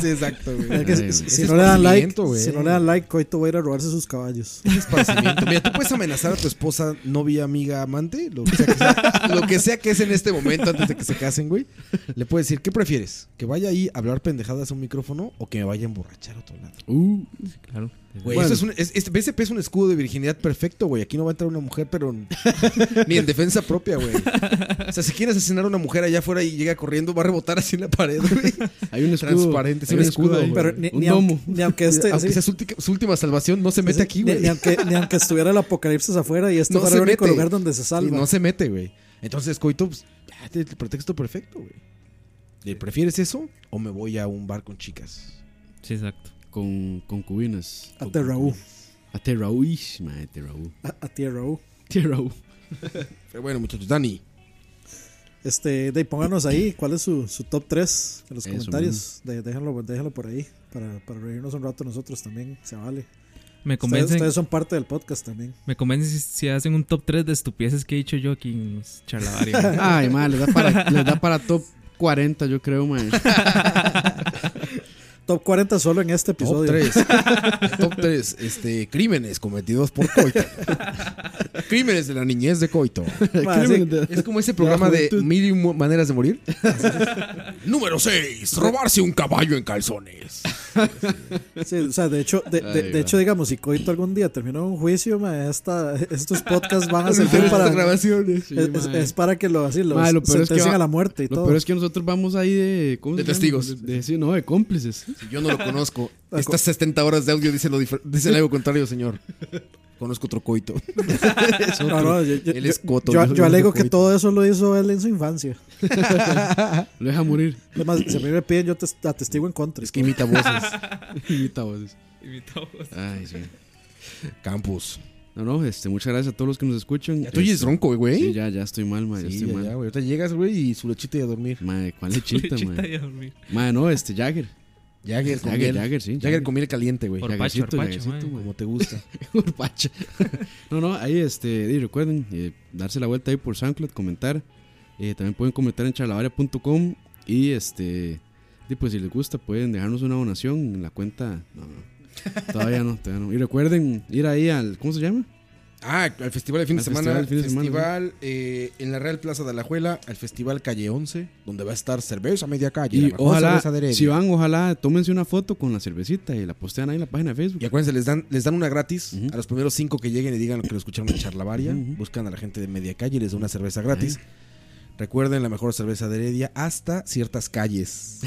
Speaker 2: sí, exacto, güey.
Speaker 4: Es que si-
Speaker 3: Ay,
Speaker 4: si,
Speaker 3: güey.
Speaker 2: Ese
Speaker 4: no le dan like,
Speaker 2: esparcimiento, güey.
Speaker 4: si no le dan like, Coito va a ir a robarse sus caballos.
Speaker 2: Esparcimiento. Mira, tú puedes amenazar a tu esposa, novia, amiga, amante, lo que sea que, sea, lo que, sea que es en este momento antes de que se casen, güey. Le puedes decir, ¿qué prefieres? ¿Que vaya ahí a hablar pendejadas a un micrófono o que me vaya a emborrachar a otro lado?
Speaker 3: Uh,
Speaker 5: Claro.
Speaker 2: Güey,
Speaker 3: Bueno.
Speaker 2: eso es un, es- es- BSP es un escudo de virginidad perfecto, güey. Aquí no va a entrar una mujer, pero n- ni en defensa propia, güey. O sea, si quiere asesinar a una mujer allá afuera y llega corriendo, va a rebotar así en la pared, güey.
Speaker 3: hay un escudo.
Speaker 2: Transparente, es
Speaker 3: hay
Speaker 2: un escudo,
Speaker 3: ahí.
Speaker 2: güey.
Speaker 4: Pero ni,
Speaker 3: Un
Speaker 4: ni, aunque,
Speaker 3: domo.
Speaker 4: ni aunque este.
Speaker 2: Aunque
Speaker 4: sí,
Speaker 2: sea su, ulti- su última salvación, no se mete
Speaker 4: sí,
Speaker 2: aquí,
Speaker 4: ni,
Speaker 2: güey.
Speaker 4: ni aunque, ni aunque estuviera el apocalipsis afuera y este
Speaker 2: No se
Speaker 4: fuera el único
Speaker 2: mete.
Speaker 4: lugar donde se
Speaker 2: Sí,
Speaker 4: salva.
Speaker 2: no se mete, güey. Entonces, Coito, pues, ya, este es el pretexto perfecto, güey. ¿Le ¿Prefieres eso o me voy a un bar con chicas?
Speaker 5: Sí, exacto.
Speaker 3: Con concubinas.
Speaker 4: A Terraú.
Speaker 3: A Terraú. ish, madre, Terraú.
Speaker 4: A, a Terraú.
Speaker 3: Terraú.
Speaker 2: Pero bueno, muchachos, Dani.
Speaker 4: Este, de, pónganos ahí cuál es su, su top 3 en los
Speaker 3: Eso,
Speaker 4: comentarios. De- déjenlo, déjenlo por ahí para, para reírnos un rato nosotros también. Se vale.
Speaker 5: Me
Speaker 4: Ustedes,
Speaker 5: convencen,
Speaker 4: ustedes son parte del podcast también.
Speaker 5: me convencen si, si hacen un top 3 de estupideces que he dicho yo aquí en los charlavarios. madre.
Speaker 3: Ay, madre, les da para, les da para top 40, yo creo, madre.
Speaker 4: Top 40 solo en este
Speaker 2: Top
Speaker 4: episodio.
Speaker 2: 3. Top 3. Este, crímenes cometidos por Coito. crímenes de la niñez de Coito.
Speaker 4: Ma, sí,
Speaker 2: Es como ese programa de Mil y Mu- Maneras de Morir.
Speaker 9: Número 6. Robarse un caballo en calzones.
Speaker 4: sí, o sea, de hecho, de, de-
Speaker 3: Ay,
Speaker 4: de
Speaker 3: va.
Speaker 4: hecho, digamos, si Coito algún día termina un juicio, ma, esta- estos podcasts van a
Speaker 2: Hacer
Speaker 4: servir
Speaker 2: estas
Speaker 4: para.
Speaker 2: grabaciones.
Speaker 3: Sí,
Speaker 4: es, es-
Speaker 3: madre.
Speaker 4: es para que lo así lo
Speaker 3: eh. Ma, lo peor es que
Speaker 4: sentencien
Speaker 3: va-
Speaker 4: a la muerte y
Speaker 3: Lo
Speaker 4: todo.
Speaker 3: peor es que nosotros vamos ahí de. ¿cómo
Speaker 2: De
Speaker 3: se llama?
Speaker 2: testigos.
Speaker 3: De, de- sí, no, de cómplices.
Speaker 2: Si yo no lo conozco, estas 70 horas de audio dicen, lo difer- dicen algo contrario, señor. Conozco otro Coito.
Speaker 4: No, no, yo, yo-
Speaker 2: Él es
Speaker 4: yo-
Speaker 2: Coto,
Speaker 4: yo-
Speaker 2: no es
Speaker 4: yo alego que
Speaker 2: Coito.
Speaker 4: todo eso lo hizo él en su infancia.
Speaker 3: Lo deja morir.
Speaker 4: Además, si a mí me piden, yo te atestigo en contra.
Speaker 2: Es que imita voces.
Speaker 3: Imita voces.
Speaker 5: Invitados.
Speaker 3: Ay, sí.
Speaker 2: Campus.
Speaker 3: No, no, este, muchas gracias a todos los que nos escuchan.
Speaker 2: Ya tú oyes
Speaker 3: Este,
Speaker 2: ronco, güey.
Speaker 3: Sí, ya, este ya estoy mal, ma, ya
Speaker 2: Sí,
Speaker 3: estoy
Speaker 2: ya,
Speaker 3: mal.
Speaker 2: ya, güey. Ahorita llegas, güey, y su lechita y a dormir.
Speaker 3: Madre, ¿cuál lechita,
Speaker 5: Lechita
Speaker 3: madre?
Speaker 5: y a dormir.
Speaker 3: Madre, no, este, Jagger.
Speaker 2: Jagger con
Speaker 3: Jagger,
Speaker 2: miel.
Speaker 3: Jagger, sí.
Speaker 2: Jagger con miel caliente, güey.
Speaker 5: Por-
Speaker 3: Jaggercito,
Speaker 5: Orpacho, orpacho,
Speaker 3: Jaggercito,
Speaker 5: madre.
Speaker 3: madre.
Speaker 2: Como te gusta.
Speaker 3: Urpacha. no, no, ahí este, y recuerden eh, darse la vuelta ahí por SoundCloud, comentar. Eh, también pueden comentar en charlavaria.com y este, y pues si les gusta pueden dejarnos una donación en la cuenta. No, no. Todavía no, todavía no. Y recuerden ir ahí al, ¿cómo se llama?
Speaker 2: Ah, al festival de fin de
Speaker 3: Al
Speaker 2: semana.
Speaker 3: festival de fin de semana,
Speaker 2: festival, eh, en la Real Plaza de Alajuela, al festival Calle 11, donde va a estar cerveza a media calle. la
Speaker 3: Y
Speaker 2: mejor
Speaker 3: ojalá,
Speaker 2: cerveza de Heredia.
Speaker 3: si van, ojalá tómense una foto con la cervecita y la postean ahí en la página de Facebook.
Speaker 2: Y acuérdense, les dan, les dan una gratis
Speaker 3: Ujú.
Speaker 2: a los primeros cinco que lleguen y digan que lo escucharon en Charlavaria.
Speaker 3: Ujú.
Speaker 2: Buscan a la gente de media calle y les dan una cerveza gratis. Recuerden la mejor cerveza de Heredia hasta ciertas calles.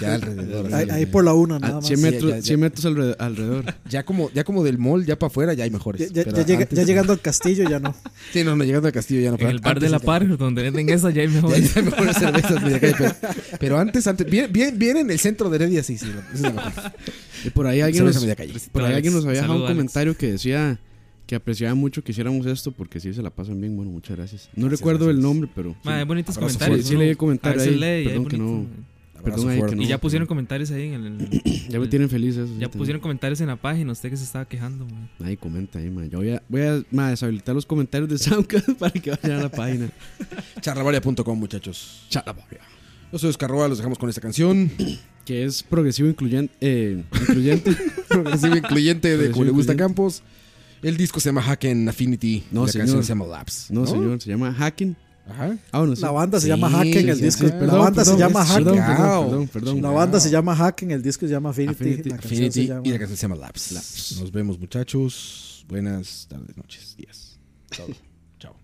Speaker 2: ya alrededor.
Speaker 4: Ahí,
Speaker 2: así.
Speaker 4: ahí por la una,
Speaker 3: A
Speaker 4: nada más.
Speaker 3: 100
Speaker 2: Ah, sí,
Speaker 3: metros,
Speaker 2: ya, ya.
Speaker 3: 100 metros alre- alrededor.
Speaker 2: Ya como, ya como del mall, ya para afuera, ya hay
Speaker 4: Ya,
Speaker 2: mejores.
Speaker 4: ya-
Speaker 2: Pero
Speaker 4: ya llega-
Speaker 2: antes-
Speaker 4: ya llegando al castillo, ya no.
Speaker 2: Sí, no, no, llegando al castillo ya no.
Speaker 5: En
Speaker 2: pero
Speaker 5: el bar
Speaker 2: antes
Speaker 5: de la
Speaker 2: es
Speaker 5: par, donde venden esa, ya hay mejor.
Speaker 2: Ya, ya hay mejores cervezas media calle. Pero, pero antes, antes. Bien, bien, bien en el centro de Heredia, sí, sí. no, esa es la mejor.
Speaker 3: Y por ahí alguien
Speaker 2: Cerveza
Speaker 3: nos,
Speaker 2: media calle.
Speaker 3: por ahí
Speaker 5: Alex.
Speaker 3: alguien nos había dejado un
Speaker 5: Saluda, Alex.
Speaker 3: comentario que decía que apreciaba mucho que hiciéramos esto porque sí se la pasan bien. Bueno, muchas gracias. No recuerdo el nombre, pero sí.
Speaker 5: Madre, hay bonitos
Speaker 2: Abrazo
Speaker 5: comentarios.
Speaker 3: fuerte. Sí,
Speaker 5: ¿no?
Speaker 3: leí el comentario
Speaker 5: A veces
Speaker 3: ahí,
Speaker 5: lee y hay
Speaker 3: perdón que
Speaker 5: bonitos,
Speaker 3: no-
Speaker 5: madre.
Speaker 2: Perdón,
Speaker 3: Perdón ahí que
Speaker 2: fuerte.
Speaker 3: no-
Speaker 5: Y ya pusieron comentarios ahí en el.
Speaker 3: ya me tienen feliz eso. sí,
Speaker 5: Ya
Speaker 3: también.
Speaker 5: pusieron comentarios en la página, usted que se estaba quejando, man.
Speaker 3: Ahí comenta ahí, ma. Yo voy a, voy a, ma, deshabilitar los comentarios de SoundCloud para que vayan a la página.
Speaker 2: Charlavaria.com, muchachos. Charlavaria. Yo soy Oscar Roa, los dejamos con esta canción.
Speaker 3: Que es progresivo incluyente. Eh, incluyente.
Speaker 2: progresivo incluyente de
Speaker 3: Progresivo
Speaker 2: como le gusta
Speaker 3: incluyente.
Speaker 2: Campos. El disco se llama Hack en Affinity.
Speaker 3: No,
Speaker 2: la
Speaker 3: señor.
Speaker 2: canción se llama Labs.
Speaker 3: No, señor, se llama Hacking.
Speaker 2: Ajá.
Speaker 3: Ah, bueno, sí.
Speaker 4: La banda se
Speaker 2: Sí,
Speaker 4: llama Hack en el
Speaker 2: sí, sí.
Speaker 4: disco. La
Speaker 2: Perdón,
Speaker 4: banda se
Speaker 2: perdón,
Speaker 4: llama
Speaker 2: es-
Speaker 4: Hack.
Speaker 3: Perdón,
Speaker 2: Hack.
Speaker 3: perdón, perdón, perdón.
Speaker 4: La
Speaker 2: Wow.
Speaker 4: banda se llama Hack en el disco se llama Affinity.
Speaker 3: Affinity,
Speaker 4: la canción se
Speaker 2: Affinity
Speaker 4: llama-
Speaker 2: y la canción se llama Labs. Nos vemos, muchachos. Buenas tardes, noches, días. Todo. Chao.